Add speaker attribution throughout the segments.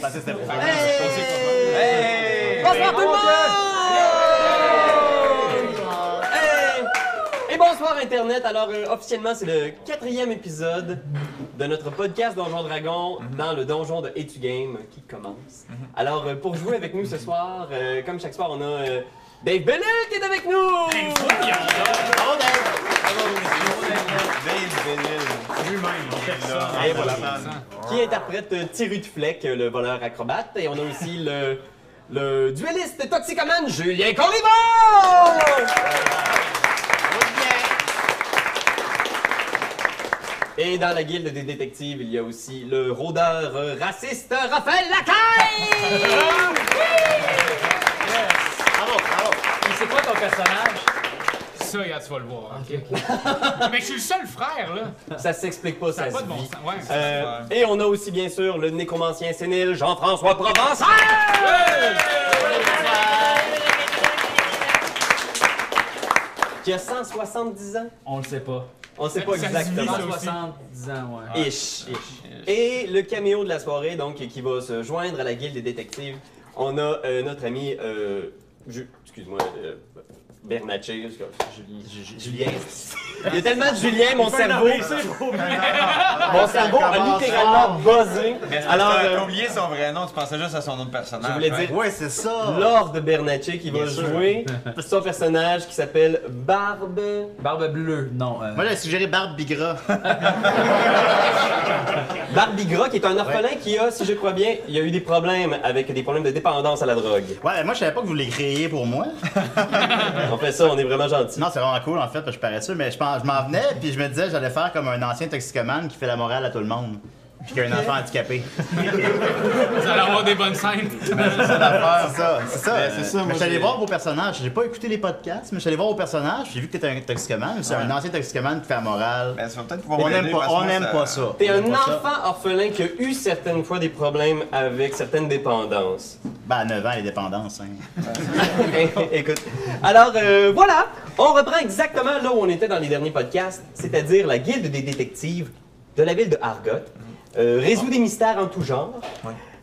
Speaker 1: ça, c'était pour faire.
Speaker 2: Hey!
Speaker 3: Bonsoir tout le monde! Hey! Et bonsoir Internet. Alors euh, officiellement c'est le quatrième épisode de notre podcast Donjon Dragon dans le donjon de Etu Game qui commence. Alors euh, pour jouer avec nous ce soir, euh, comme chaque soir on a euh, Dave Bennett qui est avec nous.
Speaker 1: Dave Benil. Lui-même, en fait. Et voilà, man.
Speaker 3: qui interprète euh, Thierry de Fleck, euh, le voleur acrobate. Et on a aussi le, le duelliste toxicomane Julien Corriveau! Et dans la guilde des détectives, il y a aussi le rôdeur euh, raciste Raphaël Lacaille!
Speaker 2: Puis c'est quoi ton personnage?
Speaker 4: Ça, regarde, tu vas le voir. ok? Mais je suis le seul frère, là.
Speaker 3: ça s'explique pas, ça,
Speaker 4: Pas
Speaker 3: se
Speaker 4: de bon
Speaker 3: vit.
Speaker 4: sens. Ouais, c'est
Speaker 3: Euh,
Speaker 4: super.
Speaker 3: et on a aussi bien sûr le nécromancien sénile Jean-François Provençal! Qui a 170 ans?
Speaker 5: On le sait pas.
Speaker 3: On sait pas
Speaker 4: Ça se
Speaker 3: exactement.
Speaker 4: vit,
Speaker 5: 70 ans, ouais.
Speaker 3: Ah, Ish. Et le caméo de la soirée, donc, qui va se joindre à la guilde des détectives, on a euh, notre ami, euh, Ju- excuse-moi, euh, Bernatchez, parce que- Ju- Ju- Julien. Il y a tellement de Julien, mon cerveau, mon cerveau a littéralement buzzé.
Speaker 1: Alors,
Speaker 3: Alors,
Speaker 1: t'as
Speaker 3: euh,
Speaker 1: t'as oublié son vrai nom, tu pensais juste à son nom de personnage.
Speaker 3: Je voulais dire-
Speaker 6: Ouais, c'est ça.
Speaker 3: Lord Bernatchez qui va
Speaker 6: Bien sûr.
Speaker 3: jouer son personnage qui s'appelle Barbe.
Speaker 5: Barbe bleue, non. euh,
Speaker 6: Moi, j'ai suggéré Barbe Bigra.
Speaker 3: Barbe Bigra, qui est un orphelin qui a, si je crois bien, il y a eu des problèmes avec des problèmes de dépendance à la drogue.
Speaker 6: Ouais, moi, je savais pas que vous les créiez pour moi.
Speaker 3: On fait ça, on est vraiment gentil.
Speaker 6: Non, c'est vraiment cool, en fait, parce que je suis paresseux, mais je, pense- je m'en venais, puis je me disais, j'allais faire comme un ancien toxicomane qui fait la morale à tout le monde. Puis qui a un enfant handicapé.
Speaker 4: Vous allez avoir des bonnes scènes.
Speaker 6: c'est ça, c'est ça.
Speaker 1: Ben, c'est ça,
Speaker 6: mais
Speaker 1: moi,
Speaker 6: je suis allé
Speaker 1: j'ai-
Speaker 6: voir vos personnages. J'ai pas écouté les podcasts, mais je suis allé voir vos personnages. J'ai vu que t'étais un toxicomane. mais C'est un ancien toxicomane qui fait la morale.
Speaker 1: Ben, tu vas peut-être pouvoir
Speaker 6: on
Speaker 1: m'aider,
Speaker 6: n'aime pas,
Speaker 1: parce que
Speaker 6: on
Speaker 1: moi,
Speaker 6: aime
Speaker 1: ça-
Speaker 6: pas ça.
Speaker 3: T'es
Speaker 6: On
Speaker 3: un
Speaker 6: aime pas ça.
Speaker 3: enfant orphelin qui a eu certaines fois des problèmes avec certaines dépendances.
Speaker 6: Ben, à 9 ans, les dépendances. Hein.
Speaker 3: Écoute. Alors, euh, voilà. On reprend exactement là où on était dans les derniers podcasts, c'est-à-dire la guilde des détectives de la ville de Argot. Euh, résout des mystères en tout genre.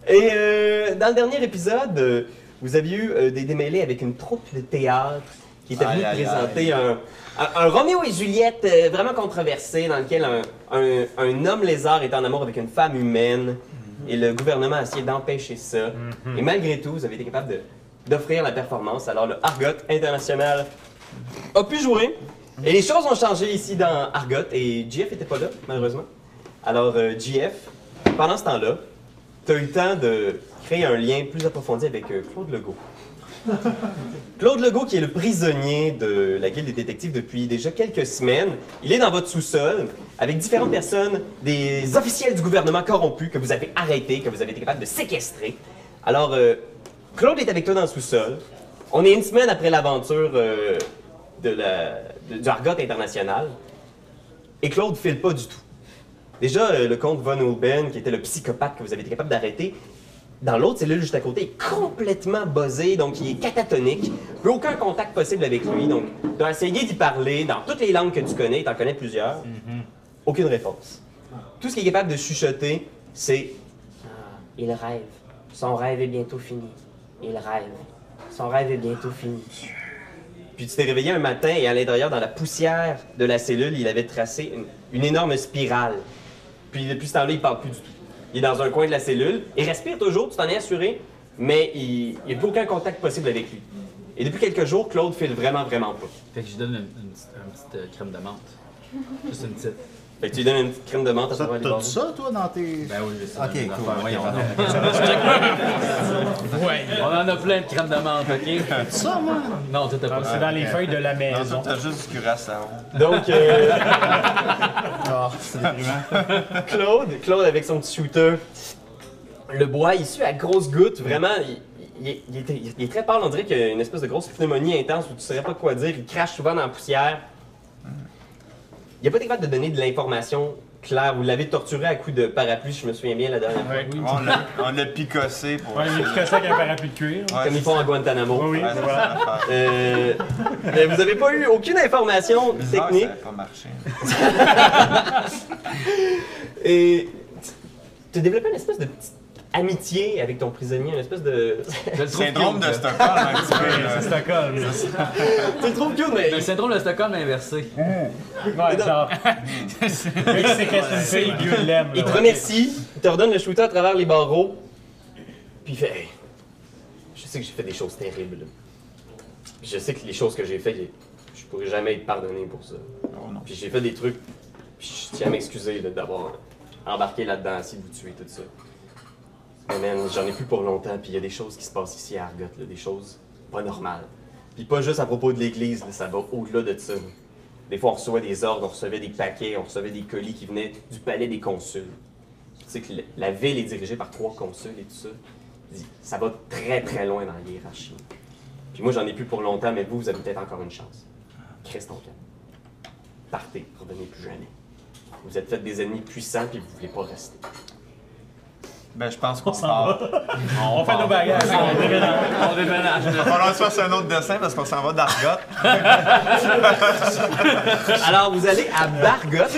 Speaker 3: Et euh, dans le dernier épisode, euh, vous aviez eu euh, des démêlés avec une troupe de théâtre qui était venue
Speaker 1: Aïe, aïe,
Speaker 3: présenter un, un, un Roméo et Juliette euh, vraiment controversé dans lequel un, un, un homme lézard est en amour avec une femme humaine et le gouvernement a essayé d'empêcher ça.
Speaker 1: Mhm.
Speaker 3: Et malgré tout, vous avez été capable de- d'offrir la performance. Alors le Argot International a pu jouer. Et les choses ont changé ici dans Argot et GF n'était pas là, malheureusement. Alors euh, GF, pendant ce temps-là, tu as eu le temps de créer un lien plus approfondi avec euh, Claude Legault. Claude Legault, qui est le prisonnier de la Guilde des détectives depuis déjà quelques semaines, il est dans votre sous-sol avec différentes personnes, des officiels du gouvernement corrompus que vous avez arrêtés, que vous avez été capable de séquestrer. Alors, euh, Claude est avec toi dans le sous-sol. On est une semaine après l'aventure euh, de la, de- du Argot International. Et Claude file pas du tout. Déjà, euh, le comte Von Oben, qui était le psychopathe que vous avez été capable d'arrêter, dans l'autre cellule juste à côté, est complètement buzzé, donc il est catatonique. Plus aucun contact possible avec lui, donc tu as essayé d'y parler dans toutes les langues que tu connais, tu en connais plusieurs. Aucune réponse. Tout ce qui est capable de chuchoter, c'est
Speaker 7: Il rêve. Son rêve est bientôt fini. Il rêve. Son rêve est bientôt fini.
Speaker 3: Puis tu t'es réveillé un matin et à l'intérieur, dans la poussière de la cellule, il avait tracé une, une énorme spirale. Puis depuis ce temps-là, il parle plus du tout. Il est dans un coin de la cellule. Il respire toujours, tu t'en es assuré, mais il n'y a plus aucun contact possible avec lui. Et depuis quelques jours, Claude file vraiment, vraiment pas.
Speaker 5: Fait que je lui donne une, une petite, une petite, euh, crème de menthe. Juste une petite.
Speaker 3: Fait que tu lui donnes une petite crème de menthe à
Speaker 6: Ça,
Speaker 3: travers les
Speaker 6: T'as tout
Speaker 3: bords.
Speaker 6: ça, toi, dans tes.
Speaker 5: Ben oui, j'ai ça.
Speaker 6: Ok,
Speaker 5: dans mes
Speaker 6: cool.
Speaker 5: affaires, voyons
Speaker 6: Ok,
Speaker 5: donc.
Speaker 4: Ouais.
Speaker 5: On en a plein de crème de menthe, ok?
Speaker 6: Ça, moi.
Speaker 5: Non, toi, t'as pas
Speaker 2: C'est
Speaker 5: ça.
Speaker 2: dans les feuilles de la
Speaker 1: Non,
Speaker 2: maison.
Speaker 1: ça, t'as juste du curaçao.
Speaker 3: Donc, euh,
Speaker 6: Ah, c'est déprimant.
Speaker 3: Claude, Claude avec son petit shooter, le bois il sue à grosses gouttes, vraiment, il, il- il est, il est très pâle, on dirait qu'il y a une espèce de grosse pneumonie intense où tu saurais pas quoi dire, il crache souvent dans la poussière. Il a pas été capable de donner de l'information claire, vous l'avez torturé à coups de parapluie, si je me souviens bien la dernière fois,
Speaker 2: Ouais, oui.
Speaker 1: On l'a- on l'a picossé pour.
Speaker 2: Ouais, il est tout à fait avec un parapluie de cuir.
Speaker 1: Ouais,
Speaker 3: comme ils
Speaker 1: c'est
Speaker 3: font
Speaker 1: ça.
Speaker 3: à Guantanamo.
Speaker 2: Oui, oui,
Speaker 1: Ouais, c'est
Speaker 2: voilà.
Speaker 1: ça l'affaire.
Speaker 3: Euh, mais vous avez pas eu aucune information
Speaker 1: Bizarre,
Speaker 3: technique.
Speaker 1: ça a pas marché.
Speaker 3: Et tu as développé une espèce de petite amitié avec ton prisonnier, une espèce de.
Speaker 5: Je le trouve
Speaker 1: Syndrome
Speaker 5: cute,
Speaker 1: de
Speaker 5: là.
Speaker 1: Stockholm, un petit peu.
Speaker 2: C'est
Speaker 1: là.
Speaker 2: Stockholm. là.
Speaker 3: tu le trouves cute, mais.
Speaker 5: Le syndrome de Stockholm inversé.
Speaker 2: Ouais, genre. Lui, c'est qu'est-ce une fille, Dieu l'aime.
Speaker 3: Il
Speaker 2: là.
Speaker 3: te remercie, il te redonne le shooter à travers les barreaux, puis il fait Hey, Je sais que j'ai fait des choses terribles. Puis je sais que les choses que j'ai faites, je pourrais jamais être pardonné pour ça.
Speaker 1: Oh non.
Speaker 3: Puis j'ai fait des trucs, puis je tiens à m'excuser là, d'avoir embarqué là-dedans, si vous tuez tout ça. Mais man, j'en ai plus pour longtemps, puis il y a des choses qui se passent ici à Argot, là, des choses pas normales. Puis pas juste à propos de l'église, là, ça va au-delà de ça. Des fois, on recevait des ordres, on recevait des paquets, on recevait des colis qui venaient du palais des consuls. Tu sais que le- la ville est dirigée par trois consuls et tout ça. Dis, Ça va très très loin dans la hiérarchie. Puis moi, j'en ai plus pour longtemps, mais vous, vous avez peut-être encore une chance. Christ ton camp. Partez, revenez plus jamais. Vous êtes fait des ennemis puissants, puis vous voulez pas rester.
Speaker 1: Ben, je pense qu'on part.
Speaker 2: On fait nos bagages. On déménage.
Speaker 5: On déménage.
Speaker 1: Il va falloir que je fasse un autre dessin parce qu'on s'en va d'Argot.
Speaker 3: Alors, vous allez à Bargotte.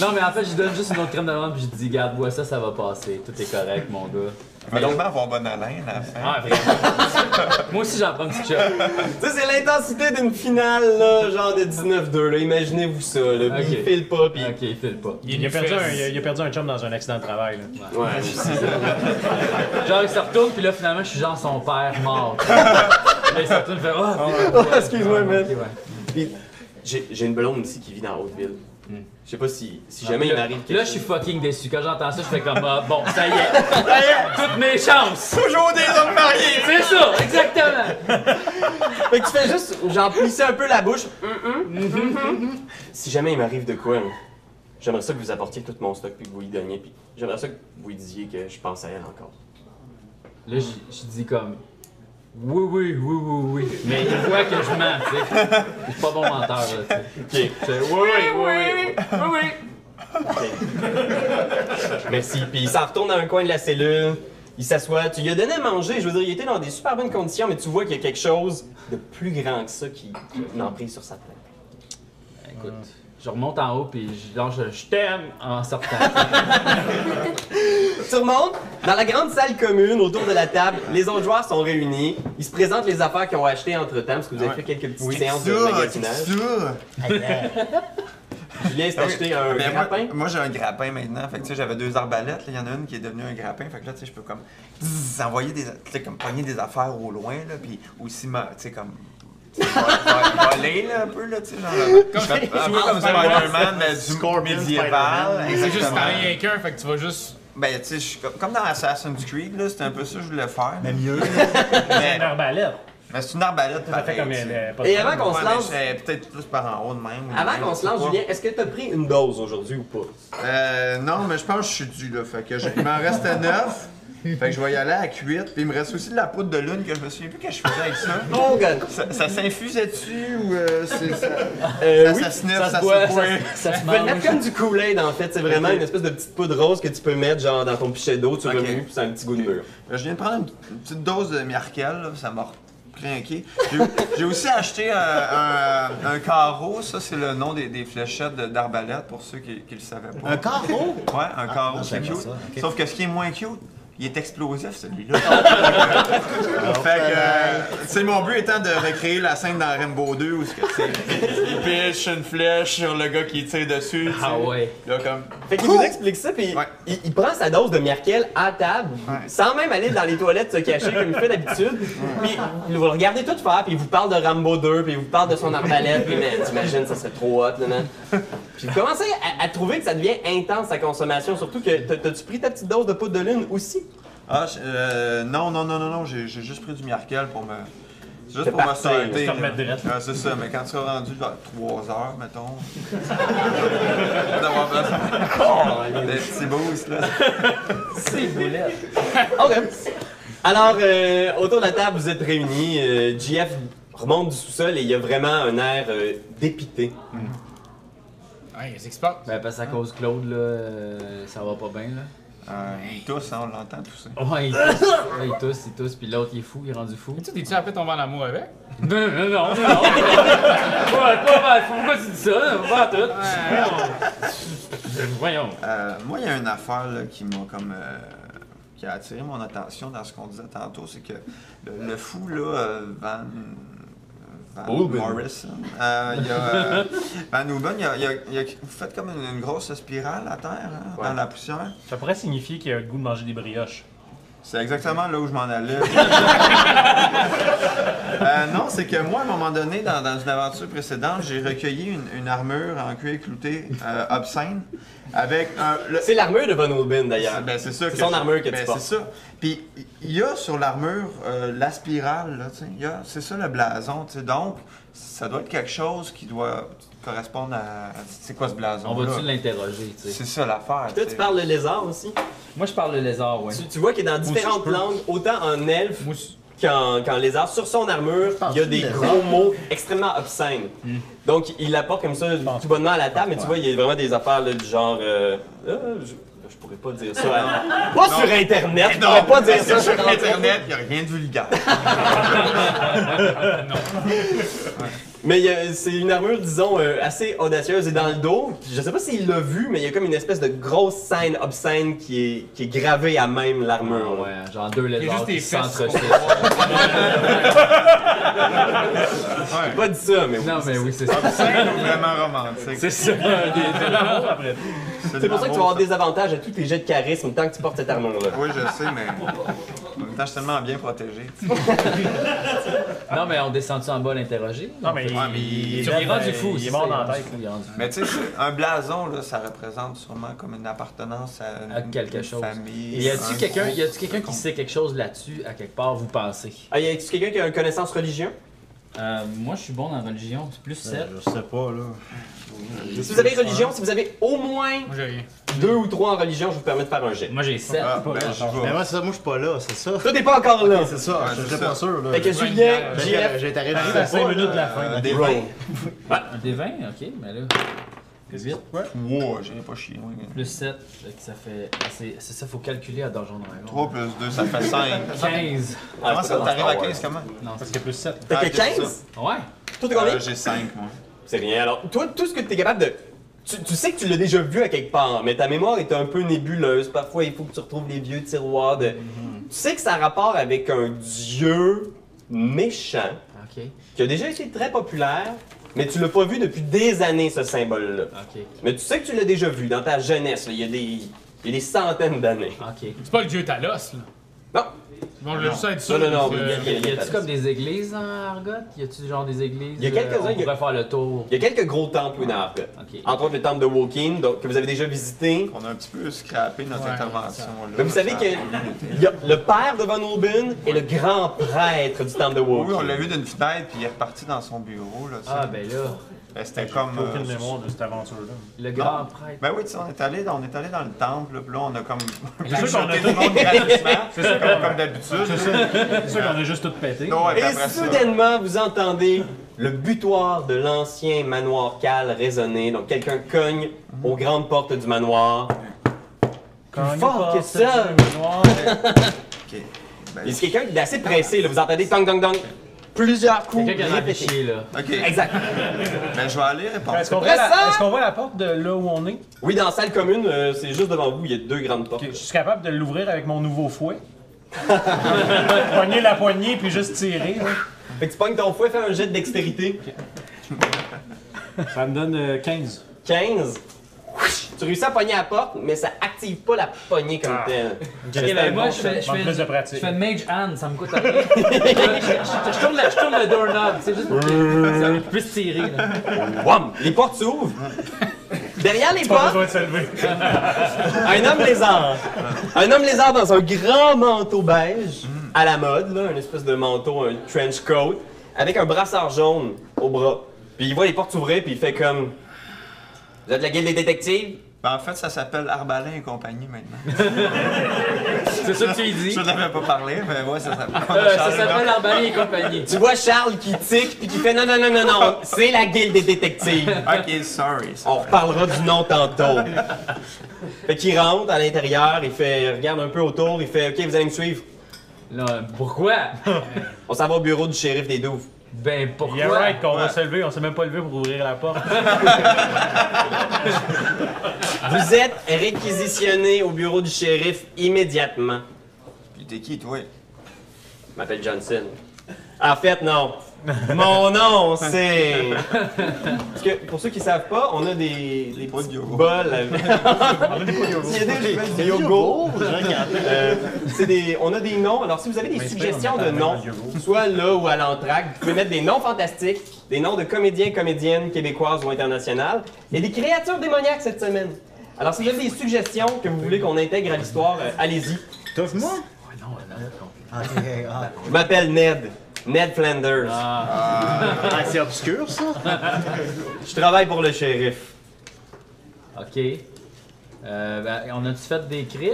Speaker 5: Non, mais en fait, je lui donne juste une autre crème d'amande puis je dis, garde, bois ça, ça va passer. Tout est correct, mon gars.
Speaker 1: Mais vraiment avoir bonne haleine à la fin.
Speaker 5: Ah, vraiment. Moi aussi, j'en prends un petit shot.
Speaker 3: Ça, c'est l'intensité d'une finale, là, genre de 19-2. là. Imaginez-vous ça. Là. Puis
Speaker 5: Ok.
Speaker 3: Il file pas, puis.
Speaker 5: Ok, il file pas.
Speaker 2: Il a, perdu un, il a- il a perdu un chum dans un accident de travail. là.
Speaker 3: Ouais.
Speaker 5: Genre, il se retourne, puis là, finalement, je suis genre son père mort. là, il se retourne, il fait, oh,
Speaker 3: excuse-moi, man.
Speaker 5: ok, ouais.
Speaker 3: Puis, J'ai j'ai une blonde aussi qui vit dans Hauteville. Je sais pas si, si jamais il
Speaker 5: Là-
Speaker 3: m'arrive quelque
Speaker 5: Là, je suis fucking déçu. Quand j'entends ça, je fais comme, ah, bon, ça y est. Toutes mes chances.
Speaker 1: Toujours des hommes mariés!
Speaker 5: C'est ça, exactement.
Speaker 3: Fait que tu fais juste, genre, plisser un peu la bouche. si jamais il m'arrive de quoi, là, j'aimerais ça que vous apportiez tout mon stock puis que vous lui donniez. Puis j'aimerais ça que vous lui disiez que je pense à elle encore.
Speaker 5: Là, je, je dis comme. Oui, oui, oui, oui, oui. Mais il voit que je mens, tu sais. Je suis pas bon menteur, là, tu sais.
Speaker 3: Ok.
Speaker 5: Je fais, Oui, oui, oui, oui.
Speaker 3: Merci. Puis il s'en retourne dans un coin de la cellule. Il s'assoit. Tu lui as donné à manger. Je veux dire, il était dans des super bonnes conditions, mais tu vois qu'il y a quelque chose de plus grand que ça qui qui a une emprise sur sa tête.
Speaker 5: Écoute, je remonte en haut, puis je lance un je t'aime en sortant.
Speaker 3: Tu remontes dans la grande salle commune autour de la table. Les autres joueurs sont réunis. Ils se présentent les affaires qu'ils ont achetées entre temps parce que vous avez fait quelques petites séances de magasinage. Julien s'est acheté un
Speaker 1: Mais Ah Ben, moi-
Speaker 3: grappin.
Speaker 1: Moi, j'ai un grappin maintenant. Fait que tu sais, j'avais deux arbalètes. là. Il y en a une qui est devenue un grappin. Fait que là, tu sais, je peux comme zzz, envoyer des, tu sais, comme pogner des affaires au loin, là, puis aussi, ma- tu sais, comme tu sais, vo- vo- voler là, un peu là, tu sais, genre euh, un peu comme Spider-Man, mais du
Speaker 6: Scorpion
Speaker 4: C'est
Speaker 6: Spider-Man.
Speaker 1: médiéval.
Speaker 4: juste que
Speaker 1: Exactement.
Speaker 4: t'as rien qu'un, fait que tu vas juste.
Speaker 1: Ben, tu sais, je suis comme, comme dans Assassin's Creed, là, c'était un peu ça que je voulais faire.
Speaker 6: Mais mieux.
Speaker 1: Mais,
Speaker 2: Une arbalète.
Speaker 1: mais c'est une arbalète,
Speaker 2: Ça fait
Speaker 1: pareil,
Speaker 2: comme
Speaker 1: tu sais.
Speaker 2: elle, euh, pas de
Speaker 3: Et
Speaker 2: problème.
Speaker 3: avant qu'on se
Speaker 1: Ouais,
Speaker 3: lance,
Speaker 1: mais j'étais Peut-être plus par en haut de même.
Speaker 3: avant qu'on se lance, Julien, est-ce que t'as pris une dose aujourd'hui ou pas?
Speaker 1: Euh, non, mais je pense que je suis dû, là. Fait que je- il m'en reste 9. Fait que je vais y aller à 8. Puis il me reste aussi de la poudre de lune que je me souviens plus que je faisais avec ça.
Speaker 3: Oh, God!
Speaker 1: Ça, ça s'infusait dessus ou euh, c'est ça?
Speaker 3: Euh,
Speaker 1: ça,
Speaker 3: oui,
Speaker 1: ça sniff,
Speaker 5: ça se
Speaker 1: ça, se
Speaker 5: boit,
Speaker 1: boit.
Speaker 5: Ça se
Speaker 3: Tu peux le mettre comme du Kool-Aid en fait, c'est vraiment une espèce de petite poudre rose que tu peux mettre genre dans ton pichet d'eau, tu
Speaker 1: Ok.
Speaker 3: remues, puis c'est un petit goût de mur.
Speaker 1: Euh, Je viens de prendre une, une petite dose de Mirakel, là, ça m'a craqué. J'ai aussi acheté un, un- un carreau, ça c'est le nom des, des fléchettes de- d'arbalète pour ceux qui, qui le savaient pas.
Speaker 6: Un carreau?
Speaker 1: Ouais, un carreau,
Speaker 6: ah,
Speaker 1: c'est
Speaker 6: j'aime
Speaker 1: cute.
Speaker 6: ça, ok.
Speaker 1: Sauf que ce qui est moins cute, il est explosif celui-là. fait que, euh, c'est mon but étant de recréer la scène dans Rainbow 2 où ce que c'est. Il pitch une flèche sur le gars qui tire dessus. tu sais.
Speaker 5: Ah ouais.
Speaker 1: Là, comme.
Speaker 3: Fait qu'il vous explique ça, puis
Speaker 1: Ouais.
Speaker 3: il, il prend sa dose de Merkel à table,
Speaker 1: Ouais.
Speaker 3: sans même aller dans les toilettes se cacher comme il fait d'habitude. Puis vous le regardez tout faire, puis il vous parle de Rambo 2, puis il vous parle de son arbalète, puis man, t'imagines, ça serait trop hot, là, man. Puis vous commencez à, à trouver que ça devient intense sa consommation, surtout que t'as- t'as-tu pris ta petite dose de poudre de lune aussi?
Speaker 1: Ah, je- euh, non, non, non, non, non, j'ai j'ai juste pris du Mirakel pour me. c'est Juste
Speaker 3: Te
Speaker 1: pour me
Speaker 3: partir,
Speaker 1: starter.
Speaker 2: te
Speaker 1: là.
Speaker 2: remettre direct.
Speaker 1: Ah, c'est ça, mais quand tu seras rendu vers 3 heures, mettons. d'avoir besoin des petits boosts, là.
Speaker 3: Ok. Alors, euh, autour de la table, vous êtes réunis. Euh, GF remonte du sous-sol et il y a vraiment un air euh, dépité.
Speaker 4: Ouais, ils exportent.
Speaker 5: Ben, parce qu'à cause de Claude, là, euh, ça va pas bien, là.
Speaker 1: Euh, il tousse, hein, on l'entend tousser.
Speaker 5: Ouais, Oh, il tousse, Ouais, il tousse, il tousse, puis l'autre il est fou, il est rendu fou.
Speaker 4: Tu sais, t'es-tu après tombé en amour avec?
Speaker 5: Non, non, non, non. Ouais, pas mal. Pourquoi tu dis ça? Pas tout. Voyons. Voyons.
Speaker 1: Euh, moi, il y a une affaire là, qui m'a comme. euh, qui a attiré mon attention dans ce qu'on disait tantôt, c'est que le, le fou, là, euh, Van. Van
Speaker 5: Oben.
Speaker 1: Morrison. euh, il y a, euh, Van Oben, il y a, il y a- il y a fait comme une, une grosse spirale à terre, hein, dans la poussière.
Speaker 2: Ça pourrait signifier qu'il a le goût de manger des brioches.
Speaker 1: C'est exactement là où je m'en allais. Euh, non, c'est que moi, à un moment donné, dans, dans une aventure précédente, j'ai recueilli une, une armure en cuir clouté euh, obscène avec un. le-
Speaker 3: C'est l'armure de Von Oben d'ailleurs.
Speaker 1: C'est- ben, c'est ça
Speaker 3: C'est
Speaker 1: que
Speaker 3: son
Speaker 1: je-
Speaker 3: armure que
Speaker 1: ben,
Speaker 3: tu portes.
Speaker 1: C'est ça. Puis il y a sur l'armure euh, la spirale, là, tu sais. Il y a- C'est ça le blason, tu sais. Donc, ça doit être quelque chose qui doit correspondre à. C'est quoi ce blason
Speaker 5: On va-tu l'interroger, tu sais?
Speaker 1: C'est ça l'affaire.
Speaker 3: Toi,
Speaker 1: tu
Speaker 3: tu
Speaker 1: sais.
Speaker 3: parles le lézard aussi.
Speaker 5: Moi, je parle le lézard, ouais.
Speaker 3: Tu, tu vois qu'il est dans différentes langues, autant en elfe qu'en qu'en lézard. Sur son armure,
Speaker 6: pense
Speaker 3: il y a
Speaker 6: que
Speaker 3: des
Speaker 6: le lézard.
Speaker 3: gros mots extrêmement obscènes. Donc, il l'apporte comme ça tout bonnement à la table, mais tu vois, il y a vraiment des affaires là, du genre. euh, Ah, je, je pourrais pas dire ça. à- Pas sur Internet! Je pourrais pas dire ça
Speaker 1: Parce que
Speaker 3: sur
Speaker 1: sur
Speaker 3: Internet!
Speaker 1: Internet, il n'y a rien de vulgaire.
Speaker 3: Mais il y a- c'est une armure, disons, euh, assez audacieuse. Et dans le dos, je sais pas s'il l'a vu, mais il y a comme une espèce de grosse scène obscène qui est, qui est gravée à même l'armure. là.
Speaker 5: Ah Ouais, hein, genre deux
Speaker 4: Il y a
Speaker 5: lézards
Speaker 4: juste des
Speaker 5: qui
Speaker 4: fesses.
Speaker 5: s'entrechoquent.
Speaker 3: J'ai pas dit ça, mais.
Speaker 5: Non, mais oui, c'est ça.
Speaker 1: C'est vraiment romantique.
Speaker 5: C'est ça.
Speaker 3: C'est pour ça que tu vas avoir des avantages à tous tes jets de charisme tant que tu portes cette armure-là.
Speaker 1: Oui, je sais, mais en même temps, je suis tellement bien protégé.
Speaker 5: Non, mais on descend-tu en bas l'interroger? ben,
Speaker 2: Non, mais,
Speaker 1: Ouais, mais il-
Speaker 2: il
Speaker 5: il est rendu
Speaker 2: euh,
Speaker 5: fou.
Speaker 2: Il
Speaker 5: c'est
Speaker 2: est
Speaker 5: ça,
Speaker 2: mort dans la
Speaker 5: rendu
Speaker 2: tête.
Speaker 5: fou, il est rendu fou.
Speaker 1: Mais tu sais, c'est- un blason, là, ça représente sûrement comme une appartenance à, une,
Speaker 5: À quelque
Speaker 1: une
Speaker 5: chose.
Speaker 1: famille.
Speaker 5: Y a-tu
Speaker 1: un
Speaker 5: quelqu'un
Speaker 1: groupe.
Speaker 5: y a-tu quelqu'un qui sait quelque chose là-dessus, à quelque part, vous pensez?
Speaker 3: Ah, y a quelqu'un qui a une connaissance religieuse?
Speaker 5: Euh, moi, je suis bon dans la religion, c'est plus 7.
Speaker 6: Je sais pas, là.
Speaker 3: Si vous avez religion, si vous avez au moins
Speaker 4: Moi, j'ai rien.
Speaker 3: deux ou trois en religion, je vous permets de faire un jet.
Speaker 5: Moi, j'ai 7.
Speaker 1: Ah, ben, je
Speaker 6: Mais
Speaker 1: vois.
Speaker 6: moi, c'est ça, moi, je suis pas là, c'est ça.
Speaker 3: Toi, t'es pas encore là.
Speaker 6: C'est ça,
Speaker 1: Ouais,
Speaker 6: je
Speaker 1: c'est
Speaker 6: suis
Speaker 1: ça.
Speaker 6: pas sûr, là.
Speaker 3: Fait que
Speaker 6: Je-
Speaker 3: Julien,
Speaker 6: Fait que,
Speaker 3: JF,
Speaker 6: euh, j'ai été arrêté
Speaker 2: C'est à
Speaker 6: pas,
Speaker 2: 5
Speaker 6: là.
Speaker 2: minutes de la fin.
Speaker 1: Euh, des
Speaker 3: roll.
Speaker 5: Des 20, ok, mais là. 8
Speaker 1: Wow, j'ai pas chié. moi.
Speaker 5: plus 7, ça fait. C'est c'est ça, faut calculer à Donjon Dragon.
Speaker 1: 3 plus 2, ça fait 5.
Speaker 5: 15.
Speaker 3: Ah,
Speaker 1: Comment
Speaker 3: c'est
Speaker 1: ça
Speaker 3: pas
Speaker 1: t'arrives
Speaker 3: dans
Speaker 1: à
Speaker 3: Star
Speaker 1: 15 comment
Speaker 5: Non,
Speaker 2: Parce qu'il y a plus 7.
Speaker 3: Wars. Fait
Speaker 1: Ah,
Speaker 3: que
Speaker 1: j'ai
Speaker 3: 15?
Speaker 5: Ouais.
Speaker 3: Toi, t'es combien?
Speaker 1: Euh, J'ai 5, moi.
Speaker 3: C'est rien. Alors, toi, tout ce que t'es capable de. Tu, tu sais que tu l'as déjà vu à quelque part, mais ta mémoire est un peu nébuleuse. Parfois, il faut que tu retrouves les vieux tiroirs de.
Speaker 1: Mm-hmm.
Speaker 3: Tu sais que ça a rapport avec un dieu méchant
Speaker 5: Ok,
Speaker 3: qui a déjà été très populaire, mais tu l'as pas vu depuis des années, ce symbole-là.
Speaker 5: ok,
Speaker 3: Mais tu sais que tu l'as déjà vu dans ta jeunesse, là, il y a des. Il y a des centaines d'années.
Speaker 5: ok.
Speaker 4: C'est pas le dieu Talos, là.
Speaker 3: Non,
Speaker 4: Bon, je veux juste être sûr.
Speaker 3: non, non, non,
Speaker 4: parce que-
Speaker 3: mais il y a-
Speaker 5: Y a-tu comme des églises en Argot Y a-tu genre des églises
Speaker 3: Y a quelques-uns,
Speaker 5: euh, On
Speaker 3: y a-
Speaker 5: pourrait faire le tour.
Speaker 3: il y a quelques gros temples oui, dans Arcot.
Speaker 5: Ok.
Speaker 3: Entre autres, le temple de Woking, donc, que vous avez déjà visité.
Speaker 1: On a un petit peu scrappé notre
Speaker 4: Ouais,
Speaker 1: intervention. là.
Speaker 3: Mais vous savez que il y a le père de Von Oben et le grand prêtre du temple de
Speaker 1: Oui, on
Speaker 3: Woking.
Speaker 1: l'a vu d'une fenêtre, puis il est reparti dans son bureau. Là, tu sais.
Speaker 5: Ah, ben là,
Speaker 1: Ben, C'était comme.
Speaker 2: Aucune
Speaker 1: euh,
Speaker 2: mémoire de cette aventure-là.
Speaker 5: le grand prêtre.
Speaker 1: Ben oui, tu sais, on est allé dans, on est allé dans le temple, là, puis là, on a comme.
Speaker 2: sûr qu'on a
Speaker 1: jeté tout le monde gratuitement, comme, comme d'habitude.
Speaker 2: C'est ça. C'est sûr qu'on a juste tout pété.
Speaker 1: Non, ouais, puis
Speaker 3: Et
Speaker 1: après ça.
Speaker 3: soudainement, vous entendez le butoir de l'ancien manoir Cal résonner. Donc, quelqu'un cogne aux grandes portes du manoir. Plus fort que ça!
Speaker 1: Ok. Ben,
Speaker 3: Il y a quelqu'un qui est assez pressé, là. Vous entendez tong tong tong. Plusieurs coups
Speaker 5: Quelqu'un qui en a
Speaker 3: répétés.
Speaker 5: piché, là.
Speaker 1: ok.
Speaker 3: Exact.
Speaker 1: Ben, je vais aller répondre.
Speaker 2: Est-ce qu'on voit,
Speaker 3: Après
Speaker 2: la-
Speaker 3: ça-
Speaker 2: est-ce qu'on voit la porte de là où on est?
Speaker 3: Oui, dans la salle commune, euh, c'est juste devant vous, il y a deux grandes portes.
Speaker 2: Je suis capable de l'ouvrir avec mon nouveau fouet. Poigner la poignée puis juste tirer. là.
Speaker 3: Fait que tu pognes ton fouet, fais un jet de dextérité.
Speaker 2: Ça me donne euh, 15.
Speaker 3: 15. Tu réussis à pogner la porte, mais ça active pas la poignée
Speaker 2: Ah.
Speaker 3: comme telle.
Speaker 5: Ok,
Speaker 3: Fait que
Speaker 5: ben moi,
Speaker 3: bon,
Speaker 5: je fais, je
Speaker 2: Manque plus de
Speaker 5: fais, je
Speaker 2: pratique.
Speaker 5: fais mage hand, ça me coûte rien. je, je- je tourne la- je tourne le doorknob, c'est juste pour que
Speaker 2: Euh.
Speaker 5: je puisse tirer. là.
Speaker 3: Wham! Les portes s'ouvrent. Derrière les
Speaker 2: Pas
Speaker 3: portes,
Speaker 2: besoin de se lever.
Speaker 3: un homme lézard. Un homme lézard dans un grand manteau beige, à la mode, là, un espèce de manteau, un trench coat, avec un brassard jaune au bras. Puis il voit les portes s'ouvrir, puis il fait comme... Vous êtes la guilde des détectives?
Speaker 1: Ben, en fait, ça s'appelle Arbalin et compagnie maintenant.
Speaker 5: C'est ça que tu lui dis.
Speaker 1: Je n'avais pas parlé, mais ouais, ça s'appelle. on a
Speaker 5: Euh, ça
Speaker 1: changé le nom.
Speaker 5: s'appelle Arbalé et compagnie.
Speaker 3: Tu vois Charles qui tique puis qui fait non, non, non, non, non, c'est la guilde des détectives.
Speaker 1: Ok, sorry. sorry.
Speaker 3: On reparlera du nom tantôt. fait qu'il rentre à l'intérieur, il fait, il regarde un peu autour, il fait Ok, vous allez me suivre.
Speaker 5: Là, pourquoi?
Speaker 3: On s'en va au bureau du shérif des Douves.
Speaker 5: Ben pourquoi?
Speaker 2: You're right qu'on va
Speaker 1: Ouais.
Speaker 2: se lever, on s'est même pas levé pour ouvrir la porte.
Speaker 3: Vous êtes réquisitionné au bureau du shérif immédiatement.
Speaker 1: Puis t'es qui, toi?
Speaker 3: Je m'appelle Johnson. En fait, non. Mon nom, c'est. Parce que pour ceux qui savent pas, on a des, des
Speaker 1: pots de yogourt.
Speaker 3: bols avec. Il y a des- des yogos. Euh, c'est des- on a des noms. Alors, si vous avez des suggestions de noms, soit là ou à l'entraque, vous pouvez mettre des noms fantastiques, des noms de comédiens, comédiennes québécoises ou internationales, et des créatures démoniaques cette semaine. Alors, si vous avez des suggestions que vous voulez qu'on intègre à l'histoire, euh, allez-y.
Speaker 6: Touffe-moi!
Speaker 5: euh,
Speaker 3: Je m'appelle Ned. Ned Flanders.
Speaker 6: Ah, c'est obscur, ça?
Speaker 3: Je travaille pour le shérif.
Speaker 5: Ok. Euh, ben, on a-tu fait des crimes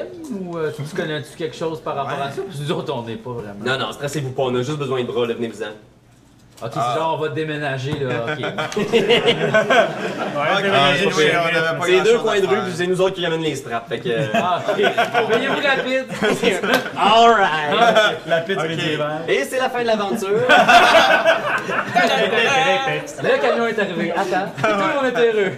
Speaker 5: ou euh, tu connais-tu quelque chose par rapport à ça? Parce que nous autres, on n'est pas vraiment.
Speaker 3: Non, non, stressez-vous pas, on a juste besoin de bras, là, venez-vous-en.
Speaker 5: Ok,
Speaker 3: Ah.
Speaker 5: c'est genre on va déménager là. Ok.
Speaker 1: Ah,
Speaker 2: mais
Speaker 1: anyway,
Speaker 2: j'ai-
Speaker 1: on avait pas
Speaker 3: C'est
Speaker 1: grand-chose
Speaker 3: deux coins de
Speaker 1: à
Speaker 3: rue,
Speaker 1: faire.
Speaker 3: puis c'est nous autres qui amènent les straps. Fait que. euh,
Speaker 5: Ah, ok. Voyez-vous la pite?
Speaker 3: Alright!
Speaker 2: La pizza
Speaker 1: Ok.
Speaker 2: médiévale.
Speaker 3: Et c'est la fin de l'aventure!
Speaker 5: Le camion est arrivé. Attends. Tout le monde est heureux.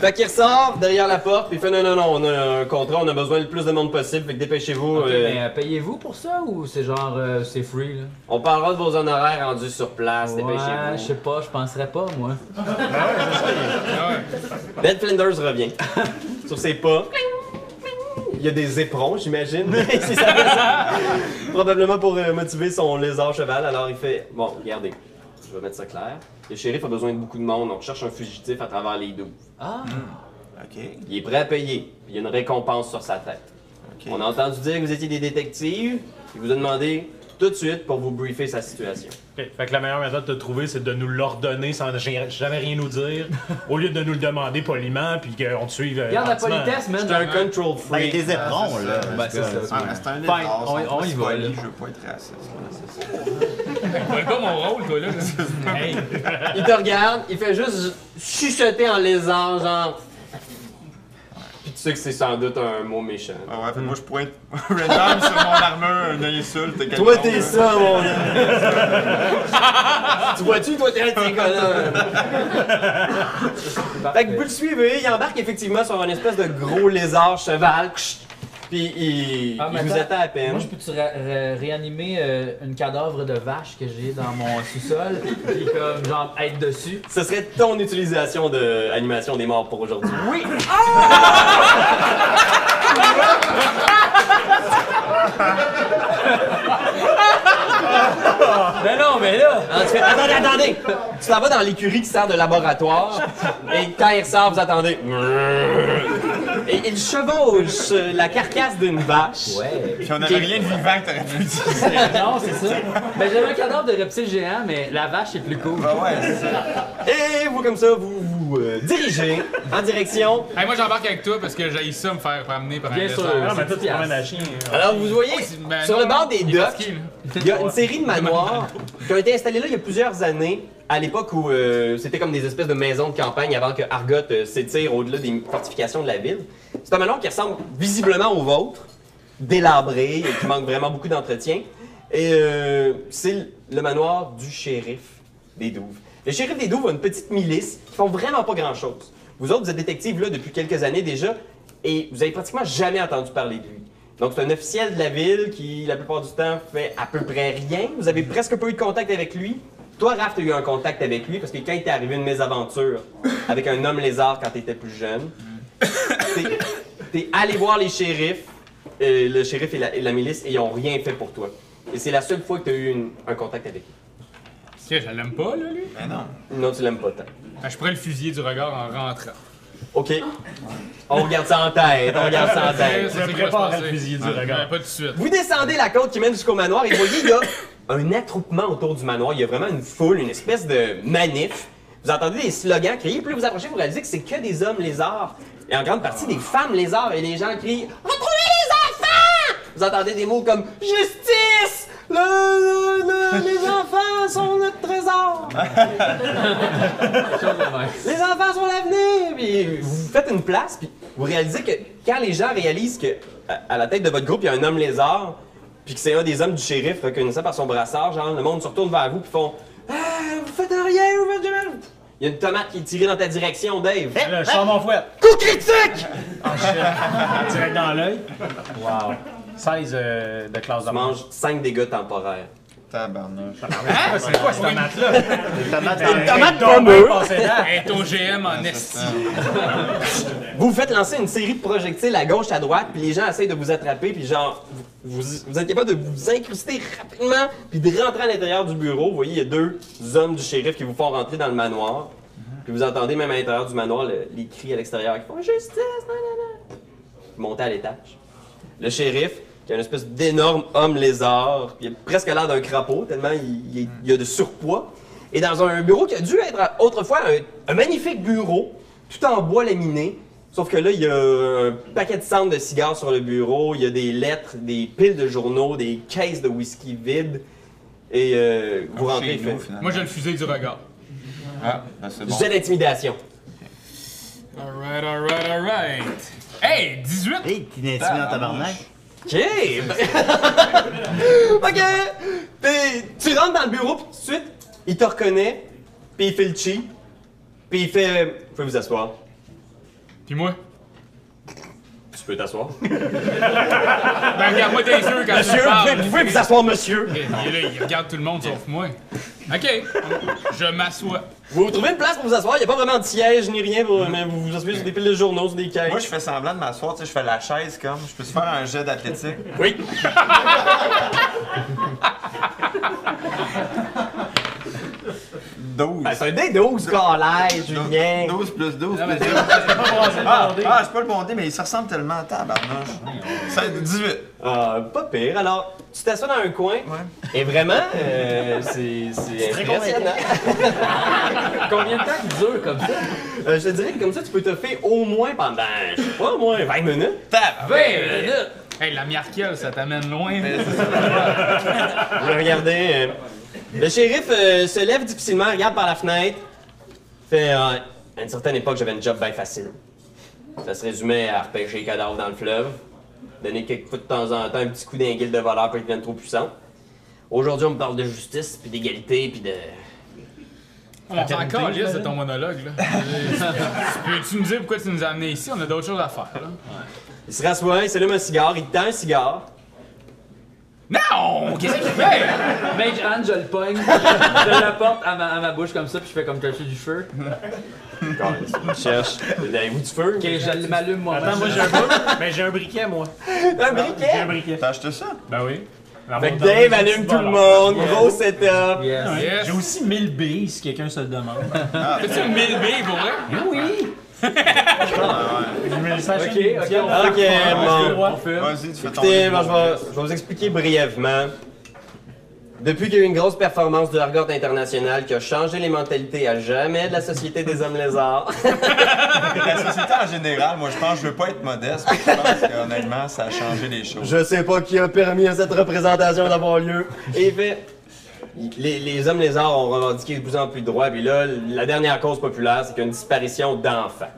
Speaker 3: Fait qu'il ressort derrière la porte, puis il fait non, non, non, on a un contrat, on a besoin le plus de monde possible, fait que dépêchez-vous.
Speaker 5: Ok,
Speaker 3: euh,
Speaker 5: ben, euh, payez-vous pour ça ou c'est genre euh, c'est free là?
Speaker 3: On parlera de vos honoraires rendus sur place,
Speaker 5: Ouais, je sais
Speaker 3: dépêchez-vous.
Speaker 5: pas, je penserais pas moi.
Speaker 3: Ned Flinders revient. sur ses pas. Il y a des éperons, j'imagine. C'est ça, ça. Probablement pour euh, motiver son lézard cheval, alors il fait Bon, regardez, je vais mettre ça clair. Le shérif a besoin de beaucoup de monde, on cherche un fugitif à travers les douves.
Speaker 5: Ah,
Speaker 1: Ok,
Speaker 3: Il est prêt à payer, puis il y a une récompense sur sa tête.
Speaker 1: ok.
Speaker 3: On a entendu dire que vous étiez des détectives. Il vous a demandé tout de suite pour vous briefer sa situation.
Speaker 2: Ok, Fait que la meilleure méthode de te trouver, c'est de nous l'ordonner sans gé- jamais rien nous dire, au lieu de nous le demander poliment, puis qu'on te suive. euh,
Speaker 5: regarde la
Speaker 2: gentiment.
Speaker 5: politesse, man.
Speaker 3: C'est un control
Speaker 6: Ben, il y a
Speaker 3: freak.
Speaker 6: des éperons, là.
Speaker 5: Ben, c'est ça.
Speaker 1: Ah, c'est un
Speaker 5: Fine,
Speaker 1: lézard,
Speaker 5: on-
Speaker 1: ça,
Speaker 5: on y
Speaker 1: c'est
Speaker 5: va,
Speaker 1: pas
Speaker 5: là.
Speaker 1: lui, Je veux pas être raciste. là, c'est ça.
Speaker 4: C'est pas mon rôle, toi, là. là. Hey,
Speaker 3: Il te regarde, il fait juste chuchoter en lézard, genre. Puis tu sais que c'est sans doute un mot méchant.
Speaker 1: Ah ouais, fait que moi je pointe Red Arm sur mon armure, une insulte. quelconque,
Speaker 3: Toi, t'es
Speaker 1: là.
Speaker 3: ça, mon gars. tu vois-tu, toi, t'es un de ces gars-là. Fait que vous le suivez, il embarque effectivement sur un espèce de gros lézard cheval. Puis il,
Speaker 5: Ah,
Speaker 3: il
Speaker 5: mais
Speaker 3: vous
Speaker 5: attends,
Speaker 3: attend à peine.
Speaker 5: Moi, je peux-tu ra- ra- réanimer euh, une cadavre de vache que j'ai dans mon sous-sol, puis comme, genre, être dessus?
Speaker 3: Ce serait ton utilisation de animation des morts pour aujourd'hui.
Speaker 5: Oui! ben non, mais là!
Speaker 3: Ah, tu fais, attendez, attendez! Tu t'en vas dans l'écurie qui sert de laboratoire, et quand il ressort, vous attendez. Et il chevauche euh, la carcasse d'une vache.
Speaker 5: Ouais!
Speaker 1: Puis on avait rien de vivant que t'aurais pu dire.
Speaker 5: non, c'est ça. Ben j'avais un cadavre de reptile géant, mais la vache est plus cool.
Speaker 2: Ah,
Speaker 1: Bah ouais, c'est ça.
Speaker 3: Et vous, comme ça, vous vous euh, dirigez en direction.
Speaker 4: Hey, moi, j'embarque avec toi parce que j'ai ça me faire ramener par un
Speaker 5: Bien
Speaker 4: lézard.
Speaker 5: sûr.
Speaker 2: Non, Ah, mais toi, tu te promènes à chien.
Speaker 3: Alors, vous voyez,
Speaker 4: Ben,
Speaker 3: sur le
Speaker 4: non,
Speaker 3: bord des
Speaker 4: il est
Speaker 3: docks,
Speaker 4: fatigué, là.
Speaker 3: il y a une série de manoirs qui ont été installés là il y a plusieurs années, à l'époque où euh, c'était comme des espèces de maisons de campagne avant que Argot euh, s'étire au-delà des fortifications de la ville. C'est un manoir qui ressemble visiblement au vôtre, délabré, et qui manque vraiment beaucoup d'entretien. Et euh, c'est le manoir du shérif des Douves. Le shérif des Douves a une petite milice qui font vraiment pas grand-chose. Vous autres, vous êtes détectives là depuis quelques années déjà, et vous avez pratiquement jamais entendu parler de lui. Donc, c'est un officiel de la ville qui, la plupart du temps, fait à peu près rien. Vous avez presque pas eu de contact avec lui. Toi, Raph, t'as eu un contact avec lui parce que quand il t'est arrivé une mésaventure avec un homme lézard quand t'étais plus jeune, t'es- t'es allé voir les shérifs, euh, le shérif et la, et la milice, et ils ont rien fait pour toi. Et c'est la seule fois que t'as eu une- un contact avec lui.
Speaker 4: Ok, je l'aime pas, là, lui.
Speaker 1: Mais non.
Speaker 3: Non, tu l'aimes pas tant.
Speaker 4: Ben, je pourrais le fusiller du regard en rentrant.
Speaker 3: OK. On regarde ça en tête, on regarde ça en tête.
Speaker 4: C'est
Speaker 2: Je
Speaker 4: ce
Speaker 2: me
Speaker 4: que je
Speaker 2: prépare à le
Speaker 4: pensais.
Speaker 2: fusiller du
Speaker 4: Ben,
Speaker 2: regard.
Speaker 4: pas tout de suite.
Speaker 3: Vous descendez la côte qui mène jusqu'au manoir et vous voyez, il y a un attroupement autour du manoir. Il y a vraiment une foule, une espèce de manif. Vous entendez des slogans criés, plus vous approchez, vous réalisez que c'est que des hommes lézards Et en grande partie, des femmes lézards et les gens crient Retrouvez les enfants Vous entendez des mots comme Justice Le- le- le- Les enfants sont notre trésor
Speaker 5: Chose de nice.
Speaker 3: Les enfants sont l'avenir! Puis vous faites une place, puis vous réalisez que quand les gens réalisent que à, à la tête de votre groupe, il y a un homme lézard, puis que c'est un des hommes du shérif reconnaissant par son brassard, genre, le monde se retourne vers vous, puis font Ah, vous faites rien, vous faites jamais. Il y a une tomate qui est tirée dans ta direction, Dave.
Speaker 2: Là, je sors mon fouet. Ah,
Speaker 3: Coup critique!
Speaker 2: Direct dans l'œil. Wow. 16 euh, de classe de
Speaker 3: Tu manges 5 dégâts temporaires.
Speaker 1: Tabarnouche.
Speaker 2: Ah, C'est quoi cette tomate-là?
Speaker 6: Tomate dans le-
Speaker 3: tomate
Speaker 2: Hey,
Speaker 3: pommeuse.
Speaker 2: tomate passée là.
Speaker 4: Elle est au GM en esti.
Speaker 3: Vous vous faites lancer une série de projectiles à gauche, à droite, puis les gens essayent de vous attraper, puis genre, vous, vous- vous êtes capable de vous incruster rapidement, puis de rentrer à l'intérieur du bureau. Vous voyez, il y a deux hommes du shérif qui vous font rentrer dans le manoir. Puis vous entendez même à l'intérieur du manoir le- les cris à l'extérieur qui font Justice, nanana. Vous montez à l'étage. Le shérif, qui a une espèce d'énorme homme lézard, puis il a presque l'air d'un crapaud, tellement il, il est- il a de surpoids, et dans un bureau qui a dû être autrefois un, un magnifique bureau, tout en bois laminé, sauf que là, il y a un paquet de cendres de cigares sur le bureau, il y a des lettres, des piles de journaux, des caisses de whisky vides, et euh, vous rentrez.
Speaker 1: Ah, Chez
Speaker 3: il fait,
Speaker 1: nous, finalement.
Speaker 4: Moi, j'ai le fusée du regard.
Speaker 1: Ah, ben c'est bon.
Speaker 3: Jet d'intimidation.
Speaker 4: Alright, alright, alright. Hey, 18!
Speaker 6: Hey, t'es intimidé en tabarnak.
Speaker 3: OK! OK! T'es- tu rentres dans le bureau, puis tout de suite, il te reconnaît, puis il fait le chi, puis il fait... euh, Vous pouvez vous asseoir.
Speaker 4: Puis moi?
Speaker 3: Tu peux t'asseoir.
Speaker 4: Ben, regarde-moi tes yeux quand tu me
Speaker 3: Monsieur, vous pouvez,
Speaker 4: parles.
Speaker 3: vous pouvez vous asseoir, monsieur!
Speaker 4: Il est là, il regarde tout le monde sauf moi. OK, je m'assois.
Speaker 3: Vous vous trouvez une place pour vous asseoir, il n'y a pas vraiment de siège ni rien, vous, mais vous vous asseyez sur des piles de journaux, sur des cahiers.
Speaker 1: Moi, je fais semblant de m'asseoir, tu sais, je fais la chaise comme. Je peux se faire un jet d'athlétique.
Speaker 3: Oui! Ben,
Speaker 1: 12.
Speaker 3: c'est un dé 12 collège, Julien!
Speaker 1: 12 plus 12 plus 12.
Speaker 2: Ah,
Speaker 1: Ah, ah, je peux le bonder, mais il se ressemble tellement à tabarnouche. C'est 18.
Speaker 3: Ah, pas pire. Alors, tu t'assois dans un coin,
Speaker 1: Ouais.
Speaker 3: et vraiment, euh, c'est c'est impressionnant.
Speaker 5: Combien de temps il dure comme ça?
Speaker 3: Euh, je te dirais que comme ça, tu peux te faire au moins pendant, je sais pas, au moins 20 minutes.
Speaker 4: Hey, hey, la Miarkiel, ça t'amène loin.
Speaker 3: Regardez. euh, le shérif euh, se lève difficilement, regarde par la fenêtre. Fait, euh, à une certaine époque, j'avais une job bien facile. Ça se résumait à repêcher les cadavres dans le fleuve, donner quelques coups de temps en temps, un petit coup d'inguile de voleur pour qu'ils deviennent trop puissants. Aujourd'hui, on me parle de justice, puis d'égalité, puis de...
Speaker 4: On s'en calisse de ton monologue, là. Tu Peux-tu nous dire pourquoi tu nous as amenés ici? On a d'autres choses à faire, là.
Speaker 3: Il se rassoit, il s'allume un cigare, il tend un cigare.
Speaker 4: Non! Qu'est-ce qu'il fait?
Speaker 5: Mage Hand, je le pogne, je la porte à ma, à ma bouche comme ça, puis je fais comme cacher du feu.
Speaker 3: Il cherche. Avez-vous du feu?
Speaker 5: Ok, je m'allume moi-même.
Speaker 2: Attends, moi j'ai un bou- ben, j'ai un briquet, moi.
Speaker 3: Un
Speaker 2: J'ai un
Speaker 3: briquet!
Speaker 2: briquet.
Speaker 1: T'as acheté ça?
Speaker 2: Ben oui.
Speaker 3: Fait que Dave allume tout le monde, gros setup.
Speaker 5: Yes.
Speaker 4: Yes.
Speaker 2: J'ai aussi 1000 billes si quelqu'un se le demande.
Speaker 4: T'as-tu une 1000 billes pour vrai?
Speaker 5: Oui!
Speaker 2: Je me le sache
Speaker 5: Ok,
Speaker 2: une
Speaker 5: ok,
Speaker 2: bière.
Speaker 5: on
Speaker 3: Ok, bon.
Speaker 5: On fume.
Speaker 1: Vas-y, tu fais ton.
Speaker 3: Écoutez, moi, je, vais, je vais vous expliquer brièvement. Depuis qu'il y a eu une grosse performance de Argot International qui a changé les mentalités à jamais de la société des hommes lézards,
Speaker 1: La société en général, moi, je pense, je veux pas être modeste, mais je pense qu'honnêtement, ça a changé les choses.
Speaker 3: je sais pas qui a permis à cette représentation d'avoir lieu. Et fait, les, les hommes lézards ont revendiqué de plus en plus de droits, puis là, la dernière cause populaire, c'est qu'il y a une disparition d'enfants.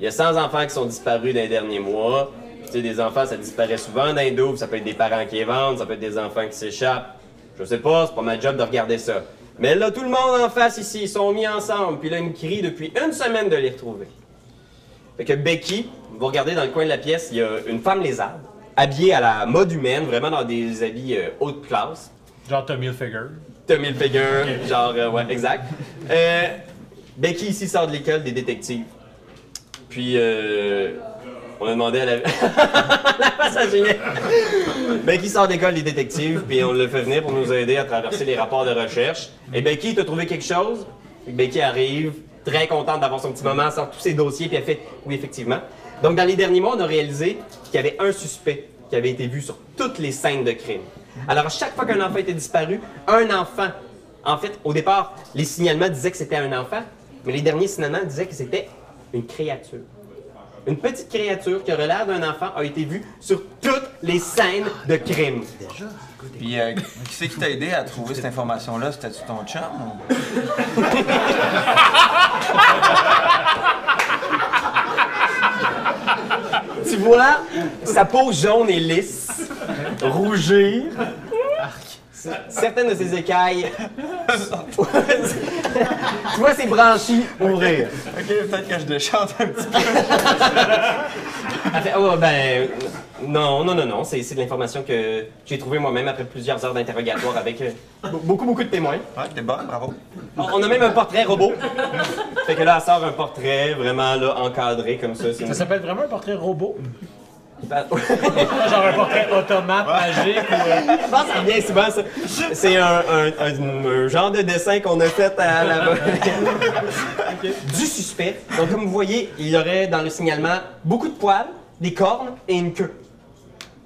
Speaker 3: Il y a 100 enfants qui sont disparus dans les derniers mois. Tu sais, des enfants, ça disparaît souvent dans les douves. Ça peut être des parents qui les vendent, ça peut être des enfants qui s'échappent. Je sais pas, c'est pas ma job de regarder ça. Mais là, tout le monde en face ici, ils sont mis ensemble. Puis là, ils me crient depuis une semaine de les retrouver. Fait que Becky, vous regardez dans le coin de la pièce, il y a une femme lézarde, habillée à la mode humaine, vraiment dans des habits euh, haute classe.
Speaker 2: Genre Tommy Hilfiger.
Speaker 3: Tommy Hilfiger, genre, euh, ouais, exact. Euh, Becky ici sort de l'école des détectives. Puis, euh, on a demandé à la. la face à Julien. Becky Ben, sort de l'école des détectives, puis on le fait venir pour nous aider à traverser les rapports de recherche. Eh Et Becky, t'as trouvé quelque chose? Fait que Becky arrive, très contente d'avoir son petit moment, sort tous ses dossiers, puis elle fait oui, effectivement. Donc, dans les derniers mois, on a réalisé qu'il y avait un suspect qui avait été vu sur toutes les scènes de crime. Alors, chaque fois qu'un enfant était disparu, un enfant. En fait, au départ, les signalements disaient que c'était un enfant, mais les derniers signalements disaient que c'était une créature. une petite créature qui aurait l'air d'un enfant a été vue sur toutes les scènes de crime.
Speaker 1: Puis, euh, qui c'est qui t'a aidé à trouver cette information-là? C'était-tu ton chum? ou-
Speaker 3: Tu vois, sa peau jaune et lisse, rougie. Certaines de ses écailles. tu vois ses branchies ouvrir.
Speaker 1: Ok, peut-être que je déchante un petit peu.
Speaker 3: Elle fait, oh, ben, non, non, non, non. C'est c'est de l'information que j'ai trouvée moi-même après plusieurs heures d'interrogatoire avec euh, be- beaucoup, beaucoup de témoins.
Speaker 1: Ouais, t'es bonne, bravo.
Speaker 3: On on a même un portrait robot. Fait que là, elle sort un portrait vraiment là, encadré comme ça. c'est une-
Speaker 2: Ça s'appelle vraiment un portrait robot.
Speaker 3: Je
Speaker 2: Ah, Genre un portrait automate magique. ou,
Speaker 3: pense que ça revient souvent, ça. C'est un, un- un- un genre de dessin qu'on a fait à la Du suspect. Donc, comme vous voyez, il y aurait dans le signalement beaucoup de poils, des cornes et une queue.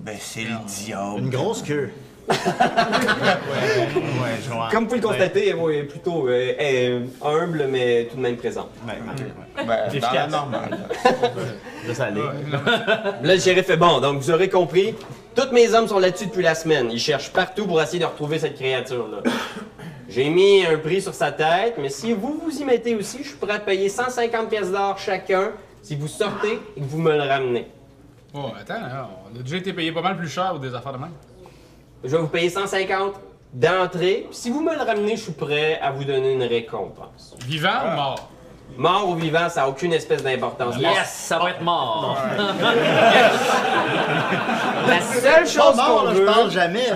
Speaker 1: Ben, c'est le diable.
Speaker 6: Une grosse queue. ouais, ouais, je vois.
Speaker 3: Comme vous pouvez le constater, elle est plutôt euh, euh, humble, mais tout de même présente.
Speaker 6: Ouais, ouais,
Speaker 1: Ben,
Speaker 6: ouais.
Speaker 1: dans la
Speaker 2: Efficace.
Speaker 1: normale.
Speaker 5: Juste aller.
Speaker 3: Là, le shérif est bon, donc vous aurez compris. Tous mes hommes sont là-dessus depuis la semaine. Ils cherchent partout pour essayer de retrouver cette créature-là. J'ai mis un prix sur sa tête, mais si vous vous y mettez aussi, je suis prêt à payer 150 pièces d'or chacun si vous sortez et que vous me le ramenez.
Speaker 4: Oh, attends, là, on a déjà été payé pas mal plus cher ou des affaires de même.
Speaker 3: Je vais vous payer 150 d'entrée. puis Si vous me le ramenez, je suis prêt à vous donner une récompense.
Speaker 4: Vivant ou mort?
Speaker 3: Mort ou vivant, ça n'a aucune espèce d'importance. La-
Speaker 5: Yes, ça va être mort.
Speaker 3: La seule
Speaker 6: Pas
Speaker 3: chose
Speaker 6: mort,
Speaker 3: qu'on
Speaker 6: là, je
Speaker 3: veut...
Speaker 6: parle jamais.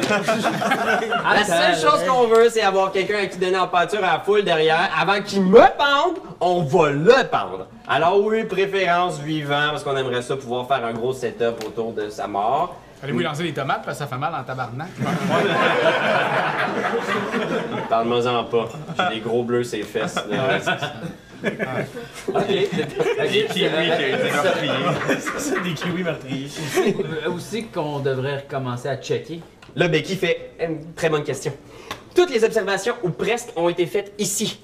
Speaker 3: La seule chose qu'on veut, c'est avoir quelqu'un à qui donner en peinture à la foule derrière. Avant qu'il me pende, on va le pendre. Alors oui, préférence vivant, parce qu'on aimerait ça pouvoir faire un gros setup autour de sa mort.
Speaker 4: Allez-vous lui lancer des tomates parce que ça fait mal en tabarnak?
Speaker 3: Parle-moi-en pas. J'ai des gros bleus ses fesses. là. OK.
Speaker 5: Des kiwis
Speaker 1: qui a été
Speaker 2: C'est des kiwis meurtriers.
Speaker 5: Euh, Aussi qu'on devrait recommencer à checker.
Speaker 3: Là, Becky fait une très bonne question. Toutes les observations, ou presque, ont été faites ici.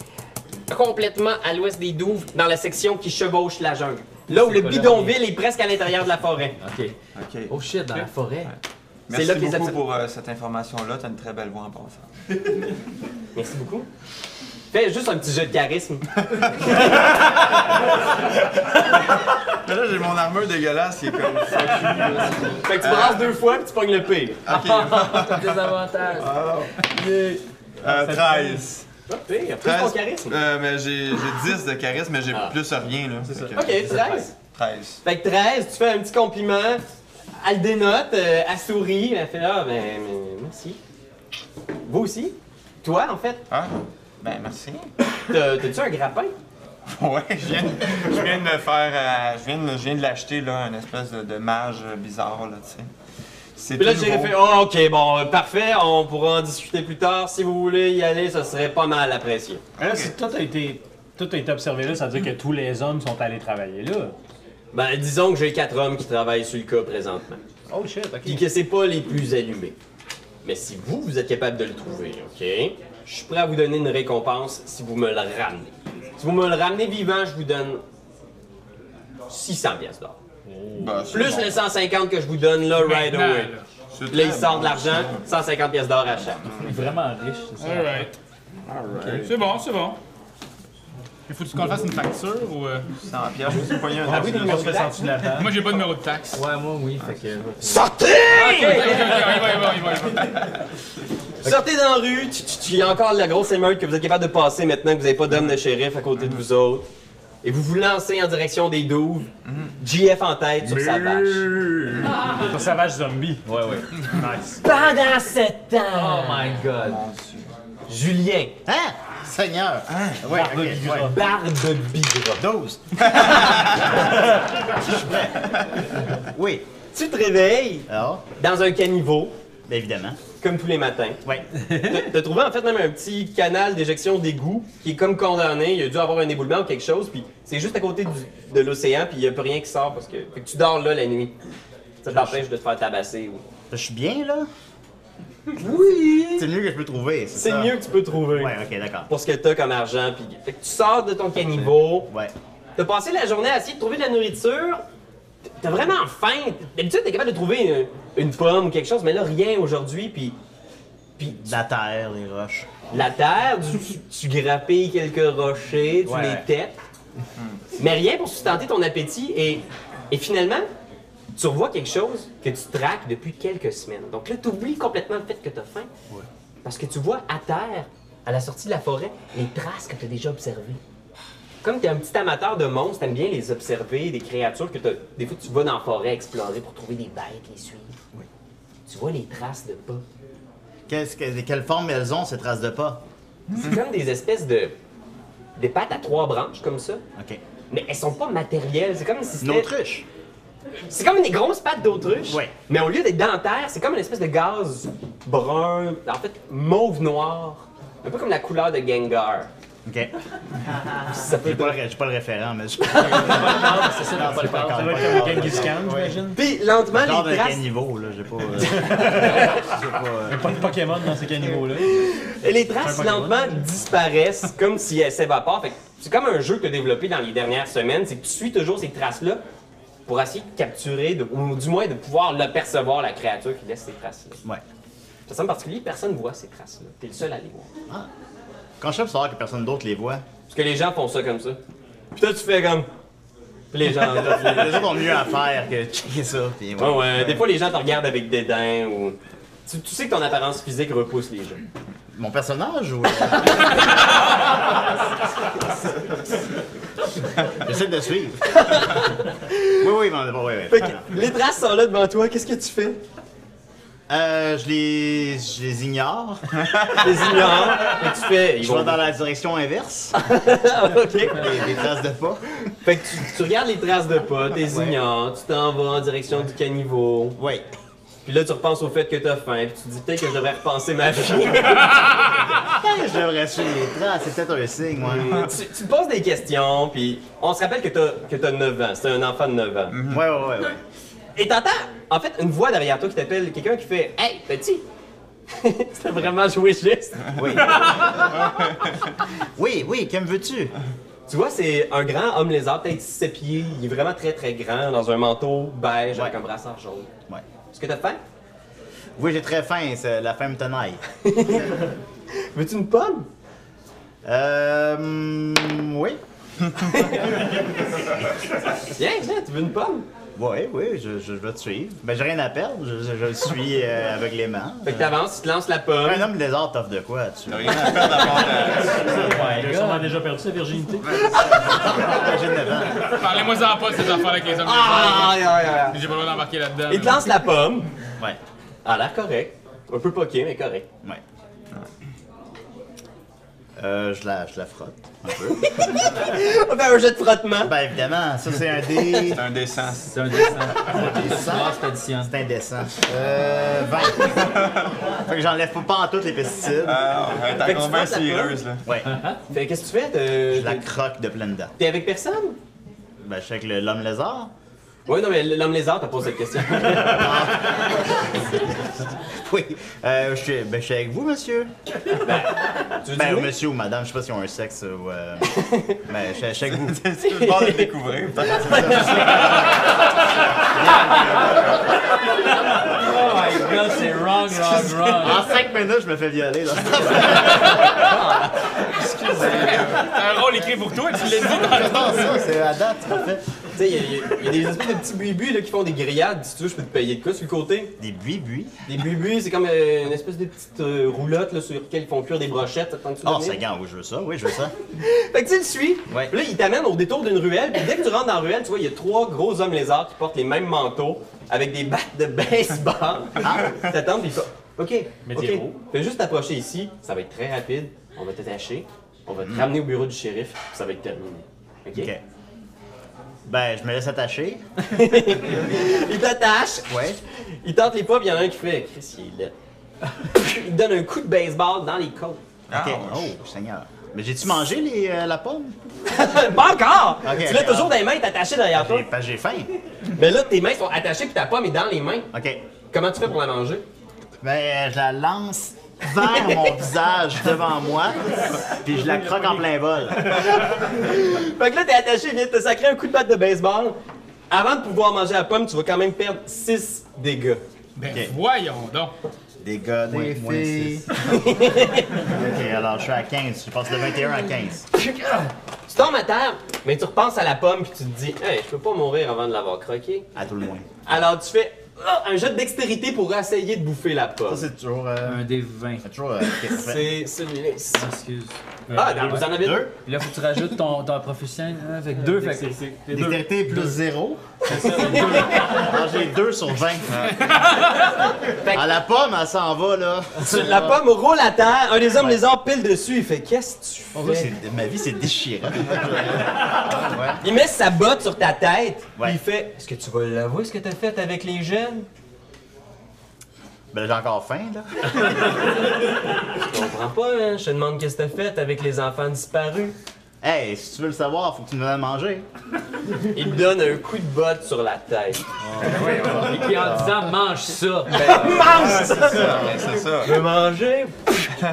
Speaker 3: Complètement à l'ouest des douves, dans la section qui chevauche la jungle. Là où le
Speaker 5: quoi la
Speaker 3: bidonville est presque à l'intérieur de la forêt.
Speaker 5: Ok.
Speaker 1: Ok.
Speaker 5: Oh shit, dans la forêt.
Speaker 1: Merci
Speaker 3: là que les
Speaker 1: beaucoup
Speaker 3: abs-
Speaker 1: pour euh, cette information-là. T'as une très belle voix en passant.
Speaker 3: Merci beaucoup. Fais juste un petit jeu de charisme.
Speaker 1: Mais là, j'ai mon armure dégueulasse qui est comme.
Speaker 3: Fait que tu brasses deux fois puis tu pognes le pire.
Speaker 5: Des avantages.
Speaker 1: Euh, 13.
Speaker 3: Ah, pire. Plus ton charisme. Ah.
Speaker 1: Euh, mais j'ai j'ai 10 de charisme, mais j'ai plus rien, là. Fait que-
Speaker 3: Ok, 13.
Speaker 1: 13.
Speaker 3: Fait que 13, tu fais un petit compliment. Elle le dénote, euh, elle sourit, elle fait Ah, ben, mais- merci. Vous aussi? Toi, en fait,
Speaker 1: Ah, ben merci.
Speaker 3: t'as- t'as-tu un grappin?
Speaker 1: Ouais, je viens, de- je viens de me faire. euh, je, viens de, je viens de l'acheter, là, une espèce de, de mage euh, bizarre, là, tu sais. C'est
Speaker 3: Puis là,
Speaker 1: tout
Speaker 3: j'ai
Speaker 1: nouveau.
Speaker 3: fait Ah, ok, bon, euh, parfait, on pourra en discuter plus tard. Si vous voulez y aller, ça serait pas mal apprécié.
Speaker 2: Là, euh, si tout a été. Tout a été observé là, ça veut dire que tous les hommes sont allés travailler là.
Speaker 3: Ben, disons que j'ai quatre hommes qui travaillent sur le cas présentement.
Speaker 2: Oh shit, ok.
Speaker 3: Puis que c'est pas les plus allumés. Mais si vous, vous êtes capable de le trouver, ok? Je suis prêt à vous donner une récompense si vous me le ramenez. Si vous me le ramenez vivant, je vous donne 600 pièces d'or.
Speaker 1: Ben, c'est
Speaker 3: Plus
Speaker 1: bon.
Speaker 3: les 150 que je vous donne là, right
Speaker 4: Maintenant,
Speaker 3: away.
Speaker 4: là.
Speaker 1: C'est
Speaker 3: Là, il
Speaker 1: très
Speaker 3: sort
Speaker 1: bon.
Speaker 3: de l'argent, 150 pièces d'or à chaque.
Speaker 5: Vraiment riche, c'est ça.
Speaker 4: Alright. C'est bon, c'est bon. Il faut-tu qu'on le fasse une facture ou. euh?
Speaker 1: 100 pièces, je me suis
Speaker 3: Ah
Speaker 1: pogné un
Speaker 2: oui,
Speaker 1: tatou.
Speaker 2: on se fait sentir la table.
Speaker 4: Moi, j'ai pas de numéro de taxe.
Speaker 5: Ouais, moi oui, fait que.
Speaker 4: Ok, ok, ok, il va, il va, il va, il va.
Speaker 3: Sortez dans la rue, tu- tu- tu- il y a encore de la grosse émeute que vous êtes capable de passer maintenant que vous n'avez pas d'homme de shérif à côté de vous autres. Et vous vous lancez en direction des douves, JF en tête sur sa vache.
Speaker 2: Un Savage zombie.
Speaker 5: Ouais, ouais.
Speaker 2: Nice.
Speaker 7: Pendant ce
Speaker 5: Oh
Speaker 7: temps,
Speaker 5: my god.
Speaker 3: Julien,
Speaker 6: Hein? Seigneur. Hein? Ouais, ok, ouais.
Speaker 3: barre de bigra.
Speaker 6: 12. Je suis prêt. Oui.
Speaker 3: Tu te réveilles
Speaker 6: Alors,
Speaker 3: dans un caniveau,
Speaker 6: Ah. ben évidemment.
Speaker 3: comme tous les matins.
Speaker 6: Ouais.
Speaker 3: T'as t'as trouvé en fait même un petit canal d'éjection d'égout qui est comme condamné. Il a dû avoir un éboulement ou quelque chose, puis c'est juste à côté du- de l'océan, puis il n'y a plus rien qui sort parce que, fait que tu dors là la nuit. Ça t'empêche de te faire tabasser. ou-
Speaker 6: Je suis bien, là?
Speaker 3: Oui!
Speaker 6: C'est le mieux que je peux trouver, c'est
Speaker 3: C'est
Speaker 6: ça?
Speaker 3: mieux que tu peux trouver.
Speaker 6: Ouais, ok, d'accord.
Speaker 3: Pour ce que t'as comme argent, puis fait que tu sors de ton caniveau.
Speaker 6: Ouais.
Speaker 3: T'as passé la journée à essayer de trouver de la nourriture, T'as vraiment faim. D'habitude, t'es capable de trouver euh, une, une pomme ou quelque chose, mais là, rien aujourd'hui. Puis, puis tu-
Speaker 6: La terre, les roches.
Speaker 3: la terre, tu, tu, tu grappilles quelques rochers, tu
Speaker 6: Ouais,
Speaker 3: les
Speaker 6: ouais.
Speaker 3: têtes. Mais rien pour sustenter ton appétit. Et, et finalement, tu revois quelque chose que tu traques depuis quelques semaines. Donc là, tu oublies complètement le fait que tu as faim. Parce que tu vois à terre, à la sortie de la forêt, les traces que tu as déjà observées. Comme tu es un petit amateur de monstres, t'aimes bien les observer, des créatures que t'as- des fois tu vas dans la forêt explorer pour trouver des bêtes, les suivre. Tu vois les traces de pas.
Speaker 6: Qu'est-ce que, quelle forme elles ont, ces traces de pas?
Speaker 3: C'est comme des espèces de. des pattes à trois branches comme ça.
Speaker 6: OK.
Speaker 3: Mais elles sont pas matérielles. C'est comme si
Speaker 6: Une
Speaker 3: c'était.
Speaker 6: autruche.
Speaker 3: C'est comme des grosses pattes d'autruche.
Speaker 6: Ouais.
Speaker 3: Mais au lieu d'être dentaire, c'est comme une espèce de gaz brun, en fait mauve noir. Un peu comme la couleur de Gengar.
Speaker 6: OK.
Speaker 3: Ça peut
Speaker 6: J'ai pas, le ré- j'ai pas le référent, mais je.
Speaker 5: C'est ça, dans pas le corps.
Speaker 2: Ça va être comme le Genghis Khan, j'imagine.
Speaker 3: Puis lentement,
Speaker 6: Genre de
Speaker 3: les traces,
Speaker 6: quel niveau, là? J'ai pas. euh, j'ai pas, euh,
Speaker 2: Il n'y a pas de Pokémon dans ces caniveaux-là.
Speaker 3: les traces lentement disparaissent comme si elles s'évaporent. Fait que C'est comme un jeu que tu as développé dans les dernières semaines. C'est que tu suis toujours ces traces-là pour essayer de capturer, de- ou du moins de pouvoir l'apercevoir, la créature qui laisse ces traces-là.
Speaker 6: Ouais.
Speaker 3: Ça semble particulier, personne ne voit ces traces-là. T'es le seul à les voir.
Speaker 6: Quand je sais pour savoir que personne d'autre les voit,
Speaker 3: Parce que les gens font ça comme ça. Puis toi, tu fais comme. Puis les gens. là, tu-
Speaker 6: les autres ont mieux à faire que de checker ça. Puis ouais.
Speaker 3: Ouais, ouais. Des fois, les gens te regardent avec dédain ou. Tu, tu sais que ton apparence physique repousse les gens.
Speaker 6: Mon personnage ou. euh? J'essaie de suivre. oui, oui, mais on- oui, oui.
Speaker 3: Fait que les traces sont là devant toi, qu'est-ce que tu fais?
Speaker 6: Euh, je les, je les ignore.
Speaker 3: Tu les ignores, et tu fais. Ils
Speaker 6: Je
Speaker 3: vont-
Speaker 6: vais dans la direction inverse.
Speaker 3: Ok.
Speaker 6: Des, des traces de pas.
Speaker 3: Fait que tu, tu regardes les traces de pas, t'es ignores, tu t'en vas en direction du caniveau.
Speaker 6: Oui.
Speaker 3: Puis là, tu repenses au fait que t'as faim, puis tu te dis peut-être que je devrais repenser ma vie.
Speaker 6: Je devrais suivre les traces. C'est peut-être un signe, ouais.
Speaker 3: Euh, tu, tu te poses des questions, puis on se rappelle que t'as, que t'as 9 ans, c'est un enfant de 9 ans.
Speaker 6: Ouais, ouais, ouais. ouais.
Speaker 3: Et t'entends, en fait, une voix derrière toi qui t'appelle, quelqu'un qui fait Hey, petit! C'était vraiment joué juste.
Speaker 6: Oui. oui, oui, que me veux-tu?
Speaker 3: Tu vois, c'est un grand homme lézard, peut-être 7 pieds. Il est vraiment très très grand, dans un manteau beige avec
Speaker 6: Ouais.
Speaker 3: un brassard jaune.
Speaker 6: Ouais.
Speaker 3: Est-ce que t'as faim?
Speaker 6: Oui, j'ai très faim, c'est- la faim me tenaille.
Speaker 3: Veux-tu une pomme?
Speaker 6: Euh. hum, Oui.
Speaker 3: Viens, viens, tu veux une pomme?
Speaker 6: Oui, oui, je, je vais te suivre. Ben, j'ai rien à perdre, je, je- je le suis euh, aveuglément.
Speaker 3: Fait que t'avances, tu te lances la pomme.
Speaker 6: Un homme lézard t'offre de quoi, tu
Speaker 1: Rien à faire d'avoir
Speaker 2: Il a sûrement déjà perdu sa virginité.
Speaker 6: Imagine devant.
Speaker 4: Parlez-moi ça pas de cette affaire avec les hommes.
Speaker 3: Ah, aïe, aïe, aïe.
Speaker 4: J'ai pas le droit d'embarquer là-dedans.
Speaker 3: Il te lance la pomme.
Speaker 6: Ouais,
Speaker 3: À l'air correct. Un peu poqué, mais correct.
Speaker 6: ouais. Euh, je la, je la frotte.
Speaker 3: On fait un jet de frottement.
Speaker 6: Ben, évidemment, ça c'est un dé.
Speaker 1: un décence.
Speaker 5: C'est un dessin.
Speaker 6: indécent.
Speaker 5: C'est addition.
Speaker 6: C'est indécent. Euh. 20. fait que j'enlève pas, pas en toutes les pesticides.
Speaker 1: Ah, ouais,
Speaker 3: Fait
Speaker 1: t'as
Speaker 3: que tu
Speaker 1: convaincu
Speaker 3: frottes la
Speaker 1: les
Speaker 3: pomme.
Speaker 1: heureuses, là.
Speaker 6: Ouais,
Speaker 3: Fait qu'est-ce que tu fais?
Speaker 6: je
Speaker 3: T'es-
Speaker 6: la
Speaker 3: t'es-
Speaker 6: croque de pleine dents.
Speaker 3: T'es avec personne?
Speaker 6: Ben, je suis avec le- l'homme lézard.
Speaker 3: Ouais, non, mais l'homme lézard t'a posé cette question.
Speaker 6: Oui. Euh, je suis, ben, je suis avec vous, monsieur.
Speaker 3: tu veux
Speaker 6: Ben,
Speaker 3: du
Speaker 6: monsieur ou madame, je sais pas si ont un sexe ou. Euh... ben, je suis- je suis avec vous.
Speaker 1: C'est le bord de le découvrir. putain.
Speaker 5: Oh my god, c'est wrong, wrong, wrong.
Speaker 6: En 5 minutes, je me fais violer. Là.
Speaker 4: un rôle écrit pour toi, tu l'as dit.
Speaker 6: Non, ça, c'est à date, parfait.
Speaker 3: Tu sais, il y, a- il y a des espèces de petits buibus là, qui font des grillades. Si tu veux, je peux te payer de quoi sur le côté.
Speaker 6: Des buis-buis.
Speaker 3: Des buibus, c'est comme euh, une espèce de petite euh, roulotte là, sur laquelle ils font cuire des brochettes. Ça te tente-tu de
Speaker 6: Oh,
Speaker 3: venir?
Speaker 6: c'est gant, oui, je veux ça, oui, je veux ça.
Speaker 3: Fait que tu le suis.
Speaker 6: Ouais.
Speaker 3: Puis Là, il t'amène au détour d'une ruelle. Puis dès que tu rentres dans la ruelle, tu vois, il y a trois gros hommes lézards qui portent les mêmes manteaux avec des battes de baseball.
Speaker 6: Ah.
Speaker 3: T'attends, puis il fait, OK. OK.
Speaker 2: Médiévaux.
Speaker 3: Fais juste t'approcher ici. Ça va être très rapide. On va t'attacher. On va te ramener au bureau du shérif. puis ça va être terminé. OK?
Speaker 6: Mm. Ok. Ben, je me laisse attacher.
Speaker 3: Il t'attache.
Speaker 6: Ouais.
Speaker 3: Il tente les pas, puis il y en a un qui fait Chris, il est laid. Il donne un coup de baseball dans les côtes.
Speaker 6: Ok.
Speaker 1: Ah,
Speaker 6: Oh, Seigneur. Mais j'ai-tu mangé les, euh, la pomme?
Speaker 3: pas encore!
Speaker 6: Ok,
Speaker 3: tu l'as
Speaker 6: ok,
Speaker 3: toujours
Speaker 6: ah.
Speaker 3: dans les mains, il est attaché derrière toi.
Speaker 6: J'ai- Parce que j'ai faim.
Speaker 3: Mais là, tes mains sont attachées, puis ta pomme est dans les mains.
Speaker 6: Ok.
Speaker 3: Comment tu fais pour la manger?
Speaker 6: Ben, je la lance vers mon visage devant moi, puis je la croque en plein vol.
Speaker 3: Fait que là, t'es attaché, il vient de te sacrer un coup de batte de baseball. Avant de pouvoir manger la pomme, tu vas quand même perdre 6 dégâts.
Speaker 4: Ben
Speaker 6: Ok.
Speaker 4: voyons donc.
Speaker 6: Des gars, des
Speaker 1: Moins- moins
Speaker 6: filles.
Speaker 1: six.
Speaker 6: ok, alors je suis à 15. Je passe de 21 à 15.
Speaker 3: Tu tombes à terre, mais tu repenses à la pomme puis tu te dis, hey, je peux pas mourir avant de l'avoir croqué.
Speaker 6: À tout le moins.
Speaker 3: Alors tu fais ah, un jet de dextérité pour essayer de bouffer la
Speaker 6: Ça,
Speaker 3: pomme.
Speaker 6: c'est toujours. Euh,
Speaker 5: Un des 20.
Speaker 6: c'est toujours. euh, ok, parfait.
Speaker 3: C'est celui-là. ici.
Speaker 5: Excuse.
Speaker 3: Ah, dans- vous en avez deux.
Speaker 6: Deux.
Speaker 5: Puis là, faut que tu rajoutes ton, ton proficient hein, avec deux. Fait que c'est
Speaker 6: Dextérité plus 0. Alors j'ai 2 sur 20. À la pomme, elle s'en va là.
Speaker 3: Tu- La pomme roule à terre, un des hommes lézards pile dessus, il fait qu'est-ce que tu
Speaker 6: Pour
Speaker 3: fais?
Speaker 6: moi, c'est- Ma vie, c'est déchirant.
Speaker 3: Il met sa botte sur ta tête,
Speaker 6: Ouais.
Speaker 3: puis il fait Est-ce que tu vas l'avouer ce que t'as fait avec les jeunes?
Speaker 6: Ben, j'ai encore faim là.
Speaker 3: Je comprends pas, hein? Je te demande qu'est-ce que t'as fait avec les enfants disparus.
Speaker 6: Hey, si tu veux le savoir, faut que tu me donnes à manger.
Speaker 3: Il te donne un coup de botte sur la tête.
Speaker 5: Et puis en disant, mange ça.
Speaker 3: Mange ça!
Speaker 1: Ouais, ben, c'est ça.
Speaker 3: Je veux manger!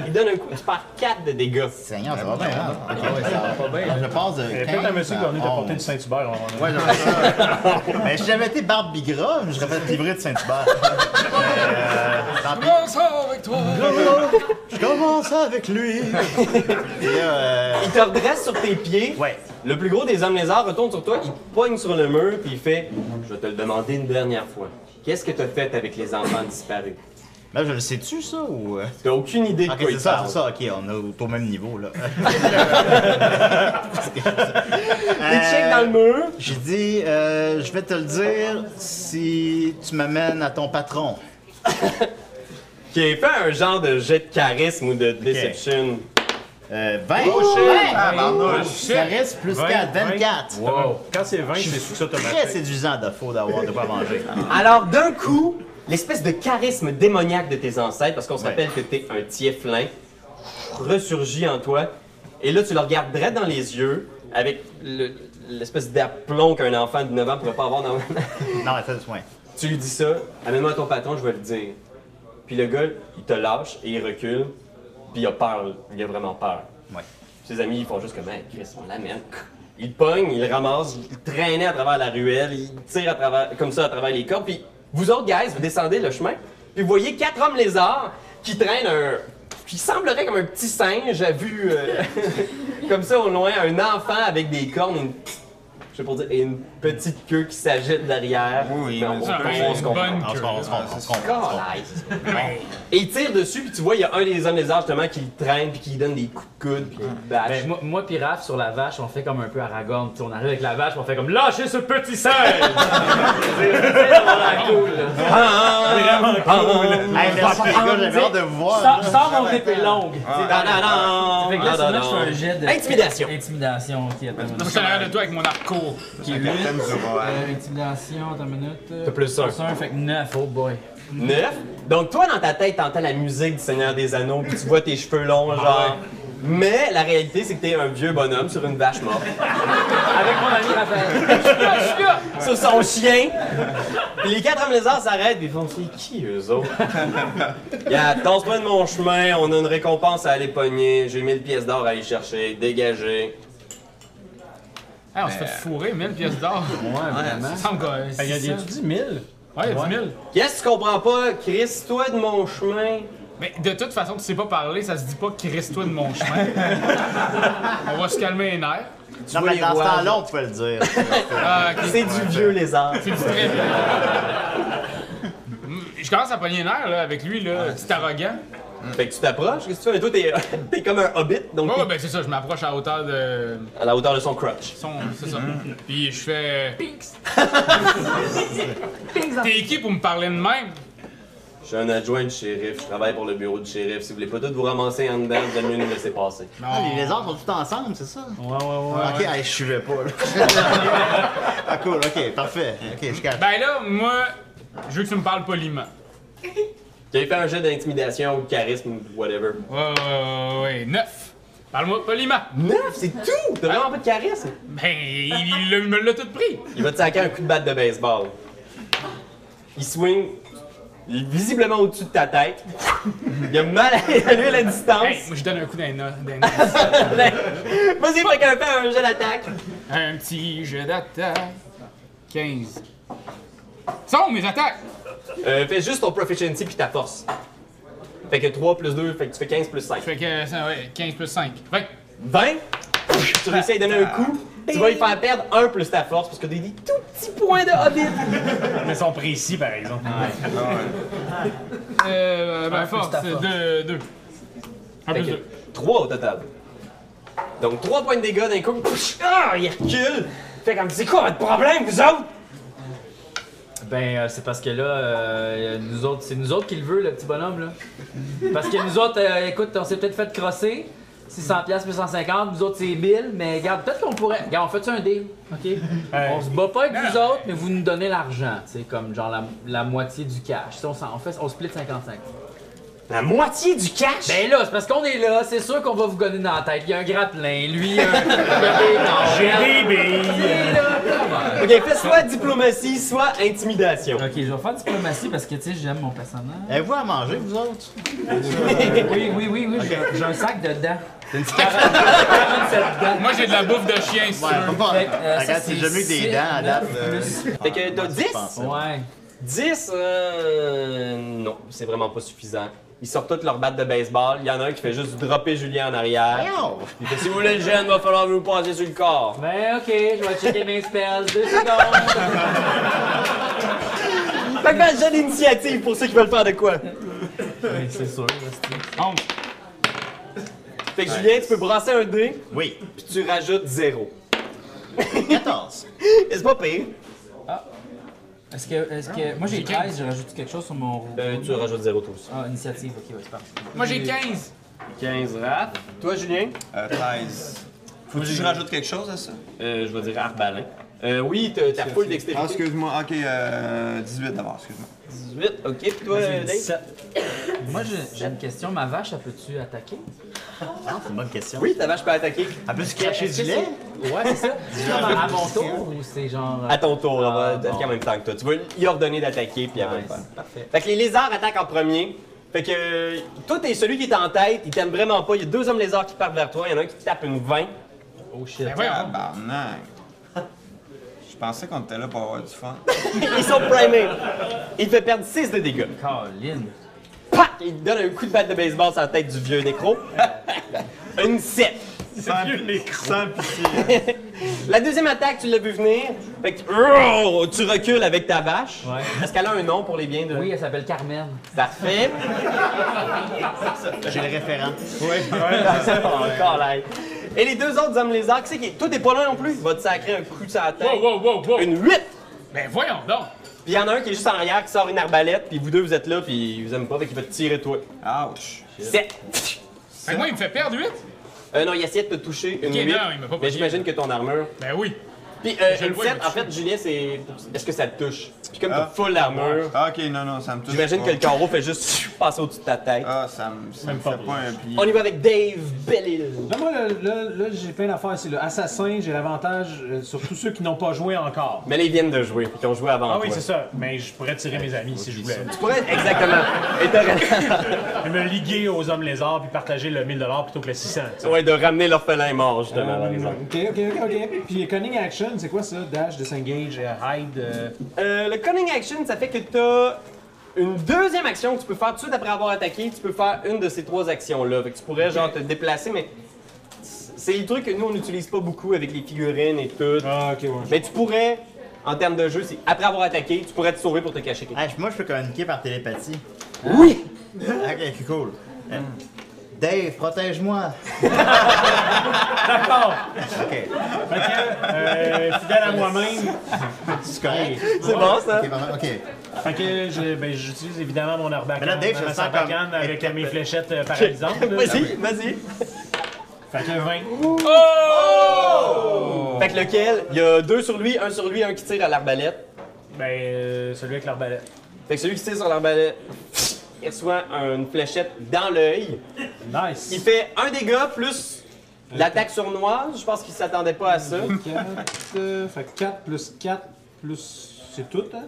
Speaker 3: Il donne un coup, tu perds 4 de dégâts.
Speaker 6: Seigneur, ça va bien. hein?
Speaker 5: Ah, Ouais, ça va pas bien.
Speaker 6: Alors, je passe de.
Speaker 2: Peut-être
Speaker 6: 15
Speaker 2: un monsieur qui
Speaker 6: à
Speaker 2: en est à portée
Speaker 6: 11.
Speaker 2: de Saint-Hubert. on- on-
Speaker 6: Ouais, j'aurais ça. Mais si j'avais été Barbe Bigra, je serais fait livrer de Saint-Hubert. Mais, euh, tant pis.
Speaker 4: On sort avec toi.
Speaker 6: Je commence avec lui. Et là, euh,
Speaker 3: Il te redresse sur tes pieds.
Speaker 6: ouais.
Speaker 3: Le plus gros des hommes lézards retourne sur toi, il te poigne sur le mur, puis il fait Je vais te le demander une dernière fois. Qu'est-ce que t'as fait avec les enfants disparus?
Speaker 6: Là, je le sais-tu, ça, ou... euh?
Speaker 3: T'as aucune idée de
Speaker 6: Ok,
Speaker 3: quoi
Speaker 6: c'est
Speaker 3: il
Speaker 6: ça,
Speaker 3: parle.
Speaker 6: c'est ça, ok, on est au au même niveau, là.
Speaker 3: Il check dans le mur.
Speaker 6: J'ai dit, euh, je vais te le dire si tu m'amènes à ton patron.
Speaker 3: Qui a fait un genre de jet de charisme ou de deception.
Speaker 6: Euh, 20,
Speaker 1: Ah,
Speaker 4: Oh,
Speaker 1: barnouche.
Speaker 6: ça
Speaker 4: shit.
Speaker 6: reste plus
Speaker 2: Vingt,
Speaker 6: 4,
Speaker 2: vingt.
Speaker 6: 24.
Speaker 5: Wow.
Speaker 2: Quand c'est 20, c'est sous
Speaker 6: Très
Speaker 2: automatique.
Speaker 6: séduisant de faux d'avoir de quoi manger.
Speaker 3: Alors d'un coup, l'espèce de charisme démoniaque de tes ancêtres, parce qu'on se
Speaker 6: Ouais.
Speaker 3: rappelle que t'es un tieflin, ressurgit en toi. Et là, tu le regardes droit dans les yeux, avec le- l'espèce d'aplomb qu'un enfant de 9 ans pourrait pas avoir dans...
Speaker 6: Non, mais ça, c'est soin.
Speaker 3: tu lui dis ça, amène-moi ton patron, je vais le dire. Puis le gars, il te lâche et il recule, puis il a peur, il a vraiment peur.
Speaker 6: Ouais.
Speaker 3: Ses amis, ils font juste comme, hey, Chris, on l'amène. Il le pogne, il le ramasse, il le traîne à travers la ruelle, il tire à travers, comme ça à travers les corps. Puis vous autres, guys, vous descendez le chemin, puis vous voyez quatre hommes lézards qui traînent un. qui semblerait comme un petit singe à vue. euh, comme ça au loin, un enfant avec des cornes, une. Je sais pas dire, et une petite queue qui s'agite derrière.
Speaker 1: Oui, oui,
Speaker 3: Mais on-
Speaker 1: mais
Speaker 3: on-
Speaker 1: ça,
Speaker 3: on se
Speaker 4: Une
Speaker 3: comprend.
Speaker 4: bonne
Speaker 6: On se
Speaker 4: queue.
Speaker 6: comprend, on se comprend, on se comprend.
Speaker 3: Calice. Et il tire dessus, puis tu vois, il y a un des hommes lézards justement qui le traîne, puis qui lui donne des coups de coude, puis qui le bâche.
Speaker 5: Ben, moi, moi pis Raph, sur la vache, on fait comme un peu Aragorn. Puis on arrive avec la vache, puis on fait comme lâchez ce petit singe! c'est vraiment cool, là.
Speaker 2: Vraiment cool.
Speaker 6: Hey, merci les gars, j'avais hâte de vous voir.
Speaker 5: Sors- Sors mon épée longue.
Speaker 3: Ah, non, non.
Speaker 5: Fait que là,
Speaker 3: Ah, non,
Speaker 5: sûrement, je fais
Speaker 3: non.
Speaker 5: un jet de.
Speaker 3: Intimidation.
Speaker 5: Intimidation, ok, attends.
Speaker 4: Moi, je suis en arrière de toi avec mon arc court.
Speaker 5: Qui est
Speaker 1: Un
Speaker 5: huit.
Speaker 1: capitaine du roi.
Speaker 5: Euh, Intimidation, attends une minute.
Speaker 3: T'as plus un.
Speaker 5: Plus un, fait que 9, oh boy.
Speaker 3: Neuf. Donc, toi, dans ta tête, t'entends la musique du Seigneur des Anneaux, puis tu vois tes cheveux longs, genre. Mais la réalité, c'est que t'es un vieux bonhomme sur une vache morte.
Speaker 5: Avec mon ami Raphaël.
Speaker 3: sur son chien. Puis les quatre hommes lézards s'arrêtent, puis ils font C'est qui eux autres Regarde, danse pas de mon chemin, on a une récompense à aller pogner. J'ai 1000 pièces d'or à aller chercher, dégager.
Speaker 4: Hey, on se fait fourrer 1000 pièces d'or.
Speaker 5: Ouais, vraiment.
Speaker 4: Ça me semble
Speaker 2: Il y a des 10 000.
Speaker 4: Ouais, il y a 10 000.
Speaker 3: Qu'est-ce que tu comprends pas Chris, toi de mon chemin.
Speaker 4: Mais de toute façon, tu sais pas parler, ça se dit pas qu'il reste toi de mon chemin. on va se calmer les nerfs.
Speaker 6: Non,
Speaker 3: vois
Speaker 6: mais
Speaker 3: les
Speaker 6: dans ce
Speaker 3: rois,
Speaker 6: temps-là, on pouvait le dire.
Speaker 4: Ah, ok.
Speaker 3: C'est du vieux lézard.
Speaker 4: C'est du très Mm, Je commence à pogner les nerfs là, avec lui, là, petit arrogant.
Speaker 3: Fait que tu t'approches, qu'est-ce que tu fais Mais toi, t'es, t'es comme un hobbit, donc
Speaker 4: Ouais, ouais,
Speaker 3: t'es
Speaker 4: ben c'est ça, je m'approche à la hauteur de
Speaker 3: à la hauteur de son crotch.
Speaker 4: son. C'est ça. Puis je fais. T'es qui pour me parler de même?
Speaker 3: Je suis un adjoint du shérif, je travaille pour le bureau du shérif. Si vous voulez pas tout vous ramasser en dedans, vous allez mieux nous laisser passer.
Speaker 6: Ah, les lézards sont tous ensemble, c'est ça? Ah,
Speaker 5: Ouais, ouais, ouais.
Speaker 6: Ok, hey, je suivais pas. là. ah cool, ok, parfait. Ok, je capte.
Speaker 4: Ben là, moi, je veux que tu me parles poliment.
Speaker 3: Tu avais fait un jeu d'intimidation ou de charisme ou whatever.
Speaker 4: Ouais, ouais, ouais, ouais, neuf. Parle-moi poliment.
Speaker 3: Neuf, c'est tout! T'as vraiment pas de charisme!
Speaker 4: Ben, il, il l'a- me l'a tout pris.
Speaker 3: Il va te saquer un coup de batte de baseball. Il swing visiblement au-dessus de ta tête. Il a mal à lui à la
Speaker 4: Hey,
Speaker 3: distance.
Speaker 4: moi, je donne un coup d'un d'un-
Speaker 3: Vas-y, fais qu'un fait un jeu d'attaque.
Speaker 4: Un petit jeu d'attaque. 15. Sont mes attaques!
Speaker 3: Euh, fais juste ton proficiency puis ta force. Fait que 3 plus 2, fait que tu fais 15 plus 5.
Speaker 4: Fait que, ça, ouais, 15 plus 5. Fait
Speaker 3: 20, tu réussis à lui donner un coup, tu vas lui faire perdre 1 plus ta force parce que t'as des tout petits points de hobbit.
Speaker 2: Mais ils sont précis, par exemple.
Speaker 4: que, euh, ben, force,
Speaker 8: ta force.
Speaker 4: 2. 2. 1
Speaker 3: Fait
Speaker 4: plus
Speaker 3: que
Speaker 4: 2.
Speaker 3: 3 au total. Donc 3 points de dégâts d'un coup. Psh, Ah, il recule. Fait comme c'est quoi votre problème, vous autres?
Speaker 5: Ben, euh, c'est parce que là, euh, nous autres, c'est nous autres qui le veut, le petit bonhomme, là. Parce que nous autres, euh, écoute, on s'est peut-être fait crosser. 600 piastres, 150, nous autres c'est 1000, mais regarde, peut-être qu'on pourrait... Regarde, on fait ça un deal, OK? On se bat pas avec vous autres, mais vous nous donnez l'argent, tu sais, comme genre la, la moitié du cash. Tu sais, on, s'en- on fait, on split 55.
Speaker 3: La moitié du cash?
Speaker 5: Ben là, c'est parce qu'on est là, c'est sûr qu'on va vous gonner dans la tête. Il y a un grappelin, lui, il y a un... il y a des-
Speaker 2: J'ai des billes.
Speaker 5: C'est là, come on.
Speaker 3: Ben, Ok, fais soit diplomatie, soit intimidation.
Speaker 8: Ok, je vais faire diplomatie parce que tu sais, j'aime mon personnage.
Speaker 6: Avez-vous à manger, vous autres?
Speaker 8: Oui, oui, oui, oui, j'ai- j'ai un sac dedans.
Speaker 4: Moi, j'ai de la bouffe de chien, si tu veux.
Speaker 8: Fait que, euh, ça,
Speaker 6: Regarde, c'est jamais eu que
Speaker 8: six,
Speaker 6: des dents à
Speaker 8: neuf,
Speaker 6: date. euh,
Speaker 8: plus-
Speaker 3: Fait que t'as
Speaker 6: ouais,
Speaker 3: 10?
Speaker 6: je pense.
Speaker 5: Ouais.
Speaker 3: 10, euh, non, c'est vraiment pas suffisant. Ils sortent toutes leurs battes de baseball. Il y en a un qui fait juste dropper Julien en arrière.
Speaker 6: Voyons!
Speaker 3: Il fait, si vous voulez le gène, va falloir vous le passer sur le corps.
Speaker 5: Ben ok, je vais checker mes spells, deux secondes.
Speaker 3: Fait que fais un jeu d'initiative pour ceux qui veulent faire de quoi.
Speaker 5: c'est sûr,
Speaker 3: Fait que Julien, tu peux brasser un dé,
Speaker 6: Oui,
Speaker 3: puis tu rajoutes 0.
Speaker 6: 14.
Speaker 3: C'est pas pire.
Speaker 8: Est-ce que, est-ce que. Moi j'ai 13, j'ai rajouté quelque chose sur mon. roux.
Speaker 3: Euh, tu rajoutes 0 toi aussi.
Speaker 8: Ah, initiative, ok, ouais, c'est parti.
Speaker 4: Moi, j'ai 15.
Speaker 3: 15 rats. Toi, Julien?
Speaker 1: Euh, 13. Faut-tu que je rajoute quelque chose à ça?
Speaker 3: Euh, je vais dire arbalin. Euh, oui, t'as t'as full
Speaker 1: Ah,
Speaker 3: d'extérieur.
Speaker 1: excuse-moi. Ok, euh, 18 d'abord, excuse-moi.
Speaker 3: 18, ok. Puis toi,
Speaker 8: J'ai
Speaker 3: euh,
Speaker 8: une
Speaker 3: Dave?
Speaker 8: sept. Moi j'ai j'ai une question, ma vache, elle peut-tu attaquer?
Speaker 6: C'est une bonne question.
Speaker 3: Oui, ta vache peut attaquer
Speaker 6: En plus, cacher
Speaker 8: Est-ce
Speaker 6: du
Speaker 8: que
Speaker 6: lait?
Speaker 8: c'est- Ouais, c'est ça. C'est comme à mon tour ou c'est genre. euh,
Speaker 3: à ton tour. On va
Speaker 8: Ah, bon.
Speaker 3: attaquer en même temps que toi. Tu vas lui ordonner d'attaquer, puis elle va le
Speaker 8: Nice.
Speaker 3: faire. Fait que les lézards attaquent en premier. Fait que euh, toi, t'es celui qui est en tête. Il t'aime vraiment pas. Il y a deux hommes lézards qui partent vers toi. Il y en a un qui te tape une 20.
Speaker 8: Oh shit.
Speaker 4: voyons.
Speaker 1: Tabarnak. Je pensais qu'on était là pour avoir du fun.
Speaker 3: Ils sont primés. Il te fait perdre 6 de dégâts.
Speaker 8: Caroline.
Speaker 3: Pac! Il te donne un coup de batte de baseball sur la tête du vieux nécro. Une 7.
Speaker 1: Sans, sans pitié.
Speaker 3: La deuxième attaque, tu l'as vu venir. Fait que Roar! tu recules avec ta vache. Est-ce qu'elle a un nom pour les biens de.
Speaker 8: Oui, elle s'appelle Carmen.
Speaker 3: Parfait.
Speaker 6: J'ai le référent.
Speaker 3: Encore là. Oh, Et les deux autres hommes lézards, qui c'est qui. Toi, t'es pas loin non plus. Il va te sacrer un coup sur la tête.
Speaker 4: Wow, wow, wow, wow.
Speaker 3: Une 8!
Speaker 4: Ben, voyons donc.
Speaker 3: Puis il y en a un qui est juste en arrière qui sort une arbalète, puis vous deux vous êtes là, puis il vous aime pas, fait qu'il va te tirer toi.
Speaker 1: Ouch.
Speaker 3: 7!
Speaker 4: Fait que moi, il me fait perdre 8.
Speaker 3: Euh, non, il essayait de te toucher une
Speaker 4: Ok,
Speaker 3: huit,
Speaker 4: non, il m'a pas
Speaker 3: mais
Speaker 4: pogné.
Speaker 3: j'imagine que ton armure.
Speaker 4: Ben oui.
Speaker 3: Puis euh,
Speaker 4: Je le
Speaker 3: une
Speaker 4: vois,
Speaker 3: 7,
Speaker 4: il m'a
Speaker 3: en fait, Julien, c'est. Est-ce que ça te touche? Puis comme t'as
Speaker 1: Ah.
Speaker 3: full armure,
Speaker 1: Ah, Ok, non, non, ça me touche.
Speaker 3: j'imagine
Speaker 1: pas.
Speaker 3: que le carreau fait juste passer au-dessus de ta tête.
Speaker 1: Ah, ça me, ça me fait pas un pli.
Speaker 3: On y va avec Dave Bellil.
Speaker 2: Là, moi, là, là, là, j'ai plein d'affaires ici. Là. Assassin, j'ai l'avantage euh, sur tous ceux qui n'ont pas joué encore.
Speaker 3: Mais là, ils viennent de jouer, puis ils ont joué avant
Speaker 2: Ah
Speaker 3: toi.
Speaker 2: oui, c'est ça. Mais je pourrais tirer mes amis si je voulais.
Speaker 3: Tu pourrais exactement. Et t'as raison.
Speaker 2: Je vais me liguer aux hommes lézards puis partager le 1000 plutôt que le 600. tu sais.
Speaker 3: ouais, de ramener l'orphelin mort,
Speaker 4: Ah,
Speaker 3: justement, par exemple.
Speaker 2: Ok, ok, ok, ok. Puis cunning action, c'est quoi ça? Dash, disengage, euh, hide. euh,
Speaker 3: Euh, le cunning action, ça fait que t'as une deuxième action que tu peux faire tout de suite après avoir attaqué. Tu peux faire une de ces trois actions-là. Fait que tu pourrais, genre, te déplacer, mais c'est le truc que nous, on n'utilise pas beaucoup avec les figurines et tout.
Speaker 2: Ah, ok, ouais.
Speaker 3: Mais tu pourrais, en termes de jeu, c'est après avoir attaqué, tu pourrais te sauver pour te cacher. quelque
Speaker 6: Ah, je- moi, je peux communiquer par télépathie. Ah.
Speaker 3: chose. Oui!
Speaker 6: Ok, cool. Euh, Dave, protège-moi.
Speaker 2: D'accord!
Speaker 6: Ok,
Speaker 2: Fait que, euh, fidèle à moi-même,
Speaker 6: c'est correct.
Speaker 3: C'est bon, ça?
Speaker 6: Ok, pardon, ok.
Speaker 2: fait que je- ben, j'utilise évidemment mon arbacan.
Speaker 6: Mais là, Dave, je
Speaker 2: ma
Speaker 6: le sens
Speaker 2: sarbacan
Speaker 6: comme-
Speaker 2: avec euh, mes fléchettes euh, paralysantes. là.
Speaker 3: Vas-y, vas-y.
Speaker 2: Fait que 20.
Speaker 3: Fait que lequel? Il y a deux sur lui, un sur lui, un qui tire à l'arbalète.
Speaker 2: Ben, euh, celui avec l'arbalète.
Speaker 3: Fait que celui qui tire sur l'arbalète, il reçoit une fléchette dans l'œil. Il
Speaker 2: Nice!
Speaker 3: fait un dégât plus l'attaque sournoise. Je pense qu'il s'attendait pas à ça.
Speaker 2: 4, fait 4 plus 4 plus. C'est tout, hein?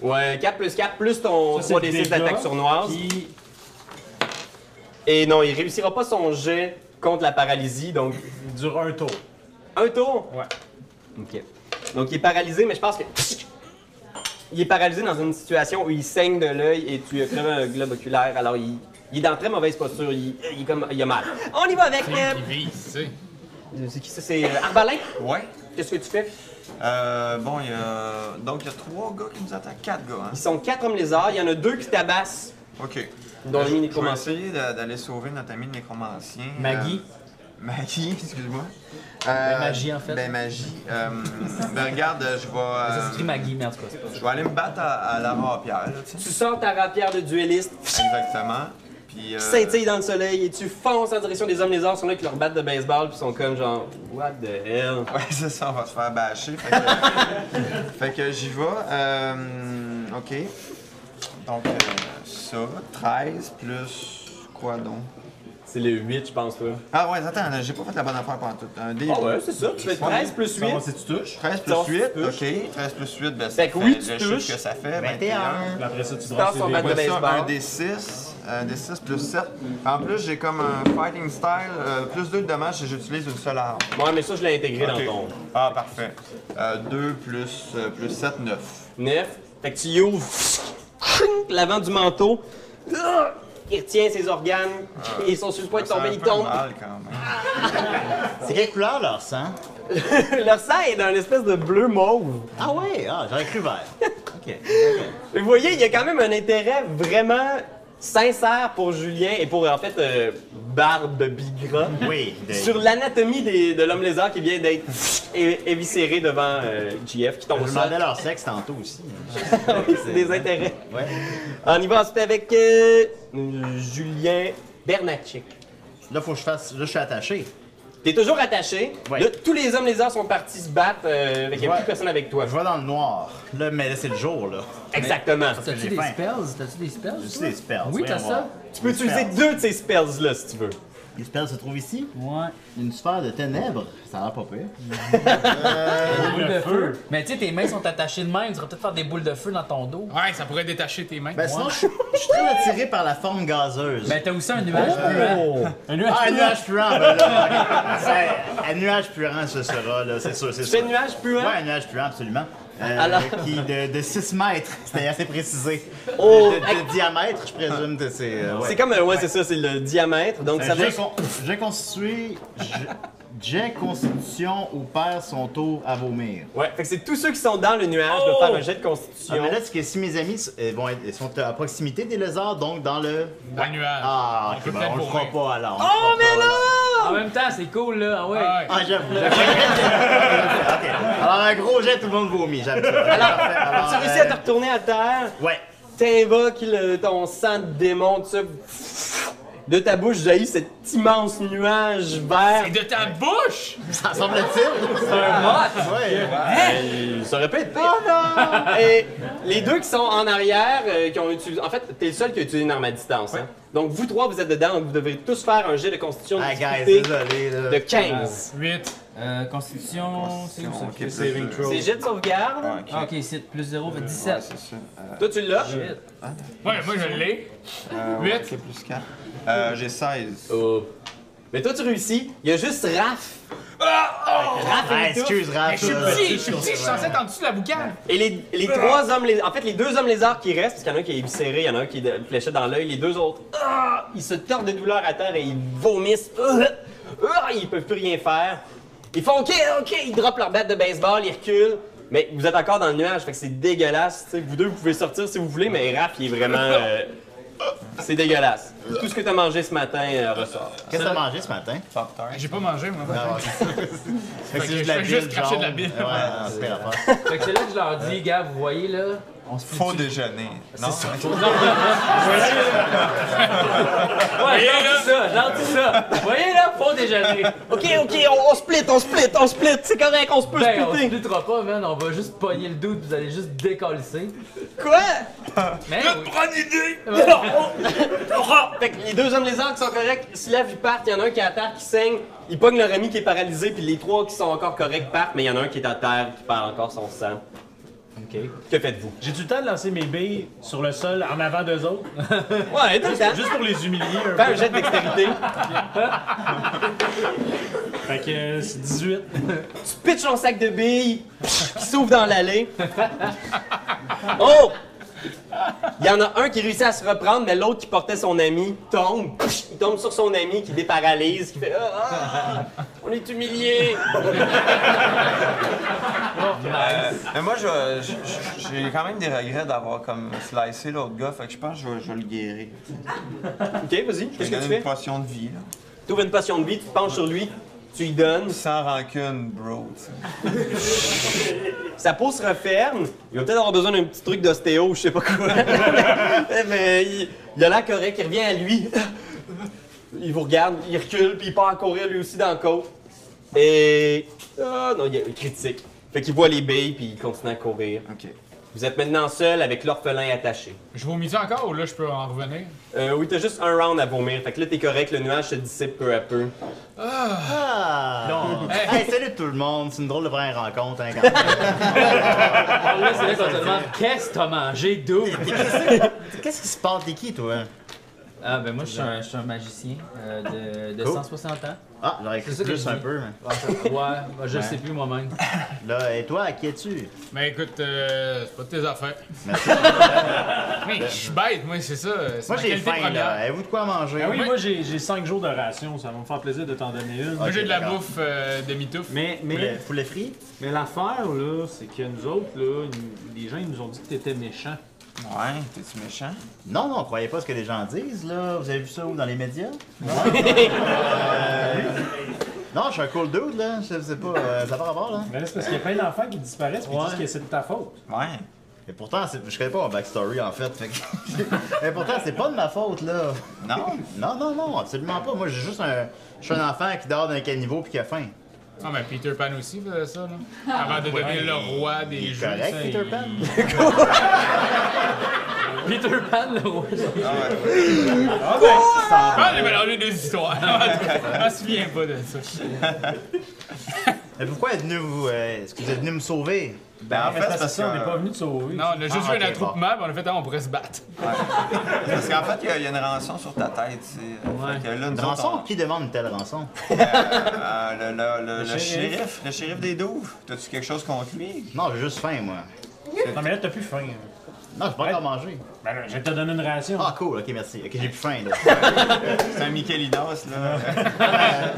Speaker 3: Oh, Ouais, 4 plus 4 plus ton
Speaker 2: Ça, c'est
Speaker 3: 3d6
Speaker 2: le dégât.
Speaker 3: d'attaque sournoise.
Speaker 2: Puis.
Speaker 3: Et non, il réussira pas son jet contre la paralysie, donc
Speaker 2: Il dure un tour.
Speaker 3: un tour.
Speaker 2: Ouais.
Speaker 3: Ok. Donc il est paralysé, mais je pense que. Il est paralysé dans une situation où il saigne de l'œil et tu euh, crèves un globe oculaire. Alors il, il est dans très mauvaise posture. Il, il est comme, il a mal. On y va avec. euh,
Speaker 4: Il vise, tu sais.
Speaker 3: C'est qui ça C'est euh, Arbalin
Speaker 1: Ouais.
Speaker 3: Qu'est-ce que tu fais
Speaker 1: Euh, bon, il y a. Donc, il y a trois gars qui nous attaquent. Quatre gars, hein.
Speaker 3: Ils sont quatre hommes lézards. Il y en a deux qui tabassent,
Speaker 1: Ok.
Speaker 3: dont
Speaker 1: Je-
Speaker 3: l'ami
Speaker 1: Je vais
Speaker 3: nécromancien.
Speaker 1: essayer d'a- d'aller sauver notre ami le nécromancien. euh,
Speaker 5: Maggie.
Speaker 1: Maggie, excuse-moi.
Speaker 5: Ben, magie, en fait.
Speaker 1: Ben, magie. Euh, ben, regarde, je vais.
Speaker 5: Ça
Speaker 1: euh,
Speaker 5: s'écrit Maggie, mais en tout cas, c'est pas ça.
Speaker 1: je vais aller me battre à, à la rapière, là, tu sais.
Speaker 3: Tu sors ta rapière de dueliste,
Speaker 1: Exactement. Puis. euh,
Speaker 3: scintille dans le soleil et tu fonces en direction des hommes lézards. Ils sont là qui leur battent de baseball puis ils sont comme genre What the hell
Speaker 1: Ouais, c'est ça, on va se faire bâcher. Fait que, fait que j'y vais. Euh, ok. Donc, euh, ça, 13 plus quoi donc?
Speaker 3: C'est le 8, je pense, toi.
Speaker 1: Ah ouais, attends, là, j'ai pas fait la bonne affaire pendant tout. Un dé.
Speaker 3: Ah ouais, c'est ça. Tu fais 13 plus 8.
Speaker 6: si tu touches.
Speaker 1: 13 plus
Speaker 3: Donc, tu
Speaker 1: 8,
Speaker 3: touches.
Speaker 1: ok. 13 plus 8, ben ça
Speaker 3: Fait
Speaker 1: fait,
Speaker 3: que oui, tu
Speaker 1: je
Speaker 3: touches.
Speaker 1: sais que ça fait,
Speaker 6: 21.
Speaker 1: 21.
Speaker 2: Puis Après ça, tu
Speaker 3: pars
Speaker 2: drasses
Speaker 3: sur
Speaker 2: les
Speaker 3: ma-
Speaker 2: dés.
Speaker 1: Après ça,
Speaker 3: baseball.
Speaker 1: un des 6, un des 6 plus 7. En plus, j'ai comme un fighting style, euh, plus 2 de dommages et j'utilise une seule arme.
Speaker 3: Ouais, mais ça, je l'ai intégré
Speaker 1: hein? Ok.
Speaker 3: dans ton
Speaker 1: Ah, parfait. 2 plus, euh, plus 7, 9.
Speaker 3: 9. Fait que tu y ouvres l'avant du manteau. Il retient ses organes. Ils sont sur le point de tomber.
Speaker 1: Ah. Ça fait un
Speaker 3: Ils
Speaker 1: peu
Speaker 3: tombent.
Speaker 1: mal, quand même.
Speaker 6: C'est quelle couleur leur sang?
Speaker 3: Leur sang est d'un espèce de bleu mauve.
Speaker 6: Ah ouais, ah, j'aurais cru vert. OK.
Speaker 3: Vous voyez, il y a quand même un intérêt vraiment sincère pour Julien et pour, en fait, euh, Barbe Bigra.
Speaker 6: Oui, de-
Speaker 3: Sur l'anatomie des- de l'homme lézard qui vient d'être é- éviscéré devant euh, GF qui tombe
Speaker 6: je
Speaker 3: au
Speaker 6: demandais
Speaker 3: sol.
Speaker 6: leur sexe tantôt aussi.
Speaker 3: Oui, C'est
Speaker 1: hein.
Speaker 3: des intérêts.
Speaker 6: Ouais.
Speaker 3: On y va ensuite avec euh, euh, Julien Bernatchik.
Speaker 6: Là, faut que je fasse. Là, je suis attaché.
Speaker 3: T'es toujours attaché.
Speaker 6: Ouais.
Speaker 3: Là, tous les hommes lézards sont partis se battre. euh, avec, il n'y a
Speaker 6: Ouais.
Speaker 3: plus personne avec toi.
Speaker 6: Je vois dans le noir. Là, mais là, c'est le jour, là.
Speaker 3: Exactement.
Speaker 6: j'ai
Speaker 8: T'as-tu des
Speaker 6: faim.
Speaker 8: spells? T'as-tu des spells?
Speaker 6: Juste
Speaker 8: toi?
Speaker 6: les spells.
Speaker 8: Oui, t'as
Speaker 6: voyons
Speaker 8: ça?
Speaker 6: voir.
Speaker 3: Tu peux
Speaker 6: Les
Speaker 3: utiliser
Speaker 6: spells.
Speaker 3: deux de ces spells-là si tu veux.
Speaker 6: Les spells se trouvent ici.
Speaker 8: Ouais.
Speaker 6: Une sphère de ténèbres. Ça a l'air pas pire.
Speaker 8: Boule de feu. Mais tu sais, tes mains sont attachées de même. Tu devrais peut-être faire des boules de feu dans ton dos.
Speaker 4: Ouais, ça pourrait détacher tes mains.
Speaker 6: Ben, sinon, je je suis très attiré par la forme gazeuse.
Speaker 8: Ben, t'as aussi un nuage
Speaker 4: Oh!
Speaker 8: puant.
Speaker 5: hein.
Speaker 8: Un nuage
Speaker 6: Ah, un nuage puant, ben là. ok. C'est- Un nuage puant, ce sera, là, c'est sûr, c'est
Speaker 3: C'est
Speaker 6: sûr.
Speaker 3: un nuage plus
Speaker 6: Ouais, un nuage puant, absolument. Euh,
Speaker 3: Alors-
Speaker 6: Qui de, de 6 mètres, c'était assez précisé.
Speaker 3: Oh,
Speaker 6: de, de diamètre, je présume, de ces. euh, ouais.
Speaker 3: C'est comme, euh, ouais, c'est ça, c'est le diamètre. Donc, ça
Speaker 6: Euh,
Speaker 3: veut
Speaker 6: J'ai con- j'ai constitué. j'ai- J'ai constitution ou perd son tour à vomir.
Speaker 3: Ouais, fait que c'est tous ceux qui sont dans le nuage de faire un jet de
Speaker 6: Ah,
Speaker 3: constitution.
Speaker 6: mais là, c'est que si mes amis s- euh, vont être- sont à proximité des lézards, donc dans le.
Speaker 4: Dans le nuage.
Speaker 6: Ah,
Speaker 4: On
Speaker 6: ok,
Speaker 4: peut
Speaker 6: ben,
Speaker 4: peut-être
Speaker 6: on le fera
Speaker 4: bourrer.
Speaker 6: pas alors. Oh, mais là!
Speaker 5: En même temps, c'est cool, là. Ah ouais.
Speaker 4: Ah ouais.
Speaker 6: Ah, j'avoue. j'avoue. ok. Alors, un gros jet, tout le monde vomit, j'avoue. Alors, alors,
Speaker 3: Tu as réussi à te retourner à terre,
Speaker 6: euh, Ouais.
Speaker 3: t'invoques le- ton sang de démon, tout ça. De ta bouche jaillit cet immense nuage vert.
Speaker 4: Et de ta bouche!
Speaker 6: Ça semble-t-il? C'est un mot. Ouais.
Speaker 3: Euh, Ça aurait pu être
Speaker 6: Oh
Speaker 3: pire. Et les deux qui sont en arrière, euh, qui ont utilisé. En fait, t'es le seul qui a utilisé une arme à distance. hein. Donc, vous trois, vous êtes dedans, donc vous devez tous faire un jet de constitution de
Speaker 6: Ah, guys,
Speaker 3: difficulté
Speaker 6: désolé, là.
Speaker 3: de 15.
Speaker 4: 8.
Speaker 8: Euh, Constitution, c'est où ça?
Speaker 1: Ok, plus
Speaker 2: saving
Speaker 1: deux.
Speaker 2: throw.
Speaker 3: C'est jet de sauvegarde.
Speaker 1: Ah, ok.
Speaker 8: Ah, ok, c'est plus 0, fait
Speaker 1: Ouais,
Speaker 8: 17.
Speaker 1: c'est ça. Euh,
Speaker 3: Toi, tu l'as.
Speaker 4: Ouais, moi je l'ai.
Speaker 1: euh, ouais,
Speaker 4: Huit.
Speaker 1: ok, plus 4. Euh, j'ai 16.
Speaker 3: Oh. Mais toi, tu réussis. Il y a juste Raph. Raph
Speaker 6: Ah,
Speaker 3: et, les touffes.
Speaker 6: excuse, Raph.
Speaker 4: Mais je suis
Speaker 6: là.
Speaker 4: petit, je suis petit, je suis censé être en dessous de la boucane.
Speaker 3: Et les, les trois hommes, les- en fait, les deux hommes lézards qui restent, parce qu'il y en a un qui est éviscéré, il y en a un qui est de- fléché dans l'œil, les deux autres, ah, ils se tordent de douleur à terre et ils vomissent. Ah, ah, ils peuvent plus rien faire. Ils font OK, OK, ils droppent leur batte de baseball, ils reculent. Mais vous êtes encore dans le nuage, fait que c'est dégueulasse. tu sais. Vous deux, vous pouvez sortir si vous voulez, mais Raph, il est vraiment. euh, c'est dégueulasse. Tout ce que t'as mangé ce matin euh, ressort.
Speaker 6: Qu'est-ce que t'as mangé ce matin?
Speaker 4: J'ai pas mangé, moi.
Speaker 6: Ah, ouais. Fait que
Speaker 4: que
Speaker 6: c'est
Speaker 4: je
Speaker 6: de la
Speaker 4: fais juste
Speaker 6: bile
Speaker 4: cracher de la
Speaker 6: jaune.
Speaker 4: bile.
Speaker 6: Ouais, non, c'est pas grave.
Speaker 5: Fait que c'est là que je leur dis, gars, vous voyez, là, on se
Speaker 1: Faut
Speaker 5: fout
Speaker 1: déjeuner. Non,
Speaker 5: Ouais, j'ai dit ça, j'ai dit ça. Vous voyez, là, faut déjeuner.
Speaker 3: OK, OK, on, on split, on split, on split, c'est correct, on se peut
Speaker 5: Ben, on se
Speaker 3: splitter.
Speaker 5: luttera pas, man. On va juste pogner le doute, vous allez juste décalisser.
Speaker 3: Quoi?
Speaker 5: Mais oui.
Speaker 3: Ah! Fait que les deux hommes lézards qui sont corrects, ils se lèvent, ils partent, il y en a un qui est à terre, qui saigne, il pogne leur ami qui est paralysé, puis les trois qui sont encore corrects partent, mais il y en a un qui est à terre, qui perd encore son sang.
Speaker 6: Ok.
Speaker 5: Ok.
Speaker 3: Que faites-vous?
Speaker 2: J'ai-tu le temps de lancer mes billes sur le sol en avant d'eux autres?
Speaker 3: Ouais, tout le temps.
Speaker 2: Juste pour les humilier un
Speaker 3: Fais un
Speaker 2: peu.
Speaker 3: jet de dextérité.
Speaker 2: Fait que euh, c'est 18.
Speaker 3: tu pitches ton sac de billes qui s'ouvre dans l'allée. Oh! Il y en a un qui réussit à se reprendre, mais l'autre qui portait son ami tombe. Il tombe sur son ami qui déparalyse, qui fait Ah, ah, On est humilié!
Speaker 1: Mais moi, je- je- je- j'ai quand même des regrets d'avoir comme slicé l'autre gars, fait que je pense que je vais, je vais le guérir.
Speaker 3: Ok, vas-y,
Speaker 1: Je vais
Speaker 3: qu'est-ce
Speaker 1: lui
Speaker 3: que tu
Speaker 1: donner
Speaker 3: fais?
Speaker 1: une potion de vie, là.
Speaker 3: Tu ouvres une potion de vie, tu te penches sur lui, tu lui donnes.
Speaker 1: Sans rancune, bro. tu sais.
Speaker 3: Sa peau se referme. Il va peut-être avoir besoin d'un petit truc d'ostéo ou je sais pas quoi. Mais il, il a l'air correct, il revient à lui. Il vous regarde, il recule, puis il part à courir lui aussi dans le côte. Et. Ah non, il est critique. Fait qu'il voit les billes, puis il continue à courir.
Speaker 1: OK.
Speaker 3: Vous êtes maintenant seul avec l'orphelin attaché.
Speaker 4: Je vomis encore ou là je peux en revenir?
Speaker 3: Euh, oui, t'as juste un round à vomir. Fait que là, t'es correct, le nuage se dissipe peu à peu.
Speaker 6: Ah!
Speaker 2: Non.
Speaker 6: Hey, salut tout le monde, c'est une drôle de première rencontre, hein, quand même.
Speaker 5: Alors Ah, là, c'est là qu'on te demande qu'est-ce que t'as mangé, d'où?
Speaker 6: Qu'est-ce qui se passe? T'es qui, toi?
Speaker 5: Ah, ben moi, je suis un, je suis un magicien euh, de, de
Speaker 6: Cool.
Speaker 5: 160 ans.
Speaker 6: Ah, j'aurais cru
Speaker 5: C'est ça que
Speaker 6: plus
Speaker 5: je
Speaker 6: un
Speaker 5: dis.
Speaker 6: peu, mais...
Speaker 5: Ouais, ça- ouais, ben, je
Speaker 6: Ouais.
Speaker 5: sais plus moi-même.
Speaker 6: Là, et toi, qui es-tu?
Speaker 4: Ben écoute, euh, c'est pas de tes affaires.
Speaker 6: Merci.
Speaker 4: Mais je suis bête, moi, c'est ça. C'est
Speaker 6: Moi,
Speaker 4: ma
Speaker 6: j'ai
Speaker 4: qualité
Speaker 6: faim,
Speaker 4: première. Ben
Speaker 6: là. Avez-vous de quoi manger?
Speaker 2: Ah oui, moi j'ai, j'ai 5 jours de ration, ça va me faire plaisir de t'en donner une.
Speaker 4: Moi, j'ai de la
Speaker 6: d'accord.
Speaker 4: bouffe euh, demi-touffe.
Speaker 2: Mais,
Speaker 6: Poulet,
Speaker 2: mais,
Speaker 6: poulet frit?
Speaker 2: mais l'affaire, là, c'est que nous autres, là, nous- les gens, ils nous ont dit que t'étais méchant.
Speaker 1: Ouais, t'es-tu méchant?
Speaker 6: Non, non, croyez pas ce que les gens disent, là. Vous avez vu ça où, dans les médias? Non. Non, je suis un cool dude, là. Je sais pas, euh, ça n'a pas rapport, là.
Speaker 2: Mais là, c'est parce qu'il y a plein d'enfants qui disparaissent puis ils disent que c'est de ta faute.
Speaker 1: Ouais.
Speaker 6: Et pourtant, c'est- je connais pas mon backstory, en fait. fait que- Mais pourtant, c'est pas de ma faute, là. Non, non, non, non, absolument pas. Moi, j'ai juste un... Je suis un enfant qui dort dans un caniveau puis qui a faim.
Speaker 4: Ah, mais Peter Pan aussi faisait ça, là. Avant de devenir le roi des jeux.
Speaker 6: Correct,
Speaker 4: ça,
Speaker 6: Peter
Speaker 4: il-
Speaker 6: Pan?
Speaker 5: Peter Pan, le roi.
Speaker 4: Ah, j'ai mélangé deux histoires. Je me souviens pas de ça.
Speaker 6: Mais pourquoi êtes-vous venu, vous, euh, est-ce que vous êtes venu me sauver?
Speaker 1: Ben, en fait, c'est
Speaker 2: parce que
Speaker 1: parce
Speaker 2: ça, on n'est pas
Speaker 1: que...
Speaker 2: venu te sauver.
Speaker 4: Non, on a juste
Speaker 6: Ah,
Speaker 4: eu
Speaker 6: ok,
Speaker 4: un attroupement, puis on a fait, ah, on pourrait se battre.
Speaker 1: Parce qu'en fait, il y a- il y, a une rançon sur ta tête, tu sais. Fait que là, nous
Speaker 6: Une
Speaker 1: autres,
Speaker 6: rançon?
Speaker 1: on-
Speaker 6: Qui demande une telle rançon?
Speaker 1: euh, le, le- le- le
Speaker 2: shérif.
Speaker 1: shérif, le shérif des douves. T'as-tu quelque chose contre lui?
Speaker 6: Non, j'ai juste faim, moi.
Speaker 2: Non, mais là, t'as plus faim. hein.
Speaker 6: Non, j'ai pas encore mangé.
Speaker 2: Ben là, je vais te donner une ration.
Speaker 6: Ah, cool, ok, merci. Ok, j'ai plus faim, là.
Speaker 1: C'est un Michelinos, là.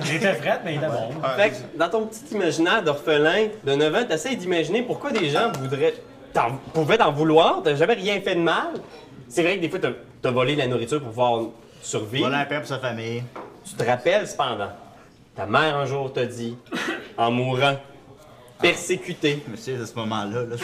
Speaker 2: J'étais frette, mais il était bon.
Speaker 3: Fait que, dans ton petit imaginaire d'orphelin de 9 ans, t'essayes d'imaginer pourquoi des gens voudraient, t'en- pouvaient t'en vouloir, t'as jamais rien fait de mal. C'est vrai que des fois, t'as- t'as volé la nourriture pour pouvoir survivre.
Speaker 6: Voilà un père pour sa famille.
Speaker 3: Tu te rappelles cependant, ta mère un jour t'a dit, en mourant, persécuté,
Speaker 6: Monsieur, à ce moment-là, là,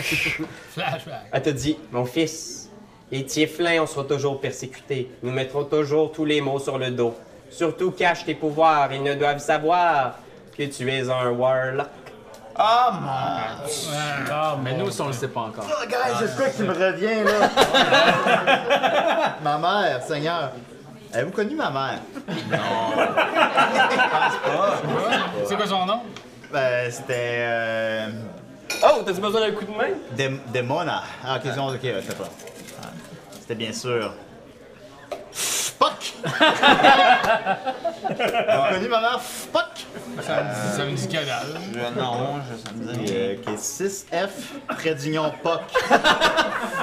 Speaker 4: Flashback.
Speaker 3: elle t'a dit, mon fils, les tieflins, on sera toujours persécutés. Nous mettrons toujours tous les mots sur le dos. Surtout cache tes pouvoirs, ils ne doivent savoir que tu es un warlock.
Speaker 1: Ah, mon...
Speaker 5: Mais nous, ça, on le sait pas encore.
Speaker 6: Oh, guys, c'est quoi qui me revient, là? ma mère, Seigneur. Avez-vous connu ma mère?
Speaker 4: C'est quoi son nom?
Speaker 6: Ben, c'était. Euh,
Speaker 3: Oh, t'as-tu besoin d'un coup de main?
Speaker 6: Dem- Demona. Ah, ok, c'est bon, ok, ouais, je sais pas. Ah, C'était bien sûr. Fuck! Avez-vous connu ma mère? Fuck!
Speaker 4: Ça me dit que dalle.
Speaker 1: Je- non, je, ça me dit...
Speaker 6: Euh, ok, 6F, près d'union POC. Point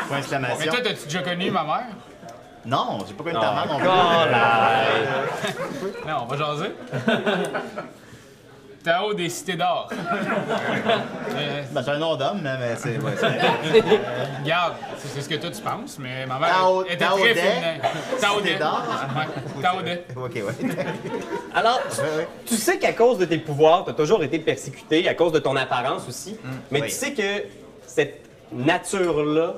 Speaker 4: Mais
Speaker 6: d'exclamation.
Speaker 4: toi, t'as-tu déjà connu ma mère?
Speaker 6: Non, j'ai pas connu ta mère non plus.
Speaker 4: Non, on va jaser. Tao des cités d'or. Euh,
Speaker 6: Ben, c'est un nom d'homme, mais mais c'est. ouais, c'est-
Speaker 4: Regarde, c'est c'est ce que toi tu penses, mais ma mère
Speaker 6: Tao-
Speaker 4: était
Speaker 6: Tao
Speaker 4: très
Speaker 6: des
Speaker 4: féminin. Tao
Speaker 6: cités
Speaker 4: des.
Speaker 6: d'or?
Speaker 4: Ouais, Tao des.
Speaker 6: Ok, ouais.
Speaker 3: Alors, tu,
Speaker 6: Ah, ouais.
Speaker 3: tu sais qu'à cause de tes pouvoirs, tu as toujours été persécuté, à cause de ton apparence aussi. mais
Speaker 6: Mm. oui.
Speaker 3: tu sais que cette nature-là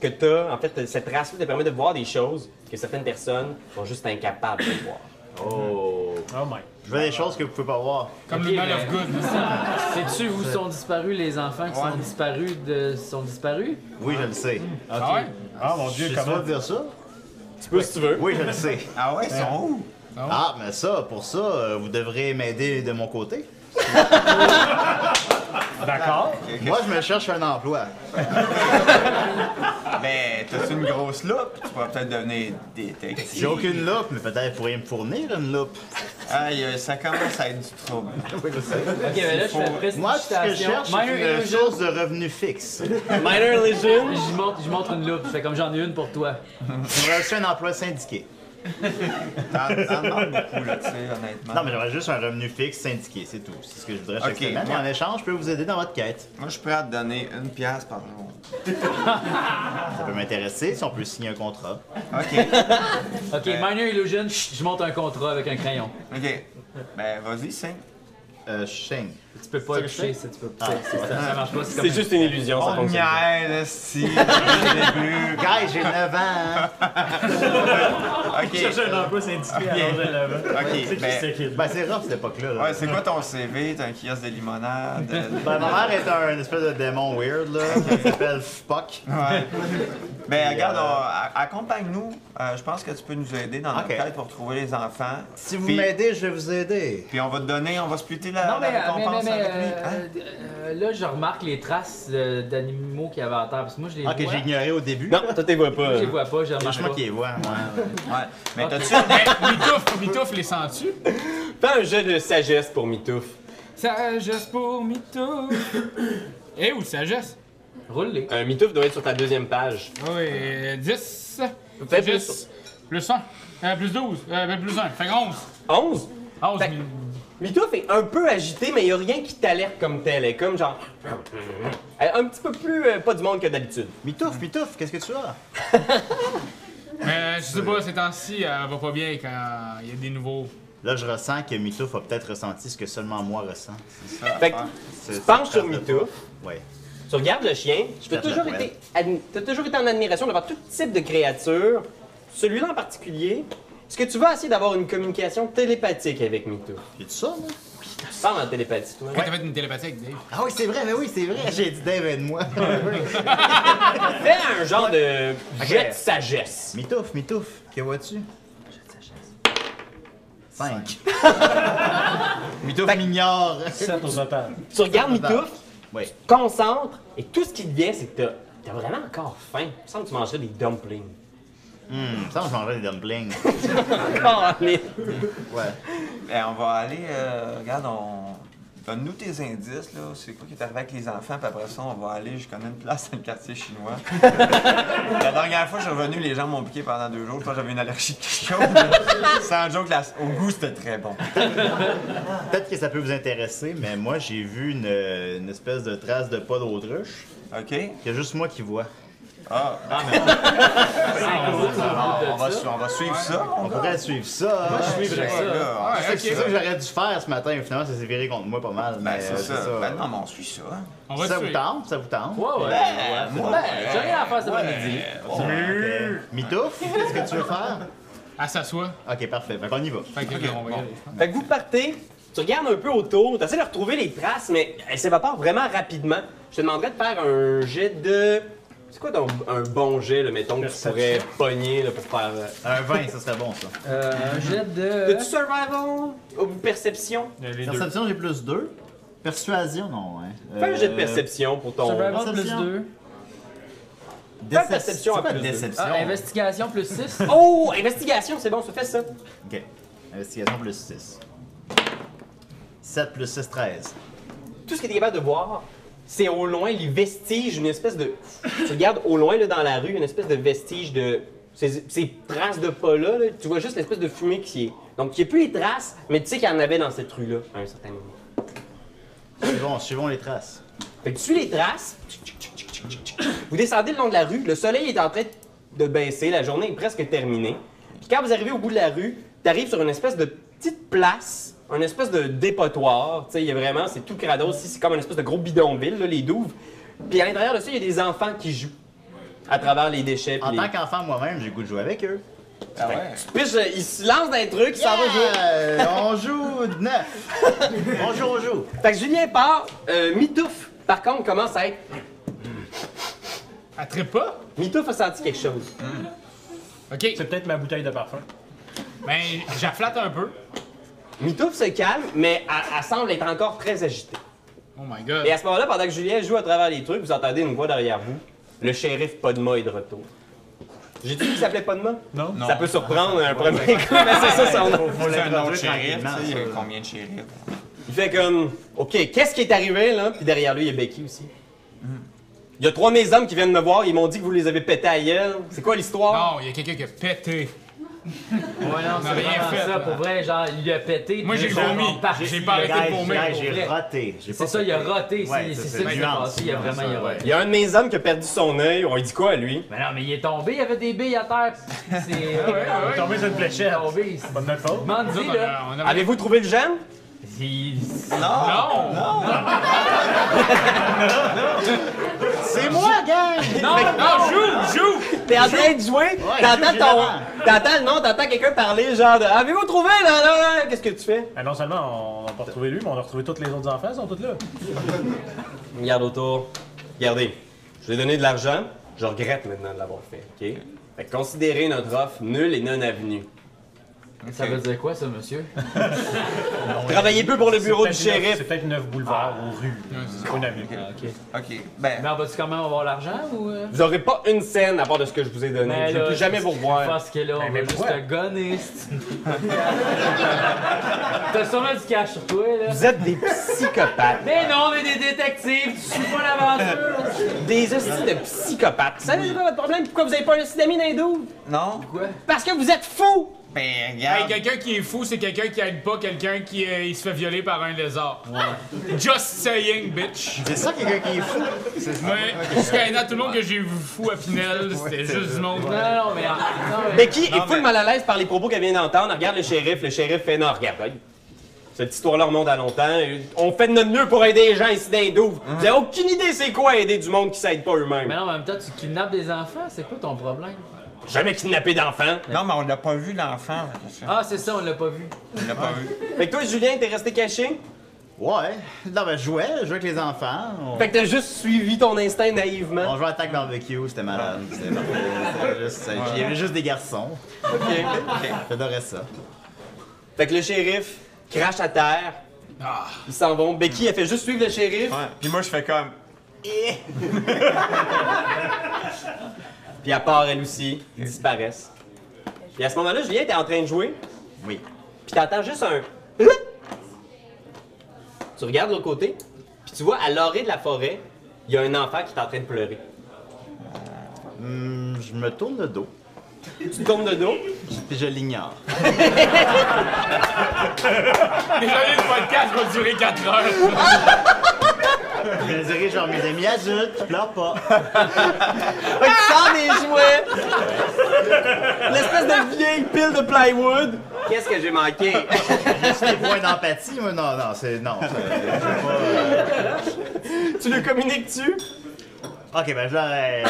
Speaker 3: que tu as, en fait, cette race-là te permet de voir des choses que certaines personnes sont juste incapables de voir.
Speaker 6: Oh.
Speaker 2: Oh my.
Speaker 6: Je veux des choses que vous pouvez pas voir.
Speaker 4: Comme
Speaker 5: Ok,
Speaker 4: le mal
Speaker 5: mais-
Speaker 4: of good.
Speaker 5: Sais-tu où sont disparus les enfants qui sont disparus de. sont disparus?
Speaker 6: Oui, je le sais.
Speaker 4: Ah ouais?
Speaker 2: Ah mon dieu,
Speaker 6: Je
Speaker 2: comment.
Speaker 6: comment dire ça?
Speaker 3: Tu peux si tu veux.
Speaker 6: Oui, je le sais.
Speaker 1: Ah ouais, ils sont où?
Speaker 6: Ah, mais ça, pour ça, euh, vous devrez m'aider de mon côté.
Speaker 2: D'accord.
Speaker 6: Moi, je me cherche un emploi.
Speaker 1: Ben, t'as-tu une grosse loupe? Tu vas peut-être devenir détective.
Speaker 6: J'ai aucune loupe, mais peut-être pourriez me fournir une loupe.
Speaker 1: Aïe, euh, ça commence à être du trouble.
Speaker 5: Ok, mais là, je fais
Speaker 1: Faut-
Speaker 6: Moi, tout ce que je
Speaker 5: prestidigitation.
Speaker 6: cherche, c'est une source de revenus fixe.
Speaker 3: Minor Legion.
Speaker 5: Je montre, je montre une loupe, je fais comme j'en ai une pour toi.
Speaker 6: J'aurais aussi un emploi syndiqué.
Speaker 1: T'en t'en demandes beaucoup, là, tu sais, honnêtement.
Speaker 6: Non, mais j'aurais juste un revenu fixe syndiqué, c'est tout. C'est ce que je voudrais chaque
Speaker 1: Ok,
Speaker 6: semaine.
Speaker 1: moi-
Speaker 6: En échange, je peux vous aider dans votre quête.
Speaker 1: Moi, je suis prêt à te donner une pièce par jour.
Speaker 6: Ça peut m'intéresser si on peut signer un contrat.
Speaker 1: OK,
Speaker 5: Ok, Minor Illusion, chut, je monte un contrat avec un crayon.
Speaker 1: OK. Ben, vas-y, signe.
Speaker 6: Euh, Shane.
Speaker 5: Tu peux pas toucher, ça, tu peux pas. ça, ça marche pas, c'est comme
Speaker 3: C'est juste une illusion, ça
Speaker 1: On
Speaker 3: fonctionne. pas.
Speaker 1: niaise, esti, depuis le début.
Speaker 6: Guys, j'ai 9 ans, hein?
Speaker 1: OK.
Speaker 2: un emploi syndiqué
Speaker 1: à l'âge
Speaker 2: Euh, C'est
Speaker 1: OK, ben...
Speaker 6: Ben, c'est rough, cette époque-là. là.
Speaker 1: Ouais, c'est quoi ton CV? T'as un kiosque de limonade? euh,
Speaker 6: Ben, ma mère est un espèce de démon weird, là, qui s'appelle Fuck.
Speaker 1: Ouais. Ben,
Speaker 6: Puis,
Speaker 1: regarde,
Speaker 6: euh,
Speaker 1: on- a- accompagne-nous. Euh, je pense que tu peux nous aider dans notre
Speaker 6: Ok.
Speaker 1: quête pour trouver les enfants.
Speaker 6: Si vous
Speaker 1: Puis-
Speaker 6: m'aidez, je vais vous aider.
Speaker 1: Puis on va te donner, on va splitter la,
Speaker 5: Non,
Speaker 1: la
Speaker 5: mais, mais, mais,
Speaker 1: récompense
Speaker 5: mais,
Speaker 1: avec lui.
Speaker 5: euh,
Speaker 1: Hein?
Speaker 5: euh, là, je remarque les traces euh, d'animaux qu'il y avait à terre. Parce que moi, je les
Speaker 6: Ah, que
Speaker 5: vois.
Speaker 6: j'ai ignoré au début.
Speaker 3: Non, toi, t'es vois pas.
Speaker 5: Je les vois pas, je les
Speaker 6: C'est
Speaker 5: remarque
Speaker 6: juste moi
Speaker 5: pas.
Speaker 6: qui les vois, moi.
Speaker 1: Ouais. Mais
Speaker 5: Ok.
Speaker 1: t'as-tu une...
Speaker 4: Mitouf, Mitouf, les sens-tu?
Speaker 3: Fais un jeu de sagesse pour Mitouf.
Speaker 4: Sagesse pour Mitouf. Eh, ou sagesse?
Speaker 5: Roule-les.
Speaker 3: Un Euh, Mitouf doit être sur ta deuxième page.
Speaker 4: Oui, 10.
Speaker 3: Peut-être plus
Speaker 4: plus. Plus 1. Euh, plus 12. Euh, ben, plus 1. Fait que 11.
Speaker 3: 11?
Speaker 4: 11.
Speaker 3: Fait-
Speaker 4: mi-
Speaker 3: Mitouf est un peu agité, mais il n'y a rien qui t'alerte comme tel. Elle est comme genre. Elle est un petit peu plus euh, pas du monde que d'habitude.
Speaker 6: Mitouf, Mitouf, qu'est-ce que tu as?
Speaker 4: Mais euh, je sais pas, ces temps-ci, euh, elle va pas bien quand il y a des nouveaux.
Speaker 6: Là, je ressens que Mitouf a peut-être ressenti ce que seulement moi ressens.
Speaker 3: Fait que
Speaker 6: Ah. C'est-
Speaker 3: tu
Speaker 6: c'est-
Speaker 3: penches sur
Speaker 6: c'est-
Speaker 3: Mitouf,
Speaker 6: Ouais.
Speaker 3: tu regardes le chien. Tu as
Speaker 6: Ferme la
Speaker 3: toujours,
Speaker 6: poêle.
Speaker 3: été admi- t'as toujours été en admiration devant tout type de créatures. Celui-là en particulier. Est-ce que tu vas essayer d'avoir une communication télépathique avec Mitouf?
Speaker 6: J'ai dit ça, moi?
Speaker 3: Tu parles en télépathie, toi.
Speaker 4: Quand t'as fait une télépathie avec Dave.
Speaker 6: Ah oui, c'est vrai, mais oui, c'est vrai. J'ai dit Dave, aide-moi.
Speaker 3: Fais un genre de jet de
Speaker 6: Ok.
Speaker 3: sagesse.
Speaker 6: Mitouf, Mitouf, que vois-tu? 5. Mitouf m'ignore.
Speaker 2: 7 au total.
Speaker 3: Tu regardes Mitouf,
Speaker 6: Oui.
Speaker 3: concentre, et tout ce qui te vient, c'est que t'as- t'as vraiment encore faim. Il me semble que tu mangerais des dumplings.
Speaker 6: Hmm, ça, je mangerais des dumplings.
Speaker 3: Caliste.
Speaker 6: Ouais.
Speaker 1: Ben, on va aller, euh, regarde, on... Donne-nous tes indices, là. C'est quoi qui est arrivé avec les enfants, puis après ça, on va aller. Je connais une place dans le quartier chinois. la dernière fois, je suis revenu, les gens m'ont piqué pendant deux jours. Je pense que j'avais une allergie de quelque chose. mais Sans joke, la- au goût, c'était très bon.
Speaker 6: Peut-être que ça peut vous intéresser, mais moi, j'ai vu une, une espèce de trace de pas d'autruche
Speaker 1: OK?
Speaker 6: qu'il y a juste moi qui vois.
Speaker 1: Ah,
Speaker 6: on, va,
Speaker 1: on va suivre ça.
Speaker 6: on pourrait suivre ça. hein?
Speaker 1: Ouais, là,
Speaker 4: Ouais,
Speaker 6: C'est
Speaker 4: ok.
Speaker 6: c'est ça que j'aurais dû faire ce matin, mais finalement, ça s'est viré contre moi pas mal.
Speaker 1: Ben,
Speaker 6: mais,
Speaker 1: c'est
Speaker 6: euh,
Speaker 1: ça. Ben, non, mais on suit ça.
Speaker 4: On va
Speaker 6: ça
Speaker 4: tuer.
Speaker 6: vous tente, ça vous tente.
Speaker 5: Ouais, ouais.
Speaker 1: moi,
Speaker 5: J'ai rien à faire cet après-midi.
Speaker 6: Euh, Mitouf, qu'est-ce que tu veux faire?
Speaker 4: Elle s'assoit.
Speaker 6: Ok, parfait. Fait qu'on y va.
Speaker 4: Fait que on va y aller.
Speaker 3: Fait que vous partez, tu regardes un peu autour, tu essaies de retrouver les traces, mais elles s'évaporent vraiment rapidement. Je te demanderais de faire un jet de. C'est quoi donc un bon jet, là, mettons, que tu pourrais pogner là, pour faire. euh,
Speaker 6: Un vin, ça serait bon, ça.
Speaker 5: Euh, un jet de.
Speaker 3: T'as-tu survival ou perception?
Speaker 2: Les deux.
Speaker 6: Perception, j'ai plus 2. Persuasion, non, hein.
Speaker 3: Fais un jet de
Speaker 6: Euh,
Speaker 3: perception pour ton.
Speaker 5: Survival plus
Speaker 6: Perception.
Speaker 5: 2.
Speaker 6: décep-
Speaker 3: perception
Speaker 6: c'est quoi
Speaker 3: à plus deux.
Speaker 6: déception.
Speaker 5: Ah, investigation plus 6.
Speaker 3: Oh! Investigation, c'est bon, ça fait ça.
Speaker 6: Ok. Investigation plus 6. 7 plus 6, 13.
Speaker 3: tout ce que tu es capable de voir, c'est au loin les vestiges, une espèce de. Tu regardes au loin là, dans la rue, une espèce de vestige de. Ces, ces traces de pas-là, là, tu vois juste l'espèce de fumée qui est. Donc, il n'y a plus les traces, mais tu sais qu'il y en avait dans cette rue-là à un certain moment.
Speaker 6: Suivons, suivons les traces.
Speaker 3: Fait que tu suis les traces. Vous descendez le long de la rue, le soleil est en train de baisser, la journée est presque terminée. Puis quand vous arrivez au bout de la rue, tu arrives sur une espèce de petite place, un espèce de dépotoir. Tu sais, il y a vraiment, c'est tout crado ici, c'est comme un espèce de gros bidonville, là, les douves. Puis à l'intérieur de ça, il y a des enfants qui jouent à travers les déchets. puis
Speaker 6: En
Speaker 3: les-
Speaker 6: tant qu'enfant moi-même, j'ai le goût de jouer avec eux.
Speaker 1: ben,
Speaker 3: Puis je- ils se lancent dans les trucs, ils s'en vont jouer.
Speaker 6: Yeah! on joue 9. on joue, on joue.
Speaker 3: Fait que Julien part, euh, Mitouf, par contre, commence à être.
Speaker 4: Elle trippe pas?
Speaker 3: Mitouf a senti quelque chose.
Speaker 4: Ok.
Speaker 2: C'est peut-être ma bouteille de parfum.
Speaker 4: Ben, j'afflate un peu.
Speaker 3: Mitouf se calme, mais elle, elle semble être encore très agitée.
Speaker 4: Oh my god.
Speaker 3: Et à ce moment-là, pendant que Julien joue à travers les trucs, vous entendez une voix derrière vous. Le shérif Podma est de retour. J'ai dit qu'il s'appelait Podma?
Speaker 2: Non.
Speaker 3: Ça peut surprendre un premier coup, mais c'est ça son nom.
Speaker 1: Faut un autre shérif,
Speaker 5: hein,
Speaker 6: tranquillement,
Speaker 1: tu sais, il y a
Speaker 6: ça.
Speaker 1: combien de shérifs?
Speaker 3: Il fait comme, OK, qu'est-ce qui est arrivé, là? Puis derrière lui, il y a Becky aussi. Il y a trois de mes hommes qui viennent me voir, ils m'ont dit que vous les avez pétés à gueule. C'est quoi l'histoire?
Speaker 4: Non, il y a quelqu'un qui a pété.
Speaker 5: Ouais, non, c'est
Speaker 4: rien
Speaker 5: vraiment
Speaker 4: fait,
Speaker 5: ça.
Speaker 4: là.
Speaker 5: Pour vrai, genre, il lui a pété.
Speaker 4: Moi,
Speaker 5: puis
Speaker 4: j'ai
Speaker 5: genre,
Speaker 4: vomi.
Speaker 5: en partie,
Speaker 4: J'ai pas
Speaker 5: le
Speaker 4: arrêté
Speaker 5: gars,
Speaker 4: de
Speaker 5: il-
Speaker 4: vomir,
Speaker 5: il-
Speaker 4: pour
Speaker 5: il-
Speaker 6: J'ai raté. J'ai
Speaker 5: C'est
Speaker 6: pas
Speaker 5: ça,
Speaker 6: fait
Speaker 5: il a
Speaker 6: péter.
Speaker 5: raté.
Speaker 6: Ouais,
Speaker 5: C'est
Speaker 6: ça,
Speaker 5: c'est
Speaker 6: c'est
Speaker 5: ça qui s'est
Speaker 6: nuance,
Speaker 5: passé. Il a
Speaker 6: nuance,
Speaker 5: vraiment. il a-
Speaker 6: ouais, ouais.
Speaker 3: Il y a un de mes hommes qui a perdu son œil. On lui dit quoi, à lui?
Speaker 5: Mais non, mais il est tombé, il y avait des billes à terre. C'est.
Speaker 2: Il est tombé sur une
Speaker 5: Il est
Speaker 2: fléchette.
Speaker 5: tombé. c'est-
Speaker 2: Pas de notre faute.
Speaker 5: Mandy,
Speaker 4: Nous autres, on
Speaker 5: là.
Speaker 4: a- on a-
Speaker 3: Avez-vous trouvé le jeune?
Speaker 5: il-
Speaker 4: Non! Non!
Speaker 6: C'est moi, gang!
Speaker 4: joue! Joue!
Speaker 3: T'es en train de jouer, t'entends ton. T'entends le nom, t'entends quelqu'un parler, genre de Avez-vous trouvé là, là, là? Qu'est-ce que tu fais?
Speaker 2: Ah, non seulement on n'a pas retrouvé lui, mais on a retrouvé tous les autres enfants, ils sont tous là.
Speaker 3: Regarde autour. Regardez, je vous ai donné de l'argent, je regrette maintenant de l'avoir fait, ok? Fait que considérez notre offre nulle et non avenue.
Speaker 5: Ça veut dire quoi, ça, monsieur?
Speaker 3: Travaillez peu pour le bureau du
Speaker 2: C'est peut-être neuf-
Speaker 3: shérif.
Speaker 2: C'est peut-être 9 boulevards ou rue. C'est pas une avenue.
Speaker 1: Ok, ben,
Speaker 5: Mais on va-tu quand même avoir l'argent ou. euh?
Speaker 3: Vous aurez pas une scène à part de ce que je vous ai donné.
Speaker 5: Mais
Speaker 3: je ne
Speaker 5: Ben là,
Speaker 3: peux jamais vous
Speaker 5: Je
Speaker 3: revoir. Ben,
Speaker 5: pense que là, on
Speaker 2: mais
Speaker 5: va juste
Speaker 2: pourquoi?
Speaker 5: te gonner. c'ti. T'as sûrement du cash sur toi, là.
Speaker 3: Vous êtes des psychopathes.
Speaker 5: Mais non, on est des détectives, tu suis pas l'aventure.
Speaker 3: Des hosties de psychopathes. Vous savez c'est quoi votre problème? Pourquoi vous avez pas un hostie d'amis dans les douves?
Speaker 1: non?
Speaker 3: Parce que vous êtes fous!
Speaker 1: Ben,
Speaker 4: Hey,
Speaker 1: regarde.
Speaker 4: quelqu'un qui est fou, c'est quelqu'un qui aide pas quelqu'un qui euh, il se fait violer par un lézard. Just saying, bitch.
Speaker 6: C'est ça, quelqu'un qui est fou. C'est ça.
Speaker 4: Ouais, jusqu'à maintenant, tout le monde que j'ai vu fou à Pinel, c'était juste du monde.
Speaker 5: Non, non, non, mais. Non, mais...
Speaker 3: Becky est full mal à l'aise par les propos qu'elle vient d'entendre. Elle Regarde le shérif, le shérif fait non, regarde. regarde. Cette histoire-là remonte à longtemps. On fait de notre mieux pour aider les gens ici dans les douves. Vous avez aucune idée c'est quoi aider du monde qui s'aide pas
Speaker 5: Mm. Mais
Speaker 3: eux-mêmes.
Speaker 5: non, mais en même temps, tu kidnappes des enfants, c'est pas ton problème.
Speaker 3: Jamais kidnapper d'enfants.
Speaker 1: Non, mais on l'a pas vu, l'enfant. là, parce que
Speaker 5: Ah, c'est ça, on l'a pas vu.
Speaker 1: On l'a pas vu.
Speaker 3: Fait que toi, Julien, t'es resté caché.
Speaker 6: Ouais. Non, mais je jouais, je jouais avec les enfants. On,
Speaker 3: Fait que t'as juste suivi ton instinct naïvement.
Speaker 6: on jouait à Attack Barbecue, c'était malade. C'était c'était juste- Il y avait juste des garçons.
Speaker 3: Ok.
Speaker 6: J'adorais ça.
Speaker 3: Fait que le shérif crache à terre.
Speaker 5: Ah.
Speaker 3: Ils s'en vont. Becky, elle fait juste suivre le shérif.
Speaker 1: Ouais. Puis moi, je fais comme.
Speaker 3: Puis à part elle aussi, ils disparaissent. Puis à ce moment-là, Julien, t'es en train de jouer.
Speaker 6: Oui.
Speaker 3: Puis t'entends juste un. Tu regardes de l'autre côté, puis tu vois à l'orée de la forêt, il y a un enfant qui est en train de pleurer.
Speaker 6: Hum, je me tourne le dos,
Speaker 3: Tu te tournes de dos.
Speaker 6: puis je l'ignore.
Speaker 4: Désolé, le podcast va durer 4 heures.
Speaker 6: Je me dirais, genre, mes amis adultes, je pleure pas.
Speaker 3: Fait que tu sors des jouets. L'espèce de vieille pile de plywood. Qu'est-ce que j'ai manqué?
Speaker 6: J'ai des points d'empathie, moi. Non, non, c'est. Non. c'est-
Speaker 3: tu le communiques-tu?
Speaker 6: euh, Ok, ben je leur ai-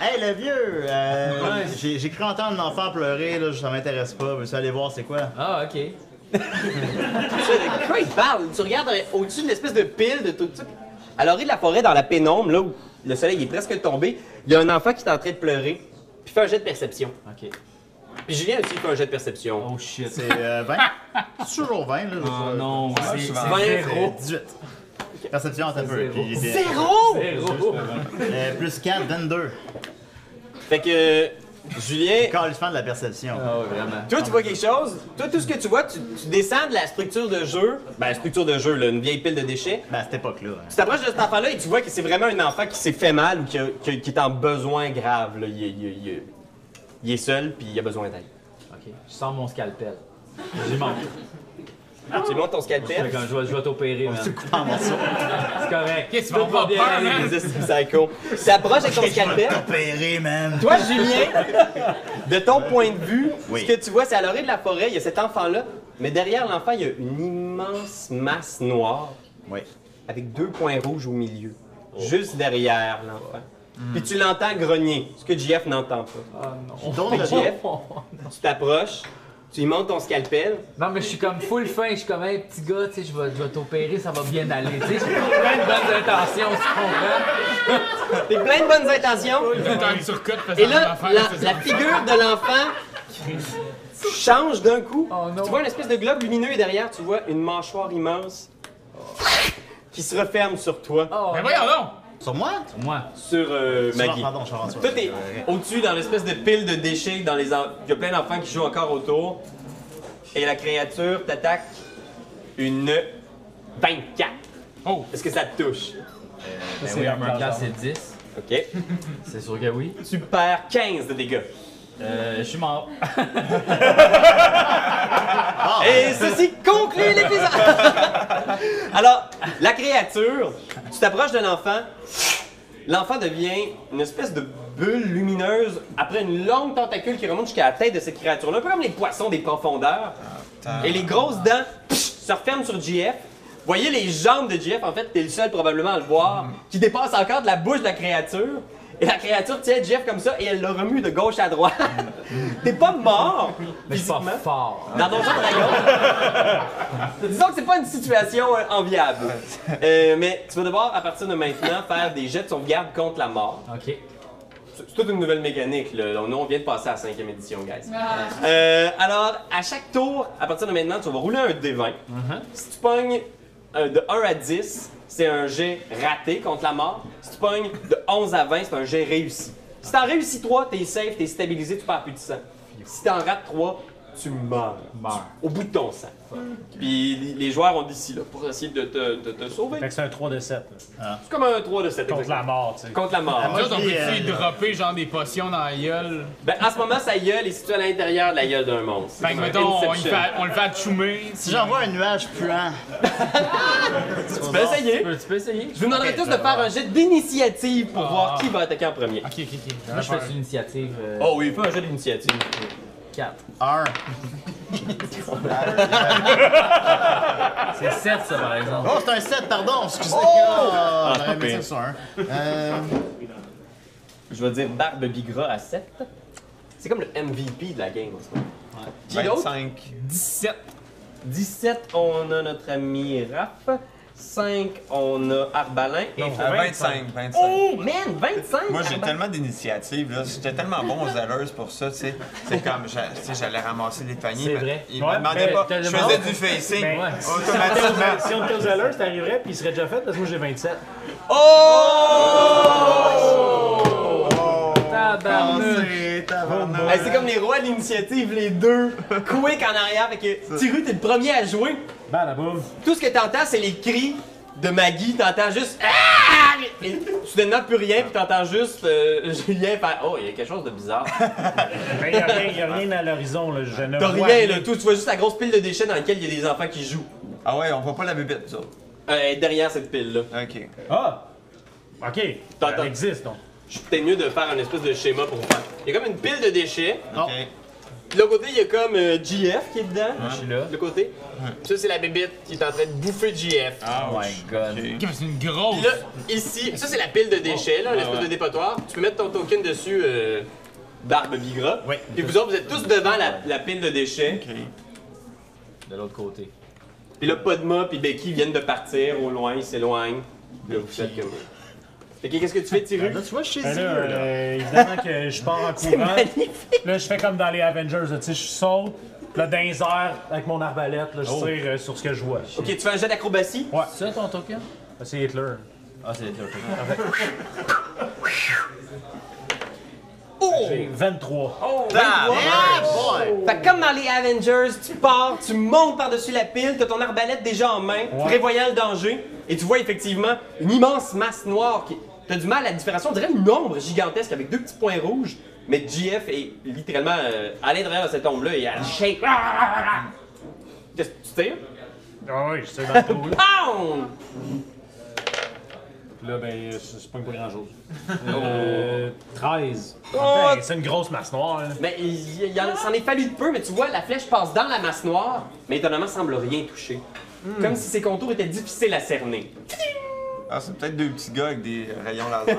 Speaker 6: hey, le vieux! euh, J'ai j'ai cru entendre l'enfant pleurer, là, ça m'intéresse pas. Je me suis allé voir c'est quoi.
Speaker 5: Ah, ok.
Speaker 3: Tu sais de quoi il parle? Tu regardes euh, au-dessus de l'espèce de pile de tout ça. À l'orée de la forêt, dans la pénombre, là où le soleil est presque tombé, il y a un enfant qui est en train de pleurer. Puis fait un jet de perception.
Speaker 5: Ok.
Speaker 3: Puis Julien aussi fait un jet de perception.
Speaker 5: Oh shit.
Speaker 6: C'est euh, 20? C'est toujours 20, là. je
Speaker 5: Oh
Speaker 6: sais.
Speaker 5: non, c'est
Speaker 1: souvent.
Speaker 5: c'est
Speaker 6: C'est
Speaker 5: zéro.
Speaker 6: 18. Perception, t'as peu.
Speaker 5: Zéro.
Speaker 6: puis il était-
Speaker 3: Zéro!
Speaker 5: Zéro.
Speaker 6: euh, plus 4, 22.
Speaker 3: Fait que euh, Julien,
Speaker 6: Calissement de la perception.
Speaker 5: Ah, ouais, vraiment.
Speaker 3: toi tu vois quelque chose, toi tout ce que tu vois, tu, tu descends de la structure de jeu, ben structure de jeu, là, une vieille pile de déchets,
Speaker 6: Ben, à cette époque-là. hein.
Speaker 3: tu t'approches de cet enfant-là et tu vois que c'est vraiment un enfant qui s'est fait mal ou qui, a- qui a- qui est en besoin grave. Là. Il, est- il est- il est- il est seul puis il a besoin d'aide.
Speaker 5: Ok, je sors mon scalpel. J'y manque.
Speaker 3: Tu lui montres ton
Speaker 5: Je vais-
Speaker 3: scalpel.
Speaker 5: je vais je vais t'opérer, man.
Speaker 6: En morceaux.
Speaker 5: C'est correct.
Speaker 4: Qu'est-ce
Speaker 5: Tout
Speaker 4: qu'on va
Speaker 5: va bien
Speaker 4: faire,
Speaker 5: aller.
Speaker 4: man?
Speaker 3: Jesus, psycho. Tu t'approches avec ton scalpel.
Speaker 6: Opéré, man.
Speaker 3: Toi, Julien, de ton point de vue,
Speaker 6: Oui.
Speaker 3: ce que tu vois, c'est à l'orée de la forêt, il y a cet enfant-là, mais derrière l'enfant, il y a une immense masse noire
Speaker 6: Oui.
Speaker 3: avec deux points rouges au milieu, juste derrière l'enfant. Puis tu l'entends grogner, ce que JF n'entend pas.
Speaker 5: Ah,
Speaker 6: Je tourne le dos.
Speaker 3: JF, tu t'approches, tu lui montes ton scalpel.
Speaker 5: Non, mais je suis comme full fin, je suis comme un petit gars, tu sais, je vais, je vais t'opérer, ça va bien aller. Tu sais, j'ai plein de bonnes intentions, tu comprends?
Speaker 3: T'es plein de bonnes intentions.
Speaker 4: T'es en surcote parce que
Speaker 3: Et là,
Speaker 4: l'enfant, il faisait-
Speaker 3: la, la figure de l'enfant change d'un coup.
Speaker 5: Oh non.
Speaker 3: tu vois une espèce de globe lumineux et derrière, tu vois une mâchoire immense qui se referme sur toi,
Speaker 5: Oh,
Speaker 4: Mais voyons donc!
Speaker 6: Sur moi?
Speaker 5: moi.
Speaker 3: sur euh,
Speaker 6: Sur-
Speaker 3: Maggie.
Speaker 6: Pardon, je suis rendu.
Speaker 3: Toi, t'es au-dessus dans l'espèce de pile de déchets. Dans les en- Il y a plein d'enfants qui jouent encore autour. Et la créature t'attaque une 24.
Speaker 4: Oh.
Speaker 3: Est-ce que ça te touche?
Speaker 5: Ça, c'est
Speaker 4: armor
Speaker 5: la classe,
Speaker 4: class.
Speaker 5: c'est 10.
Speaker 3: OK.
Speaker 5: C'est sûr que oui.
Speaker 3: tu perds 15 de dégâts.
Speaker 5: Euh, je suis mort.
Speaker 6: Ah,
Speaker 3: Et ceci conclut l'épisode. Alors, la créature, tu t'approches d'un enfant, l'enfant devient une espèce de bulle lumineuse après une longue tentacule qui remonte jusqu'à la tête de cette créature-là, un peu comme les poissons des profondeurs.
Speaker 5: Ah,
Speaker 3: Et les grosses dents psh, se referment sur JF. Voyez les jambes de JF, en fait, t'es le seul probablement à le
Speaker 5: Mm.
Speaker 3: voir, qui dépasse encore de la bouche de la créature. Et la créature tient JF comme ça et elle le remue de gauche à droite. T'es pas mort!
Speaker 5: Mm. Mais je suis pas
Speaker 3: physiquement.
Speaker 5: fort.
Speaker 3: Dans Donjon Dragon. Disons que c'est pas une situation euh, enviable. Euh, mais tu vas devoir, à partir de maintenant, faire des jets de sauvegarde contre la mort.
Speaker 5: Ok.
Speaker 3: C'est c'est toute une nouvelle mécanique. Là. Nous, on vient de passer à la cinquième édition, guys. Euh, alors, à chaque tour, à partir de maintenant, tu vas rouler un D20. Si tu pognes euh, de 1 à 10, c'est un jet raté contre la mort. Si tu pognes de 11 à 20, c'est un jet réussi. Si t'en réussis 3, t'es safe, t'es stabilisé, tu perds plus de sang. Si t'en rates 3, tu meurs.
Speaker 5: Meurs.
Speaker 3: Au bout de ton sang. Puis les- les joueurs ont d'ici là pour essayer de te, de te sauver.
Speaker 2: Fait que c'est un 3 de 7.
Speaker 3: C'est comme un 3 de 7.
Speaker 2: Ben, Contre la mort, tu sais.
Speaker 3: Contre la mort.
Speaker 6: Moi,
Speaker 4: Nous autres, on
Speaker 6: je dis,
Speaker 4: peut-tu y
Speaker 6: euh,
Speaker 4: dropper genre des potions dans la gueule?
Speaker 3: Ben, en ce moment, sa gueule est située à l'intérieur de la gueule d'un monstre.
Speaker 4: Fait que
Speaker 3: C'est
Speaker 4: Ben, mettons, on,
Speaker 3: un
Speaker 4: y
Speaker 3: Inception.
Speaker 4: fait- on le fait à Chumé.
Speaker 6: Si j'envoie un nuage puant.
Speaker 3: Tu peux essayer.
Speaker 5: Tu peux, tu peux essayer?
Speaker 3: Je vous demanderai tous de faire un jet d'initiative pour voir qui va attaquer en premier.
Speaker 4: Ok, ok, ok.
Speaker 5: Moi, je fais une initiative euh,
Speaker 3: Oh oui, fais un jet d'initiative.
Speaker 5: 4.
Speaker 6: Un.
Speaker 5: C'est 7, ça, par exemple.
Speaker 6: Oh, c'est un 7, pardon, excusez. Ah, J'aurais aimé ça sur un. Euh,
Speaker 3: Je vais dire Barbe Bigra à 7. C'est comme le MVP de la game en ce moment. Qui d'autre?
Speaker 1: 25.
Speaker 4: 17.
Speaker 3: 17, on a notre ami Raph. 5, on a Arbalin. Et
Speaker 1: Euh, 25, 25.
Speaker 3: Oh man, 25!
Speaker 1: Moi, j'ai
Speaker 3: Arbalin.
Speaker 1: tellement d'initiatives, là. J'étais tellement bon aux alleuses pour ça, tu sais. C'est comme, j'a- tu sais, j'allais ramasser les paniers.
Speaker 5: C'est
Speaker 1: mais
Speaker 5: vrai. ben,
Speaker 1: Ils
Speaker 2: Ouais,
Speaker 1: me demandaient
Speaker 2: mais
Speaker 1: pas.
Speaker 5: t'as
Speaker 1: Je
Speaker 5: le
Speaker 1: faisais
Speaker 5: monde.
Speaker 1: du facing
Speaker 2: Ben ouais.
Speaker 1: automatiquement.
Speaker 2: Si on était aux allures, t'arriverais, puis il serait déjà fait, parce que moi j'ai 27.
Speaker 5: Tabarnouche!
Speaker 3: Hey, c'est comme les rois de l'initiative, les deux. Quick en arrière, fait que Tiru, t'es le premier à jouer.
Speaker 2: Ben la boum.
Speaker 3: Tout ce que t'entends, c'est les cris de Maggie. T'entends juste. Ah! Et soudainement, plus rien, puis t'entends juste euh, Julien faire. Oh, il y a quelque chose de bizarre.
Speaker 2: Ben y'a rien, y a rien à l'horizon, là. Je ne
Speaker 3: T'as
Speaker 2: vois
Speaker 3: rien, là, tout. Tu vois juste la grosse pile de déchets dans laquelle il y a des enfants qui jouent.
Speaker 1: Ah ouais, on voit pas la bébête, ça. OK.
Speaker 3: Euh, elle est derrière cette pile-là.
Speaker 2: Ah! Ok.
Speaker 3: T'entends.
Speaker 2: Elle existe, donc.
Speaker 3: Je peut-être mieux de faire un espèce de schéma pour vous faire. Il y a comme une pile de déchets.
Speaker 1: OK.
Speaker 3: De l'autre côté, il y a comme euh, GF qui est dedans.
Speaker 5: Je suis là.
Speaker 3: De l'autre côté. Ça, c'est la bébite qui est en train de bouffer GF.
Speaker 5: Oh my god.
Speaker 4: Ok, mais c'est une grosse.
Speaker 3: Puis là, ici, ça c'est la pile de déchets, là, l'espèce de dépotoir. Tu peux mettre ton token dessus, euh, Barbe Bigra.
Speaker 6: Oui.
Speaker 3: Puis vous autres, vous êtes tous devant la, la pile de déchets.
Speaker 5: De l'autre côté.
Speaker 3: Puis là, Podma puis Becky viennent de partir au loin, ils s'éloignent. Là, vous faites comme. Fait que qu'est-ce que tu fais, Tiru?
Speaker 6: Là, tu vois, je suis
Speaker 2: Ben là,
Speaker 6: sérieux, là.
Speaker 2: euh, évidemment que je pars en courant. Là, je fais comme dans les Avengers, là, tu sais, je saute. Là, dans les airs, avec mon arbalète, là, je tire euh, sur ce que je vois.
Speaker 3: Ok, tu fais un jet d'acrobatie.
Speaker 5: C'est ça ton token?
Speaker 2: Ah, C'est Hitler.
Speaker 5: Ah, c'est le token.
Speaker 3: Oh!
Speaker 2: J'ai 23.
Speaker 3: Oh! 23.
Speaker 6: Ah, boy!
Speaker 3: Fait que comme dans les Avengers, tu pars, tu montes par-dessus la pile, t'as ton arbalète déjà en main, prévoyant le danger, et tu vois effectivement une immense masse noire qui. T'as du mal à différencier, on dirait une ombre gigantesque avec deux petits points rouges, mais GF est littéralement euh, à l'intérieur de cette ombre-là et elle shake. Qu'est-ce que tu tires?
Speaker 2: Ah oui, je tire dans le trou, là.
Speaker 3: Pound!
Speaker 2: Puis Là, ben, euh, c'est pas une grand-chose. Euh, 13.
Speaker 3: Oh!
Speaker 2: Ben, c'est une grosse masse noire, là.
Speaker 3: Mais il il y en s'en est fallu de peu, mais tu vois, la flèche passe dans la masse noire, mais étonnamment semble rien toucher. Comme si ses contours étaient difficiles à cerner.
Speaker 1: Ah, c'est peut-être deux petits gars avec des rayons laser.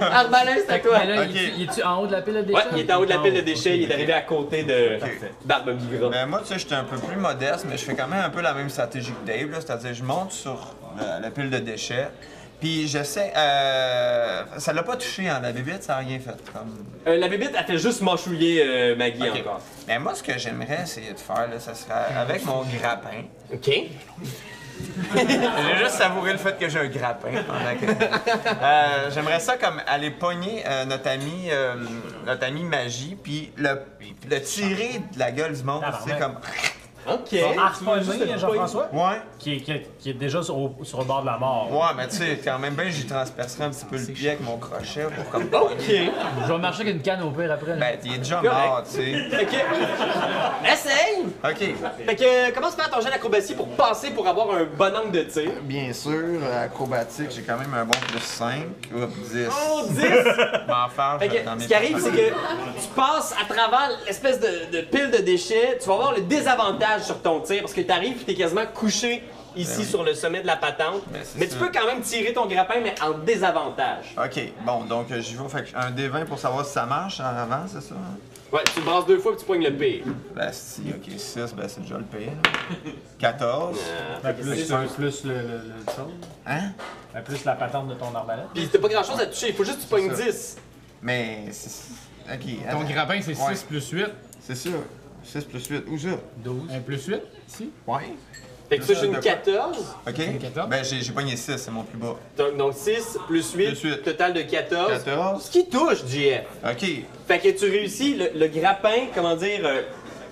Speaker 3: Arbalin, c'est à toi!
Speaker 5: Mais là,
Speaker 1: Ok.
Speaker 5: il est-tu en haut de la pile de déchets?
Speaker 3: Ouais, il est en haut de la pile de déchets, il est
Speaker 5: ok.
Speaker 3: arrivé à côté de Barbe Bigra.
Speaker 1: Ben, moi, tu sais, j'étais un peu plus modeste, mais je fais quand même un peu la même stratégie que Dave, là. C'est-à-dire, je monte sur euh, la pile de déchets. Puis je sais, euh, ça l'a pas touché, hein, la bébite, ça a rien fait. Comme...
Speaker 3: Euh, la bébite, elle fait juste mâchouiller euh, Maggie
Speaker 1: Ok.
Speaker 3: encore.
Speaker 1: Mais moi, ce que j'aimerais essayer de faire, là, ça serait avec mon grappin.
Speaker 3: OK.
Speaker 1: J'ai juste savouré le fait que j'ai un grappin pendant que- Euh, J'aimerais ça comme aller pogner euh, notre ami euh, notre ami magie puis le, le tirer de la gueule du monde. C'est comme Hein?
Speaker 3: OK.
Speaker 2: Harponné, Jean-François,
Speaker 1: ouais
Speaker 2: qui, est- qui est- qui est déjà sur, au- sur le bord de la mort.
Speaker 1: ouais mais tu sais quand même bien j'y transpercerai un petit peu le pied avec mon crochet pour comme oh,
Speaker 3: OK.
Speaker 5: Je vais marcher avec une canne au pire après. là.
Speaker 1: ben il est déjà mort tu sais.
Speaker 3: OK. Essaye!
Speaker 1: Ok
Speaker 3: Fait que euh, commence par ton jet d'acrobatie pour passer pour avoir un bon angle de tir.
Speaker 1: bien sûr acrobatique j'ai quand même un bon plus 5 ou 10.
Speaker 3: Oh, 10!
Speaker 1: M'en faire,
Speaker 3: Fait
Speaker 1: je vais
Speaker 3: que
Speaker 1: dans mes
Speaker 3: ce qui arrive, c'est
Speaker 1: petits-
Speaker 3: que tu passes à travers l'espèce de, de pile de déchets, tu vas avoir le désavantage sur ton tir parce que tu arrives et tu es quasiment couché ici
Speaker 1: Ben oui.
Speaker 3: sur le sommet de la patente.
Speaker 1: Ben, c'est
Speaker 3: mais tu
Speaker 1: ça.
Speaker 3: peux quand même tirer ton grappin, mais en désavantage.
Speaker 1: Ok, bon, donc euh, j'y vais. Fait que un D20 pour savoir si ça marche en avant, c'est ça? hein?
Speaker 3: Ouais, tu le brasses deux fois et tu poignes le pire.
Speaker 1: Ben si, ok, 6, ben c'est déjà le pire. là. 14.
Speaker 2: Ben, plus, un- plus le, le, le chose.
Speaker 1: Hein?
Speaker 2: Ben, plus la patente de ton arbalète.
Speaker 3: Puis t'as pas grand chose à toucher, il faut juste que tu pognes
Speaker 1: ça.
Speaker 3: 10.
Speaker 1: Mais. c'est- Ok,
Speaker 4: Ton
Speaker 1: attends.
Speaker 4: grappin, c'est 6
Speaker 1: Ouais.
Speaker 4: plus 8.
Speaker 1: C'est ça. 6 plus 8, où ça?
Speaker 5: 12.
Speaker 4: Un plus 8, ici.
Speaker 1: Ouais.
Speaker 3: Fait que ça, j'ai
Speaker 1: De
Speaker 3: une
Speaker 1: quoi?
Speaker 3: 14.
Speaker 1: Ok?
Speaker 4: 14.
Speaker 1: Ben j'ai j'ai pogné 6, c'est mon plus bas.
Speaker 3: Donc, donc 6 plus 8,
Speaker 1: Plus huit.
Speaker 3: total de 14.
Speaker 1: 14.
Speaker 3: Ce qui touche, JF.
Speaker 1: Ok,
Speaker 3: Fait que tu réussis, le, le grappin, comment dire, euh,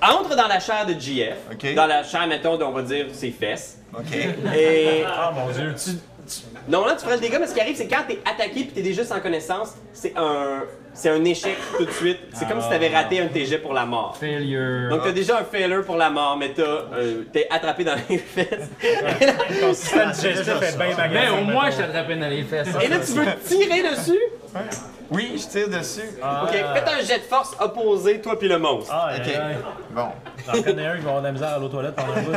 Speaker 3: entre dans la chair de JF.
Speaker 1: Ok.
Speaker 3: Dans la chair, mettons, on va dire ses fesses.
Speaker 1: ok.
Speaker 3: Et.
Speaker 2: Ah mon dieu.
Speaker 3: Non, là, tu ferais le dégât, mais ce qui arrive, c'est quand t'es attaqué puis t'es déjà sans connaissance, c'est un. C'est un échec tout de suite. C'est comme
Speaker 1: Ah.
Speaker 3: si t'avais raté un TG pour la mort.
Speaker 5: Failure.
Speaker 3: Donc t'as déjà un failure pour la mort, mais t'as, euh, t'es attrapé dans les fesses. Et là,
Speaker 2: Système digestif est bien
Speaker 5: Mais
Speaker 2: magané.
Speaker 5: au moins, je t'attrapais dans les fesses.
Speaker 3: et là, tu veux tirer dessus?
Speaker 1: Oui, je tire dessus.
Speaker 3: Ok, faites un jet de force opposé, toi puis le monstre.
Speaker 2: Ah,
Speaker 1: Ok.
Speaker 2: aïe, aïe.
Speaker 1: Bon.
Speaker 2: J'en connais un qui va avoir de la misère à l'eau toilette pendant un bout.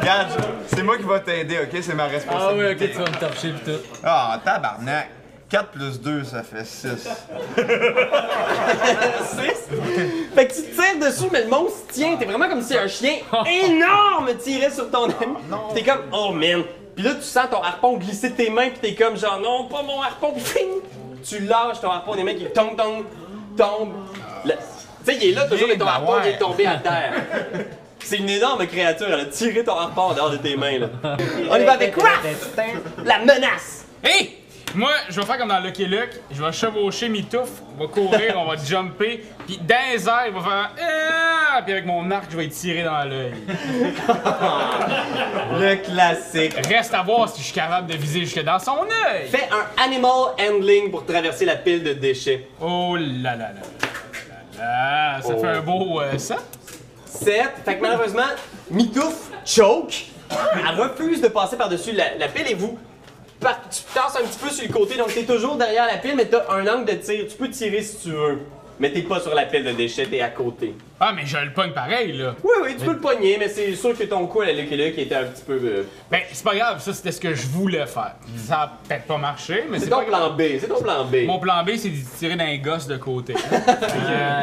Speaker 1: Regarde, c'est moi qui vais t'aider, ok? C'est ma
Speaker 5: Ah oui, ok,
Speaker 1: responsabilité.
Speaker 5: tu vas me torcher pis tout.
Speaker 1: Ah, tabarnak. 4 plus 2, ça fait 6.
Speaker 3: Six. Fait que tu tires dessus, mais le monstre tient. T'es vraiment comme si un chien énorme tirait sur ton ami. T'es comme, oh man. Puis là, tu sens ton harpon glisser de tes mains, puis t'es comme, genre, non, pas mon harpon. Puis ping! tu lâches ton harpon des mains, qui tombe, tombe, tombe. Le- Tu sais, il est là toujours, mais ton
Speaker 1: bah
Speaker 3: harpon
Speaker 1: ouais.
Speaker 3: il est tombé à terre. C'est une énorme créature, elle a tiré ton harpon en dehors de tes mains, là. On y va avec Raph! La menace!
Speaker 4: Hey! Moi, je vais faire comme dans Lucky Luke, je vais chevaucher mes touffes, on va courir, on va jumper, puis dans les airs, il va faire un Ah! Puis avec mon arc, je vais tirer dans l'œil.
Speaker 3: Le classique.
Speaker 4: Reste à voir si je suis capable de viser jusque dans son œil.
Speaker 3: Fais un animal handling pour traverser la pile de déchets.
Speaker 4: Oh là là là là là là, ça fait un beau euh, 7.
Speaker 3: 7. Fait que malheureusement, Mitouf choke. Elle refuse de passer par-dessus la, la pile et vous. par- tu tasses un petit peu sur le côté, donc t'es toujours derrière la pile, mais t'as un angle de tir. Tu peux tirer si tu veux. Mais t'es pas sur la pile de déchets, t'es à côté.
Speaker 4: Ah, mais je le pogne pareil, là.
Speaker 3: Oui, oui, tu peux le poigner, mais c'est sûr que ton coup à la Lucky Luke était un petit peu. euh,
Speaker 4: Ben, c'est pas grave, ça c'était ce que je voulais faire. Ça a peut-être pas marché, mais
Speaker 3: C'est
Speaker 4: c'est
Speaker 3: ton
Speaker 4: pas grave.
Speaker 3: plan B, c'est ton plan B.
Speaker 4: Mon plan B, c'est de tirer d'un gosse de côté. Fait que, euh,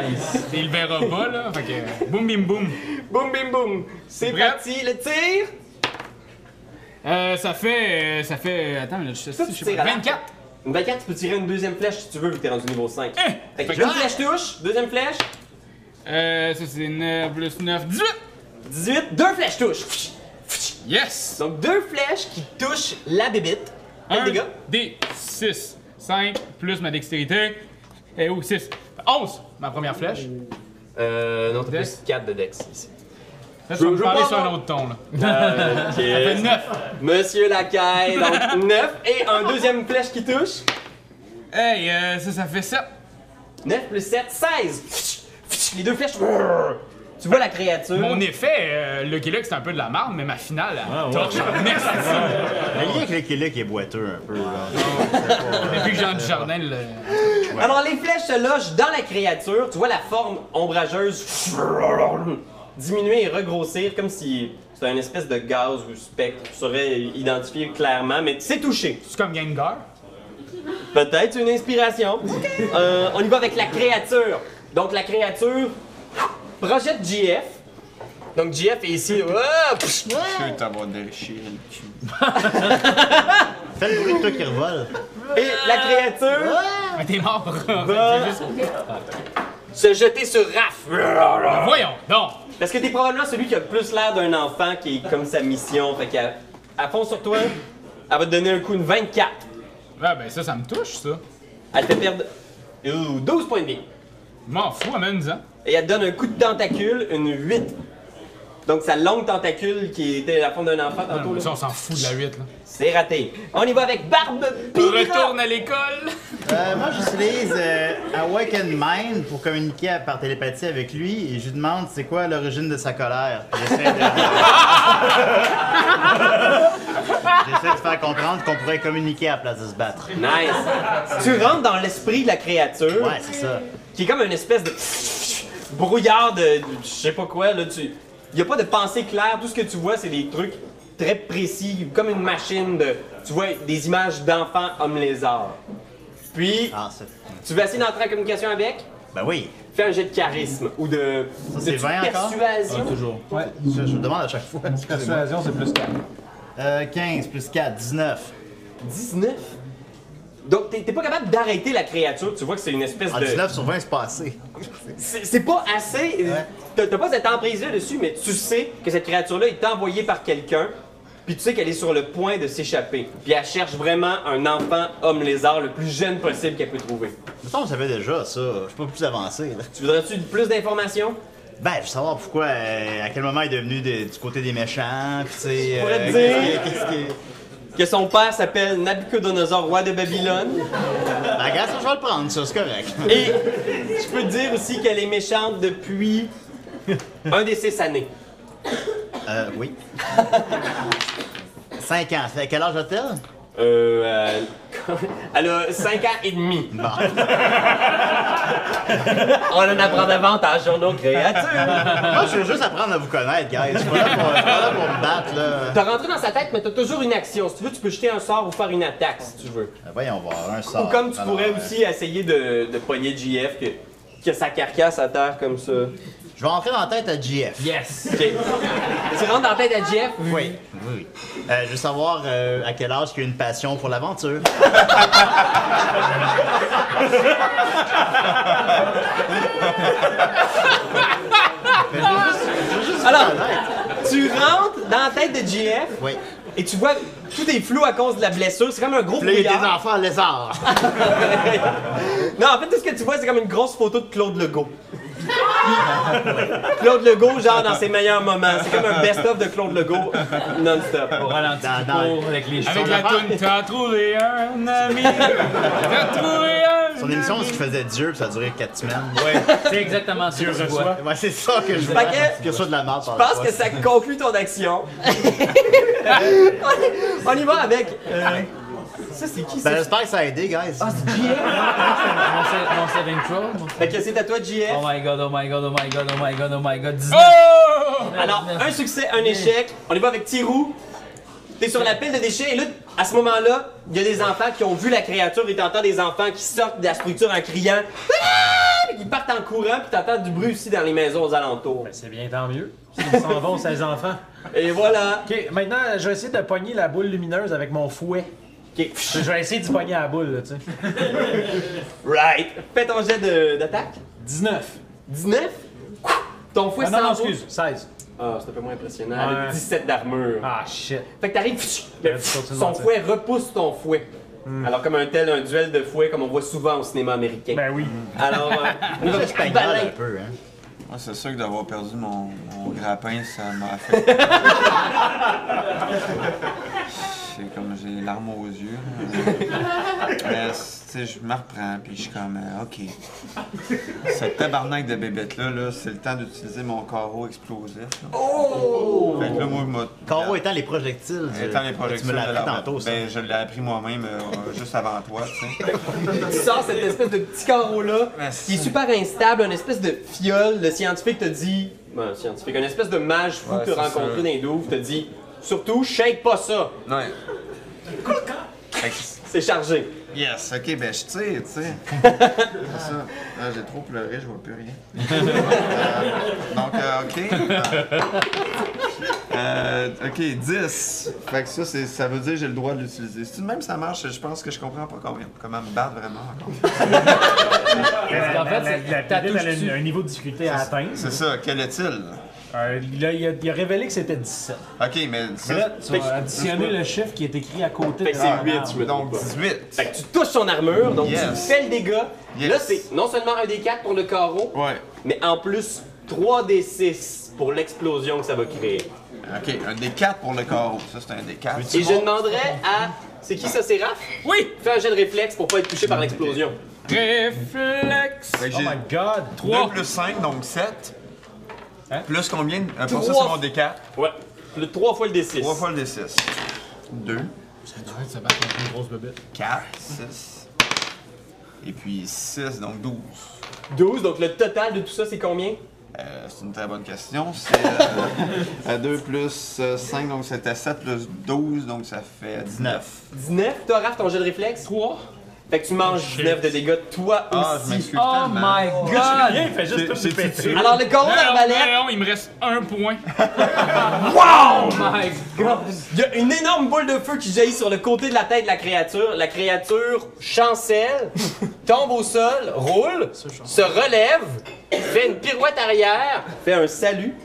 Speaker 4: Il le verra pas, là. Fait que, boum, bim, boum.
Speaker 3: Boum, bim, boum. C'est
Speaker 4: Prêt?
Speaker 3: parti, le tir.
Speaker 4: Euh, ça fait. euh, ça fait. Attends, mais là, je sais,
Speaker 3: Ça, tu
Speaker 4: je sais
Speaker 3: tires à
Speaker 4: pas.
Speaker 3: l'arc.
Speaker 4: 24!
Speaker 3: Une 24, tu peux tirer une deuxième flèche si tu veux, vu que t'es rendu niveau 5. Fait que
Speaker 4: Eh, Fait que-
Speaker 3: une flèche touche, deuxième flèche,
Speaker 4: Euh, ça c'est 9 plus 9, 18!
Speaker 3: 18, deux flèches touchent.
Speaker 4: Yes!
Speaker 3: Donc deux flèches qui touchent la bébite. Quel dégât?
Speaker 4: D, 6, 5, plus ma dextérité. Eh, Et où? 6. 11! Ma première flèche.
Speaker 3: Euh, non, t'as
Speaker 4: Dex.
Speaker 3: plus 4 de Dex ici.
Speaker 4: Là, tu vas
Speaker 3: Je-
Speaker 4: me
Speaker 3: je
Speaker 4: parler
Speaker 3: veux pas
Speaker 4: sur un
Speaker 3: avoir-
Speaker 4: autre ton, là.
Speaker 3: Euh, ok.
Speaker 4: 9!
Speaker 3: Monsieur Lacaille, donc 9 et un deuxième flèche qui touche.
Speaker 4: Hey, euh, ça, ça fait 7.
Speaker 3: 9 plus 7, 16. Les deux flèches. Tu vois la créature.
Speaker 4: Mon effet, euh, Lucky Luke, c'est un peu de la marde, mais ma finale, elle
Speaker 3: Ah
Speaker 4: torche. Merci!
Speaker 6: Le lien avec le Québec est boiteux un peu. là.
Speaker 4: Depuis que j'ai un jardin, le.
Speaker 3: Alors les flèches se logent dans la créature. Tu vois la forme ombrageuse diminuer et regrossir comme si c'était une espèce de gaz ou spectre. Tu saurais identifier clairement, mais c'est touché.
Speaker 4: C'est comme Gengar.
Speaker 3: Peut-être une inspiration. Euh, on y va avec la créature. Donc la créature projette JF Donc GF est ici. Ah, psh,
Speaker 1: Je t'avoir déchiré le cul.
Speaker 6: Fais le bruit de toi qui revole.
Speaker 3: et la créature
Speaker 4: Mais Ah, t'es mort. Ben, en fait,
Speaker 3: Bah.
Speaker 4: c'est juste-
Speaker 3: se jeter sur Raph.
Speaker 4: Voyons, donc.
Speaker 3: Parce que t'es probablement celui qui a le plus l'air d'un enfant qui est comme sa mission. Fait qu'elle elle fonce sur toi. Elle va te donner un coup de 24.
Speaker 4: Ah ben ça, ça me touche, ça.
Speaker 3: Elle te perd Ouh, 12 points de vie.
Speaker 4: Je M'en fous, amène-en.
Speaker 3: Et elle te donne un coup de tentacule, une 8. Donc sa longue tentacule qui était la forme d'un enfant tantôt. là.
Speaker 4: Ça, on s'en fout de la 8, là.
Speaker 3: C'est raté. On y va avec Barbe Pira.
Speaker 4: Retourne à l'école.
Speaker 6: Euh, moi, j'utilise euh, Awaken Mind pour communiquer à- par télépathie avec lui et je lui demande c'est quoi l'origine de sa colère. Puis J'essaie de... J'essaie de faire comprendre qu'on pourrait communiquer à la place de se battre.
Speaker 3: Nice. tu rentres dans l'esprit de la créature.
Speaker 6: Ouais, c'est ça.
Speaker 3: qui est comme une espèce de brouillard de de- je sais pas quoi là tu y a pas de pensée claire tout ce que tu vois c'est des trucs très précis comme une machine de tu vois des images d'enfants hommes lézards puis
Speaker 6: Ah, c'est-
Speaker 3: tu vas essayer d'entrer en communication avec
Speaker 6: Ben oui,
Speaker 3: fais un jet de charisme ou de,
Speaker 6: Ça,
Speaker 3: de
Speaker 6: c'est 20 encore?
Speaker 3: persuasion
Speaker 5: Toujours.
Speaker 6: je, je me demande à chaque fois. excusez-moi.
Speaker 2: Persuasion, c'est plus 4.
Speaker 6: Euh, 15 plus 4, 19.
Speaker 3: 19 donc t'es t'es pas capable d'arrêter la créature tu vois que c'est une espèce
Speaker 6: Ah,
Speaker 3: de
Speaker 6: 19 sur 20, c'est pas assez.
Speaker 3: C'est c'est pas assez. euh, t'as- T'as pas cette emprise-là dessus, mais tu sais que cette créature-là est envoyée par quelqu'un, puis tu sais qu'elle est sur le point de s'échapper. Puis elle cherche vraiment un enfant homme lézard le plus jeune possible qu'elle peut trouver.
Speaker 6: Ça, on savait déjà ça. Je suis pas plus avancé. Là.
Speaker 3: Tu voudrais-tu plus d'informations?
Speaker 6: Ben, je veux savoir pourquoi, euh, à quel moment il est devenu de- du côté des méchants, pis tu sais. euh,
Speaker 3: pourrais
Speaker 6: qu'est-ce
Speaker 3: dire.
Speaker 6: qui- qu'est-ce qui-
Speaker 3: Que son père s'appelle Nabucodonosor, roi de Babylone.
Speaker 6: Ben, regarde, ça, je vais le prendre, ça, c'est correct.
Speaker 3: Et je peux te dire aussi qu'elle est méchante depuis un des six années.
Speaker 6: Euh, oui. 5 ans. Fait quel âge a-t-elle?
Speaker 3: Euh, elle- elle a 5 ans et demi. On en apprend davantage aux nos créatures.
Speaker 6: Moi, je veux juste apprendre à vous connaître, guys. Je suis pas là pour, je suis pas là pour me battre, là. Euh,
Speaker 3: T'as rentré dans sa tête, mais t'as toujours une action. Si tu veux, tu peux jeter un sort ou faire une attaque, si tu veux.
Speaker 6: Ben, voyons voir, un sort.
Speaker 3: ou comme tu
Speaker 6: Alors,
Speaker 3: pourrais
Speaker 6: euh,
Speaker 3: aussi essayer de, de pogner JF, que, que sa carcasse à terre comme ça.
Speaker 6: Je vais entrer dans la tête à GF.
Speaker 5: Yes!
Speaker 3: Ok. tu rentres dans la tête à JF.
Speaker 6: Oui. Oui, oui. Euh, je veux savoir euh, à quel âge il y a une passion pour l'aventure. Mais je veux juste- je veux juste vous
Speaker 3: Alors-
Speaker 6: connaître.
Speaker 3: Tu rentres dans la tête de JF
Speaker 6: Oui.
Speaker 3: et tu vois tout est flou à cause de la blessure. C'est comme un gros
Speaker 6: Puis là, il y a des
Speaker 3: brouillard.
Speaker 6: enfants lézards.
Speaker 3: non, en fait, tout ce que tu vois, c'est comme une grosse photo de Claude Legault. Claude Legault, genre dans ses meilleurs moments. C'est comme un best-of de Claude Legault non-stop.
Speaker 5: Au ralenti
Speaker 6: Dans-
Speaker 5: du
Speaker 6: dans-
Speaker 5: cours avec les
Speaker 4: Avec
Speaker 5: choses.
Speaker 4: la toune, t'as trouvé un ami. T'as trouvé un.
Speaker 6: Son émission, c'est qu'il faisait Dieu, puis ça a duré 4 semaines.
Speaker 5: C'est exactement ça que tu vois.
Speaker 6: Ouais, c'est ça que je veux.
Speaker 3: Fait que-
Speaker 6: Qu'il reçoit de la merde par
Speaker 3: Je
Speaker 6: la
Speaker 3: pense
Speaker 6: fois.
Speaker 3: que ça conclut ton action. on y va avec. euh, Ça, c'est qui
Speaker 6: Ben,
Speaker 3: ça?
Speaker 6: j'espère que ça a aidé, guys.
Speaker 3: Ah, c'est JF!
Speaker 5: Mon sa- Mon saving throw. mon-
Speaker 3: Fait que c'est à toi, JF.
Speaker 5: Oh my god, oh my god, oh my god, oh my god, oh my god, 19.
Speaker 4: Oh!
Speaker 3: Alors, un succès, un échec. On y va avec Tirou. T'es sur la pile de déchets et là, à ce moment-là, il y a des enfants qui ont vu la créature et t'entends des enfants qui sortent de la structure en criant. Ah! Ils partent en courant puis t'entends du bruit aussi dans les maisons aux alentours.
Speaker 2: C'est bien, tant mieux. Ils s'en vont, ces enfants.
Speaker 3: Et voilà.
Speaker 2: Ok, maintenant, je vais essayer de pogner la boule lumineuse avec mon fouet.
Speaker 3: Ok.
Speaker 2: Je vais essayer de pogner la boule, là, tu sais.
Speaker 3: Right. Fais ton jet de- d'attaque.
Speaker 2: 19.
Speaker 3: 19. Ton fouet
Speaker 2: Ah, non, non,
Speaker 3: s'enroule.
Speaker 2: excuse, 16.
Speaker 3: Ah, c'est un peu moins impressionnant.
Speaker 2: Ouais.
Speaker 3: Avec 17 d'armure.
Speaker 2: Ah, shit.
Speaker 3: Fait que t'arrives, pfff, le
Speaker 2: Ouais, tu
Speaker 3: pfff,
Speaker 2: continues de
Speaker 3: son
Speaker 2: mentir.
Speaker 3: fouet repousse ton fouet. Alors, comme un tel, un duel de fouet, comme on voit souvent au cinéma américain.
Speaker 2: Ben oui.
Speaker 3: Alors, euh, nous
Speaker 6: C'est
Speaker 3: autres,
Speaker 6: espagnol
Speaker 3: balai-
Speaker 6: un peu, hein.
Speaker 1: Moi, Ah, c'est sûr que d'avoir perdu mon, mon grappin, ça m'a fait. c'est comme j'ai les larmes aux yeux. là. Mais, tu sais, je me reprends, puis je suis comme, euh, OK. Cette tabarnak de bébête-là, là, c'est le temps d'utiliser mon carreau explosif. là. Fait que là, moi, je m'a-
Speaker 6: Caro étant les projectiles. tu-
Speaker 1: Étant les projectiles
Speaker 6: Tu me l'as
Speaker 1: de
Speaker 6: appris
Speaker 1: la-
Speaker 6: tantôt, ça.
Speaker 1: Ben, je l'ai appris moi-même, euh, juste avant toi, tu sais.
Speaker 3: tu sors cette espèce de petit carreau-là, qui est super instable, une espèce de fiole. Le scientifique te dit... Ben, scientifique, une espèce de mage fou
Speaker 1: Ouais,
Speaker 3: que
Speaker 1: c'est
Speaker 3: t'as rencontré
Speaker 1: ça.
Speaker 3: dans les douves, te dit... Surtout, shake pas ça,
Speaker 1: Ouais. Fait que
Speaker 3: c'est chargé.
Speaker 1: Yes, ok, ben je tire, tu sais. C'est ça. Là, j'ai trop pleuré, je vois plus rien. Euh, donc, euh, ok. Euh, ok, 10. Fait que ça, c'est, ça veut dire que j'ai le droit de l'utiliser. Si tout de même ça marche, je pense que je comprends pas combien, comment me battre vraiment encore.
Speaker 5: qu'en fait,
Speaker 2: la,
Speaker 5: c'est-
Speaker 2: la
Speaker 5: t'as
Speaker 2: pépite, elle a
Speaker 5: touché.
Speaker 2: un- un niveau de difficulté à atteindre.
Speaker 1: C'est ça, quel est-il?
Speaker 2: Euh, là, il a, il a révélé que c'était 17.
Speaker 1: Ok, mais ça,
Speaker 2: Mais là, tu vas additionner le chiffre qui est écrit à côté
Speaker 3: Fait
Speaker 2: de
Speaker 3: que Ben,
Speaker 1: Ah.
Speaker 2: la
Speaker 3: c'est 8,
Speaker 2: barre.
Speaker 3: je me
Speaker 1: donc
Speaker 3: trompe pas.
Speaker 1: 18.
Speaker 3: Fait que tu touches son armure, donc tu
Speaker 1: Yes.
Speaker 3: fais le dégât.
Speaker 1: Yes.
Speaker 3: Là, c'est non seulement un des 4 pour le carreau,
Speaker 1: Ouais.
Speaker 3: mais en plus 3 des 6 pour l'explosion que ça va créer.
Speaker 1: Ok, un des 4 pour le carreau. Ça, c'est un des 4.
Speaker 3: Et je demanderais à. C'est qui ça, c'est Raph?
Speaker 4: Oui!
Speaker 3: Fais un jet de réflexe pour pas être touché par l'explosion.
Speaker 4: Réflexe!
Speaker 1: Fait que
Speaker 2: Oh
Speaker 1: j'ai
Speaker 2: my god!
Speaker 1: 2 plus 5, donc 7.
Speaker 2: Hein?
Speaker 1: Plus combien? Euh, pour ça, c'est
Speaker 3: Trois.
Speaker 1: mon D4.
Speaker 3: Ouais. Le 3 fois le D6.
Speaker 1: 3 fois le D6. 2,
Speaker 2: Arrête de se battre contre une grosse bobette.
Speaker 1: 4, 6. Et puis 6, donc 12.
Speaker 3: 12, donc le total de tout ça, c'est combien?
Speaker 1: Euh, c'est une très bonne question. C'est euh, euh, 2 plus 5, donc c'était 7 plus 12, donc ça fait 19.
Speaker 3: 19. Toi, Raph, ton jet de réflexe? 3. Fait que tu manges 19 de dégâts, toi
Speaker 1: Oh, Ah, je
Speaker 3: aussi.
Speaker 1: m'excuse
Speaker 5: Oh
Speaker 1: tellement.
Speaker 5: my god!
Speaker 2: Bien, il fait juste tout péter.
Speaker 3: Alors, le carreau
Speaker 4: Non,
Speaker 3: d'arbalète,
Speaker 4: non, non, il me reste un point.
Speaker 5: Oh my god!
Speaker 3: Il y a une énorme boule de feu qui jaillit sur le côté de la tête de la créature. La créature chancelle, tombe au sol, roule, se relève, fait une pirouette arrière, fait un salut.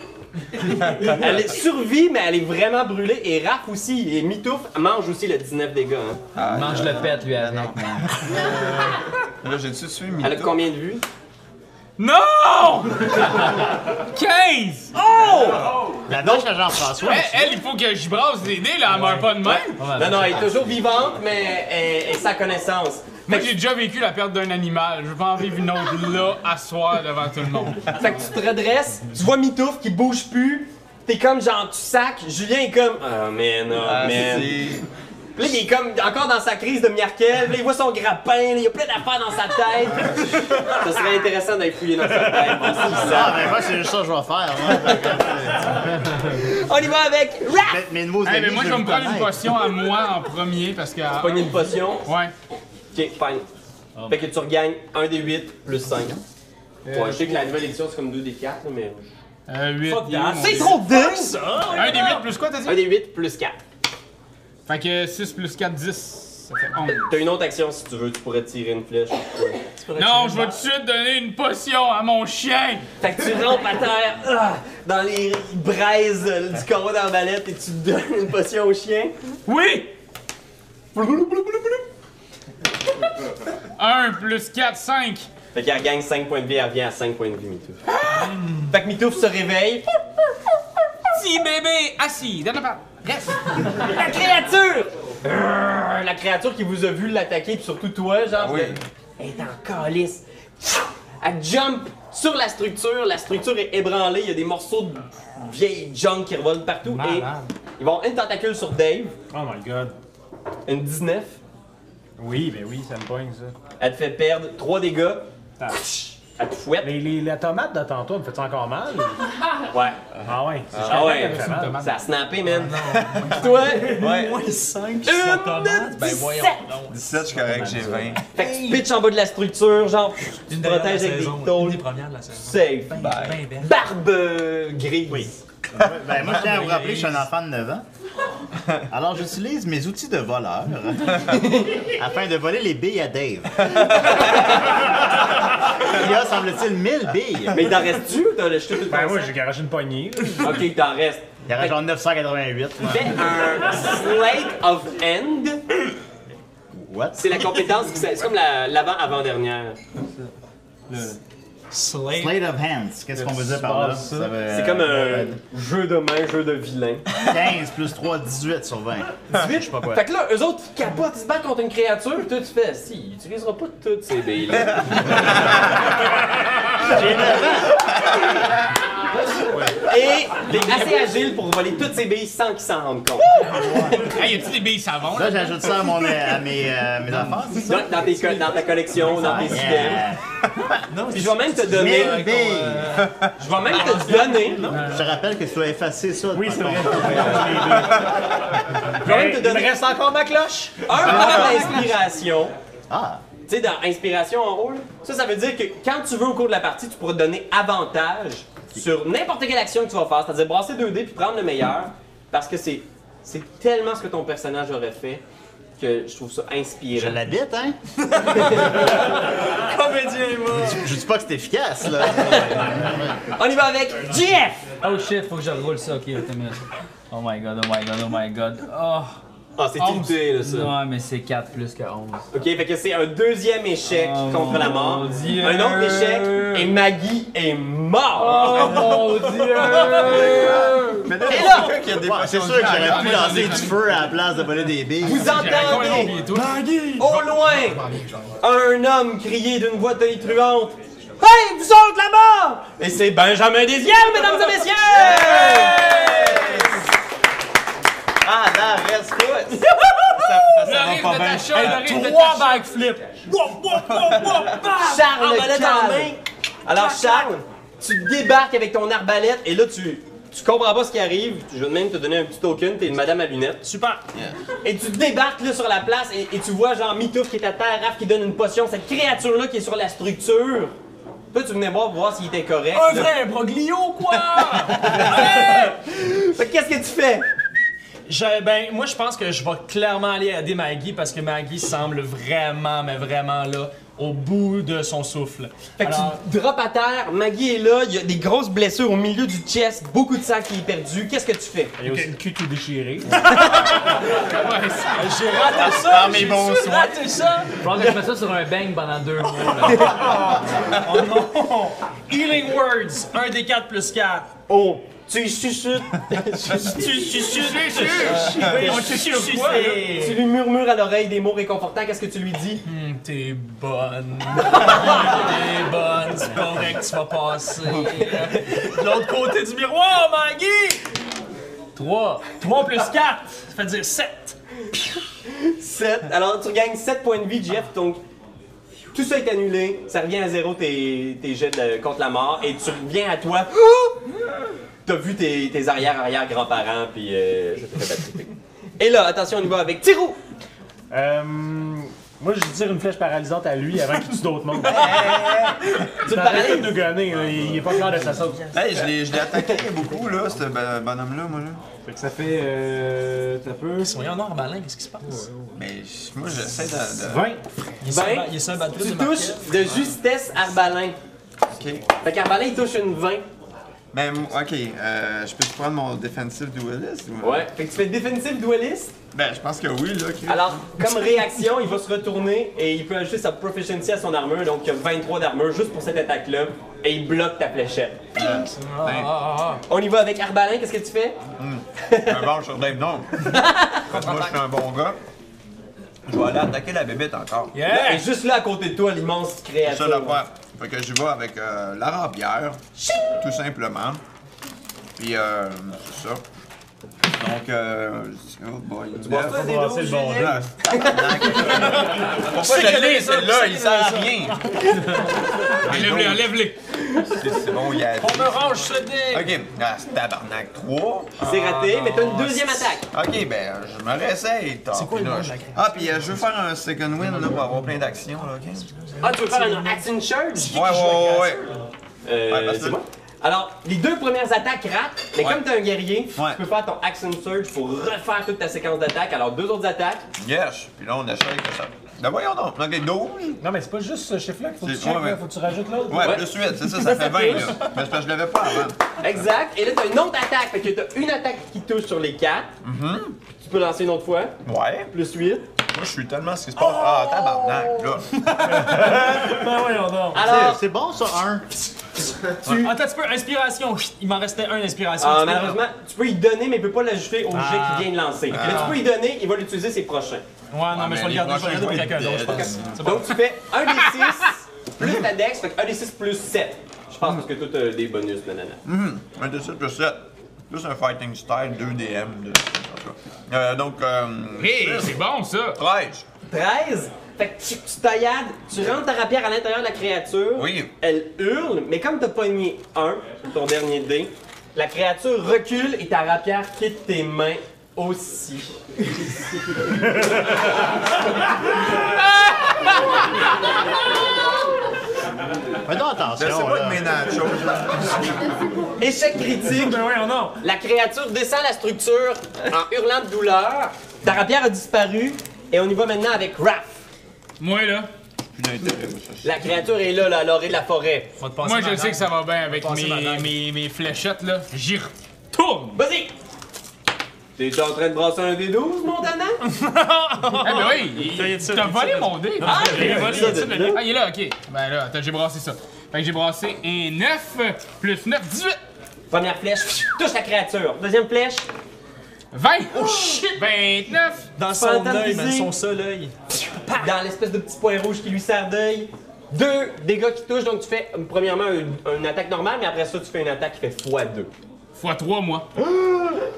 Speaker 3: elle est- survit, mais elle est vraiment brûlée. Et Raph aussi, et Mitouf mange aussi le 19 dégâts. hein.
Speaker 1: Ah,
Speaker 5: Mange le pète, lui, avec.
Speaker 1: Là, j'ai tout suivi.
Speaker 3: Elle a combien de vues?
Speaker 4: Non! 15!
Speaker 6: La danse à Jean-François.
Speaker 4: Elle, Eh, elle, il faut que je brasse des dés, là, elle meurt pas de même.
Speaker 3: Non, non, elle est toujours vivante, mais elle, elle est sans connaissance.
Speaker 4: Moi, j'ai déjà vécu la perte d'un animal. Je veux pas en vivre une autre là, à soir, devant tout le monde.
Speaker 3: Fait que tu te redresses, tu vois Mitouf qui bouge plus. T'es comme genre, tu sacs. Julien est comme, oh man, oh
Speaker 1: Ah,
Speaker 3: man.
Speaker 1: c'est-
Speaker 3: Puis là, il est comme encore dans sa crise de Miarkel. Puis là, il voit son grappin. là, il y a plein d'affaires dans sa tête. ça serait intéressant d'aller fouiller dans sa tête. voir ce qu'il sent.
Speaker 6: Ah, ben moi, c'est juste ça que je vais faire. moi. Fait que, euh,
Speaker 3: On y va avec Raph!
Speaker 6: Mes, mes nouveaux
Speaker 4: Hey,
Speaker 6: amis,
Speaker 4: Eh, mais moi, je vais me prendre une potion à moi en premier parce que.
Speaker 3: Pogner une potion.
Speaker 4: Ouais.
Speaker 3: Ok, fine. Fait que tu regagnes 1 des 8 plus 5. Ouais, Euh, je sais que la nouvelle édition, c'est comme 2 des 4, mais.
Speaker 4: Euh, 8.
Speaker 3: Fuck that. C'est trop dingue!
Speaker 4: Un des 8 plus quoi, t'as dit?
Speaker 3: 1 des 8 plus 4.
Speaker 4: Fait que 6 plus 4, 10. Ça fait 11.
Speaker 3: T'as une autre action si tu veux, tu pourrais tirer une flèche. Ouais.
Speaker 4: Non, je vais tout de suite donner une potion à mon chien!
Speaker 3: Fait que tu rampes à terre ah, dans les braises euh, du corbeau d'arbalète et tu donnes une potion au chien.
Speaker 4: Oui! 1 plus 4, 5.
Speaker 3: Fait qu'elle gagne 5 points de vie, elle revient à 5 points de vie, Mitouf. Fait que Mitouf se réveille.
Speaker 4: Petit bébé assis, donne la patte. Reste.
Speaker 3: La créature! Brrr, La créature qui vous a vu l'attaquer, puis surtout toi, genre.
Speaker 1: oui.
Speaker 3: Elle est en calice. Elle jump sur la structure, la structure est ébranlée, il y a des morceaux de vieille junk qui revolent partout.
Speaker 2: Malade.
Speaker 3: Et ils vont avoir une tentacule sur Dave,
Speaker 2: Oh my god.
Speaker 3: une 19.
Speaker 2: Oui, ben oui, ça me pogne ça.
Speaker 3: Elle te fait perdre 3 dégâts.
Speaker 2: Ah.
Speaker 3: Elle te fouette.
Speaker 2: Les, les- la tomate de tantôt, elle me fait encore mal?
Speaker 3: Ouais.
Speaker 2: Ah ouais. c'est
Speaker 3: Ah ouais,
Speaker 2: elle me fait mal.
Speaker 3: ça a snappé, man. Toi,
Speaker 8: Moins 5
Speaker 3: ça
Speaker 8: tomate? Ben voyons.
Speaker 1: 17, je suis correct, j'ai 20.
Speaker 3: fait que tu pitches en bas de la structure, genre, tu te
Speaker 8: Dernière de la
Speaker 3: protèges avec des
Speaker 8: saison,
Speaker 3: tôles.
Speaker 8: Une des premières de la saison.
Speaker 3: Safe.
Speaker 8: Ben, ben, ben.
Speaker 3: Barbe euh, grise.
Speaker 6: Ben, moi, je tiens à vous rappeler que je suis un enfant de 9 ans. Alors, j'utilise mes outils de voleur afin de voler les billes à Dave. Il y a, semble-t-il, 1000 billes.
Speaker 3: Mais il t'en reste-tu ou t'as le jeté tout le
Speaker 2: Ben
Speaker 3: temps
Speaker 2: moi, j'ai garagé une poignée. là.
Speaker 3: Ok, il t'en reste.
Speaker 6: Il y en a genre 988. moi.
Speaker 3: Fais un Slate of End.
Speaker 6: What?
Speaker 3: C'est la compétence qui c'est c'est comme la- l'avant-avant-dernière.
Speaker 8: Slay.
Speaker 6: Slate of Hands, qu'est-ce qu'on veut dire par là? Ça veut-
Speaker 3: C'est comme euh, un jeu de main, jeu de vilain.
Speaker 6: 15 plus 3, 18 sur 20.
Speaker 3: 18, je sais pas quoi. Fait que là, eux autres, ils capotent, ils se battent contre une créature, puis toi, tu fais, si, il utilisera pas toutes ces billes-là. Et il est assez agile pour voler toutes ces billes sans qu'ils s'en rendent compte.
Speaker 4: Hey, y a-tu des billes savons,
Speaker 3: Euh,
Speaker 4: là?
Speaker 6: Là, j'ajoute ça à, mon, à mes, euh, mes enfants, c'est ça?
Speaker 3: Donc, dans, tes co- dans ta collection, dans tes systèmes.
Speaker 6: Yeah.
Speaker 3: Puis je vais même te donner.
Speaker 6: 1000 billes!
Speaker 3: Je vais même te hein? donner.
Speaker 6: Je te rappelle que tu as effacé ça.
Speaker 2: Oui, c'est vrai.
Speaker 3: Je vais même te
Speaker 2: Il me
Speaker 3: donner
Speaker 2: reste encore ma cloche.
Speaker 3: un point d'inspiration
Speaker 6: Ah!
Speaker 3: Tu sais, dans Inspiration en rôle, ça, ça veut dire que quand tu veux au cours de la partie, tu pourras te donner avantage sur n'importe quelle action que tu vas faire. C'est-à-dire brasser 2 dés puis prendre le meilleur. Parce que c'est, c'est tellement ce que ton personnage aurait fait que je trouve ça
Speaker 6: Je
Speaker 3: inspirant.
Speaker 6: l'habite, hein?
Speaker 3: Comédien est mort.
Speaker 6: Je dis pas que c'est efficace, là.
Speaker 3: On y va avec GF!
Speaker 8: Oh shit, faut que je roule ça, ok, attends une minute. Oh my god, oh my god, oh my god. Oh,
Speaker 3: Ah, c'est tilté, là, ça.
Speaker 5: Ah,
Speaker 8: non, mais c'est 4 plus que 11.
Speaker 3: Ok, fait que c'est un deuxième échec
Speaker 8: Oh
Speaker 3: contre la mort.
Speaker 8: mon Dieu.
Speaker 3: Un autre échec et Maggie est mort.
Speaker 8: Oh mon dieu!
Speaker 6: Mais là,
Speaker 3: Et là,
Speaker 6: ouais, c'est sûr que j'aurais pu lancer du feu à la place de voler des billes.
Speaker 3: vous entendez au loin un homme crier d'une voix tonitruante Hey, vous autres là-bas! Et c'est Benjamin Désir, mesdames et messieurs!
Speaker 6: Ah, non, reste pas!
Speaker 4: Le rire de ta chatte, le rire de ta
Speaker 2: Trois
Speaker 4: chatte.
Speaker 2: backflips!
Speaker 3: Charles
Speaker 7: Arbalète en
Speaker 3: Cave.
Speaker 7: main.
Speaker 3: Alors Charles, tu débarques avec ton arbalète et là tu tu comprends pas ce qui arrive. Je vais même te donner un petit token, t'es une madame à lunettes. Super. Et tu débarques là sur la place et, et tu vois genre Mitouf qui est à terre, Raph qui donne une potion, cette créature là qui est sur la structure. Toi tu venais voir pour voir s'il était correct.
Speaker 8: Un
Speaker 3: là.
Speaker 8: vrai broglio, quoi!
Speaker 3: Fait que qu'est-ce que tu fais?
Speaker 9: Je- ben, moi, je pense que je vais clairement aller aider Maggie parce que Maggie semble vraiment, mais vraiment là, au bout de son souffle.
Speaker 3: Fait que
Speaker 9: Alors,
Speaker 3: tu drops à terre, Maggie est là, il y a des grosses blessures au milieu du chest, beaucoup de sang qui est perdu. Qu'est-ce que tu fais?
Speaker 2: Il y a aussi le cul tout déchiré.
Speaker 9: j'ai raté ça!
Speaker 6: Par mes
Speaker 9: j'ai
Speaker 6: bons
Speaker 9: su- raté ça!
Speaker 8: Je pense que je fais ça sur un bang pendant deux mois. là.
Speaker 9: Oh non! Healing Words, 1 des 4 plus 4.
Speaker 3: Oh, tu chuchotes,
Speaker 9: Tu suces,
Speaker 4: Je suis sûr.
Speaker 9: on
Speaker 4: te suce
Speaker 9: suce,
Speaker 4: quoi, là?
Speaker 9: et-
Speaker 3: tu lui murmures à l'oreille des mots réconfortants, qu'est-ce que tu lui dis?
Speaker 9: Hum, T'es bonne. T'es bonne, c'est pas vrai que tu vas passer. De l'autre côté du miroir, Maggie! 3. 3 plus 4, ça fait dire 7.
Speaker 3: 7. Alors, tu gagnes 7 points de vie, Jeff. Donc, tout ça est annulé. Ça revient à zéro tes, tes jets de- contre la mort. Et tu reviens à toi. T'as vu tes, tes arrière-arrière-grands-parents, puis euh, je te fais battre. Et là, attention, on y va avec Tiro!
Speaker 2: Euh, moi, je vais dire une flèche paralysante à lui avant qu'il tue d'autres mondes.
Speaker 3: Tu le
Speaker 2: Il arrête
Speaker 3: paralyses?
Speaker 2: de nous gonner, là, il il est pas clair de sa sauce.
Speaker 1: Hey, je l'ai je l'ai attaqué beaucoup, là, ce ben- bonhomme-là, moi, là.
Speaker 2: Fait que ça fait. Euh, T'as peu.
Speaker 9: Voyons, non, malin, qu'est-ce qui se passe?
Speaker 1: Mais je- moi, j'essaie de.
Speaker 2: 20.
Speaker 9: Il est
Speaker 3: Ben,
Speaker 9: seul- il est seul
Speaker 5: bah,
Speaker 9: battu
Speaker 3: Tu
Speaker 9: de marquette.
Speaker 3: touches de justesse Arbalin.
Speaker 1: de- Ok.
Speaker 3: Fait qu'Arbalin, il touche une 20.
Speaker 1: Mais Ben, m- ok, euh, je peux prendre mon defensive duelist ou-
Speaker 3: Fait que tu fais définitive dueliste.
Speaker 1: Ben, je pense que oui, là. Chris.
Speaker 3: Alors, comme réaction, il va se retourner et il peut ajouter sa proficiency à son armure, donc il y a 23 d'armure juste pour cette attaque-là, et il bloque ta fléchette.
Speaker 1: Euh,
Speaker 3: On y va avec Arbalin, qu'est-ce que tu fais?
Speaker 1: ben, un bon sur Dave, non. Parce que moi, je suis un bon gars. Je vais aller attaquer la bébête encore.
Speaker 3: Là, elle est juste là à côté de toi, l'immense
Speaker 1: Eh! C'est ça
Speaker 3: créature.
Speaker 1: l'affaire. Fait que je vais avec euh, la rabière, tout simplement. Puis, euh, c'est ça. Donc, euh, oh boy. Neuf.
Speaker 2: Faut brasser le bon jeu.
Speaker 1: Ah, tabarnak. Pourquoi je l'ai, celle-là, il sert à rien. Ben,
Speaker 4: Lève-les, enlève-les.
Speaker 1: C'est c'est bon, il y a...
Speaker 9: On me range ce dé!
Speaker 1: Ok, ah, c'est tabarnak 3.
Speaker 3: C'est raté,
Speaker 1: Ah,
Speaker 3: mais t'as une deuxième attaque.
Speaker 1: Ok, ben, je me réessaye. C'est quoi Ah, puis euh, je veux faire un second win là, pour avoir plein d'actions, là, ok?
Speaker 3: Ah, tu veux faire une action charge?
Speaker 1: Ouais, ouais, ouais, ouais. Ouais,
Speaker 3: Euh,
Speaker 1: parce que-
Speaker 3: c'est moi. Alors, les deux premières attaques ratent, mais
Speaker 1: Ouais.
Speaker 3: comme t'es un guerrier,
Speaker 1: Ouais.
Speaker 3: tu peux faire ton action surge pour refaire toute ta séquence d'attaques. Alors, deux autres attaques.
Speaker 1: Yes! Puis là, on essaye que ça. Ben, voyons donc. Ok, 12.
Speaker 2: Non, mais c'est pas juste ce chiffre-là qu'il faut que tu
Speaker 1: C'est-
Speaker 2: checkes,
Speaker 1: ouais, ouais.
Speaker 2: là, faut que tu rajoutes l'autre.
Speaker 1: Ouais, plus 8, c'est ça, ça fait 20, là. Mais c'est parce que je l'avais pas avant.
Speaker 3: Exact. Et là, t'as une autre attaque. Fait que t'as une attaque qui touche sur les quatre. Tu peux lancer une autre fois.
Speaker 1: Ouais.
Speaker 3: Plus 8.
Speaker 1: Moi, je suis tellement ce qui se passe. Ah, tabarnak, là.
Speaker 2: Ben voyons donc.
Speaker 3: Alors,
Speaker 6: C'est bon, ça, un.
Speaker 9: Attends, tu peux, inspiration! Chut, Il m'en restait un, inspiration.
Speaker 3: euh,
Speaker 9: Tu
Speaker 5: Ah,
Speaker 9: peux-
Speaker 3: malheureusement, tu peux y donner, mais il peut pas l'ajouter au jet
Speaker 9: Ah.
Speaker 3: qu'il vient de lancer. Mais tu peux y donner, il va l'utiliser ses prochains.
Speaker 9: Ouais,
Speaker 1: Ah,
Speaker 9: non, mais je vais le garder, je vais le garder pour quelqu'un d'autre, je pense. C'est bon.
Speaker 3: Donc, tu fais 1 des 6 plus ta dex, fait que 1 des 6 plus 7. Je pense parce que toi, t'as des bonus, nanana.
Speaker 1: Un de 7 plus 7. Plus un fighting style, 2 DM. De... Euh, donc, euh,
Speaker 4: Hey, c'est bon, ça.
Speaker 1: 13.
Speaker 3: 13. Fait que tu, tu taillades, tu rentres ta rapière à l'intérieur de la créature.
Speaker 1: Oui.
Speaker 3: Elle hurle, mais comme t'as pogné un, ton dernier dé, la créature recule et ta rapière quitte tes mains aussi.
Speaker 6: Mais non, attention.
Speaker 1: Laissez-moi
Speaker 6: là.
Speaker 1: de mes nachos.
Speaker 3: Échec critique.
Speaker 2: Ben voyons non!
Speaker 3: La créature descend la structure en hurlant de douleur. Tarapierre a disparu et on y va maintenant avec Raph.
Speaker 4: Moi, là,
Speaker 3: La créature est là, là, à l'orée de la forêt.
Speaker 9: On va te passer
Speaker 4: moi,
Speaker 9: ma
Speaker 4: je
Speaker 9: dague.
Speaker 4: sais que ça va bien avec
Speaker 9: passer ma
Speaker 4: mes,
Speaker 9: dague.
Speaker 4: mes, mes fléchettes, là. J'y retourne!
Speaker 3: Vas-y! T'es déjà en train de brasser un des 12, mon Dana?
Speaker 4: Eh ben oui!
Speaker 9: Ça Ah, y est, ça,
Speaker 4: T'as
Speaker 9: ça,
Speaker 4: volé
Speaker 9: ça,
Speaker 4: mon dé!
Speaker 9: Ah, j'ai
Speaker 4: Il a
Speaker 9: volé.
Speaker 4: volé, il a-tu le dé? Ah, il est là, ok. Ben là, attends, j'ai brassé ça. Fait que j'ai brassé un 9 plus 9, 18!
Speaker 3: Première flèche, touche la créature. Deuxième flèche,
Speaker 4: 20! Oh shit! 29!
Speaker 9: Dans
Speaker 3: Pas
Speaker 9: son
Speaker 3: le temps de
Speaker 9: œil, man,
Speaker 3: viser.
Speaker 9: son seul œil.
Speaker 3: pac, dans l'espèce de petit point rouge qui lui sert d'œil. Deux dégâts qui touchent, donc tu fais euh, premièrement une, une attaque normale, mais après ça, tu fais une attaque qui fait x2.
Speaker 4: Fois 3, moi.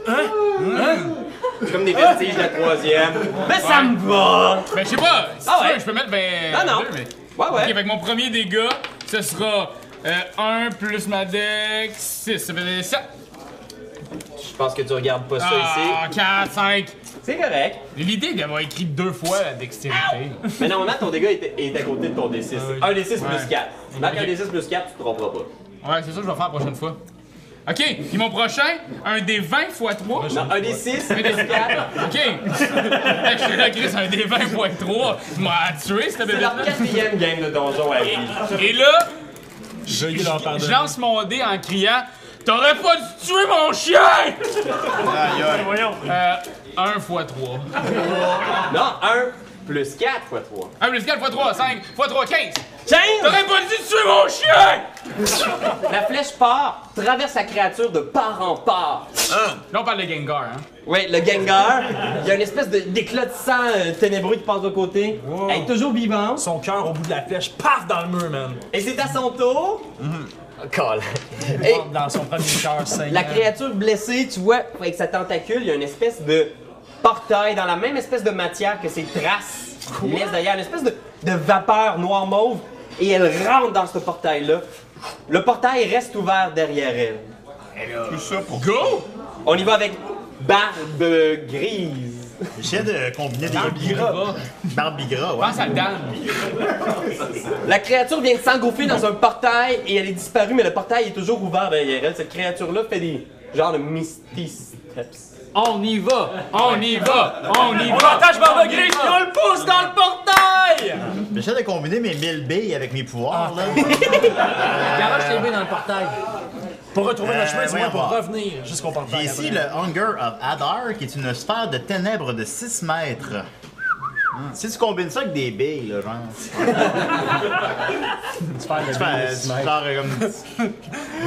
Speaker 3: C'est comme des vestiges de la troisième. Mais ça me va!
Speaker 4: Ben, je sais pas, si
Speaker 3: Ah
Speaker 4: tu veux,
Speaker 3: ouais.
Speaker 4: je peux mettre ben.
Speaker 3: Ah non.
Speaker 4: deux, mais-
Speaker 3: Ouais, ouais.
Speaker 4: Ok, ben- fait que mon premier dégât, ce sera 1 plus ma dex 6, ça fait 7.
Speaker 3: Je pense que tu regardes pas ça
Speaker 4: Ah, 4, 5.
Speaker 3: ici. C'est correct.
Speaker 4: L'idée d'avoir écrit deux fois la dextérité.
Speaker 3: Mais normalement, ton dégât est, est à côté de ton D6. Un D6
Speaker 4: Ah Ouais.
Speaker 3: plus 4. Marque un
Speaker 4: Ok.
Speaker 3: D6 plus 4, tu te tromperas pas.
Speaker 4: Ouais, c'est ça que je vais faire la prochaine fois. Ok, puis mon prochain, un des 20 fois 3.
Speaker 3: Non, un D6
Speaker 4: Un
Speaker 3: plus
Speaker 4: des
Speaker 3: 4.
Speaker 4: 4. Ok! Fait que je suis là, Chris, un des 20 fois 3. Tu m'as tué, cette
Speaker 3: C'est
Speaker 4: bébé
Speaker 3: leur quatrième game de donjon à vie.
Speaker 4: Et là,
Speaker 9: Je
Speaker 4: je,
Speaker 9: leur pardonne.
Speaker 4: je lance mon dé en criant T'aurais pas dû tuer mon chien!
Speaker 2: Voyons!
Speaker 4: Euh, 1 fois 3.
Speaker 3: Non, 1 plus 4 fois 3.
Speaker 4: 1 plus 4 fois 3, 5 fois 3, 15!
Speaker 3: 15!
Speaker 4: T'aurais pas dû tuer mon chien!
Speaker 3: La flèche part, traverse la créature de part en part.
Speaker 4: Là, on parle de Gengar, hein?
Speaker 3: Ouais, le Gengar, il y a une espèce de- d'éclat de sang euh, ténébreux qui passe de côté. Elle est toujours vivante.
Speaker 9: Son cœur au bout de la flèche, paf dans le mur, man.
Speaker 3: Et c'est à son tour. Oh, call. Et
Speaker 9: Dans son premier cœur, Seigneur.
Speaker 3: la créature blessée, tu vois, avec sa tentacule, il y a une espèce de portail dans la même espèce de matière que ses traces. Il laisse d'ailleurs une espèce de, de vapeur noir-mauve et elle rentre dans ce portail-là. Le portail reste ouvert derrière elle.
Speaker 1: Tout ça pour
Speaker 4: Go!
Speaker 3: On y va avec Barbe Grise.
Speaker 6: J'essaie de combiner des Barbigra. Barbigra, ouais.
Speaker 4: Pense à Dan.
Speaker 3: La créature vient de s'engouffrer dans un portail et elle est disparue, mais le portail est toujours ouvert derrière elle. Cette créature-là fait des genres de misty steps.
Speaker 5: On y va!
Speaker 4: On y va! On y
Speaker 9: On
Speaker 4: va!
Speaker 9: l'attache par le gris, puis on le pousse dans le portail!
Speaker 6: J'essaie de combiner mes 1000 billes avec mes pouvoirs, là.
Speaker 5: Garoche tes billes dans le portail.
Speaker 9: Pour retrouver
Speaker 6: Euh,
Speaker 9: le chemin, du moins,
Speaker 6: voyons
Speaker 9: pour
Speaker 6: voir.
Speaker 9: revenir jusqu'au
Speaker 6: J'ai
Speaker 9: portail.
Speaker 6: ici le Hunger of Adar, qui est une sphère de ténèbres de 6 mètres. Ah. Si tu combines ça avec des billes, là, genre.
Speaker 2: Faire
Speaker 6: Tu fais, tu fais genre euh, comme.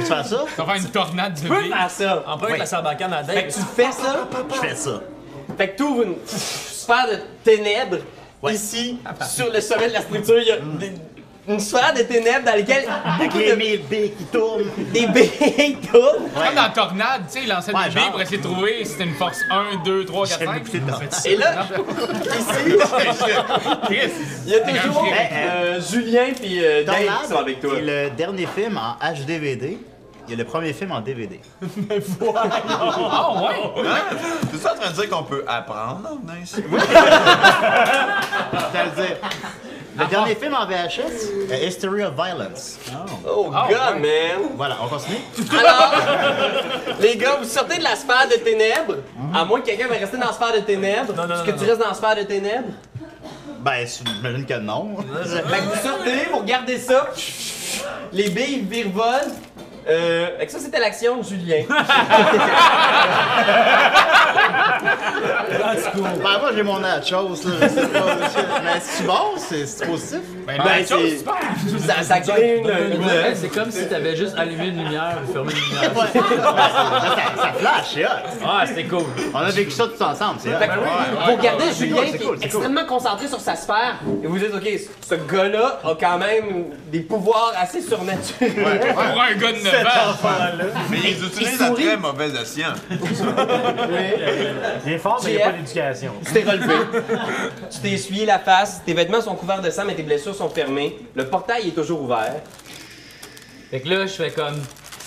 Speaker 6: Tu fais ça?
Speaker 4: Ça va faire une tornade de vie.
Speaker 3: Ah ça!
Speaker 9: On peut avec la sarbacane à
Speaker 3: Fait
Speaker 9: dingue.
Speaker 3: que tu fais ça,
Speaker 6: Je fais ça.
Speaker 3: fait que tu ouvres une sphère de ténèbres. Ici,
Speaker 6: Ah, bah,
Speaker 3: sur le sommet de la structure, il y a des- une sphère de ténèbres dans laquelle
Speaker 6: Avec
Speaker 3: beaucoup
Speaker 6: les
Speaker 3: de
Speaker 6: 1000 billes qui tournent.
Speaker 3: des billes tournent.
Speaker 4: Comme dans Tornade, tu sais, il lançait
Speaker 6: Ouais,
Speaker 4: des billes
Speaker 6: genre.
Speaker 4: pour essayer de trouver si c'était une force 1, 2, 3, 4,
Speaker 6: J'aime
Speaker 4: 5.
Speaker 6: écouter de l'art.
Speaker 3: Et là, ici,
Speaker 4: Chris!
Speaker 3: il y a toujours euh, Julien puis euh, Dave qui sont avec toi.
Speaker 6: C'est le dernier film en HDVD. Il y a le premier film en DVD.
Speaker 4: Ah ouais!
Speaker 1: Tout ça en train de dire qu'on peut apprendre hein, en venant ici.
Speaker 6: C'est-à-dire. Le dernier film en VHS, euh, History of Violence.
Speaker 3: Oh god, man!
Speaker 6: Voilà, on continue.
Speaker 3: Alors, les gars, vous sortez de la sphère de ténèbres, à moins que quelqu'un va rester dans la sphère de ténèbres.
Speaker 9: non,
Speaker 3: Est-ce
Speaker 9: non,
Speaker 3: que
Speaker 9: non,
Speaker 3: tu
Speaker 9: non.
Speaker 3: restes dans la sphère de ténèbres?
Speaker 6: Ben, j'imagine que non. Ben,
Speaker 3: Fait que vous sortez, vous regardez ça, les billes virevolent. Euh, fait que ça, c'était l'action de Julien.
Speaker 6: Ben, moi, j'ai mon nachos, là. C'est pas- Mais c'est bon, c'est c'est positif.
Speaker 4: Ben,
Speaker 3: Ben,
Speaker 4: chose,
Speaker 3: c'est-
Speaker 4: super.
Speaker 3: ça, ça crée une...
Speaker 9: Euh,
Speaker 3: une-
Speaker 5: Ouais, C'est comme si t'avais juste allumé une lumière ou fermé une lumière.
Speaker 6: Ouais. Ben, ça, ça flash, c'est hot.
Speaker 5: Ah, c'était cool.
Speaker 6: On a vécu ça tous ensemble, c'est hot.
Speaker 3: Fait que vous regardez Julien
Speaker 6: cool,
Speaker 3: qui est
Speaker 6: c'est cool, c'est cool.
Speaker 3: extrêmement concentré sur sa sphère et vous dites, OK, ce gars-là a quand même des pouvoirs assez surnaturels.
Speaker 4: Pour un gars de 9 ans!
Speaker 1: Mais ils utilisent
Speaker 3: il
Speaker 1: à
Speaker 3: sourit.
Speaker 1: très mauvaise escient.
Speaker 2: Il est fort, mais il n'y a
Speaker 3: JF.
Speaker 2: pas d'éducation.
Speaker 3: Tu t'es relevé. tu t'es essuyé la face, tes vêtements sont couverts de sang, mais tes blessures sont fermées. Le portail est toujours ouvert.
Speaker 5: Fait que là, je fais comme.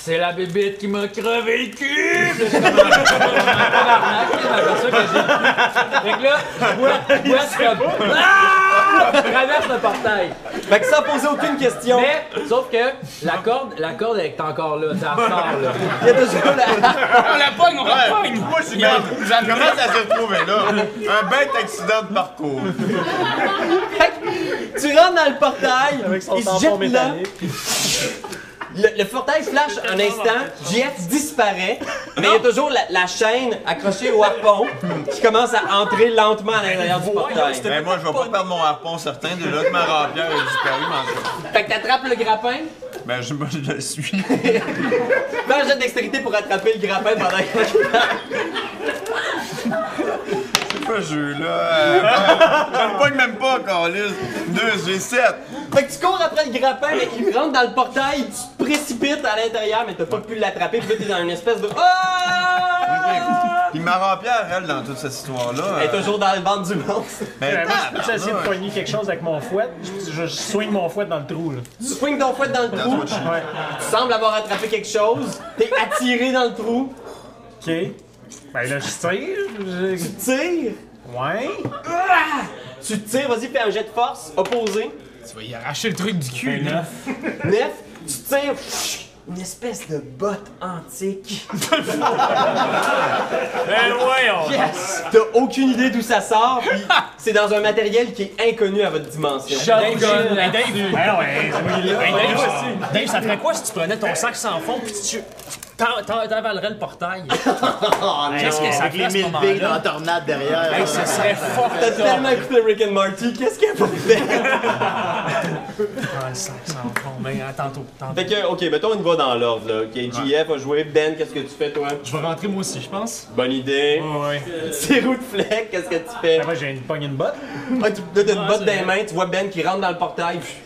Speaker 5: C'est la bébite qui m'a crevé le cul! Puis là, je suis comme, Ah, c'est ma blessure que j'ai. Fait que là, je vois, je vois ce comme. Ah! Traverse le portail.
Speaker 3: Fait que sans poser aucune question,
Speaker 5: Mais, sauf que la corde, la corde elle est encore là, ça ressort là.
Speaker 3: il y a toujours la.
Speaker 4: On la pogne, on la
Speaker 1: Ouais.
Speaker 4: pogne!
Speaker 1: Moi, je suis
Speaker 4: Mais
Speaker 1: comme.
Speaker 4: j'adore.
Speaker 1: Ben, Comment ça se trouvait là? Un bête accident de parcours.
Speaker 3: Fait que tu rentres dans le portail, il se jette là. Le, le portail flash un instant, JF disparaît, mais il y a toujours la, la chaîne accrochée au harpon qui commence à entrer lentement à l'intérieur du portail.
Speaker 1: Ben, moi, je vais pas perdre mon harpon certain. De là que ma rapière a disparu, mais
Speaker 3: Fait que t'attrapes le grappin,
Speaker 1: Ben, je, moi, je le suis.
Speaker 3: fais un jet de dextérité pour attraper le grappin pendant que
Speaker 1: Ce jeu-là. euh, ben, Je le pogne même pas, Carlis. 2 G7.
Speaker 3: Fait que tu cours après le grappin, mais il rentre dans le portail, tu te précipites à l'intérieur, mais t'as pas pu l'attraper, puis là, t'es dans une espèce de. Ah!
Speaker 1: Puis ma rapière, elle, dans toute cette histoire-là.
Speaker 3: Elle est
Speaker 1: euh,
Speaker 3: toujours dans le ventre du monstre.
Speaker 1: ben,
Speaker 2: Moi, j'ai essayé de poigner quelque chose avec mon fouet. Je, je swing mon fouet dans le trou, là.
Speaker 3: Tu swings ton fouet dans le trou,
Speaker 2: Ouais.
Speaker 3: tu sembles avoir attrapé quelque chose, t'es attiré dans le trou,
Speaker 2: OK. Ben là, je tire.
Speaker 3: tu tires, Ah!
Speaker 2: je- Ouais.
Speaker 3: tu tires, vas-y, fais un jet de force, opposé,
Speaker 4: Tu vas y arracher le truc du cul, là.
Speaker 3: neuf, tu tires, pfff, une espèce de botte antique.
Speaker 9: Ben voyons!
Speaker 3: Yes! T'as aucune idée d'où ça sort, puis c'est dans un matériel qui est inconnu à votre dimension.
Speaker 9: Shotgun là-dessus.
Speaker 2: Ben non, ben, c'est moi qui l'ai.
Speaker 9: Hey, Dave, Dave, ça ferait quoi si tu prenais ton sac sans fond pis tu t'en- t'en- t'avalerais le portail?
Speaker 6: Ah,
Speaker 9: Qu'est-ce que ça
Speaker 6: Avec
Speaker 9: ferait
Speaker 6: les
Speaker 9: à ce
Speaker 6: 1000 billes dans la
Speaker 9: moment-là?
Speaker 6: tornade derrière.
Speaker 9: Hey, ce serait fort
Speaker 3: T'as tellement écouté Rick and Marty, qu'est-ce qu'elle peut faire?
Speaker 9: Prends le sac sans fond, mais à tantôt, tantôt.
Speaker 3: Fait que, ok, mettons, on y va dans l'ordre, là. Ok, JF a joué, Ben, qu'est-ce que tu fais, toi?
Speaker 9: Je vais rentrer moi aussi, je pense.
Speaker 3: Bonne idée.
Speaker 9: Ouais.
Speaker 3: C'est roux de fleck, qu'est-ce que tu fais?
Speaker 2: Ben, moi, j'ai une pogne une botte.
Speaker 3: Ah, tu donnes une
Speaker 9: Ouais,
Speaker 3: botte
Speaker 9: c'est
Speaker 3: dans les
Speaker 9: vrai.
Speaker 3: mains, tu vois Ben qui rentre dans le portail. pfff.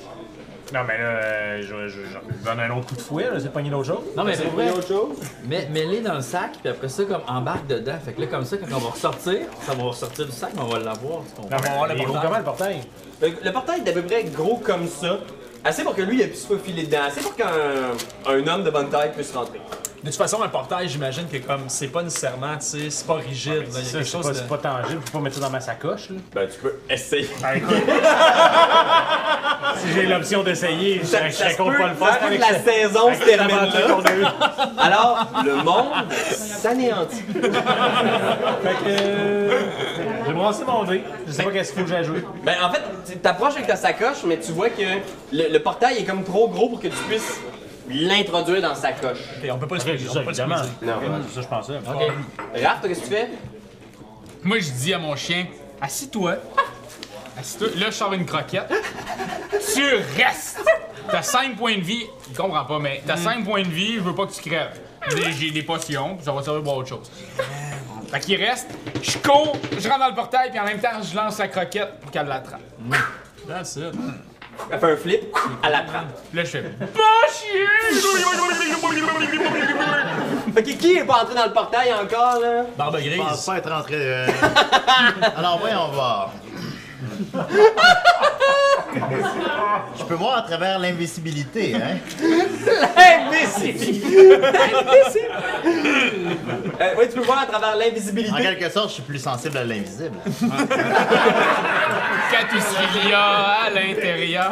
Speaker 2: Non, mais là, euh, je, je, je donne un autre coup de fouet, là, c'est pogner l'autre chose.
Speaker 5: Non mais c'est vrai.
Speaker 3: autre chose?
Speaker 5: Mais mets-les dans le sac, puis après ça, comme embarque dedans. Fait que là, comme ça, quand on va ressortir, ça va ressortir du sac, mais on va l'avoir. tu comprends?
Speaker 2: Non, mais
Speaker 9: voir le
Speaker 2: il est gros
Speaker 9: portail.
Speaker 2: comment, le portail?
Speaker 3: Le, Euh, le portail est à peu près gros comme ça. Assez pour que lui, il puisse se faufiler dedans. Assez pour qu'un un homme de bonne taille puisse rentrer.
Speaker 9: De toute façon, un portail, j'imagine que comme c'est pas nécessairement, tu sais, c'est pas rigide. là,
Speaker 2: Ah, C'est
Speaker 9: il y a
Speaker 2: ça,
Speaker 9: quelque
Speaker 2: c'est
Speaker 9: chose
Speaker 2: pas,
Speaker 9: de...
Speaker 2: c'est pas tangible, je peux pas mettre ça dans ma sacoche, là.
Speaker 3: Ben, tu peux essayer.
Speaker 2: Ben, écoute. si j'ai l'option d'essayer, je,
Speaker 3: Ça,
Speaker 2: je
Speaker 3: ça se peut,
Speaker 2: raconte pas le
Speaker 3: ça se peut
Speaker 2: faire
Speaker 3: que
Speaker 2: avec
Speaker 3: la
Speaker 2: cette-
Speaker 3: saison se
Speaker 2: avec cette
Speaker 3: termine
Speaker 2: aventure
Speaker 3: là.
Speaker 2: qu'on a eue.
Speaker 3: Alors, le monde s'anéantit.
Speaker 2: Fait que, euh, j'ai brassé mon dé. Je sais pas qu'est-ce qu'il faut que j'ai joué.
Speaker 3: Ben, en fait, tu t'approches avec ta sacoche, mais tu vois que le, le portail est comme trop gros pour que tu puisses l'introduire dans sa sacoche.
Speaker 9: Et on peut pas le squeezer, on peut pas le squeezer.
Speaker 3: Non.
Speaker 2: Ça, je pensais.
Speaker 3: Raph, toi, qu'est-ce que tu fais?
Speaker 4: Moi, je dis à mon chien, assis-toi. Assis-toi. Là, je sors une croquette. tu restes. T'as 5 points de vie. Il comprend pas, mais
Speaker 9: Mm.
Speaker 4: t'as 5 points de vie, je veux pas que tu crèves. Des- J'ai des potions, puis ça va servir pour autre chose. Fait qu'il reste, je cours, je rentre dans le portail, puis en même temps, je lance la croquette pour qu'elle l'attrape.
Speaker 9: That's it.
Speaker 3: Elle fait un flip, elle la prend.
Speaker 4: Là, je fais Pas chier!
Speaker 3: Fait que qui est pas entré dans le portail encore, là?
Speaker 9: Barbe
Speaker 6: Je pense
Speaker 9: grise.
Speaker 6: pas être rentré. euh. Alors, voyons voir. Je peux voir à travers l'invisibilité, hein?
Speaker 3: Imbécile! Imbécile! Euh, oui, tu peux voir à travers
Speaker 6: En
Speaker 3: l'invisibilité.
Speaker 6: quelque sorte, je suis plus sensible à l'invisible.
Speaker 4: Quand tout ce qu'il y a à l'intérieur.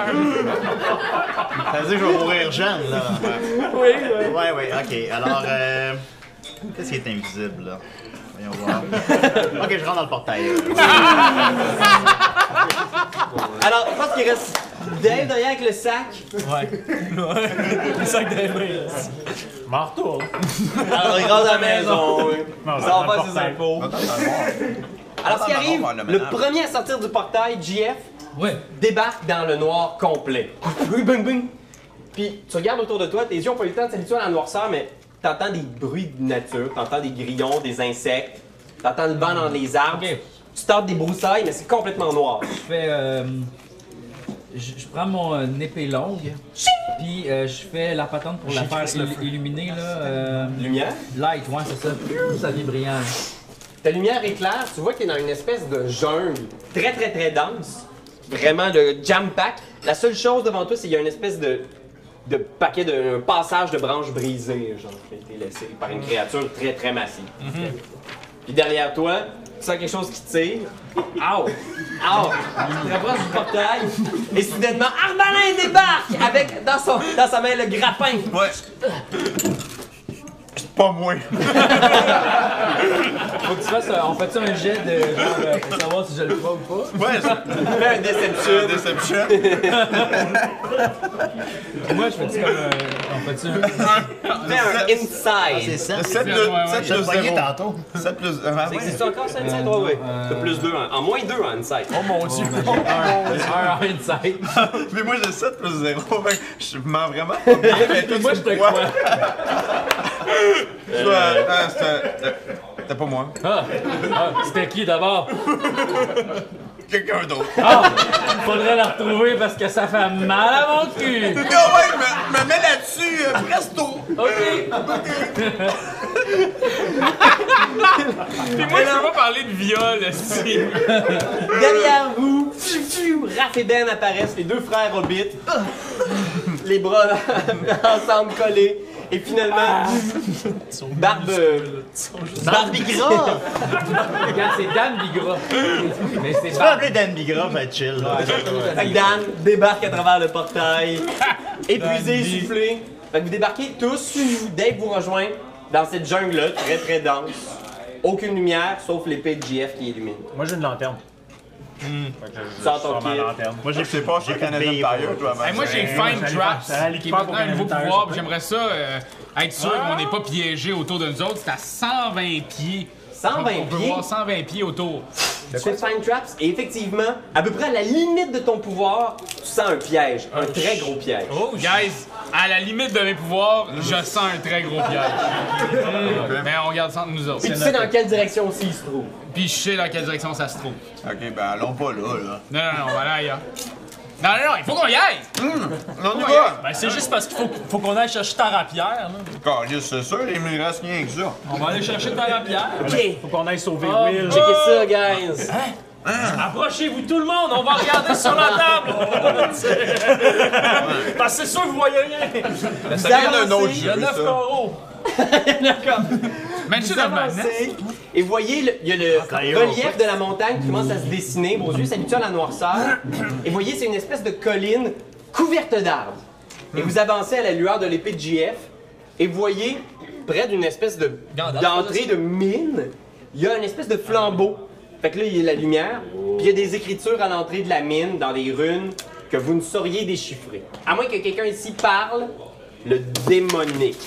Speaker 6: Ça veut dire que je vais mourir jeune, là.
Speaker 3: Oui,
Speaker 6: Ouais, ouais, ok. Alors, euh, qu'est-ce qui est invisible, là? Voyons voir. Ok, je rentre dans le portail.
Speaker 3: Alors, je pense qu'il reste Dave derrière avec le sac.
Speaker 9: Le sac d'Aimé.
Speaker 2: Marteau.
Speaker 3: Alors, il rentre à Ah, la maison. oui.
Speaker 2: Non,
Speaker 3: Ça va
Speaker 2: dans le
Speaker 3: faire ses
Speaker 2: portail.
Speaker 3: impôts. Alors, ce qui arrive, le premier à sortir du portail, JF,
Speaker 8: Ouais.
Speaker 3: débarque dans le noir complet. Boum, boum, boum. Puis tu regardes autour de toi, tes yeux ont pas eu le temps de s'habituer à la noirceur, mais t'entends des bruits de nature, t'entends des grillons, des insectes, t'entends le vent dans les arbres.
Speaker 5: Ok.
Speaker 3: Tu tordes des broussailles, mais c'est complètement noir.
Speaker 5: Je fais. euh, je je prends mon euh, épée longue, puis euh, je fais la patente pour la faire il- illuminer, là. euh,
Speaker 3: Lumière.
Speaker 5: light, ouais, c'est ça. Piou, Ça devient brillant.
Speaker 3: Ta lumière éclaire, tu vois qu'il est dans une espèce de jungle très très très dense, vraiment de jam-pack. La seule chose devant toi, c'est qu'il y a une espèce de, de paquet, de un passage de branches brisées, genre, qui a été laissé par une créature très très massive. Puis derrière toi, tu sens quelque chose qui tire. Ow! Ow! Tu te rapproches du portail et soudainement, Armalin débarque avec dans, son, dans sa main le grappin.
Speaker 1: Ouais. C'est pas moi.
Speaker 5: Faut que tu fasses. euh, On fait ça un jet de. genre, euh, pour savoir si je le crois ou pas.
Speaker 1: Ouais,
Speaker 3: Fais un
Speaker 1: c'est
Speaker 3: Deception.
Speaker 1: Deception.
Speaker 5: Moi, je fais tu comme. euh, on fait ça.
Speaker 3: Fais un
Speaker 6: C'est
Speaker 3: Inside.
Speaker 6: ça.
Speaker 1: 7
Speaker 4: ouais, ouais.
Speaker 6: Je te voyais
Speaker 1: 2
Speaker 6: tantôt.
Speaker 1: 7 plus hein? 1.
Speaker 3: Ça existe encore, ça, Inside? Ouais, ouais. T'as plus 2, en moins 2 en Inside.
Speaker 5: Mon dieu. Un un inside.
Speaker 1: Mais moi j'ai 7 plus 0. je mens vraiment pas bien. mais toi,
Speaker 5: Moi,
Speaker 1: tu
Speaker 5: je
Speaker 1: me
Speaker 5: te crois.
Speaker 1: Je dois- ah, c'est, euh, euh, C'était pas moi.
Speaker 5: Ah, ah, C'était qui d'abord?
Speaker 1: Quelqu'un d'autre.
Speaker 5: Ah! Faudrait la retrouver parce que ça fait mal à mon cul!
Speaker 1: Non, ouais, je me, me mets là-dessus, euh, presto.
Speaker 5: Ok!
Speaker 4: Puis moi, je peux pas parler de viol, si.
Speaker 3: Derrière vous, fiu, fiu, Raph et Ben apparaissent, les deux frères orbitent, Ah! les bras ensemble collés, et finalement, Barbe. Barbe
Speaker 6: Bigra!
Speaker 5: Regarde, c'est Dan Bigra! Mais c'est
Speaker 6: Tu peux
Speaker 5: Barbe!
Speaker 6: appeler Dan Bigra pour être chill. là.
Speaker 3: Fait que Dan débarque à travers le portail, épuisé, soufflé. Fait que vous débarquez tous, Dave vous rejoint dans cette jungle-là, très très dense. Aucune lumière, sauf l'épée de JF qui illumine.
Speaker 2: Moi, j'ai une lanterne.
Speaker 3: Sors ton
Speaker 2: Ma
Speaker 3: kit.
Speaker 2: lanterne.
Speaker 1: Moi j'ai fait pas, j'ai Canadian Tire, toi, avant.
Speaker 4: Hey, moi, j'ai
Speaker 2: moi,
Speaker 4: Find
Speaker 2: j'allais
Speaker 4: Traps,
Speaker 2: faire- j'allais
Speaker 4: qui est
Speaker 2: faire
Speaker 4: maintenant
Speaker 2: pour
Speaker 4: un nouveau
Speaker 2: Canada Tire,
Speaker 4: pouvoir.
Speaker 2: c'est
Speaker 4: puis J'aimerais ça euh, être sûr qu'on
Speaker 9: Ah!
Speaker 4: n'est pas piégé autour de nous autres. C'est à 120 pieds.
Speaker 3: 120
Speaker 4: On peut
Speaker 3: pieds?
Speaker 4: voir 120 pieds autour.
Speaker 3: Tu fais Find Traps et effectivement, à peu près à la limite de ton pouvoir, tu sens un piège, un très gros piège.
Speaker 9: Oh,
Speaker 4: Guys, à la limite de mes pouvoirs, je
Speaker 9: Mm.
Speaker 4: sens un très gros piège. Mm. Mais on garde ça entre nous autres.
Speaker 3: Puis tu sais dans quelle direction aussi il se trouve.
Speaker 4: Puis je sais dans quelle direction ça se trouve.
Speaker 1: Ok, ben allons pas là, là.
Speaker 4: Non, non, non, on va aller ailleurs. Non, non, non, il faut qu'on y aille!
Speaker 1: Non, on y va!
Speaker 9: Ben, c'est juste parce qu'il faut, faut qu'on aille chercher Tarapierre, là. Ah,
Speaker 1: Caliste, c'est sûr, il me reste rien que ça.
Speaker 9: On va aller chercher Tarapierre.
Speaker 3: Ok,
Speaker 2: Faut qu'on aille sauver Will.
Speaker 3: checkez ça, guys.
Speaker 9: Approchez-vous tout le monde, on va regarder sur la table! on va dire. Parce que c'est sûr que vous voyez rien!
Speaker 3: Vous
Speaker 1: vient d'un
Speaker 3: avancez-
Speaker 1: autre
Speaker 9: Il y a
Speaker 1: J'ai vu
Speaker 9: 9
Speaker 1: ça.
Speaker 9: coraux!
Speaker 4: Même si
Speaker 3: Vous
Speaker 4: dans ma net.
Speaker 3: avancez et voyez, le- il y a le
Speaker 5: Ah,
Speaker 3: relief de la montagne qui commence à se dessiner. Vos yeux s'habituent à la noirceur. Et voyez, c'est une espèce de colline couverte d'arbres. Et vous avancez à la lueur de l'épée de JF. Et voyez, près d'une espèce de
Speaker 5: Gandalf,
Speaker 3: d'entrée de mine, il y a une espèce de flambeau. Fait que là, il y a la lumière. Puis il y a des écritures à l'entrée de la mine, dans des runes, que vous ne sauriez déchiffrer. À moins que quelqu'un ici parle le démonique.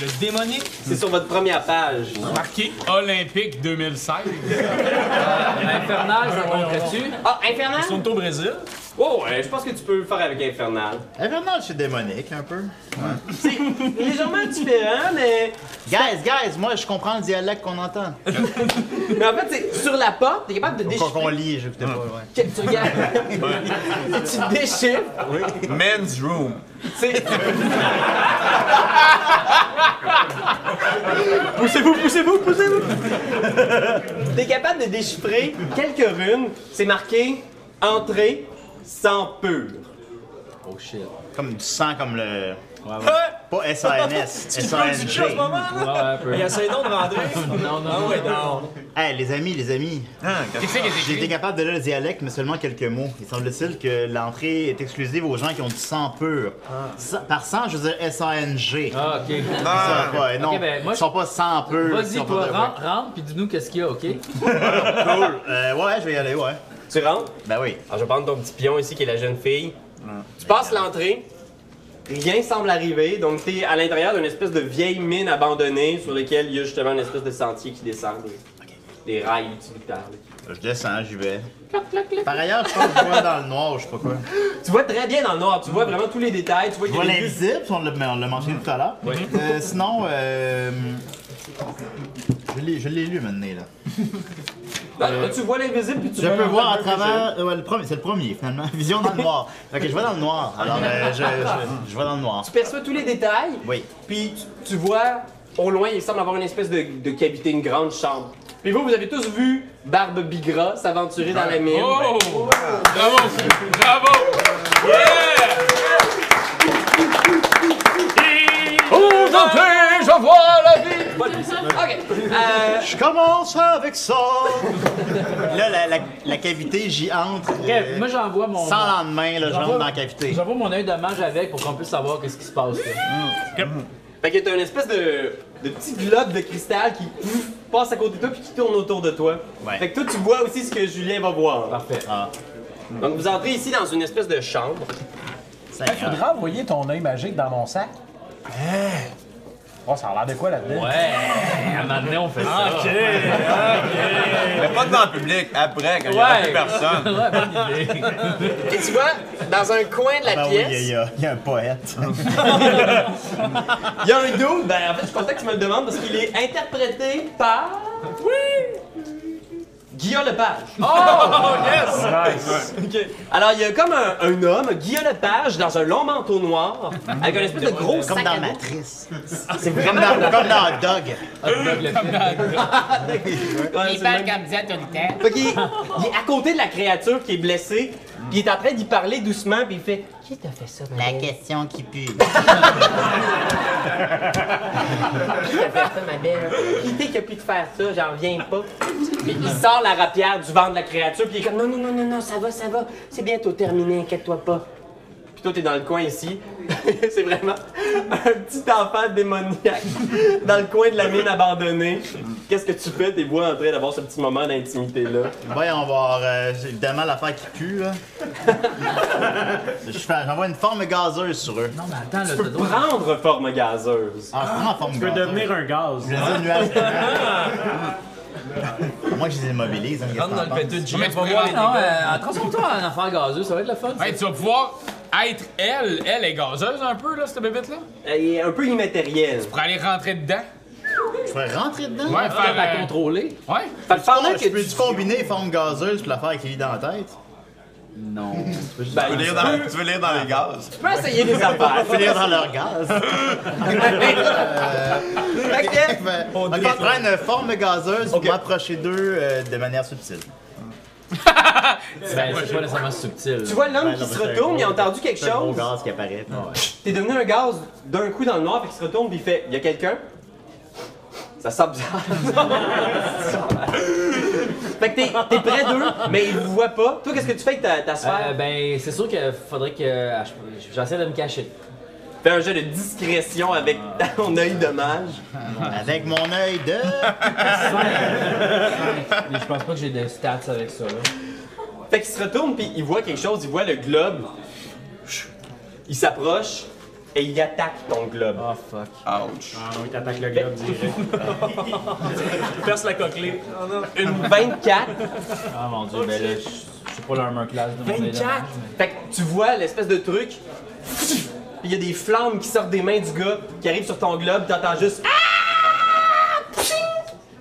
Speaker 5: Le démonique!
Speaker 3: C'est sur votre première page.
Speaker 4: Marqué Olympique 2016.
Speaker 9: Euh,
Speaker 5: Infernal, ça montrait-tu?
Speaker 3: Ah, Infernal?
Speaker 9: On est au Brésil.
Speaker 3: Oh, euh, je pense que tu peux le faire avec Infernal.
Speaker 6: Eh, Bernard, je suis démonique un peu.
Speaker 3: C'est légèrement différent, mais.
Speaker 6: Guys, guys, moi je comprends le dialecte qu'on entend.
Speaker 3: Mais en fait, c'est sur la porte, t'es capable de
Speaker 6: Qu'on
Speaker 3: déchiffrer.
Speaker 6: qu'on lit, j'écoutais pas, ouais.
Speaker 3: Que tu regardes. tu déchiffres.
Speaker 1: Men's room.
Speaker 3: C'est. poussez-vous, poussez-vous, poussez-vous. T'es capable de déchiffrer quelques runes. C'est marqué entrée sans pur.
Speaker 5: Oh shit.
Speaker 6: Comme du sang, comme le.
Speaker 9: Hein?
Speaker 6: Pas SANS,
Speaker 9: Tu parles du cul en ce
Speaker 6: SANG.
Speaker 9: moment,
Speaker 5: Ouais,
Speaker 9: là?
Speaker 5: Ah, un peu.
Speaker 9: Il essaie donc de rentrer.
Speaker 5: Non,
Speaker 9: Ah
Speaker 5: non,
Speaker 9: ouais, non.
Speaker 6: Hey, Eh, les amis, les amis.
Speaker 1: Hein,
Speaker 4: Qu'est-ce qui est
Speaker 6: J'ai été
Speaker 4: écrit?
Speaker 6: capable de lire le dialecte, mais seulement quelques mots. Il semble-t-il que l'entrée est exclusive aux gens qui ont du sang pur. Sa- Par sang, je veux dire S-A-N-G.
Speaker 5: Ah, ok.
Speaker 6: Ça va pas, non,
Speaker 5: ben, moi,
Speaker 6: ils sont pas sang pur. ils
Speaker 5: Vas-y,
Speaker 6: sont
Speaker 5: toi,
Speaker 6: pas-
Speaker 5: rentre, rentre, puis dis-nous qu'est-ce qu'il y a, ok?
Speaker 6: Cool. Euh, ouais, je vais y aller, ouais.
Speaker 3: Tu rentres.
Speaker 6: Ben oui.
Speaker 3: Alors, je vais prendre ton petit pion ici, qui est la jeune fille. Tu passes l'entrée. Rien semble arriver, donc t'es à l'intérieur d'une espèce de vieille mine abandonnée sur laquelle il y a justement une espèce de sentier qui descend, des, des rails utilitaires. là.
Speaker 6: Je descends, j'y vais. Par ailleurs, je pense que je vois dans le noir, je sais pas quoi.
Speaker 3: Tu vois très bien dans le noir, tu vois vraiment tous les détails, tu vois
Speaker 6: Je
Speaker 3: qu'il
Speaker 6: vois
Speaker 3: y a des bus-
Speaker 6: l'invisible, on l'a on l'a mentionné tout à l'heure. Euh, sinon, euh, je l'ai je l'ai lu maintenant, là.
Speaker 3: Là, Bah, tu vois l'invisible puis tu
Speaker 6: Je
Speaker 3: vois
Speaker 6: peux
Speaker 3: un
Speaker 6: voir à
Speaker 3: peu
Speaker 6: travers. euh, ouais, le premier, c'est le premier finalement. Vision dans le noir. Fait que je vois dans le noir. Alors, euh, je, je, je vois dans le noir.
Speaker 3: Tu perçois tous les détails,
Speaker 6: Oui.
Speaker 3: puis tu, tu vois au loin, il semble avoir une espèce de, de cavité, une grande chambre. Puis vous, vous avez tous vu Barbe Bigra s'aventurer dans la mine.
Speaker 4: Oh! Bravo! Bravo! Yeah!
Speaker 3: Pas de- OK. Euh,
Speaker 6: Je commence avec ça! là, la, la- la cavité, j'y entre.
Speaker 5: Ok,
Speaker 6: euh,
Speaker 5: moi j'envoie mon.
Speaker 6: sans lendemain, là, je rentre
Speaker 5: j'envoie-
Speaker 6: dans la cavité.
Speaker 5: J'envoie mon œil de mage avec pour qu'on puisse savoir qu'est-ce qui se passe. là.
Speaker 3: Fait que t'as une espèce de, de petit globe de cristal qui pff, passe à côté de toi puis qui tourne autour de toi.
Speaker 6: Ouais.
Speaker 3: Fait que toi, tu vois aussi ce que Julien va voir.
Speaker 5: Parfait.
Speaker 6: Ah,
Speaker 3: Donc, vous entrez ici dans une espèce de chambre.
Speaker 6: ça
Speaker 2: Il faudrait envoyer ton œil magique dans mon sac. Oh, ça a l'air de quoi là-dedans?
Speaker 5: Ouais, à un moment donné, on fait ça.
Speaker 1: Mais pas dans le public, après, quand il n'y a
Speaker 5: Ouais.
Speaker 1: plus personne.
Speaker 5: Ouais, bonne idée.
Speaker 3: Et tu vois, dans un coin de la
Speaker 6: Ben oui,
Speaker 3: pièce,
Speaker 6: il y, a- il y a un poète.
Speaker 3: il y a un dos. Ben, en fait, je suis content que tu me le demandes parce qu'il est interprété par. Oui! Guillaume Lepage.
Speaker 6: Oh,
Speaker 2: Nice!
Speaker 3: Ok. Alors, il y a comme un, un homme, Guillaume Lepage, dans un long manteau noir, avec un espèce de gros sac
Speaker 6: comme
Speaker 3: à
Speaker 6: dans
Speaker 3: dos.
Speaker 6: Matrice.
Speaker 3: C'est
Speaker 6: Comme
Speaker 3: vraiment
Speaker 6: dans, comme dans Dog.
Speaker 3: Ouais, c'est même-
Speaker 7: comme ça tout le temps.
Speaker 3: Fait qu'il- il est à côté de la créature qui est blessée, puis il est en train d'y parler doucement, puis il fait
Speaker 7: Qui t'a fait ça,
Speaker 6: La
Speaker 7: Marie?
Speaker 6: question qui pue.
Speaker 7: Qui t'a fait ça, ma belle?
Speaker 3: Qui t'es qui a pu te faire ça, j'en reviens pas. Puis il sort la rapière du ventre de la créature, puis il est comme non, non, non, non, non, ça va, ça va, c'est bientôt terminé, inquiète-toi pas. Puis toi, t'es dans le coin ici. c'est vraiment un petit enfant démoniaque dans le coin de la mine abandonnée. Qu'est-ce que tu fais? T'es vois en train d'avoir ce petit moment d'intimité-là.
Speaker 6: Voyons on va voir, euh, c'est évidemment l'affaire qui pue, là. Je fais- J'envoie une forme gazeuse sur eux.
Speaker 5: Non, mais attends, là,
Speaker 3: Tu
Speaker 5: t'as
Speaker 3: peux
Speaker 5: d'autres.
Speaker 3: prendre forme gazeuse.
Speaker 6: Ah, je prends en forme
Speaker 2: Je peux
Speaker 6: gazeuse.
Speaker 2: devenir un gaz.
Speaker 6: Je veux dire, nuage. Moi, je les immobilise. hein, qu'est-ce
Speaker 9: Rentre
Speaker 6: que
Speaker 9: dans
Speaker 6: t'en
Speaker 9: le péteux de
Speaker 4: Mais tu
Speaker 9: Gilles.
Speaker 4: pourrais-
Speaker 5: Non, euh, concentre-toi en affaire gazeuse, ça va être le fun. ça.
Speaker 4: Hey, tu vas pouvoir être elle. Elle est gazeuse un peu, là, cette bébête-là.
Speaker 3: Elle est un peu immatérielle.
Speaker 4: Pour aller rentrer dedans.
Speaker 6: penses? Je peux rentrer dedans?
Speaker 4: Ouais,
Speaker 5: Faire à
Speaker 4: faire. euh,
Speaker 5: contrôler.
Speaker 4: Ouais.
Speaker 3: Fait que pendant que
Speaker 6: Je
Speaker 3: tu
Speaker 6: peux-tu combiner forme gazeuse puis l'affaire qui vit dans la tête?
Speaker 5: Non.
Speaker 3: Ben,
Speaker 1: Tu veux lire dans- tu veux lire dans les gaz?
Speaker 3: tu peux essayer des affaires.
Speaker 6: Finir dans leur gaz. Euh,
Speaker 3: Fait que-
Speaker 6: Ben, ok, je prends une forme gazeuse pour m'approcher d'eux euh, de manière subtile.
Speaker 5: Ben, c'est pas nécessairement subtil. Euh,
Speaker 3: Tu vois l'homme
Speaker 6: Ben,
Speaker 3: qui
Speaker 6: non,
Speaker 3: se
Speaker 6: mais c'est un
Speaker 3: retourne,
Speaker 6: gros-
Speaker 3: il a entendu quelque
Speaker 6: C'est un gros
Speaker 3: chose.
Speaker 6: gaz qui apparaît.
Speaker 3: T'es devenu un gaz d'un coup dans le noir, puis il se retourne, puis il fait Il y a quelqu'un Ça sent bizarre. fait que t'es t'es près d'eux, mais ils vous voient pas. Toi, qu'est-ce que tu fais avec ta, ta sphère
Speaker 5: Euh, ben, c'est sûr qu'il faudrait que. ah, je- J'essaie de me cacher.
Speaker 3: Fais un jeu de discrétion avec ton œil de mage.
Speaker 6: Avec mon œil de.
Speaker 5: Mais je pense pas que j'ai de stats avec ça. Là.
Speaker 3: Fait qu'il se retourne, puis il voit quelque chose, il voit le globe. Il s'approche et il attaque ton globe.
Speaker 6: Ah.
Speaker 5: Oh fuck.
Speaker 1: Ouch.
Speaker 2: Ah oui, t'attaques le globe direct.
Speaker 9: Perce la coquelée.
Speaker 3: Une 24.
Speaker 5: Ah mon dieu, ben là, je je suis pas l'armor class de mon œil de mage,
Speaker 3: 24! Fait que tu vois l'espèce de truc. Puis il y a des flammes qui sortent des mains du gars, qui arrivent sur ton globe, t'entends juste. Ah! Pshing!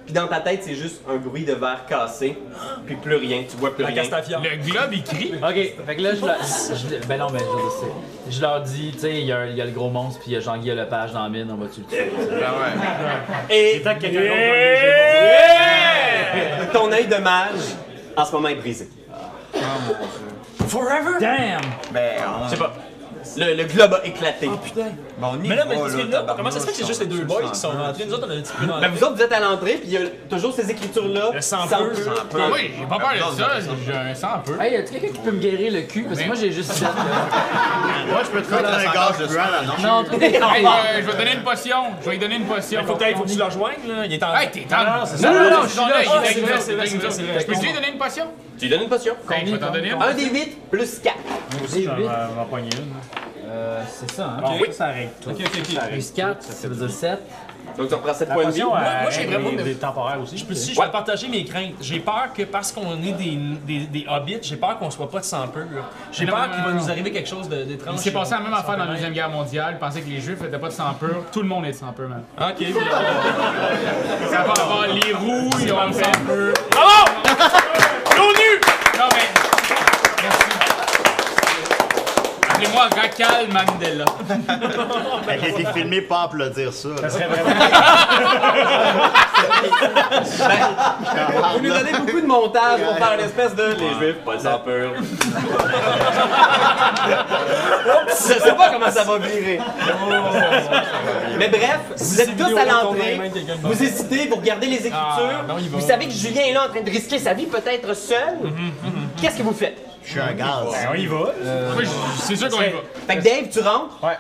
Speaker 3: Puis dans ta tête, c'est juste un bruit de verre cassé, puis plus rien, tu vois plus
Speaker 9: La
Speaker 3: rien.
Speaker 9: Castafiore.
Speaker 4: Le globe, il crie.
Speaker 5: Ok, fait que là, je, leur- je- ben non, mais je, veux dire, c'est- je leur dis, tu sais, il y, a un- il y a le gros monstre, puis il y a Jean-Guy Lepage dans la mine, on va tuer le tuer.
Speaker 3: Et
Speaker 2: Peut-être que quelqu'un d'autre va léger.
Speaker 3: ton œil de mage, en ce moment, est brisé. Forever!
Speaker 9: Damn!
Speaker 1: Ben, on...
Speaker 9: Je sais pas.
Speaker 3: Le, le globe a éclaté.
Speaker 1: Ben, on y
Speaker 9: Mais là,
Speaker 1: va,
Speaker 9: mais parce que là,
Speaker 1: tabarnak,
Speaker 9: comment ça se fait que Ah, c'est juste les deux
Speaker 1: on
Speaker 9: boys
Speaker 1: s'en
Speaker 9: qui sont
Speaker 2: Ah,
Speaker 1: fout.
Speaker 9: rentrés? Nous autres, on a un petit peu dans
Speaker 3: Ben, vous autres, vous êtes à l'entrée, puis il y a toujours ces écritures-là.
Speaker 9: Le sang
Speaker 3: Sans
Speaker 9: peu.
Speaker 3: peu.
Speaker 1: Sans peu.
Speaker 4: Ah Oui, j'ai pas peur de ça. J'ai un sang un peu.
Speaker 5: Hey, y'a-tu quelqu'un qui peut me guérir le cul? Parce que moi, j'ai juste sept, là.
Speaker 6: Moi, je peux te mettre un gaz de là, non?
Speaker 5: Non, toi, t'es
Speaker 4: Hey, euh, je vais donner une potion. Je vais lui donner une potion.
Speaker 9: Il faut que t'ailles, faut que tu le rejoignes, là. Il est en.
Speaker 4: Hey, t'es dans
Speaker 9: Non, non, c'est
Speaker 4: Non,
Speaker 9: ça.
Speaker 4: non, non,
Speaker 9: Ah,
Speaker 4: je suis là.
Speaker 9: c'est
Speaker 4: Il est avec
Speaker 9: vrai, c'est
Speaker 4: nous
Speaker 9: vrai, c'est vrai, c'est vrai. Ah,
Speaker 4: autres. Je peux lui donner une potion?
Speaker 3: Tu lui donnes une potion.
Speaker 4: Hey, je vais t'en donner une.
Speaker 3: Un des huit plus 4.
Speaker 5: J'ai
Speaker 2: J'en
Speaker 5: huit.
Speaker 2: vais en poigner une.
Speaker 5: Euh, c'est ça, hein?
Speaker 2: Bon, ça, ça règle tout.
Speaker 9: Ok, ok, ok.
Speaker 5: Plus 4, ça veut dire 7.
Speaker 3: Donc tu reprends 7
Speaker 2: La
Speaker 3: points de vie.
Speaker 2: potion,
Speaker 9: moi,
Speaker 2: elle
Speaker 9: j'ai
Speaker 2: règle
Speaker 9: vraiment
Speaker 2: les-
Speaker 9: de-
Speaker 2: les temporaires aussi.
Speaker 9: Je peux aussi, je vais partager mes craintes. J'ai peur que parce qu'on est des, des, des hobbits, j'ai peur qu'on soit pas de sang pur. J'ai
Speaker 4: Non,
Speaker 9: peur
Speaker 4: non,
Speaker 9: qu'il va
Speaker 4: non.
Speaker 9: nous arriver quelque chose de- d'étrange.
Speaker 4: Il s'est passé la même affaire dans la Deuxième Guerre mondiale. Je pensais que les Juifs n'étaient pas de sang pur. Tout le monde est de sang pur, man.
Speaker 9: Ok, puis-
Speaker 4: Ça va avoir les roues, ils ont le sang pur.
Speaker 9: Bravo! L'ONU!
Speaker 4: Non, mais. Merci. Appelez-moi Rakal Mandela.
Speaker 6: Ben, Fait qu'il a été filmé pas applaudir ça. là.
Speaker 2: Ça serait vraiment.
Speaker 6: Ben,
Speaker 3: Vous nous donnez beaucoup de montage pour faire une espèce de les juifs, pas de sang pur. Je sais pas comment ça va virer. Mais bref, vous êtes tous à l'entrée. Vous hésitez, vous regardez les écritures.
Speaker 4: Ah, non, il va.
Speaker 3: vous savez que Julien est là en train de risquer sa vie, peut-être seul. Qu'est-ce que vous faites?
Speaker 6: Je suis un gaz.
Speaker 2: On y va.
Speaker 4: Moi, je- C'est sûr qu'on y va.
Speaker 3: Fait que Dave, tu rentres.
Speaker 2: Ouais.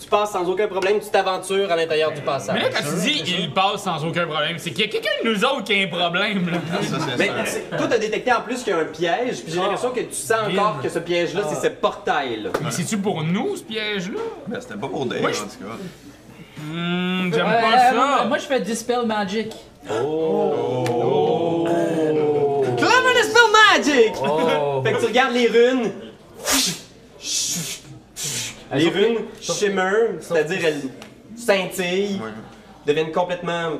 Speaker 3: Tu passes sans aucun problème, tu t'aventures à l'intérieur du
Speaker 4: Mais
Speaker 3: passage.
Speaker 4: là, quand tu dis il passe sans aucun problème, c'est qu'il y a quelqu'un de nous autres qui a un problème. Là.
Speaker 6: Ça, c'est
Speaker 3: Mais
Speaker 6: ça.
Speaker 3: c'est- toi, t'as détecté en plus qu'il y a un piège, puis j'ai l'impression que tu sens encore que ce piège-là, c'est ce portail-là.
Speaker 4: Mais C'est-tu pour nous, ce piège-là?
Speaker 1: Ben, c'était pas pour Dave,
Speaker 4: Moi,
Speaker 1: en
Speaker 4: je-
Speaker 1: tout cas.
Speaker 4: Hum, j'aime
Speaker 8: Euh,
Speaker 4: pas
Speaker 8: euh,
Speaker 4: ça.
Speaker 8: moi, je fais Dispel Magic.
Speaker 3: Clame un spell magic! Fait que tu regardes les runes. Les runes shimmer, c'est-à-dire elles scintillent, deviennent complètement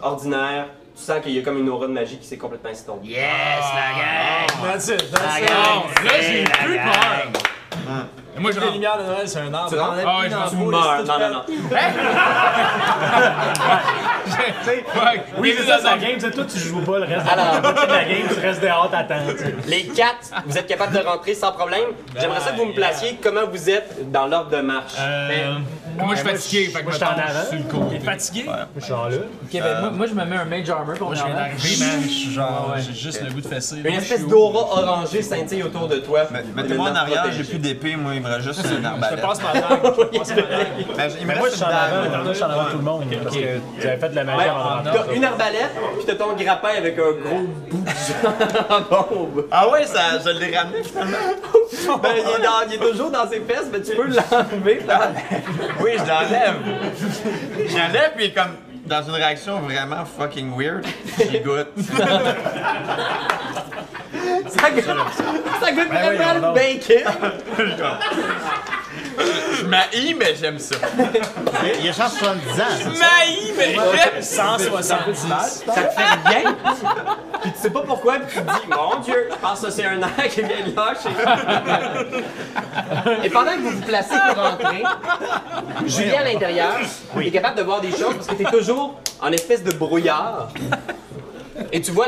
Speaker 3: ordinaires. Tu sens qu'il y a comme une aura de magie qui s'est complètement estompée.
Speaker 4: Yes, la gang!
Speaker 9: That's it, that's
Speaker 4: Non,
Speaker 9: it.
Speaker 4: Ah, là, j'ai plus peur. Et moi, je
Speaker 9: Les
Speaker 4: rentre.
Speaker 9: lumières de Noël, c'est un arbre.
Speaker 3: Tu rentres?
Speaker 4: Ah ouais, je rentre.
Speaker 3: Tu meurs. Non, non, non.
Speaker 4: Fuck.
Speaker 2: Oui, c'est ça,
Speaker 4: ça.
Speaker 2: la game, c'est toi, tu joues pas le reste
Speaker 3: Alors.
Speaker 2: de la game, tu restes dehors, t'attends. tu sais.
Speaker 3: Les quatre, vous êtes capables de rentrer sans problème. J'aimerais ça que vous me placiez comment vous êtes dans l'ordre de marche.
Speaker 2: Euh,
Speaker 4: Moi, je suis fatigué, fait que
Speaker 2: moi, je suis
Speaker 4: mettons,
Speaker 2: en
Speaker 9: Ah,
Speaker 4: je
Speaker 2: avant.
Speaker 4: suis sur le côté.
Speaker 2: T'es fatigué? Je suis en là.
Speaker 8: Ok, ben, moi, moi, je me mets un Mage Armor pour
Speaker 9: Je viens
Speaker 8: moi.
Speaker 9: d'arriver, man. Je suis genre, j'ai juste le goût de fesser.
Speaker 3: Une espèce d'aura orangée scintille autour de toi.
Speaker 1: Mais- Ben, Mettez-moi en arrière, j'ai plus d'épée, moi, il me reste juste une
Speaker 9: Je
Speaker 1: arbalète.
Speaker 9: te passe ma langue. Je te passe ma langue.
Speaker 1: Mais il me
Speaker 2: Mais moi, je
Speaker 1: reste
Speaker 2: suis
Speaker 1: une
Speaker 2: en avant,
Speaker 1: dague.
Speaker 2: attendez, je suis en avant de tout le monde. Parce que j'avais fait de la magie
Speaker 3: Ben,
Speaker 2: avant de rentrer.
Speaker 3: T'as une arbalète, puis t'as ton grappin avec un gros bout de bombe.
Speaker 1: Ah ouais, ça, je l'ai ramené finalement.
Speaker 3: Ben, il est, dans- il est toujours dans ses fesses, mais tu peux l'enlever.
Speaker 1: Oui, je l'enlève. Je l'enlève, puis comme dans une réaction vraiment fucking weird, j'y goûte.
Speaker 3: Ça goûte, ça goûte
Speaker 1: Ben
Speaker 2: voyons
Speaker 3: vraiment le
Speaker 2: donc.
Speaker 3: bacon.
Speaker 1: Je m'haïs, mais j'aime ça.
Speaker 6: Il y a 170 ans, c'est ça?
Speaker 1: M'haïs, mais j'aime ça.
Speaker 9: 170.
Speaker 3: Ça te fait bien. Puis tu sais pas pourquoi, puis tu te dis, mon Dieu, je pense que c'est un air qui vient de lâcher. Et pendant que vous vous placez pour rentrer, Julien à l'intérieur, est capable de voir des choses parce que t'es toujours en espèce de brouillard. Et tu vois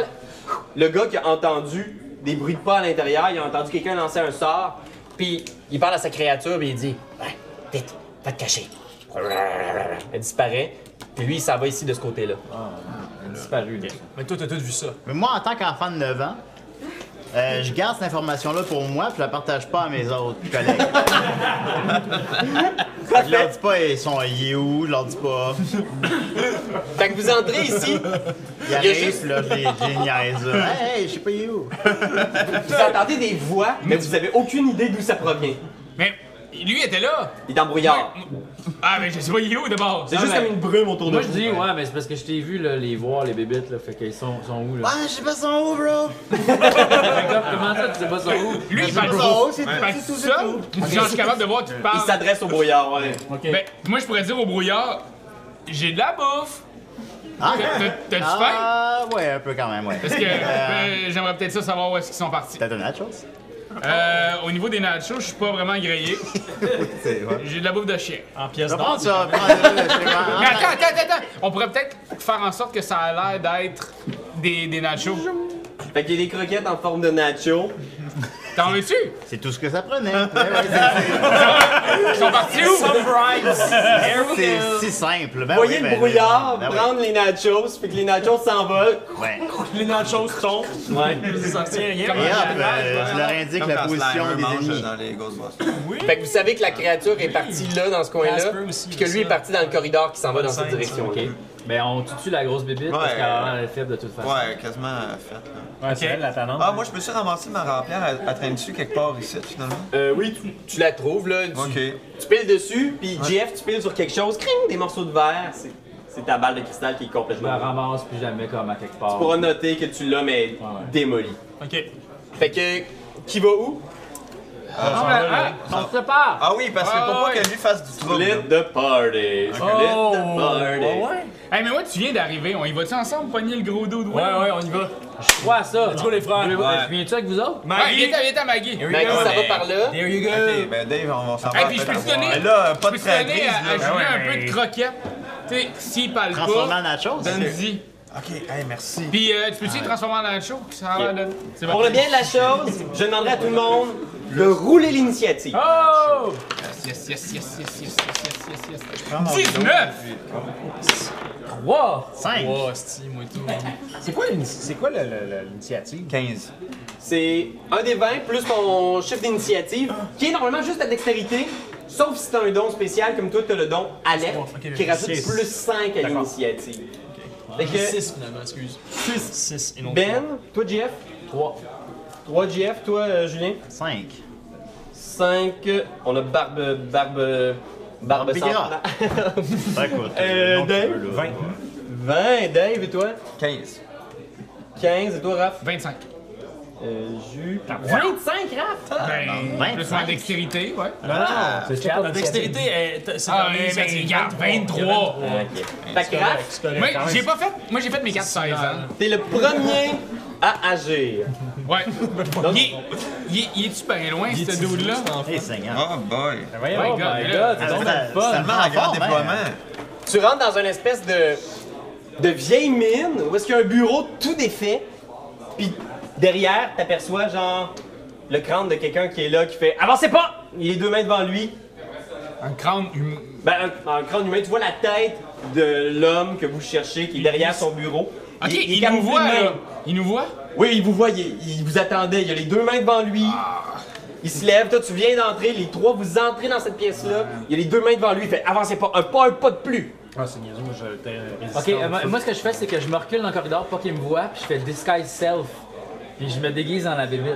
Speaker 3: le gars qui a entendu des bruits de pas à l'intérieur, il a entendu quelqu'un lancer un sort, puis il parle à sa créature, puis il dit Ouais, Vite, va te cacher. Elle disparaît, puis lui, il s'en va ici de ce côté-là.
Speaker 9: Mais toi, t'as tout vu ça.
Speaker 6: Mais moi, en tant qu'enfant de 9 ans, euh, je garde cette information-là pour moi, puis je la partage pas à mes autres collègues. je leur dis pas, ils sont ils est où, je leur dis pas.
Speaker 3: Fait que vous entrez ici,
Speaker 6: Ils
Speaker 3: Il y a
Speaker 6: arrivent,
Speaker 3: juste-
Speaker 6: puis là, je les, je les niaise. Hey, hey, je sais pas, il est où.
Speaker 3: vous entendez des voix, mais vous avez aucune idée d'où ça provient.
Speaker 4: Mais lui était là.
Speaker 3: Il est en brouillard.
Speaker 4: Ah, mais je sais pas, il est où de base?
Speaker 3: C'est juste
Speaker 5: mais-
Speaker 3: comme une brume autour de
Speaker 5: Moi,
Speaker 3: vous.
Speaker 5: je dis, ouais, mais c'est parce que je t'ai vu là, les voir, les bébites, là, fait qu'ils sont, sont où, là?
Speaker 6: Ah, je sais pas, ils sont où, bro?
Speaker 5: Fait que là, comment ça, tu sais pas sont où?
Speaker 4: Lui, il parle
Speaker 6: Ils sont où, c'est
Speaker 4: Fait que
Speaker 6: tout,
Speaker 4: tout
Speaker 6: c'est
Speaker 4: ça,
Speaker 6: tout.
Speaker 4: genre, je suis capable de voir qu'il
Speaker 3: Il
Speaker 4: parle.
Speaker 3: s'adresse au brouillard, ouais.
Speaker 4: Ben, moi, je pourrais dire au brouillard, j'ai de la bouffe.
Speaker 6: Ah,
Speaker 4: T'as- T'as-tu faim?
Speaker 6: ah, ouais, un peu quand même, ouais.
Speaker 4: Parce que euh, j'aimerais peut-être ça savoir où est-ce qu'ils sont partis.
Speaker 6: T'as donné la chose?
Speaker 4: Euh, au niveau des nachos, je suis pas vraiment grillé. J'ai de la bouffe de chien.
Speaker 1: Ah,
Speaker 9: En pièces
Speaker 6: Je
Speaker 9: d'or.
Speaker 6: prends ça, prends-le, je sais
Speaker 1: ben.
Speaker 4: Mais
Speaker 6: pas.
Speaker 4: attends, attends, attends, attends. On pourrait peut-être faire en sorte que ça a l'air d'être des, des nachos.
Speaker 3: Fait qu'il y a des croquettes en forme de nacho.
Speaker 6: Ah
Speaker 4: T'en veux-tu?
Speaker 6: C'est tout ce que ça prenait. Ouais, ouais, c'est-
Speaker 4: Ils sont partis où?
Speaker 6: c'est si simple. Ben
Speaker 3: Vous voyez
Speaker 6: oui,
Speaker 3: le
Speaker 6: ben,
Speaker 3: brouillard
Speaker 6: ben oui.
Speaker 3: prendre les nachos, puis que les nachos s'envolent.
Speaker 6: Ouais.
Speaker 9: Les nachos tombent. Ouais. Ça tient rien.
Speaker 6: Et hop, euh, je leur indique
Speaker 1: Comme
Speaker 6: la
Speaker 1: quand
Speaker 6: position
Speaker 1: Slimer
Speaker 6: des
Speaker 1: mange
Speaker 6: ennemis.
Speaker 1: dans les Ghostbusters.
Speaker 3: Fait que vous savez que la créature est partie là, dans ce coin-là,
Speaker 9: Casper aussi,
Speaker 3: puis que
Speaker 9: c'est
Speaker 3: lui est
Speaker 9: ça.
Speaker 3: parti dans le corridor qui s'en va dans cette direction.
Speaker 5: Ok. Ben, on tue la grosse bébite parce
Speaker 1: Ouais.
Speaker 5: qu'elle a l'air faible de toute façon.
Speaker 1: Ouais, quasiment euh, fait. là.
Speaker 2: Ouais, c'est elle, la talente.
Speaker 1: Ah, moi, je me suis ramassé ma rampière, elle, elle traîne dessus quelque part ici, finalement.
Speaker 3: Euh, oui, tu, tu la trouves, là. Tu,
Speaker 1: Ok.
Speaker 3: tu piles dessus, puis GF, tu piles sur quelque chose, cring, des morceaux de verre. C'est- C'est ta balle de cristal qui est
Speaker 5: Je la
Speaker 3: complètement...
Speaker 5: ramasse plus jamais comme à quelque part.
Speaker 3: Pour noter que tu l'as, mais démoli.
Speaker 4: Ok.
Speaker 3: Fait que, qui va où?
Speaker 5: On se sépare!
Speaker 1: Ah oui, parce que
Speaker 4: Ah,
Speaker 1: pour pas
Speaker 4: ouais.
Speaker 1: que lui fasse du trouble. là.
Speaker 3: Split the party. Split the party.
Speaker 4: Hey, mais moi, tu viens d'arriver. On y va-tu ensemble pogner le gros dos de
Speaker 9: Ouais, ouais, on y va.
Speaker 5: Je crois à ça!
Speaker 9: Let's go, les frères.
Speaker 5: Je
Speaker 1: Ouais.
Speaker 5: viens-tu avec vous autres?
Speaker 4: Ouais, viens t'as, viens t'as, Maggie.
Speaker 3: Maggie,
Speaker 9: go,
Speaker 3: ça va
Speaker 9: man.
Speaker 3: par là.
Speaker 9: There you
Speaker 1: Ok, ben Dave, on va s'en
Speaker 4: Hey,
Speaker 1: va
Speaker 4: puis je
Speaker 1: peut-être
Speaker 4: peux te
Speaker 1: avoir.
Speaker 4: donner-
Speaker 1: Mais Là,
Speaker 4: Je
Speaker 1: pas
Speaker 4: peux
Speaker 1: de
Speaker 4: te donner
Speaker 1: traîtrise,
Speaker 4: à, à
Speaker 1: là.
Speaker 4: Julien
Speaker 2: ouais,
Speaker 4: un peu
Speaker 2: mais-
Speaker 4: de croquettes. Tu sais, s'il parle
Speaker 6: Transformer en
Speaker 4: pas,
Speaker 6: nachos.
Speaker 3: Ben,
Speaker 4: donne-y.
Speaker 1: Ok, hey, merci.
Speaker 4: Puis, euh, tu peux-tu le transformer en nacho? Ça a l'air de- C'est bon.
Speaker 3: Pour le bien de la chose, je demanderai à tout le monde de rouler l'initiative.
Speaker 2: Ah!
Speaker 4: Oh! Yes, yes, yes, yes, yes, yes, yes, yes, yes, yes. 19!
Speaker 5: 3!
Speaker 6: 5.
Speaker 9: Oh, hostie, moi et tout.
Speaker 2: C'est quoi l'ini- c'est quoi le- le- le- l'initiative?
Speaker 1: 15.
Speaker 3: C'est un des 20 plus ton chiffre d'initiative, qui est normalement juste la dextérité, sauf si t'as un don spécial, comme toi t'as le don alerte,
Speaker 9: Ok,
Speaker 3: qui rajoute
Speaker 2: six.
Speaker 3: plus 5 à
Speaker 2: D'accord.
Speaker 3: l'initiative. Fait que,
Speaker 9: 6 finalement, excuse. 6. 6 et non
Speaker 3: ben, toi GF? 3. 3 GF, toi euh, Julien?
Speaker 6: 5.
Speaker 3: euh, 5. On a Barbe. Barbe. Barbe
Speaker 6: Barbera.
Speaker 3: sans-
Speaker 6: Ça coûte.
Speaker 3: Euh,
Speaker 6: non, tu
Speaker 3: Dave?
Speaker 6: veux, là.
Speaker 3: 20, Dave, et toi?
Speaker 1: 15.
Speaker 3: 15, et toi Raph?
Speaker 4: 25.
Speaker 3: Euh, Jus.
Speaker 4: Ouais.
Speaker 3: 25 Raph!
Speaker 4: Ben, plus ma dextérité, ouais.
Speaker 2: C'est quoi ton
Speaker 9: Dextérité, elle- t- c'est
Speaker 4: Ah,
Speaker 9: dans
Speaker 4: mais- mais
Speaker 9: l'initiative.
Speaker 4: regarde, 23.
Speaker 9: Il y a
Speaker 3: Ok. Fait que Raph,
Speaker 9: C'est correct,
Speaker 4: Moi,
Speaker 9: quand même.
Speaker 4: j'ai pas fait. Moi, j'ai fait mes 4 16 ans.
Speaker 3: t'es le premier à agir.
Speaker 4: Ouais. Il est- il est- il est-tu bien loin, ce dude-là?
Speaker 6: Eh, Seigneur.
Speaker 1: Oh boy.
Speaker 4: Oh my God, là.
Speaker 6: Ah, c'est
Speaker 1: Seulement en
Speaker 6: hein.
Speaker 1: grand déploiement.
Speaker 3: Tu rentres dans une espèce de, de vieille mine où est-ce qu'il y a un bureau tout défait, puis derrière, t'aperçois genre le crâne de quelqu'un qui est là qui fait Avancez pas Il est deux mains devant lui.
Speaker 4: Un crâne humain.
Speaker 3: Ben, un, un crâne humain, tu vois la tête de l'homme que vous cherchez qui est derrière son bureau.
Speaker 4: Ok, il,
Speaker 3: est
Speaker 4: nous
Speaker 3: camouflé
Speaker 4: voit,
Speaker 3: de main.
Speaker 4: là. Il nous voit?
Speaker 3: Oui, il vous voit, il, il vous attendait. Il a les deux mains devant lui. Il se lève, toi tu viens d'entrer, les trois vous entrez dans cette pièce-là. Il a les deux mains devant lui, il fait avancez pas, un pas, un pas de plus.
Speaker 2: Ah, c'est niaiseux, moi j'étais résistant.
Speaker 5: Ok, euh, moi- moi ce que je fais, c'est que je me recule dans le corridor pour qu'il me voit, puis je fais disguise self. Puis je me déguise en la bébite.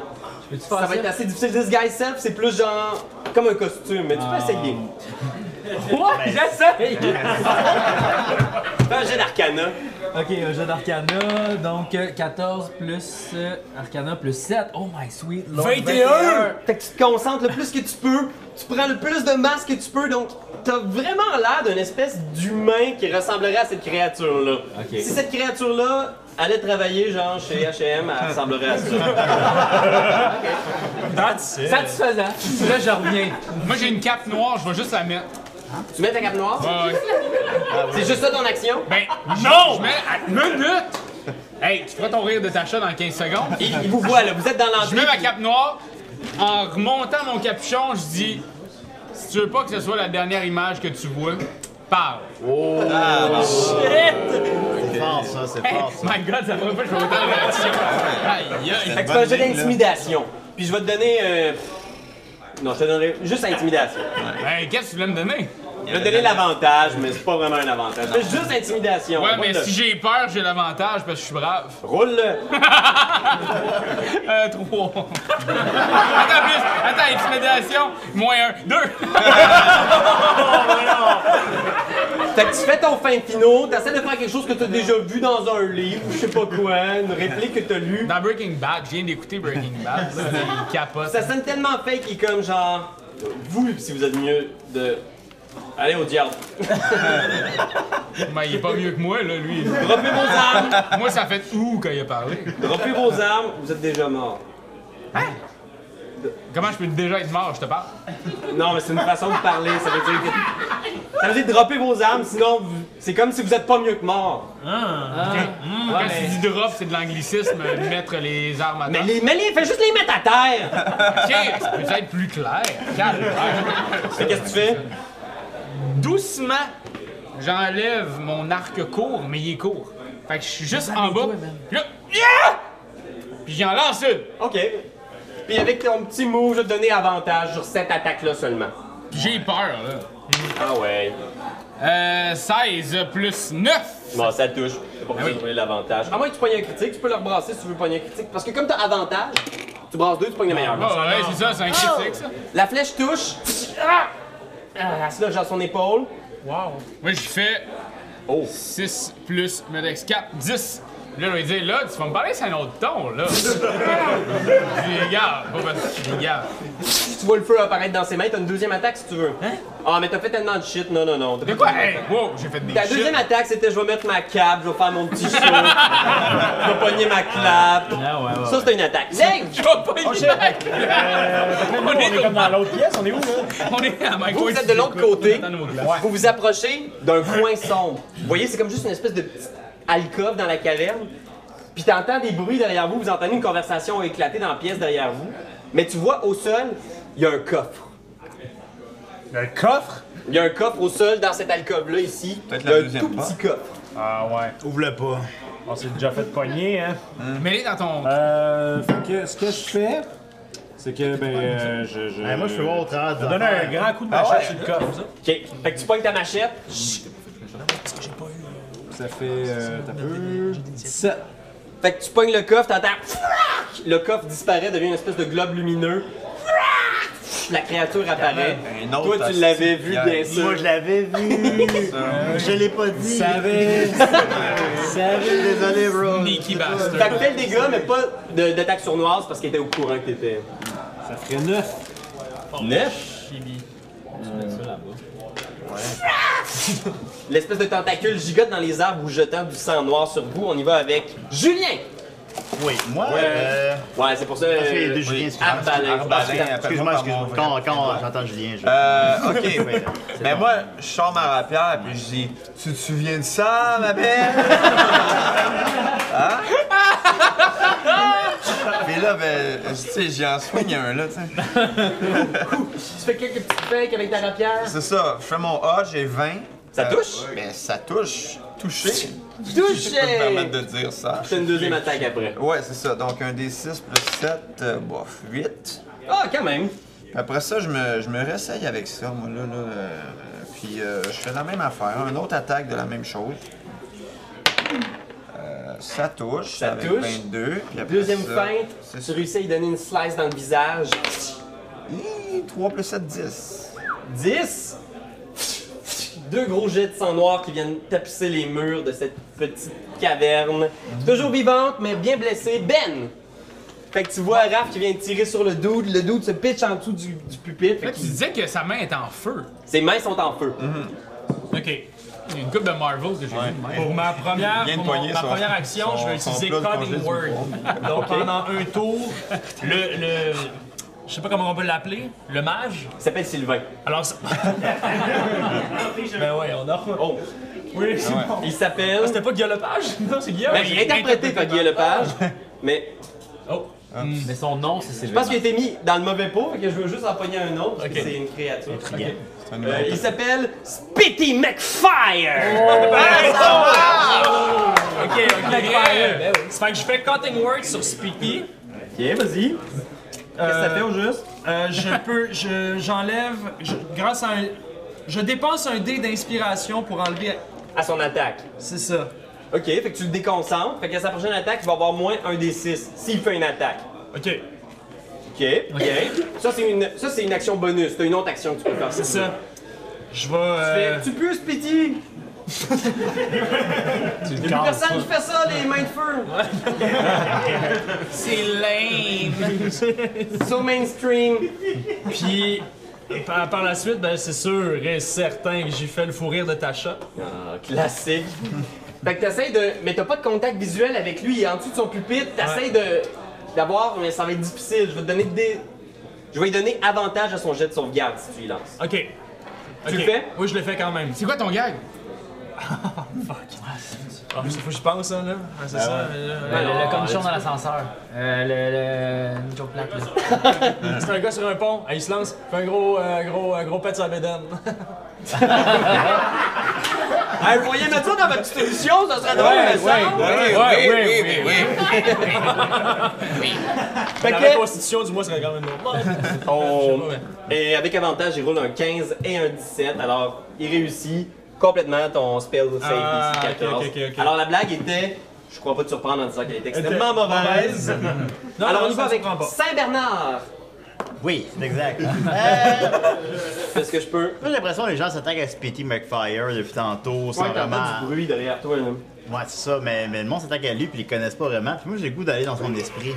Speaker 5: Je peux-tu faire
Speaker 3: Ça va être assez difficile. Disguise self, c'est plus genre comme un costume, mais tu peux essayer.
Speaker 5: Quoi? J'essaye!
Speaker 3: Fais un jet d'arcana.
Speaker 5: Ok, un
Speaker 3: euh,
Speaker 5: jeu d'Arcana, donc euh, 14 plus euh, Arcana plus 7. Oh my sweet lord!
Speaker 9: 21!
Speaker 3: Fait que tu te concentres le plus que tu peux, tu prends le plus de masse que tu peux, donc t'as vraiment l'air d'une espèce d'humain qui ressemblerait à cette créature-là. Si cette créature-là allait travailler genre chez H&M, elle ressemblerait à ça.
Speaker 9: That's it.
Speaker 5: Satisfaisant! Là, je reviens.
Speaker 4: Moi, j'ai une cape noire, je vais juste la mettre. Ah,
Speaker 3: tu mets ta cape noire,
Speaker 4: Ouais, ouais.
Speaker 3: c'est juste ça ton action.
Speaker 4: Ben, non! Je mets à minute! Hey, tu feras ton rire de ta chat dans 15 secondes.
Speaker 3: Il, il vous voit là, vous êtes dans
Speaker 4: Je
Speaker 3: l'entrée.
Speaker 4: mets ma cape noire. En remontant mon capuchon, je dis Si tu veux pas que ce soit la dernière image que tu vois, parle.
Speaker 6: C'est fort, ça. C'est
Speaker 4: Hey,
Speaker 6: fort, ça.
Speaker 4: my god, Oh, ça ferait pas que je fais autant de réactions. Aïe, aïe.
Speaker 3: Fait que c'est un jeu d'intimidation. Puis je vais te donner... euh, Non, je te donnerai juste intimidation.
Speaker 4: Hey, qu'est-ce que tu voulais me donner?
Speaker 3: Je vais te donner l'avantage, mais c'est pas vraiment un avantage. C'est juste intimidation.
Speaker 4: Ouais, mais
Speaker 3: Roule-le.
Speaker 4: si j'ai peur, j'ai l'avantage parce que je suis brave.
Speaker 3: Roule-le.
Speaker 4: Euh, 3. attends, plus. Attends, intimidation. Moins 1. 2.
Speaker 3: Fait que tu fais ton fin finot, t'essaies de faire quelque chose que t'as déjà vu dans un livre, je sais pas quoi, une réplique que t'as lue.
Speaker 4: Dans Breaking Bad, je viens d'écouter Breaking Bad. là, Il capote.
Speaker 3: Ça sonne tellement fake qu'il est comme genre, vous, si vous êtes mieux de... Allez au diable.
Speaker 4: Mais il est pas mieux que moi, là, lui.
Speaker 3: Droppez vos armes.
Speaker 4: Moi, ça fait ouh quand il a parlé.
Speaker 3: Droppez vos armes, vous êtes déjà morts.
Speaker 4: Comment je peux déjà être mort, je te parle?
Speaker 3: Non, mais c'est une façon de parler, ça veut dire que... Ça veut dire dropper vos armes, sinon vous- c'est comme si vous êtes pas mieux que mort.
Speaker 4: Quand tu dis drop, c'est de l'anglicisme, euh, mettre les armes à
Speaker 3: Mais
Speaker 4: terre.
Speaker 3: les, mais les, fais juste les mettre à terre.
Speaker 4: Ok, ça peut être plus clair. Calme.
Speaker 3: Fait que qu'est-ce que tu fais?
Speaker 4: Doucement, j'enlève mon arc court, mais il est court. Fait que je suis juste en bas. Puis là, yeah! Puis j'en lance une.
Speaker 3: Ok. Puis avec ton petit mot, je vais te donner avantage sur cette attaque-là seulement.
Speaker 4: Puis j'ai peur, là.
Speaker 3: Ah ouais.
Speaker 4: Euh, 16 plus 9.
Speaker 3: Bon, ça touche. C'est pour ça
Speaker 4: oui.
Speaker 3: que l'avantage. Ah À moins que tu pognes un critique, tu peux le rebrasser si tu veux pogner un critique. Parce que comme t'as avantage, tu brasses deux, tu pognes le meilleur.
Speaker 4: Ah ouais, c'est ça, c'est un critique, ça.
Speaker 3: La flèche touche. Ah! Ah, elle se loge dans son épaule.
Speaker 4: Moi, je fais 6 plus Medex 4, 10. Là, je vais dire, là, tu vas me parler, c'est un autre ton, là. Je dis, regarde, pas parce que je dis, regarde.
Speaker 3: tu vois le feu apparaître dans ses mains, t'as une deuxième attaque si tu veux. Hein? Ah, mais t'as fait tellement de shit, non, non, non. T'as
Speaker 4: De
Speaker 3: fait
Speaker 4: quoi?
Speaker 3: tellement de
Speaker 4: Hey, wow, j'ai fait des
Speaker 3: Ta
Speaker 4: shit.
Speaker 3: deuxième attaque, c'était je vais mettre ma cape, je vais faire mon petit show, je vais pogner ma clap. Ça, c'était une attaque. Zing!
Speaker 4: Je vais pas y mettre.
Speaker 2: on est comme dans l'autre pièce, on est où là?
Speaker 4: On est à Mike
Speaker 3: Vous, vous
Speaker 4: Ward.
Speaker 3: êtes de l'autre côté,
Speaker 4: Attends, nous,
Speaker 3: vous vous approchez d'un coin sombre. Vous voyez, c'est comme juste une espèce de petite alcôve dans la caverne. Puis t'entends des bruits derrière vous, vous entendez une conversation éclater dans la pièce derrière vous. Mais tu vois, au sol, il y a un coffre.
Speaker 2: Le coffre?
Speaker 3: Il y a un coffre au sol dans cette alcôve-là, ici.
Speaker 1: Peut-être
Speaker 3: Il y
Speaker 1: la
Speaker 3: a un
Speaker 1: deuxième
Speaker 3: tout
Speaker 1: porte.
Speaker 3: petit coffre.
Speaker 2: Ah ouais.
Speaker 6: Ouvre-le pas.
Speaker 2: On s'est déjà fait pogner, hein?
Speaker 4: Mets-les dans ton.
Speaker 2: Euh. Fait que ce que je fais, c'est que, ben, euh, je. je...
Speaker 6: Eh, moi, je peux voir au travers
Speaker 2: Je donne
Speaker 9: euh,
Speaker 2: un grand coup de
Speaker 9: Ah
Speaker 2: machette
Speaker 1: ouais?
Speaker 2: sur le coffre.
Speaker 3: OK. Fait que tu pognes ta machette.
Speaker 2: Ça fait. Euh, t'as peu. 17.
Speaker 3: Fait que tu pognes le coffre, t'entends. Le coffre disparaît, devient une espèce de globe lumineux. La créature apparaît.
Speaker 1: Un autre
Speaker 3: Toi, tu
Speaker 1: hostie
Speaker 3: l'avais vu,
Speaker 1: hier.
Speaker 3: bien sûr.
Speaker 6: Moi, je l'avais vu. je l'ai pas dit.
Speaker 2: Savais! Savais!
Speaker 6: Désolé, bro.
Speaker 4: Sneaky bastard.
Speaker 3: Fait que fais le dégât, mais pas de- d'attaque sournoise parce qu'il était au courant que t'étais.
Speaker 2: Ça ferait 9.
Speaker 3: Neuf? L'espèce de tentacule gigote dans les arbres ou jetant du sang noir sur vous. On y va avec Julien!
Speaker 6: Oui, moi, euh,
Speaker 3: Ouais, c'est pour ça.
Speaker 6: parce qu'il y a
Speaker 3: euh,
Speaker 6: deux Julien,
Speaker 3: arbalète.
Speaker 6: excuse-moi. Excuse-moi, excuse-moi. Quand, quand j'entends Julien, je.
Speaker 1: Euh, ok, mais, mais Ben, moi, je sors ma rapière puis je dis Tu te souviens de ça, ma belle Hein Mais là, ben, tu sais, j'y en soigne un, là, tu sais.
Speaker 3: Tu fais quelques petites fakes avec ta rapière.
Speaker 1: C'est ça, je fais mon A, j'ai 20.
Speaker 3: Ça touche?
Speaker 1: Mais Ben, ça touche. Touché. Je peux me permettre
Speaker 3: Touché!
Speaker 1: de dire ça.
Speaker 3: C'est une deuxième attaque après.
Speaker 1: Ouais, c'est ça. Donc, un D6 plus 7, euh, bof, 8.
Speaker 3: Ah, quand même!
Speaker 1: Après ça, je me, je me réessaye avec ça, moi, là. là euh, puis euh, je fais la même affaire, une autre attaque de la même chose. Euh, ça touche,
Speaker 3: Ça
Speaker 1: avec
Speaker 3: touche.
Speaker 1: 22. Puis après
Speaker 3: Deuxième
Speaker 1: ça,
Speaker 3: feinte, tu
Speaker 1: C'est
Speaker 3: réussis à lui donner une slice dans le visage.
Speaker 1: Hi, 3 plus 7, 10.
Speaker 3: 10! Deux gros jets de sang noir qui viennent tapisser les murs de cette petite caverne. Toujours vivante, mais bien blessée, Ben! Fait que tu vois Raph qui vient de tirer sur le dude, le dude se pitch en dessous du, du pupitre. Fait
Speaker 4: Tu
Speaker 3: qu'il-
Speaker 4: disais que sa main est en feu.
Speaker 3: ses mains sont en feu.
Speaker 9: Ok.
Speaker 4: Il y a une coupe de Marvel que j'ai vue.
Speaker 9: Pour ma première,
Speaker 1: Vient de
Speaker 9: pour mon-
Speaker 1: poigner
Speaker 9: ma
Speaker 1: son-
Speaker 9: première action,
Speaker 1: son-
Speaker 9: je vais
Speaker 1: son
Speaker 9: utiliser
Speaker 1: plat de
Speaker 9: Cunning
Speaker 1: congé du
Speaker 9: Word. Donc pendant un tour, le, le, je sais pas comment on peut l'appeler, le mage.
Speaker 3: Il s'appelle Sylvain.
Speaker 9: Alors, ça- ben ouais, on a.
Speaker 3: Oh!
Speaker 9: Oui, c'est bon.
Speaker 3: Il s'appelle.
Speaker 9: Ah, C'était pas Guillaume Lepage? Non, c'est Guillaume.
Speaker 3: Ben, il est interprété par Guy Lepage, mais
Speaker 9: Oh,
Speaker 5: Hmm, Mais son nom, c'est Sylvain.
Speaker 3: je pense qu'il a été mis dans le mauvais pot, fait que je veux juste en pogner un autre, parce que
Speaker 9: Ok.
Speaker 3: c'est une créature. Ok.
Speaker 1: C'est un
Speaker 3: Euh,
Speaker 1: numéro
Speaker 3: il s'appelle Spitty McFire!
Speaker 9: ok, ok.
Speaker 4: Ben
Speaker 9: C'est fait que je fais Cutting Word sur Speaky.
Speaker 3: Ok, vas-y. Qu'est-ce que ça fait au juste?
Speaker 9: Euh, je peux. je- J'enlève. je- grâce à un. Je dépense un dé d'inspiration pour enlever.
Speaker 3: À son attaque.
Speaker 9: C'est ça.
Speaker 3: Ok, fait que tu le déconcentres. Fait qu'à sa prochaine attaque, il va avoir moins un des 6 s'il fait une attaque.
Speaker 9: Ok,
Speaker 3: Ok, bien. Ça, c'est une, ça, c'est une action bonus. T'as une autre action que tu peux faire.
Speaker 9: c'est ça. Je vais.
Speaker 3: Fait
Speaker 9: euh,
Speaker 3: que tu peux, Spitty! Il y a plus personne qui fait ça, les mains de feu!
Speaker 4: C'est lame.
Speaker 3: So mainstream!
Speaker 9: Puis. Par, par la suite, ben, c'est sûr et certain que j'ai fait le fou rire de Tasha.
Speaker 3: Ah, classique. fait que t'essayes de. Mais t'as pas de contact visuel avec lui, il est en dessous de son pupitre. T'essayes de. D'avoir, mais ça va être difficile. Je vais te donner des. Je vais lui donner avantage à son jet de sauvegarde si tu y lances.
Speaker 9: Ok.
Speaker 3: Tu
Speaker 9: Ok.
Speaker 3: le fais?
Speaker 9: Oui, je le fais quand même.
Speaker 4: C'est quoi ton gag?
Speaker 9: Ah, faut que je pense, hein, là. Ah,
Speaker 2: Ben
Speaker 9: c'est ça. euh,
Speaker 5: Le,
Speaker 9: là.
Speaker 3: Ah,
Speaker 5: le cornichon dans l'ascenseur. Euh, le. le. Joe Platt, là.
Speaker 9: C'est un gars sur un pont, Ah, il se lance, fait un gros, euh, gros, un gros pet sur la bédaine.
Speaker 3: Hey, vous voyez mettre ça dans votre petite émission, ça serait drôle, mais ça.
Speaker 9: ouais, ouais, oui, oui.
Speaker 3: Fait
Speaker 9: La
Speaker 3: que-
Speaker 9: reconstitution du mois serait quand même normale.
Speaker 3: On-
Speaker 9: Je sais
Speaker 3: Et avec avantage, il roule un 15 et un 17. Alors, il réussit complètement ton spell save
Speaker 9: Ah,
Speaker 3: DC 14.
Speaker 9: ok, ok, ok.
Speaker 3: Alors, la blague était. Je crois pas te surprendre en disant qu'elle était extrêmement mauvaise.
Speaker 9: Non,
Speaker 3: Alors,
Speaker 9: non,
Speaker 3: on y
Speaker 9: ça
Speaker 3: va
Speaker 9: se
Speaker 3: avec
Speaker 9: prend pas.
Speaker 3: Saint-Bernard.
Speaker 6: Oui, c'est exact. Euh,
Speaker 3: Je fais ce que je peux.
Speaker 6: J'ai l'impression que les gens s'attaquent à Spitty McFire depuis tantôt, sans
Speaker 3: Ouais, t'entends du
Speaker 6: vraiment.
Speaker 3: bruit derrière toi. Là.
Speaker 6: Ouais, c'est ça, mais, mais le monde s'attaque à lui puis ils le connaissent pas vraiment. Puis moi, j'ai le goût d'aller dans son esprit.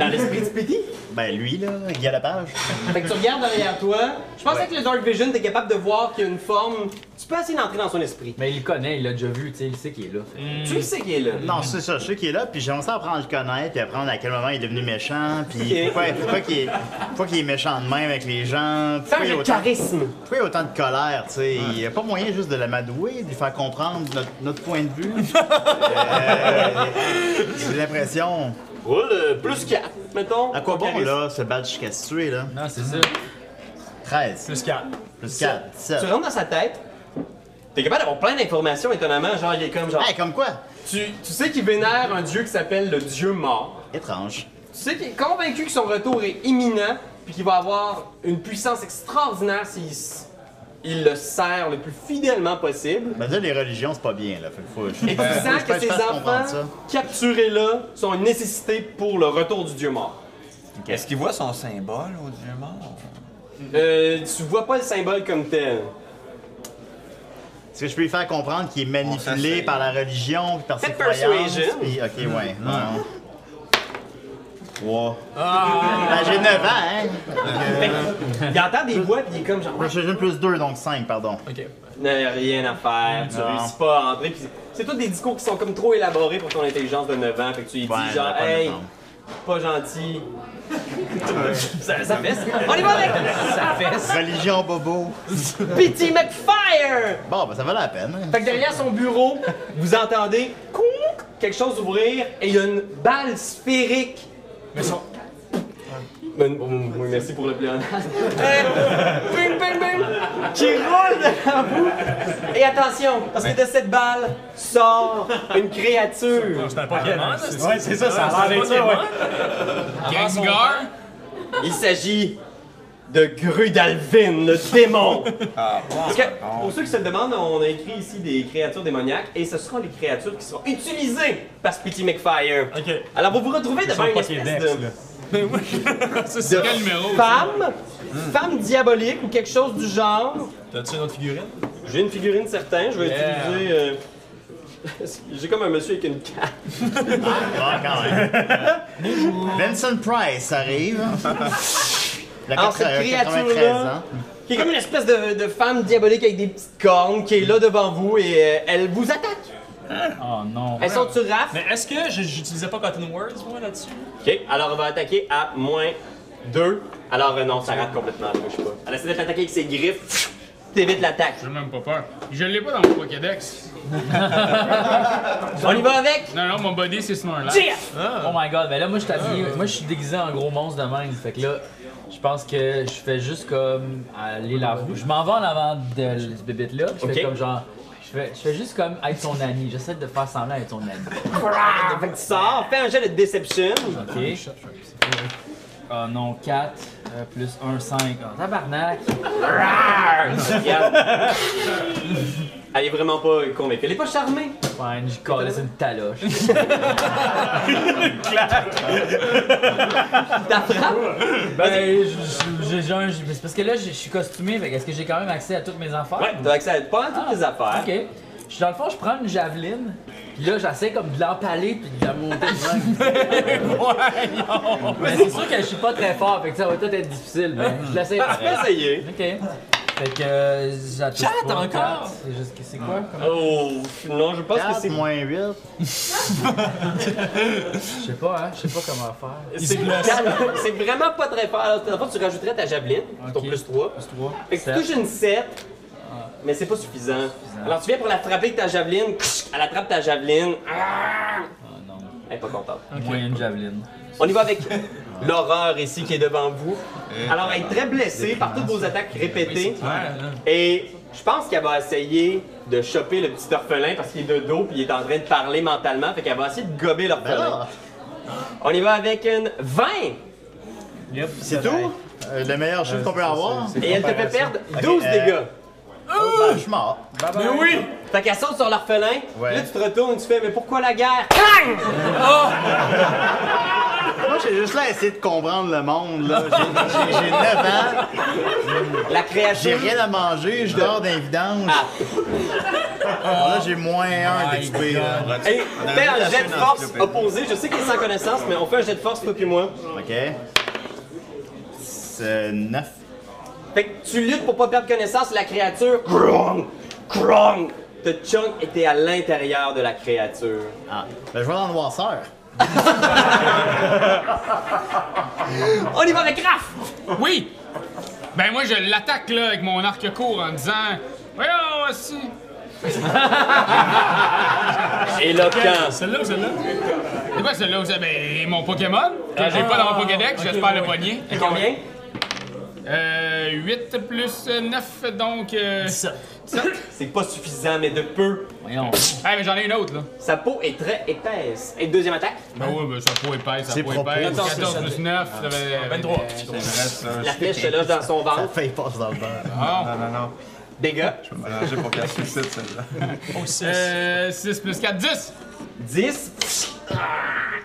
Speaker 3: Dans l'esprit de Speedy?
Speaker 6: Ben lui, là, Guy Lepage.
Speaker 3: Fait que tu regardes derrière toi. Je pensais que le Dark Vision, t'es capable de voir qu'il y a une forme. Tu peux essayer d'entrer dans son esprit.
Speaker 5: Mais il le connaît, il l'a déjà vu, tu sais, il sait qu'il est là. fait.
Speaker 9: Hmm.
Speaker 3: Tu le sais qu'il est là.
Speaker 6: Non, c'est ça, je sais qu'il est là, puis j'ai commencé à apprendre à le connaître, puis apprendre à quel moment il est devenu méchant, puis
Speaker 3: Ok.
Speaker 6: pourquoi, pourquoi qu'il est, pourquoi qu'il est méchant de même avec les gens, pourquoi il, a
Speaker 3: le
Speaker 6: autant,
Speaker 3: charisme.
Speaker 6: pourquoi il a autant de colère, tu sais. Il n'y a pas moyen juste de l'amadouer, de lui faire comprendre notre, notre point de vue. Euh, j'ai l'impression.
Speaker 3: Roule euh, plus 4, mettons.
Speaker 6: À quoi bon,
Speaker 3: Charisme.
Speaker 6: là, ce badge jusqu'à se tuer, là?
Speaker 3: Ah,
Speaker 5: Non, c'est ça.
Speaker 6: 13,
Speaker 9: Plus 4.
Speaker 6: plus 4, 17.
Speaker 3: Tu rentres dans sa tête. T'es capable d'avoir plein d'informations étonnamment. Genre, il est comme genre.
Speaker 6: Hey, comme quoi?
Speaker 3: Tu, tu sais qu'il vénère un dieu qui s'appelle le dieu mort.
Speaker 6: Étrange.
Speaker 3: Tu sais qu'il est convaincu que son retour est imminent, puis qu'il va avoir une puissance extraordinaire s'il s- il le sert le plus fidèlement possible.
Speaker 6: Ben là, les religions, c'est pas bien, là. Fait que faut,
Speaker 3: Et tu
Speaker 6: faut- Ben, faut
Speaker 3: sens
Speaker 6: je
Speaker 3: que
Speaker 6: fasse-
Speaker 3: ces
Speaker 6: je fasse comprendre ça.
Speaker 3: enfants capturés là sont une nécessité pour le retour du dieu mort.
Speaker 1: Est-ce qu'il voit son symbole au dieu mort?
Speaker 3: Euh, tu vois pas le symbole comme tel.
Speaker 6: Est-ce que je peux lui faire comprendre qu'il est
Speaker 1: On
Speaker 6: manipulé
Speaker 1: s'essaye.
Speaker 6: par la religion, puis par ses
Speaker 3: Faites
Speaker 6: croyances?
Speaker 3: persuasion. Ah.
Speaker 6: puis- ok, ouais. Non. Wow.
Speaker 3: Ah.
Speaker 6: Ben, j'ai 9 ans, hein?
Speaker 3: Il entend des voix, puis il est comme genre.
Speaker 6: Persuasion plus 2, donc 5, pardon.
Speaker 3: N'a rien à faire, tu
Speaker 6: Non.
Speaker 3: réussis pas à entrer. Puis c'est tous des discours qui sont comme trop élaborés pour ton intelligence de 9 ans. Fait que tu lui dis
Speaker 6: Ouais, j'aurais
Speaker 3: genre,
Speaker 6: pas
Speaker 3: hey,
Speaker 6: de temps.
Speaker 3: pas gentil. ça, ça fesse. On y va avec ça fesse.
Speaker 6: Religion bobo.
Speaker 3: Pity McFire!
Speaker 6: Bon, ben ça valait la peine. hein.
Speaker 3: Fait que derrière son bureau, vous entendez couic quelque chose ouvrir et il y a une balle sphérique. Mais son. oui, merci pour le pléonasme. Euh, bing, bing, bing, qui roule devant vous. Et attention, parce que de cette balle sort une créature.
Speaker 9: C'est un Pokémon, là, c'est
Speaker 2: Ouais, c'est ça, ça
Speaker 9: c'est un
Speaker 2: a l'air d'être ça, ouais.
Speaker 9: Pokémon.
Speaker 4: Gengar,
Speaker 3: Il s'agit de Grudalvin, le démon.
Speaker 9: Ah,
Speaker 3: Parce que, pour ceux qui se le demandent, on a écrit ici des créatures démoniaques et ce seront les créatures qui seront utilisées par Spitty McFire.
Speaker 9: Ok.
Speaker 3: Alors, vous vous retrouvez devant une
Speaker 9: pas
Speaker 3: espèce
Speaker 9: Québec,
Speaker 3: de
Speaker 9: là.
Speaker 4: ça c'est quel numéro?
Speaker 3: femme, femme diabolique ou quelque chose du genre.
Speaker 9: Hmm. T'as-tu une autre figurine?
Speaker 3: J'ai une figurine certaine, je vais utiliser. euh, J'ai comme un monsieur avec une cape.
Speaker 6: Ah, quand même. Vincent Price arrive. La
Speaker 3: Alors, cette
Speaker 6: quatre- euh,
Speaker 3: créature-là,
Speaker 6: ans.
Speaker 3: qui est comme une espèce de, de femme diabolique avec des petites cornes, qui est là devant vous et euh, elle vous attaque.
Speaker 5: Oh non.
Speaker 3: Elles sont sur raf.
Speaker 9: Mais est-ce que je- j'utilisais pas Cotton Words, moi, là-dessus?
Speaker 3: Ok, alors on va attaquer à moins 2. Alors euh, non, ça rate complètement, elle bouge pas. Elle essaie de t'attaquer avec ses griffes. T'évites l'attaque.
Speaker 4: J'ai même pas peur. Je l'ai pas dans mon Pokédex.
Speaker 3: On y va avec
Speaker 4: Non, non, mon body c'est Snorlax.
Speaker 3: GF!
Speaker 5: Oh my god, ben là, moi, je suis habillé- moi, je suis déguisé en gros monstre de même. Fait que là, je pense que je fais juste comme aller la roue. Je m'en vais en avant de ce bébête-là. Je fais
Speaker 3: Ok.
Speaker 5: comme genre. Je fais, je fais juste comme être son ami. J'essaie de faire semblant d'être son ami.
Speaker 3: Ah, fait que tu sors, fais un jet de Deception.
Speaker 5: Ok. Oh non, 4 plus 1, 5. Oh, tabarnak.
Speaker 3: Regarde. Elle est vraiment pas convaincue. Elle est pas charmée.
Speaker 5: Fine, je colle c'est une taloche.
Speaker 3: Ta frappe,
Speaker 5: ben, je- je- j'ai- j'ai un- j'ai- c'est parce que là, je je suis costumé. fait que Est-ce que j'ai quand même accès à toutes mes affaires?
Speaker 3: Ouais, t'as accès à pas à toutes les affaires.
Speaker 5: Ok. Je, dans le fond, je prends une javeline, puis là, j'essaie comme de l'empaler, puis de la monter de même. Mais c'est sûr que je suis pas très fort, fait que ça va peut-être être difficile, mais je l'essaie.
Speaker 3: Tu peux essayer.
Speaker 5: Ok. Fait que euh, j'attends. Chat
Speaker 9: encore?
Speaker 5: C'est juste que c'est quoi? Comment-
Speaker 3: Oh, non, je pense que
Speaker 6: Quatre
Speaker 3: c'est
Speaker 6: moins 8.
Speaker 5: Je sais pas, hein. Je sais pas comment faire.
Speaker 3: C'est c'est vraiment pas très fort. Alors, dans le fond, tu rajouterais ta javeline, ton
Speaker 5: Ok.
Speaker 3: plus 3.
Speaker 5: Plus 3.
Speaker 3: Fait que tu touches une 7, mais c'est pas suffisant. Alors, tu viens pour la frapper avec ta javeline, elle attrape ta javeline. Ah!
Speaker 5: non.
Speaker 3: Elle est pas contente.
Speaker 5: Moins une javeline.
Speaker 3: On y va avec l'horreur ici qui est devant vous. Alors, elle est très blessée par toutes vos attaques répétées. Et je pense qu'elle va essayer de choper le petit orphelin parce qu'il est de dos puis il est en train de parler mentalement. Fait qu'elle va essayer de gober l'orphelin.
Speaker 6: Alors,
Speaker 3: On y va avec une 20
Speaker 6: c'est tout? Euh, le meilleur chiffre qu'on peut avoir?
Speaker 3: et elle te fait perdre 12
Speaker 6: euh,
Speaker 3: dégâts.
Speaker 6: Oh, ben, je suis mort.
Speaker 3: Mais oui! Fait qu'elle saute sur l'orphelin,
Speaker 6: Ouais.
Speaker 3: là tu te retournes, tu fais mais pourquoi la guerre?
Speaker 6: Moi, j'ai juste là essayé de comprendre le monde, là. J'ai- J'ai j'ai 9 ans,
Speaker 3: La
Speaker 6: j'ai
Speaker 3: créature.
Speaker 6: rien à manger, je dors d'un vidange. Alors là, j'ai moins 1 d'XP, là.
Speaker 3: Hey,
Speaker 1: On a
Speaker 3: fais
Speaker 1: envie
Speaker 3: un
Speaker 1: d'acheter
Speaker 3: jet de
Speaker 1: une
Speaker 3: force
Speaker 1: encyclopédie.
Speaker 3: opposé. Je sais qu'il est sans connaissance, mais on fait un jet de force toi puis moi.
Speaker 6: OK. plus 9.
Speaker 3: Fait que tu luttes pour pas perdre connaissance, la créature. Krong! Krong! Te chunk était à l'intérieur de la créature.
Speaker 6: Ah, ben, je vais dans noirceur.
Speaker 3: On y va avec Raph!
Speaker 4: Oui! Ben moi, je l'attaque là avec mon arc court en disant Voyons, aussi!
Speaker 3: Éloquence.
Speaker 9: Celle-là ou celle-là?
Speaker 4: C'est quoi celui-là où c'est- Ben, mon Pokémon que j'ai pas dans mon
Speaker 9: Ah,
Speaker 4: Pokédex, j'espère le poignet.
Speaker 3: Et combien?
Speaker 4: Euh, 8 plus 9, donc. Euh...
Speaker 9: 17.
Speaker 3: C'est pas suffisant, mais de peu.
Speaker 8: Voyons.
Speaker 4: Ah, mais j'en ai une autre là.
Speaker 3: Sa peau est très épaisse. Et deuxième attaque,
Speaker 4: Ben ouais, ben, ça peau épaisse, ça
Speaker 6: C'est
Speaker 4: peau
Speaker 6: propos.
Speaker 4: épaisse.
Speaker 9: Attends, c'est
Speaker 4: 14
Speaker 9: ça.
Speaker 4: plus 9, ça fait.
Speaker 9: 23.
Speaker 1: Il me reste un-
Speaker 3: la flèche se loge dans son
Speaker 6: La
Speaker 3: ventre.
Speaker 6: feuille passe dans le beurre.
Speaker 4: Ah, Bon.
Speaker 1: Non, non, non.
Speaker 3: Dégâts.
Speaker 1: Je vais me mélanger pour qu'elle suicide celle-là.
Speaker 9: Oh, 6.
Speaker 4: Euh, 6 plus 4, 10!
Speaker 3: 10.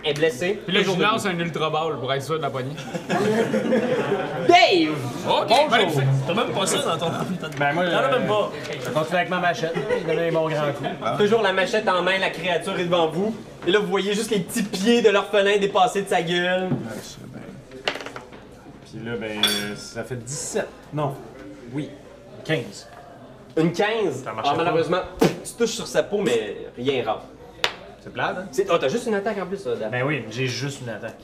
Speaker 3: Est blessé.
Speaker 4: Puis là, je
Speaker 3: Toujours
Speaker 4: lui lance un ultra ball pour être sûr de la poignée.
Speaker 3: debout. Dave!
Speaker 4: Ok, ben, magnifique.
Speaker 9: T'as même pas ça dans ton.
Speaker 2: Ben, moi,
Speaker 9: T'en as même pas.
Speaker 2: je continue avec ma machette. Je donne un bon grand coup.
Speaker 6: Ah.
Speaker 3: Toujours la machette en main, la créature est devant vous. Et là, vous voyez juste les petits pieds de l'orphelin dépasser de sa gueule.
Speaker 2: Puis là, ben, euh, ça fait 17. Non. Oui. 15.
Speaker 3: Une 15.
Speaker 2: Ça marchait
Speaker 3: Ah,
Speaker 2: pas.
Speaker 3: malheureusement, tu touches sur sa peau, mais rien rentre.
Speaker 2: C'est plate, hein?
Speaker 3: C'est- Oh, t'as juste une attaque en plus, ça, Dan.
Speaker 2: Ben oui, j'ai juste une attaque.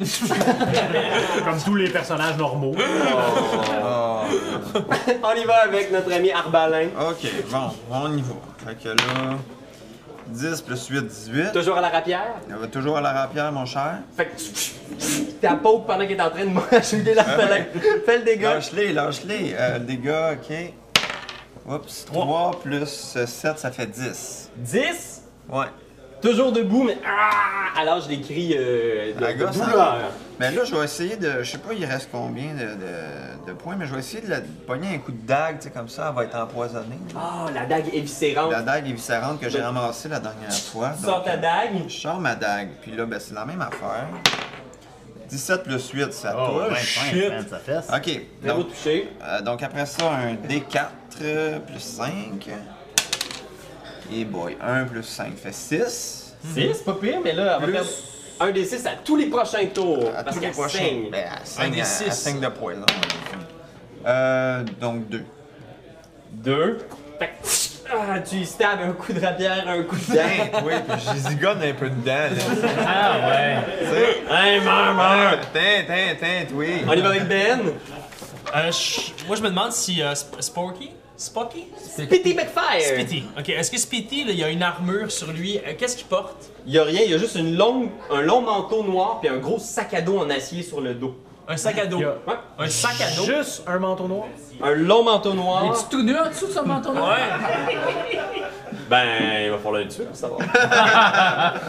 Speaker 2: Comme tous les personnages normaux.
Speaker 3: On y va avec notre ami Arbalin.
Speaker 1: Ok, bon, on y va. Fait que là. 10 plus 8, 18.
Speaker 3: Toujours à la rapière.
Speaker 1: On va toujours à la rapière, mon cher.
Speaker 3: Fait que tu- ta peau pendant qu'il est en train de m'acheter
Speaker 5: Ah
Speaker 3: l'orphelin. Fais le dégât.
Speaker 1: Lâche-les, lâche-les. Euh, les gars, ok. Oups, 3 plus 7, ça fait 10.
Speaker 3: 10.
Speaker 1: Ouais.
Speaker 3: Toujours debout, mais ah, à l'âge des cris euh, de,
Speaker 1: La
Speaker 3: de
Speaker 1: gosse, hein?
Speaker 3: douleur.
Speaker 1: Mais là, je vais essayer de. Je sais pas, il reste combien de, de- de points, mais je vais essayer de la de pogner un coup de dague, tu sais, comme ça, elle va être empoisonnée.
Speaker 3: Ah, la dague est viscérante.
Speaker 1: La dague est viscérante que j'ai ramassée la dernière fois.
Speaker 3: Tu sors
Speaker 1: Donc,
Speaker 3: ta dague.
Speaker 1: je sors ma dague, puis là, ben, c'est la même affaire. 17 plus 8, ça
Speaker 3: Ah
Speaker 6: Oh,
Speaker 1: touche.
Speaker 6: 25, man, ça fesse.
Speaker 1: Ok,
Speaker 3: Zéro
Speaker 1: donc,
Speaker 3: touché.
Speaker 1: euh, donc après ça, un D4 euh, plus 5. Et boy, 1 plus 5 fait 6.
Speaker 3: 6, c'est pas pire, mais là, elle va
Speaker 1: Plus-
Speaker 3: perdre un des 6 à tous les prochains tours.
Speaker 1: À
Speaker 3: parce
Speaker 1: tous les
Speaker 3: qu'elle
Speaker 1: prochains.
Speaker 3: saigne.
Speaker 1: Ben, à 5
Speaker 9: des six.
Speaker 1: de poison. Euh, donc 2.
Speaker 3: Deux. Fait que, ah, tu y stabs un coup de rapière, un coup de dague.
Speaker 1: oui, puis je zigonne un peu dedans. Là.
Speaker 9: Ah ouais.
Speaker 1: Tu sais, Ah,
Speaker 3: hey, meurs, meurs.
Speaker 1: tin, tin, tin, oui.
Speaker 3: On y va avec Ben.
Speaker 9: Euh, je- Moi, je me demande si euh, Sp- Sporky. Spocky?
Speaker 3: Pity McFire.
Speaker 9: Spitty. Ok, est-ce que Spitty, là, il y a une armure sur lui? Euh, Qu'est-ce qu'il porte?
Speaker 3: Il y a rien, il y a juste une longue, un long manteau noir puis un gros sac à dos en acier sur le dos.
Speaker 9: Un sac à dos.
Speaker 2: Il y a-
Speaker 3: Ouais.
Speaker 9: Un sac à dos?
Speaker 2: Juste un manteau noir.
Speaker 3: Un long manteau noir.
Speaker 8: Es-tu tout nu en dessous de son menton?
Speaker 9: Ouais.
Speaker 3: Ben, il va falloir le tuer pour savoir.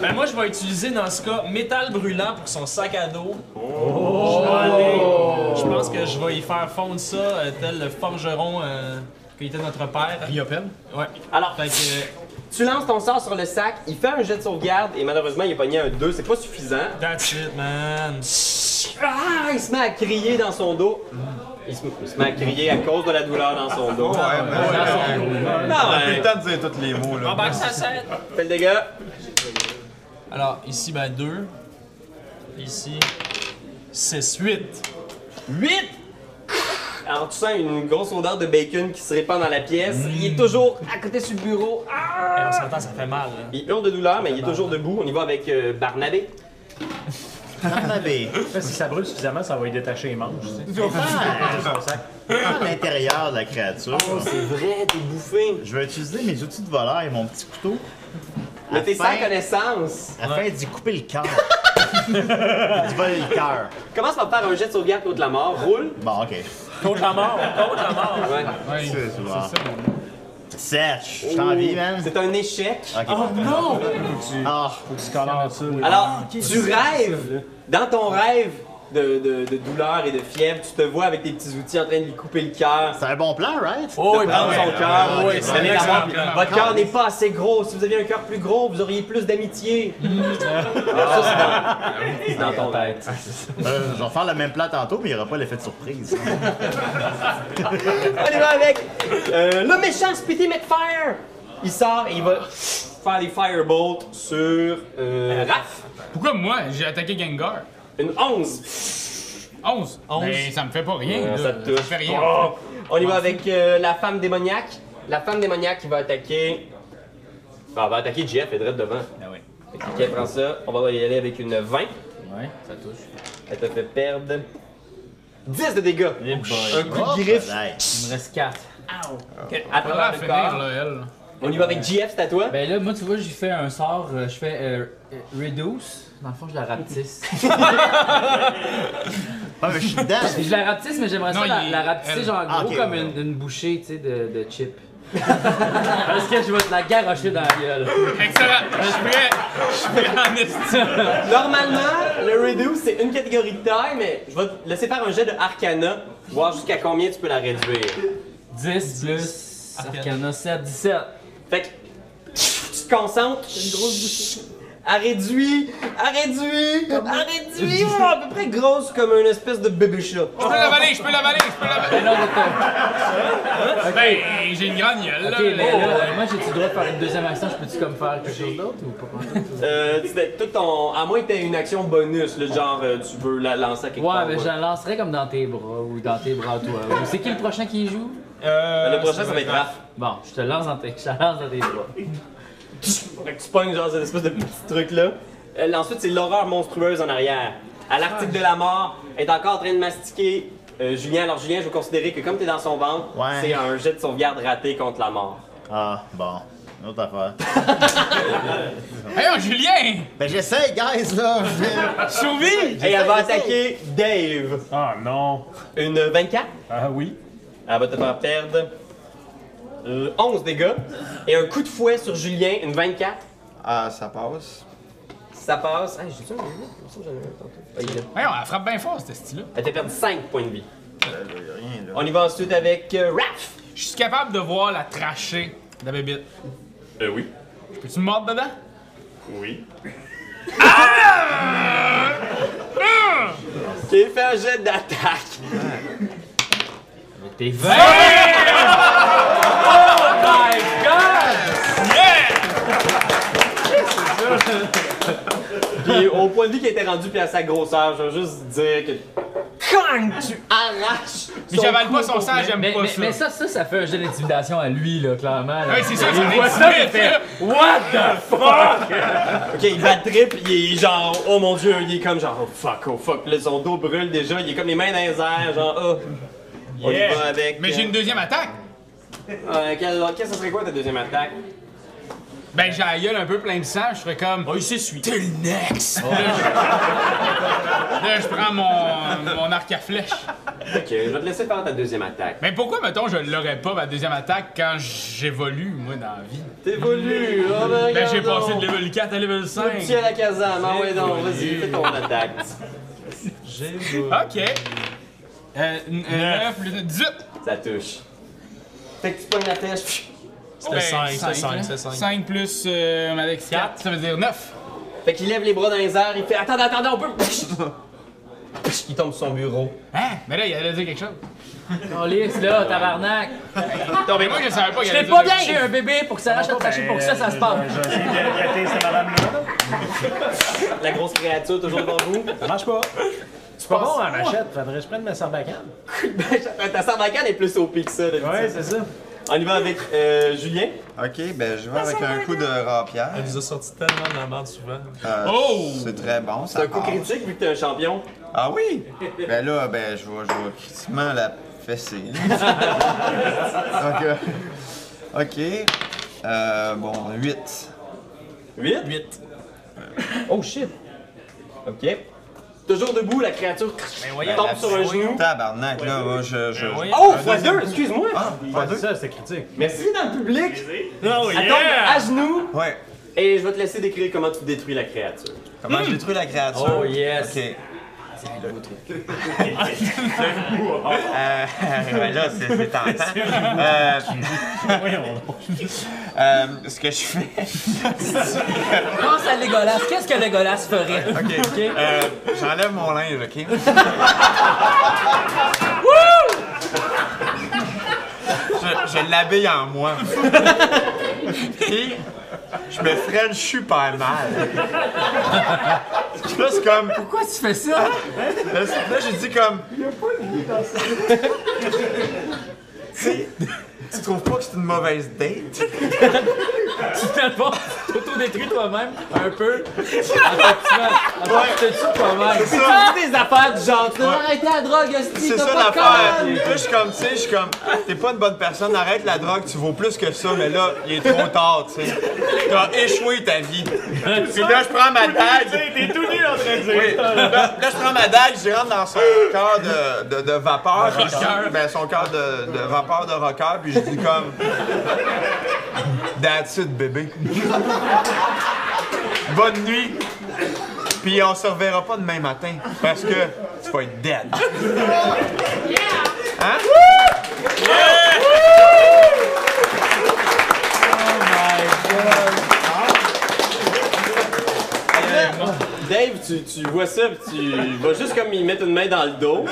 Speaker 9: Ben moi, je vais utiliser dans ce cas métal brûlant pour son sac à dos. Je vais aller- Je pense que je vais y faire fondre ça, euh, tel le forgeron euh, qui était notre père.
Speaker 4: Riopen.
Speaker 9: Ouais.
Speaker 3: Alors,
Speaker 9: Fait que.
Speaker 3: tu lances ton sort sur le sac, il fait un jet de sauvegarde et malheureusement, il est pogné un 2, c'est pas suffisant.
Speaker 9: euh, That's it, man.
Speaker 3: Ah, il se met à crier dans son dos. Il se, il se met à crier à cause de la douleur dans son dos.
Speaker 9: Ah,
Speaker 1: Ouais, ouais, ouais, ouais.
Speaker 3: Non,
Speaker 1: J'ai le
Speaker 3: ouais.
Speaker 1: temps de dire tous les mots. là.
Speaker 3: ben.
Speaker 9: Embarque sa scène.
Speaker 3: Fais le dégât.
Speaker 9: Alors, ici, ben 2. Ici, 6, 8.
Speaker 3: 8! Alors, tu sens une grosse odeur de bacon qui se répand dans la pièce. Il est toujours à côté sur le bureau.
Speaker 9: Mm.
Speaker 3: Ah!
Speaker 9: on s'entend, ça fait mal. hein.
Speaker 3: Il hurle de douleur, mais il est toujours debout. On y va avec euh, Barnabé.
Speaker 6: Barnabé.
Speaker 2: Là, si ça brûle suffisamment, ça va lui détacher les manches. tu sais.
Speaker 6: Ah, à l'intérieur de la créature.
Speaker 3: C'est vrai, t'es bouffé.
Speaker 6: Je vais utiliser mes outils de voleur et mon petit couteau
Speaker 3: Mais t'es sans
Speaker 6: Afin-
Speaker 3: connaissance.
Speaker 6: afin d'y couper le cœur. du voler le cœur.
Speaker 3: Commence par faire un jet de sauvegarde contre la mort. Roule.
Speaker 6: Bon, ok.
Speaker 9: Contre la mort, contre la mort.
Speaker 3: Ouais.
Speaker 4: Ouais,
Speaker 6: C'est
Speaker 4: c'est
Speaker 6: bon.
Speaker 4: ça. mon-
Speaker 6: Sèche. Je t'en vie, man.
Speaker 3: C'est un échec.
Speaker 6: Ok.
Speaker 9: Non!
Speaker 6: Ah,
Speaker 2: Faut que tu colores ça. là.
Speaker 3: Alors, tu rêves. Dans ton rêve de, de- de douleur et de fièvre, tu te vois avec tes petits outils en train de lui couper le cœur.
Speaker 6: c'est un bon plan, right?
Speaker 9: Oh, il
Speaker 3: Prendre
Speaker 9: prend
Speaker 3: son cœur.
Speaker 9: ouais,
Speaker 3: Vous
Speaker 9: c'est
Speaker 3: allez
Speaker 9: un
Speaker 3: l'avoir.
Speaker 9: excellent plan.
Speaker 3: Votre cœur n'est pas assez gros. Si vous aviez un cœur plus gros, vous auriez plus d'amitié. Ça, c'est dans, c'est dans ton rêve.
Speaker 6: Euh, je vais faire le même plan tantôt, mais il n'y aura pas l'effet de surprise.
Speaker 3: On y va avec euh, le méchant Spitty McFire. Il sort et il va faire des firebolts sur euh, Raph.
Speaker 4: Pourquoi moi, j'ai attaqué Gengar?
Speaker 3: Une 11.
Speaker 4: 11. 11. Mais Ben, ça me fait pas rien.
Speaker 3: Ouais,
Speaker 4: là.
Speaker 3: ça te
Speaker 4: me
Speaker 3: touche.
Speaker 4: fait rien.
Speaker 3: Oh! On y va avec euh, la femme démoniaque. La femme démoniaque qui va attaquer. Bon, elle va attaquer Jeff, elle est direct devant.
Speaker 9: Ah ouais.
Speaker 3: Fait que elle prend ça. On va y aller avec une 20.
Speaker 5: Ouais, ça touche.
Speaker 3: Elle te fait perdre 10 de dégâts.
Speaker 5: Les boys.
Speaker 3: Un coup
Speaker 6: Oh,
Speaker 3: de griffe.
Speaker 5: Il me reste 4.
Speaker 3: Ok, À
Speaker 4: Elle va
Speaker 3: travers
Speaker 4: finir,
Speaker 3: le corps.
Speaker 4: là, elle.
Speaker 3: On y va avec Jeff, c'est à toi.
Speaker 5: Ben là, moi, tu vois, j'ai fait un sort, euh, je fais euh, euh, Reduce. Dans le fond, je la rapetisse.
Speaker 6: Ah, mais je suis dedans.
Speaker 5: je la rapetisse, mais j'aimerais
Speaker 4: Non,
Speaker 5: ça la,
Speaker 4: il-
Speaker 5: la rapetisser,
Speaker 4: elle.
Speaker 5: genre
Speaker 6: Ah,
Speaker 5: gros
Speaker 6: ok,
Speaker 5: comme
Speaker 6: ouais,
Speaker 5: une, une bouchée, tu sais, de, de chip. Parce que je vais te la garrocher dans la gueule.
Speaker 4: Excellent. Je suis prêt. Je suis prêt en estime.
Speaker 3: Normalement, le reduce, c'est une catégorie de taille, mais je vais te laisser faire un jet de arcana, voir jusqu'à combien tu peux la réduire.
Speaker 5: 10 plus Arcana 7, 17.
Speaker 3: Fait que tu te concentres. Une grosse bouchée. Elle réduit, elle réduit, elle réduit, oh, à peu près grosse comme une espèce de bébé chat.
Speaker 4: Je peux l'avaler, je peux l'avaler, je peux l'avaler.
Speaker 5: Ben non, attends.
Speaker 4: Ben, j'ai une grande gueule, là.
Speaker 5: Ok, ben
Speaker 4: Oh.
Speaker 5: là, euh, moi, j'ai-tu le droit de faire une deuxième action? Je peux-tu comme faire quelque chose d'autre ou pas?
Speaker 3: Euh, tu fais tout ton. À moins que t'aies une action bonus, le genre euh, tu veux la lancer à quelque
Speaker 5: Ouais,
Speaker 3: part.
Speaker 5: ben je la lancerais comme dans tes bras ou dans tes bras, toi. Ou C'est qui le prochain qui y joue?
Speaker 4: Euh,
Speaker 3: Le prochain, ça va être Raph.
Speaker 5: Bon, je te lance dans tes, je te lance dans tes bras.
Speaker 3: Fait que tu pognes genre cette espèce de petit truc là. Euh, ensuite, c'est l'horreur monstrueuse en arrière. À l'article de la mort, elle est encore en train de mastiquer euh, Julien. Alors, Julien, je vais considérer que comme t'es dans son ventre,
Speaker 6: Ouais.
Speaker 3: c'est un jet de sauvegarde raté contre la mort.
Speaker 6: Ah, bon. Une autre affaire.
Speaker 4: Hey, oh, Julien!
Speaker 6: Ben j'essaie, guys, là!
Speaker 4: Survie!
Speaker 3: Et elle va attaquer Dave.
Speaker 2: Ah non.
Speaker 3: Une 24.
Speaker 2: Ah oui.
Speaker 3: Elle va te faire perdre euh, 11 dégâts. Et un coup de fouet sur Julien, une 24.
Speaker 1: Ah, ça passe.
Speaker 3: Ça passe. Ah, j'ai dit un dégât? Il me semble que j'en ai un tantôt. Ah, il est là.
Speaker 4: Voyons, elle frappe bien fort, cette style-là.
Speaker 3: Elle t'a perdu 5 points de vie.
Speaker 1: Rien, là.
Speaker 3: On y va ensuite avec euh, Raph.
Speaker 4: Je suis capable de voir la trachée de la bébite.
Speaker 10: Euh, oui.
Speaker 4: Je peux-tu me mordre dedans?
Speaker 10: Oui.
Speaker 3: Qui fait un jet d'attaque.
Speaker 5: T'es 20!
Speaker 3: Puis au point de vue qui était rendu puis à sa grosseur, je veux juste dire que quand tu arraches
Speaker 4: Mais
Speaker 3: son
Speaker 4: j'avale
Speaker 3: cou
Speaker 4: pas son
Speaker 3: au
Speaker 4: sang, j'aime
Speaker 5: Mais,
Speaker 4: pas
Speaker 5: mais-
Speaker 4: ça.
Speaker 5: mais ça, ça, ça fait un jeu d'intimidation à lui, là, clairement. là.
Speaker 4: Ouais, c'est ça, ça
Speaker 5: Il voit
Speaker 4: fait
Speaker 5: ça, il
Speaker 4: dix-huit,
Speaker 5: fait
Speaker 4: là.
Speaker 5: What the fuck?
Speaker 3: Ok, il bat trip, il est genre, oh mon dieu, il est comme genre, oh fuck, oh fuck. Là, son dos brûle déjà, il est comme les mains dans les airs, genre, oh. On y va avec.
Speaker 4: Mais j'ai une deuxième attaque.
Speaker 3: Euh, quelle, quelle- ça serait quoi ta deuxième attaque?
Speaker 4: Ben, j'ai la gueule un peu plein de sang, je serais comme.
Speaker 9: Oh, il s'essuie.
Speaker 4: T'es le next! Là, je... là, je prends mon, mon arc à flèche.
Speaker 3: Ok, je vais te laisser faire ta deuxième attaque.
Speaker 4: Mais pourquoi, mettons, je l'aurais pas, ma deuxième attaque, quand j'évolue, moi, dans la vie?
Speaker 3: T'évolues, oh ben,
Speaker 4: Ben, j'ai
Speaker 3: regarde
Speaker 4: passé
Speaker 3: donc.
Speaker 4: de level 4 à level 5.
Speaker 3: Le petit à la casam, ah ouais, non, vas-y, fais ton attaque.
Speaker 4: Ok. Euh, 9 plus 18.
Speaker 3: Ça touche. Fait que tu pognes la flèche, pfiou.
Speaker 4: Oh, ben,
Speaker 9: C'était 5, c'était 5, c'était 5.
Speaker 4: 5 hein. plus euh, avec 4, ça veut dire 9.
Speaker 3: Fait qu'il lève les bras dans les airs, il fait Attendez, attendez, on peut. Il tombe sur son bureau.
Speaker 4: Hein? Mais là, il allait dire quelque chose.
Speaker 5: On lisse, là, tabarnak.
Speaker 4: Non, mais moi, je savais pas qu'il
Speaker 5: Je fais
Speaker 4: allait
Speaker 5: pas
Speaker 4: dire
Speaker 5: bien chez un bébé pour que ça lâche la trachée, pour que ça, ça se passe.
Speaker 2: J'ai essayé de traiter cette madame-là.
Speaker 3: La grosse créature toujours devant vous.
Speaker 2: Ça marche pas. C'est pas bon, elle m'achète. Faudrait que je prenne ma sarbacane.
Speaker 3: Ben, Ta sarbacane est plus OP que ça. là,
Speaker 2: Ouais, c'est ça.
Speaker 3: On y va avec euh, Julien.
Speaker 1: Ok, ben je vais avec un coup de rapière.
Speaker 9: Elle nous a sorti tellement de la merde souvent.
Speaker 1: Euh,
Speaker 4: Oh!
Speaker 1: C'est très bon, ça
Speaker 3: C'est un coup
Speaker 1: passe.
Speaker 3: critique vu que t'es un champion.
Speaker 1: Ah oui? Ben là, ben je vais, je vais critiquement la fesser. Donc, euh, ok. Euh, bon, 8.
Speaker 3: 8. 8. Oh shit. Ok. Toujours debout, la créature tombe sur un genou.
Speaker 1: Tabarnak, là, ouais, je...
Speaker 9: Ben
Speaker 1: je...
Speaker 3: Oh, fois 2, excuse-moi.
Speaker 1: Ah, pas
Speaker 2: Ouais, c'est
Speaker 1: deux?
Speaker 2: ça, c'est critique.
Speaker 3: Merci dans le public.
Speaker 9: Oh
Speaker 3: Elle tombe à genoux
Speaker 1: Ouais.
Speaker 3: et je vais te laisser décrire comment tu détruis la créature.
Speaker 1: Comment je détruis la créature?
Speaker 5: Oh, yes.
Speaker 1: Ok. Euh, ben là, c'est c'est tentant. Euh,
Speaker 2: Voyons.
Speaker 1: euh, ce que je fais,
Speaker 5: Pense à Legolas. Qu'est-ce que Legolas ferait?
Speaker 1: Ok. Euh, J'enlève mon linge, ok? je je l'habille en moi. Puis, je me freine super mal. Puis Là, c'est comme. Pourquoi tu fais ça? Là, c'est- là, j'ai dit comme. Il a pas de dans ça. tu sais, tu trouves pas que c'est une mauvaise date?
Speaker 5: Finalement, tu t'auto-détruis toi-même un peu. En fait, tu te tues toi-même.
Speaker 1: C'est ça.
Speaker 5: des affaires du genre, tu devrais arrêter la drogue, hostie,
Speaker 1: C'est
Speaker 5: t'as
Speaker 1: ça
Speaker 5: pas de
Speaker 1: l'affaire.
Speaker 5: conne.
Speaker 1: Là, je suis comme, tu sais, je suis comme, t'es pas une bonne personne, arrête la drogue, tu vaux plus que ça, mais là, il est trop tard, tu sais. T'as échoué ta vie. Puis là, je prends ma dague.
Speaker 2: T'es tout nu en train de dire
Speaker 1: Oui.
Speaker 2: ça,
Speaker 1: Là,
Speaker 2: là.
Speaker 1: là, je prends ma dague, je rentre dans son cœur de, de, de vapeur. puis je dis-
Speaker 4: rocker.
Speaker 1: ben, son cœur de, de vapeur de rocker, puis je dis comme. That's it, bébé. Bonne nuit. Puis on se reverra pas demain matin, parce que tu vas être dead. Hein?
Speaker 3: Dave, tu, tu vois ça, pis tu vas juste comme il mettre une main dans le dos.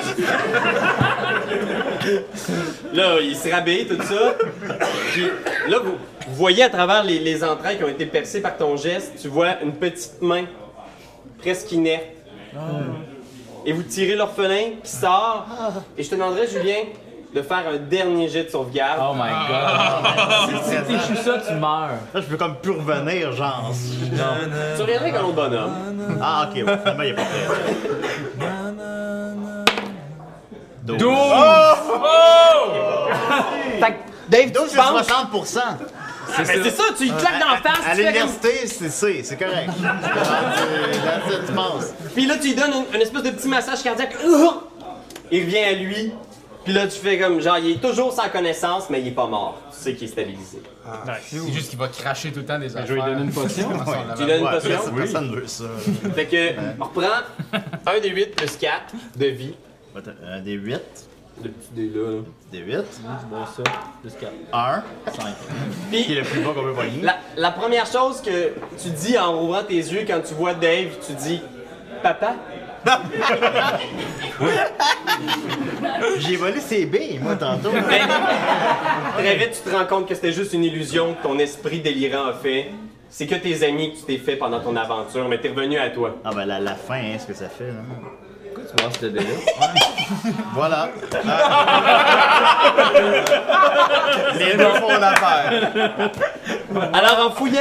Speaker 3: là, il se rabille, tout ça. Puis là, vous vous voyez à travers les, les entrailles qui ont été percées par ton geste, tu vois une petite main presque inerte. Et vous tirez l'orphelin qui sort. Et je te demanderai, Julien, de faire un dernier jet de sauvegarde.
Speaker 5: Oh my god. Si t'échoues ça, tu meurs.
Speaker 6: Là, je peux comme plus revenir, genre.
Speaker 3: Tu reviendrais avec un autre bonhomme.
Speaker 6: Ah, ok, ouais, finalement, il est pas prêt. 12! Oh!
Speaker 3: Oh! Fait que, Dave,
Speaker 6: 12,
Speaker 3: tu
Speaker 6: c'est
Speaker 3: penses.
Speaker 6: 60%!
Speaker 3: Mais c'est ça, tu lui claques dans la face,
Speaker 6: À
Speaker 3: tu fais comme-
Speaker 6: l'université, c'est C, c'est correct. Là, tu penses.
Speaker 3: Puis là, tu lui donnes une, une espèce de petit massage cardiaque. Ouh! Il revient à lui. Puis là, tu fais comme genre, il est toujours sans connaissance, mais il est pas mort. Tu sais qu'il est stabilisé.
Speaker 4: C'est juste qu'il va cracher tout le temps des affaires.
Speaker 5: Ben, Je vais lui donner une potion.
Speaker 3: Tu lui donnes une
Speaker 6: Ouais,
Speaker 3: potion.
Speaker 6: personne- Personne veut ça.
Speaker 3: Fait que, on reprend 1 des 8 plus 4 de vie.
Speaker 6: Attends, Un des 8.
Speaker 3: Le petit dé là. là.
Speaker 6: Des 8.
Speaker 5: Bon, ça, plus 4.
Speaker 6: 1. 5.
Speaker 3: Puis,
Speaker 6: le plus bas qu'on peut voler.
Speaker 3: la, la première chose que tu dis en rouvrant tes yeux quand tu vois Dave, tu dis Papa,
Speaker 6: J'ai volé ses billes, moi, tantôt.
Speaker 3: Très vite, tu te rends compte que c'était juste une illusion que ton esprit délirant a fait. C'est que tes amis que tu t'es fait pendant ton aventure, mais t'es revenu à toi.
Speaker 6: Ah, ben la, la fin, hein, ce que ça fait, là.
Speaker 5: Pourquoi tu manges ce délire?
Speaker 6: Voilà. Ah. Les deux font l'affaire.
Speaker 3: Alors, en fouillant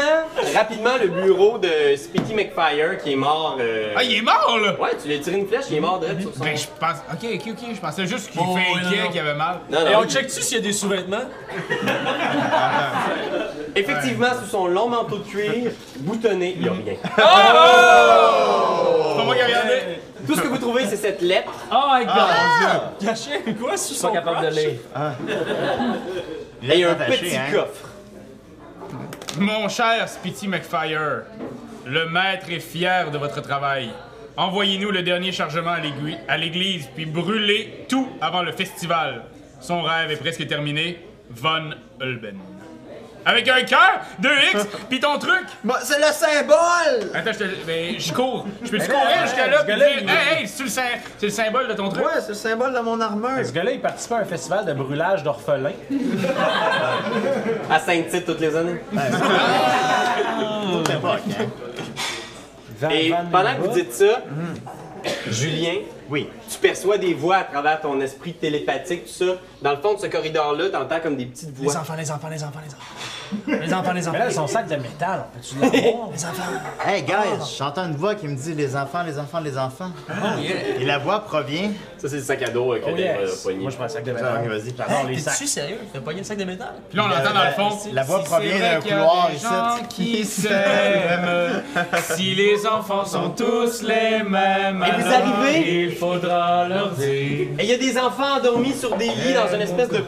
Speaker 3: rapidement le bureau de Speaky McFire, qui est mort... euh,
Speaker 4: Ah, il est mort, là!
Speaker 3: Ouais, tu lui as tiré une flèche, il est mort direct sur son...
Speaker 4: Ben, je pense. Ok, ok, ok. Je pensais juste qu'il
Speaker 9: Oh,
Speaker 4: fait
Speaker 9: oui, non,
Speaker 4: inquiet,
Speaker 9: non.
Speaker 4: qu'il avait mal.
Speaker 3: Non,
Speaker 9: Et
Speaker 3: non,
Speaker 9: on check-tu s'il y a des sous-vêtements?
Speaker 3: Effectivement, sous son long manteau de cuir, boutonné, il y a rien.
Speaker 4: C'est pas moi qui ai regardé.
Speaker 3: Tout ce que vous trouvez, c'est cette lettre.
Speaker 5: Oh my god!
Speaker 9: Caché quoi sous
Speaker 5: pas
Speaker 9: son
Speaker 5: capable de
Speaker 9: crotch?
Speaker 5: lire.
Speaker 3: Et un
Speaker 6: attaché,
Speaker 3: petit
Speaker 6: hein.
Speaker 3: coffre.
Speaker 4: Mon cher Spitty McFire, le maître est fier de votre travail. Envoyez-nous le dernier chargement à l'aiguille- à l'église, puis brûlez tout avant le festival. Son rêve est presque terminé. Von Ulben. Avec un cœur, deux X, puis ton truc!
Speaker 1: Bon, Bah, c'est le symbole!
Speaker 4: Attends, je, te- ben, je cours. Je peux-tu courir jusqu'à là puis dire, hey, hey, c'est le, sym- c'est le symbole de ton truc?
Speaker 1: Ouais, c'est le symbole de mon armure.
Speaker 2: Ce gars-là, il participait à un festival de brûlage d'orphelins.
Speaker 3: À Saint-Tite, toutes les années.
Speaker 6: Toute l'époque, hein.
Speaker 3: Et pendant que vous dites ça, Julien,
Speaker 6: Oui.
Speaker 3: tu perçois des voix à travers ton esprit télépathique, tout ça. Dans le fond de ce corridor-là, t'entends comme des petites voix.
Speaker 9: Les enfants, les enfants, les enfants, les enfants. Les enfants, les
Speaker 2: Mais
Speaker 9: enfants.
Speaker 2: là, son sac de métal, on peut-tu l'avoir?
Speaker 9: Les enfants.
Speaker 6: Hey,
Speaker 3: Ah!
Speaker 6: guys, j'entends une voix qui me dit les enfants, les enfants, les enfants. Et la voix provient.
Speaker 3: Ça, c'est le sac à dos euh, que
Speaker 2: Oh
Speaker 3: Dave a
Speaker 2: yes!
Speaker 3: poigné.
Speaker 2: Moi, je prends un sac de
Speaker 6: Ah, ok,
Speaker 2: métal.
Speaker 6: vas-y.
Speaker 2: J'adore les sacs.
Speaker 9: T'es-tu sérieux? T'as pogné le sac de métal?
Speaker 4: Puis là, on entend dans le fond.
Speaker 6: La voix
Speaker 4: Si
Speaker 6: provient
Speaker 4: c'est vrai
Speaker 6: d'un
Speaker 4: qu'il y a
Speaker 6: couloir
Speaker 4: des
Speaker 6: ici.
Speaker 4: gens qui s'aiment. si les enfants sont tous les mêmes,
Speaker 3: Et vous
Speaker 4: alors
Speaker 3: arrivez?
Speaker 4: il faudra leur dire.
Speaker 3: Et il y a des enfants endormis sur des lits dans une espèce de.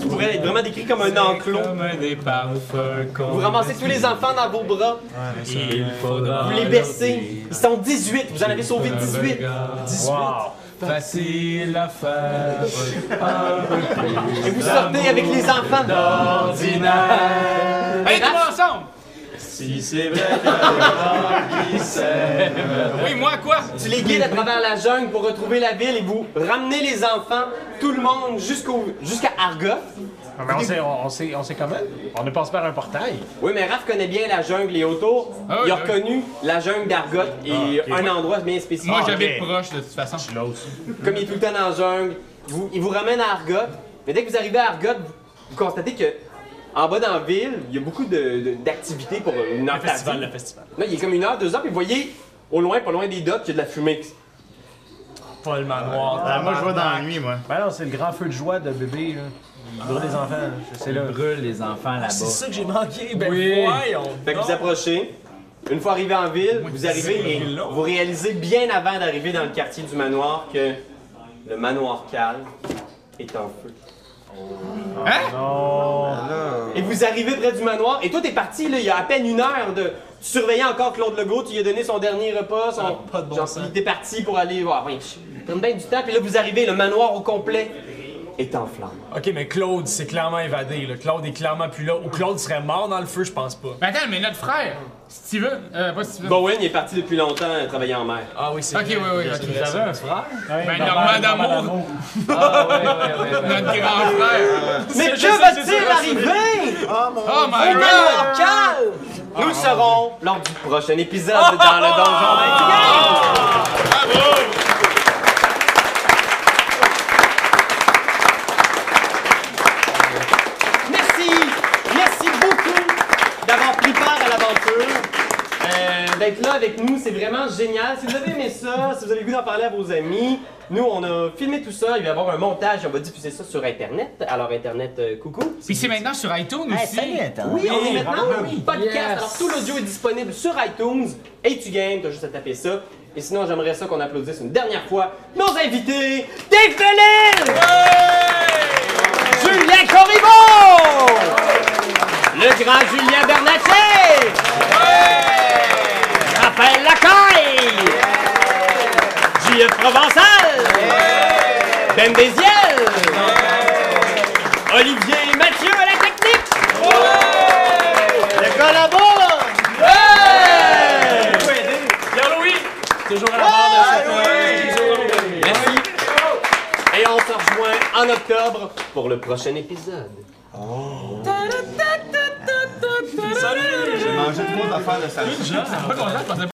Speaker 3: Tu pourrais être vraiment décrit comme un enclos.
Speaker 4: Comme des parfums qu'on
Speaker 3: Vous ramassez tous les enfants dans vos bras,
Speaker 4: Il faudra
Speaker 3: vous les bercez. Ils sont 18, vous en avez sauvé 18.
Speaker 2: Wow!
Speaker 4: Facile à faire.
Speaker 3: Et vous sortez avec les enfants.
Speaker 4: Ordinaire. Allez, tout ensemble!
Speaker 9: Si c'est vrai que le vent qui s'aime.
Speaker 4: Oui, moi quoi?
Speaker 3: Tu les guides à travers la jungle pour retrouver la ville et vous ramenez les enfants, tout le monde, jusqu'au jusqu'à Argoff.
Speaker 2: Non, Ah, mais on sait, on, on sait, on sait quand même. On est passé par un portail.
Speaker 3: Oui, mais Raph connaît bien la jungle et autour.
Speaker 4: Ah oui,
Speaker 3: il a
Speaker 4: oui.
Speaker 3: reconnu la jungle d'Argoff et
Speaker 2: Ah, ok.
Speaker 3: un endroit bien spécifique.
Speaker 4: Moi,
Speaker 2: Ah,
Speaker 4: j'habite
Speaker 2: ok.
Speaker 4: proche, de toute façon.
Speaker 2: Je suis là aussi.
Speaker 3: Comme il est tout le temps dans la jungle, vous- il vous ramène à Argot. Mais dès que vous arrivez à Argot, vous, vous constatez que en bas dans la ville, il y a beaucoup de- de- d'activités pour une heure
Speaker 9: Le festival,
Speaker 3: tardive.
Speaker 9: le festival.
Speaker 3: Là, il est comme une heure, deux heures, puis vous voyez au loin, pas loin des dots, qu'il y a de la fumée.
Speaker 9: Pas le manoir.
Speaker 6: Ah, moi, je vois dans la nuit, moi.
Speaker 2: Ben non, c'est le grand feu de joie de bébé, là. Il brûle les enfants, là. C'est là.
Speaker 5: Ils brûlent les enfants là-bas.
Speaker 9: C'est ça que j'ai manqué. Ben
Speaker 5: Oui.
Speaker 9: voyons.
Speaker 3: Fait que vous
Speaker 9: donc.
Speaker 3: approchez. Une fois arrivé en ville, vous arrivez et
Speaker 9: c'est là.
Speaker 3: vous réalisez bien avant d'arriver dans le quartier du manoir que le manoir calme est en feu.
Speaker 9: Hein?
Speaker 3: Et vous arrivez près du manoir et tout est parti là, il y a à peine une heure de tu surveillais encore Claude Legault, tu lui as donné son dernier repas, son
Speaker 9: Oh, pas de bon
Speaker 3: genre,
Speaker 9: sens.
Speaker 3: il était parti pour aller voir. Oui, je- prendre bien du temps puis là vous arrivez le manoir au complet est en flammes.
Speaker 9: Ok, mais Claude s'est clairement évadé. Là. Claude est clairement plus là. Ou Claude serait mort dans le feu, je pense pas.
Speaker 4: Mais Ben, attends, mais notre frère, Steven, euh, pas Steven.
Speaker 3: Bowen il est parti depuis longtemps euh, travailler en mer.
Speaker 9: Ah oui, c'est
Speaker 4: Ok, oui, oui, ok.
Speaker 5: Vous avez un frère?
Speaker 4: Ben, Normand d'amour,
Speaker 5: Ah, ouais, ouais, ouais, ouais.
Speaker 4: notre grand frère.
Speaker 3: Mais
Speaker 9: je sais,
Speaker 3: que va-t-il
Speaker 9: c'est ça,
Speaker 3: arriver
Speaker 4: Oh my
Speaker 3: Un
Speaker 4: god!
Speaker 3: manoir Ah, calme Ah, Nous le serons lors du prochain épisode de dans le donjon intriguant. ah, Merci! Merci beaucoup d'avoir pris part à l'aventure. euh, d'être là avec nous, c'est vraiment génial. Si vous avez aimé ça, si vous avez le goût d'en parler à vos amis, nous, on a filmé tout ça. Il va y avoir un montage et on va diffuser ça sur Internet. Alors, Internet, euh, coucou.
Speaker 4: Puis c'est maintenant sur iTunes aussi.
Speaker 3: Oui, on est maintenant un podcast.
Speaker 5: Yes.
Speaker 3: Alors, tout l'audio est disponible sur iTunes. Et tu gagnes, t'as juste à taper ça. Et sinon, j'aimerais ça qu'on applaudisse une dernière fois nos invités, Dave Bellil! Julien Corriveau! Le grand Julien Bernatchez! Raphaël Lacaille! J.E. Provençal! Ben Béziel! Olivier Mathieu à la technique!
Speaker 6: Le gars là-bas!
Speaker 9: Pierre-Louis! Toujours à la barre de cette
Speaker 3: Merci. Et on se rejoint en octobre pour le prochain épisode.
Speaker 9: Salut!
Speaker 1: J'ai mangé trop d'affaires de salade.
Speaker 4: Je suis pas content, je pensais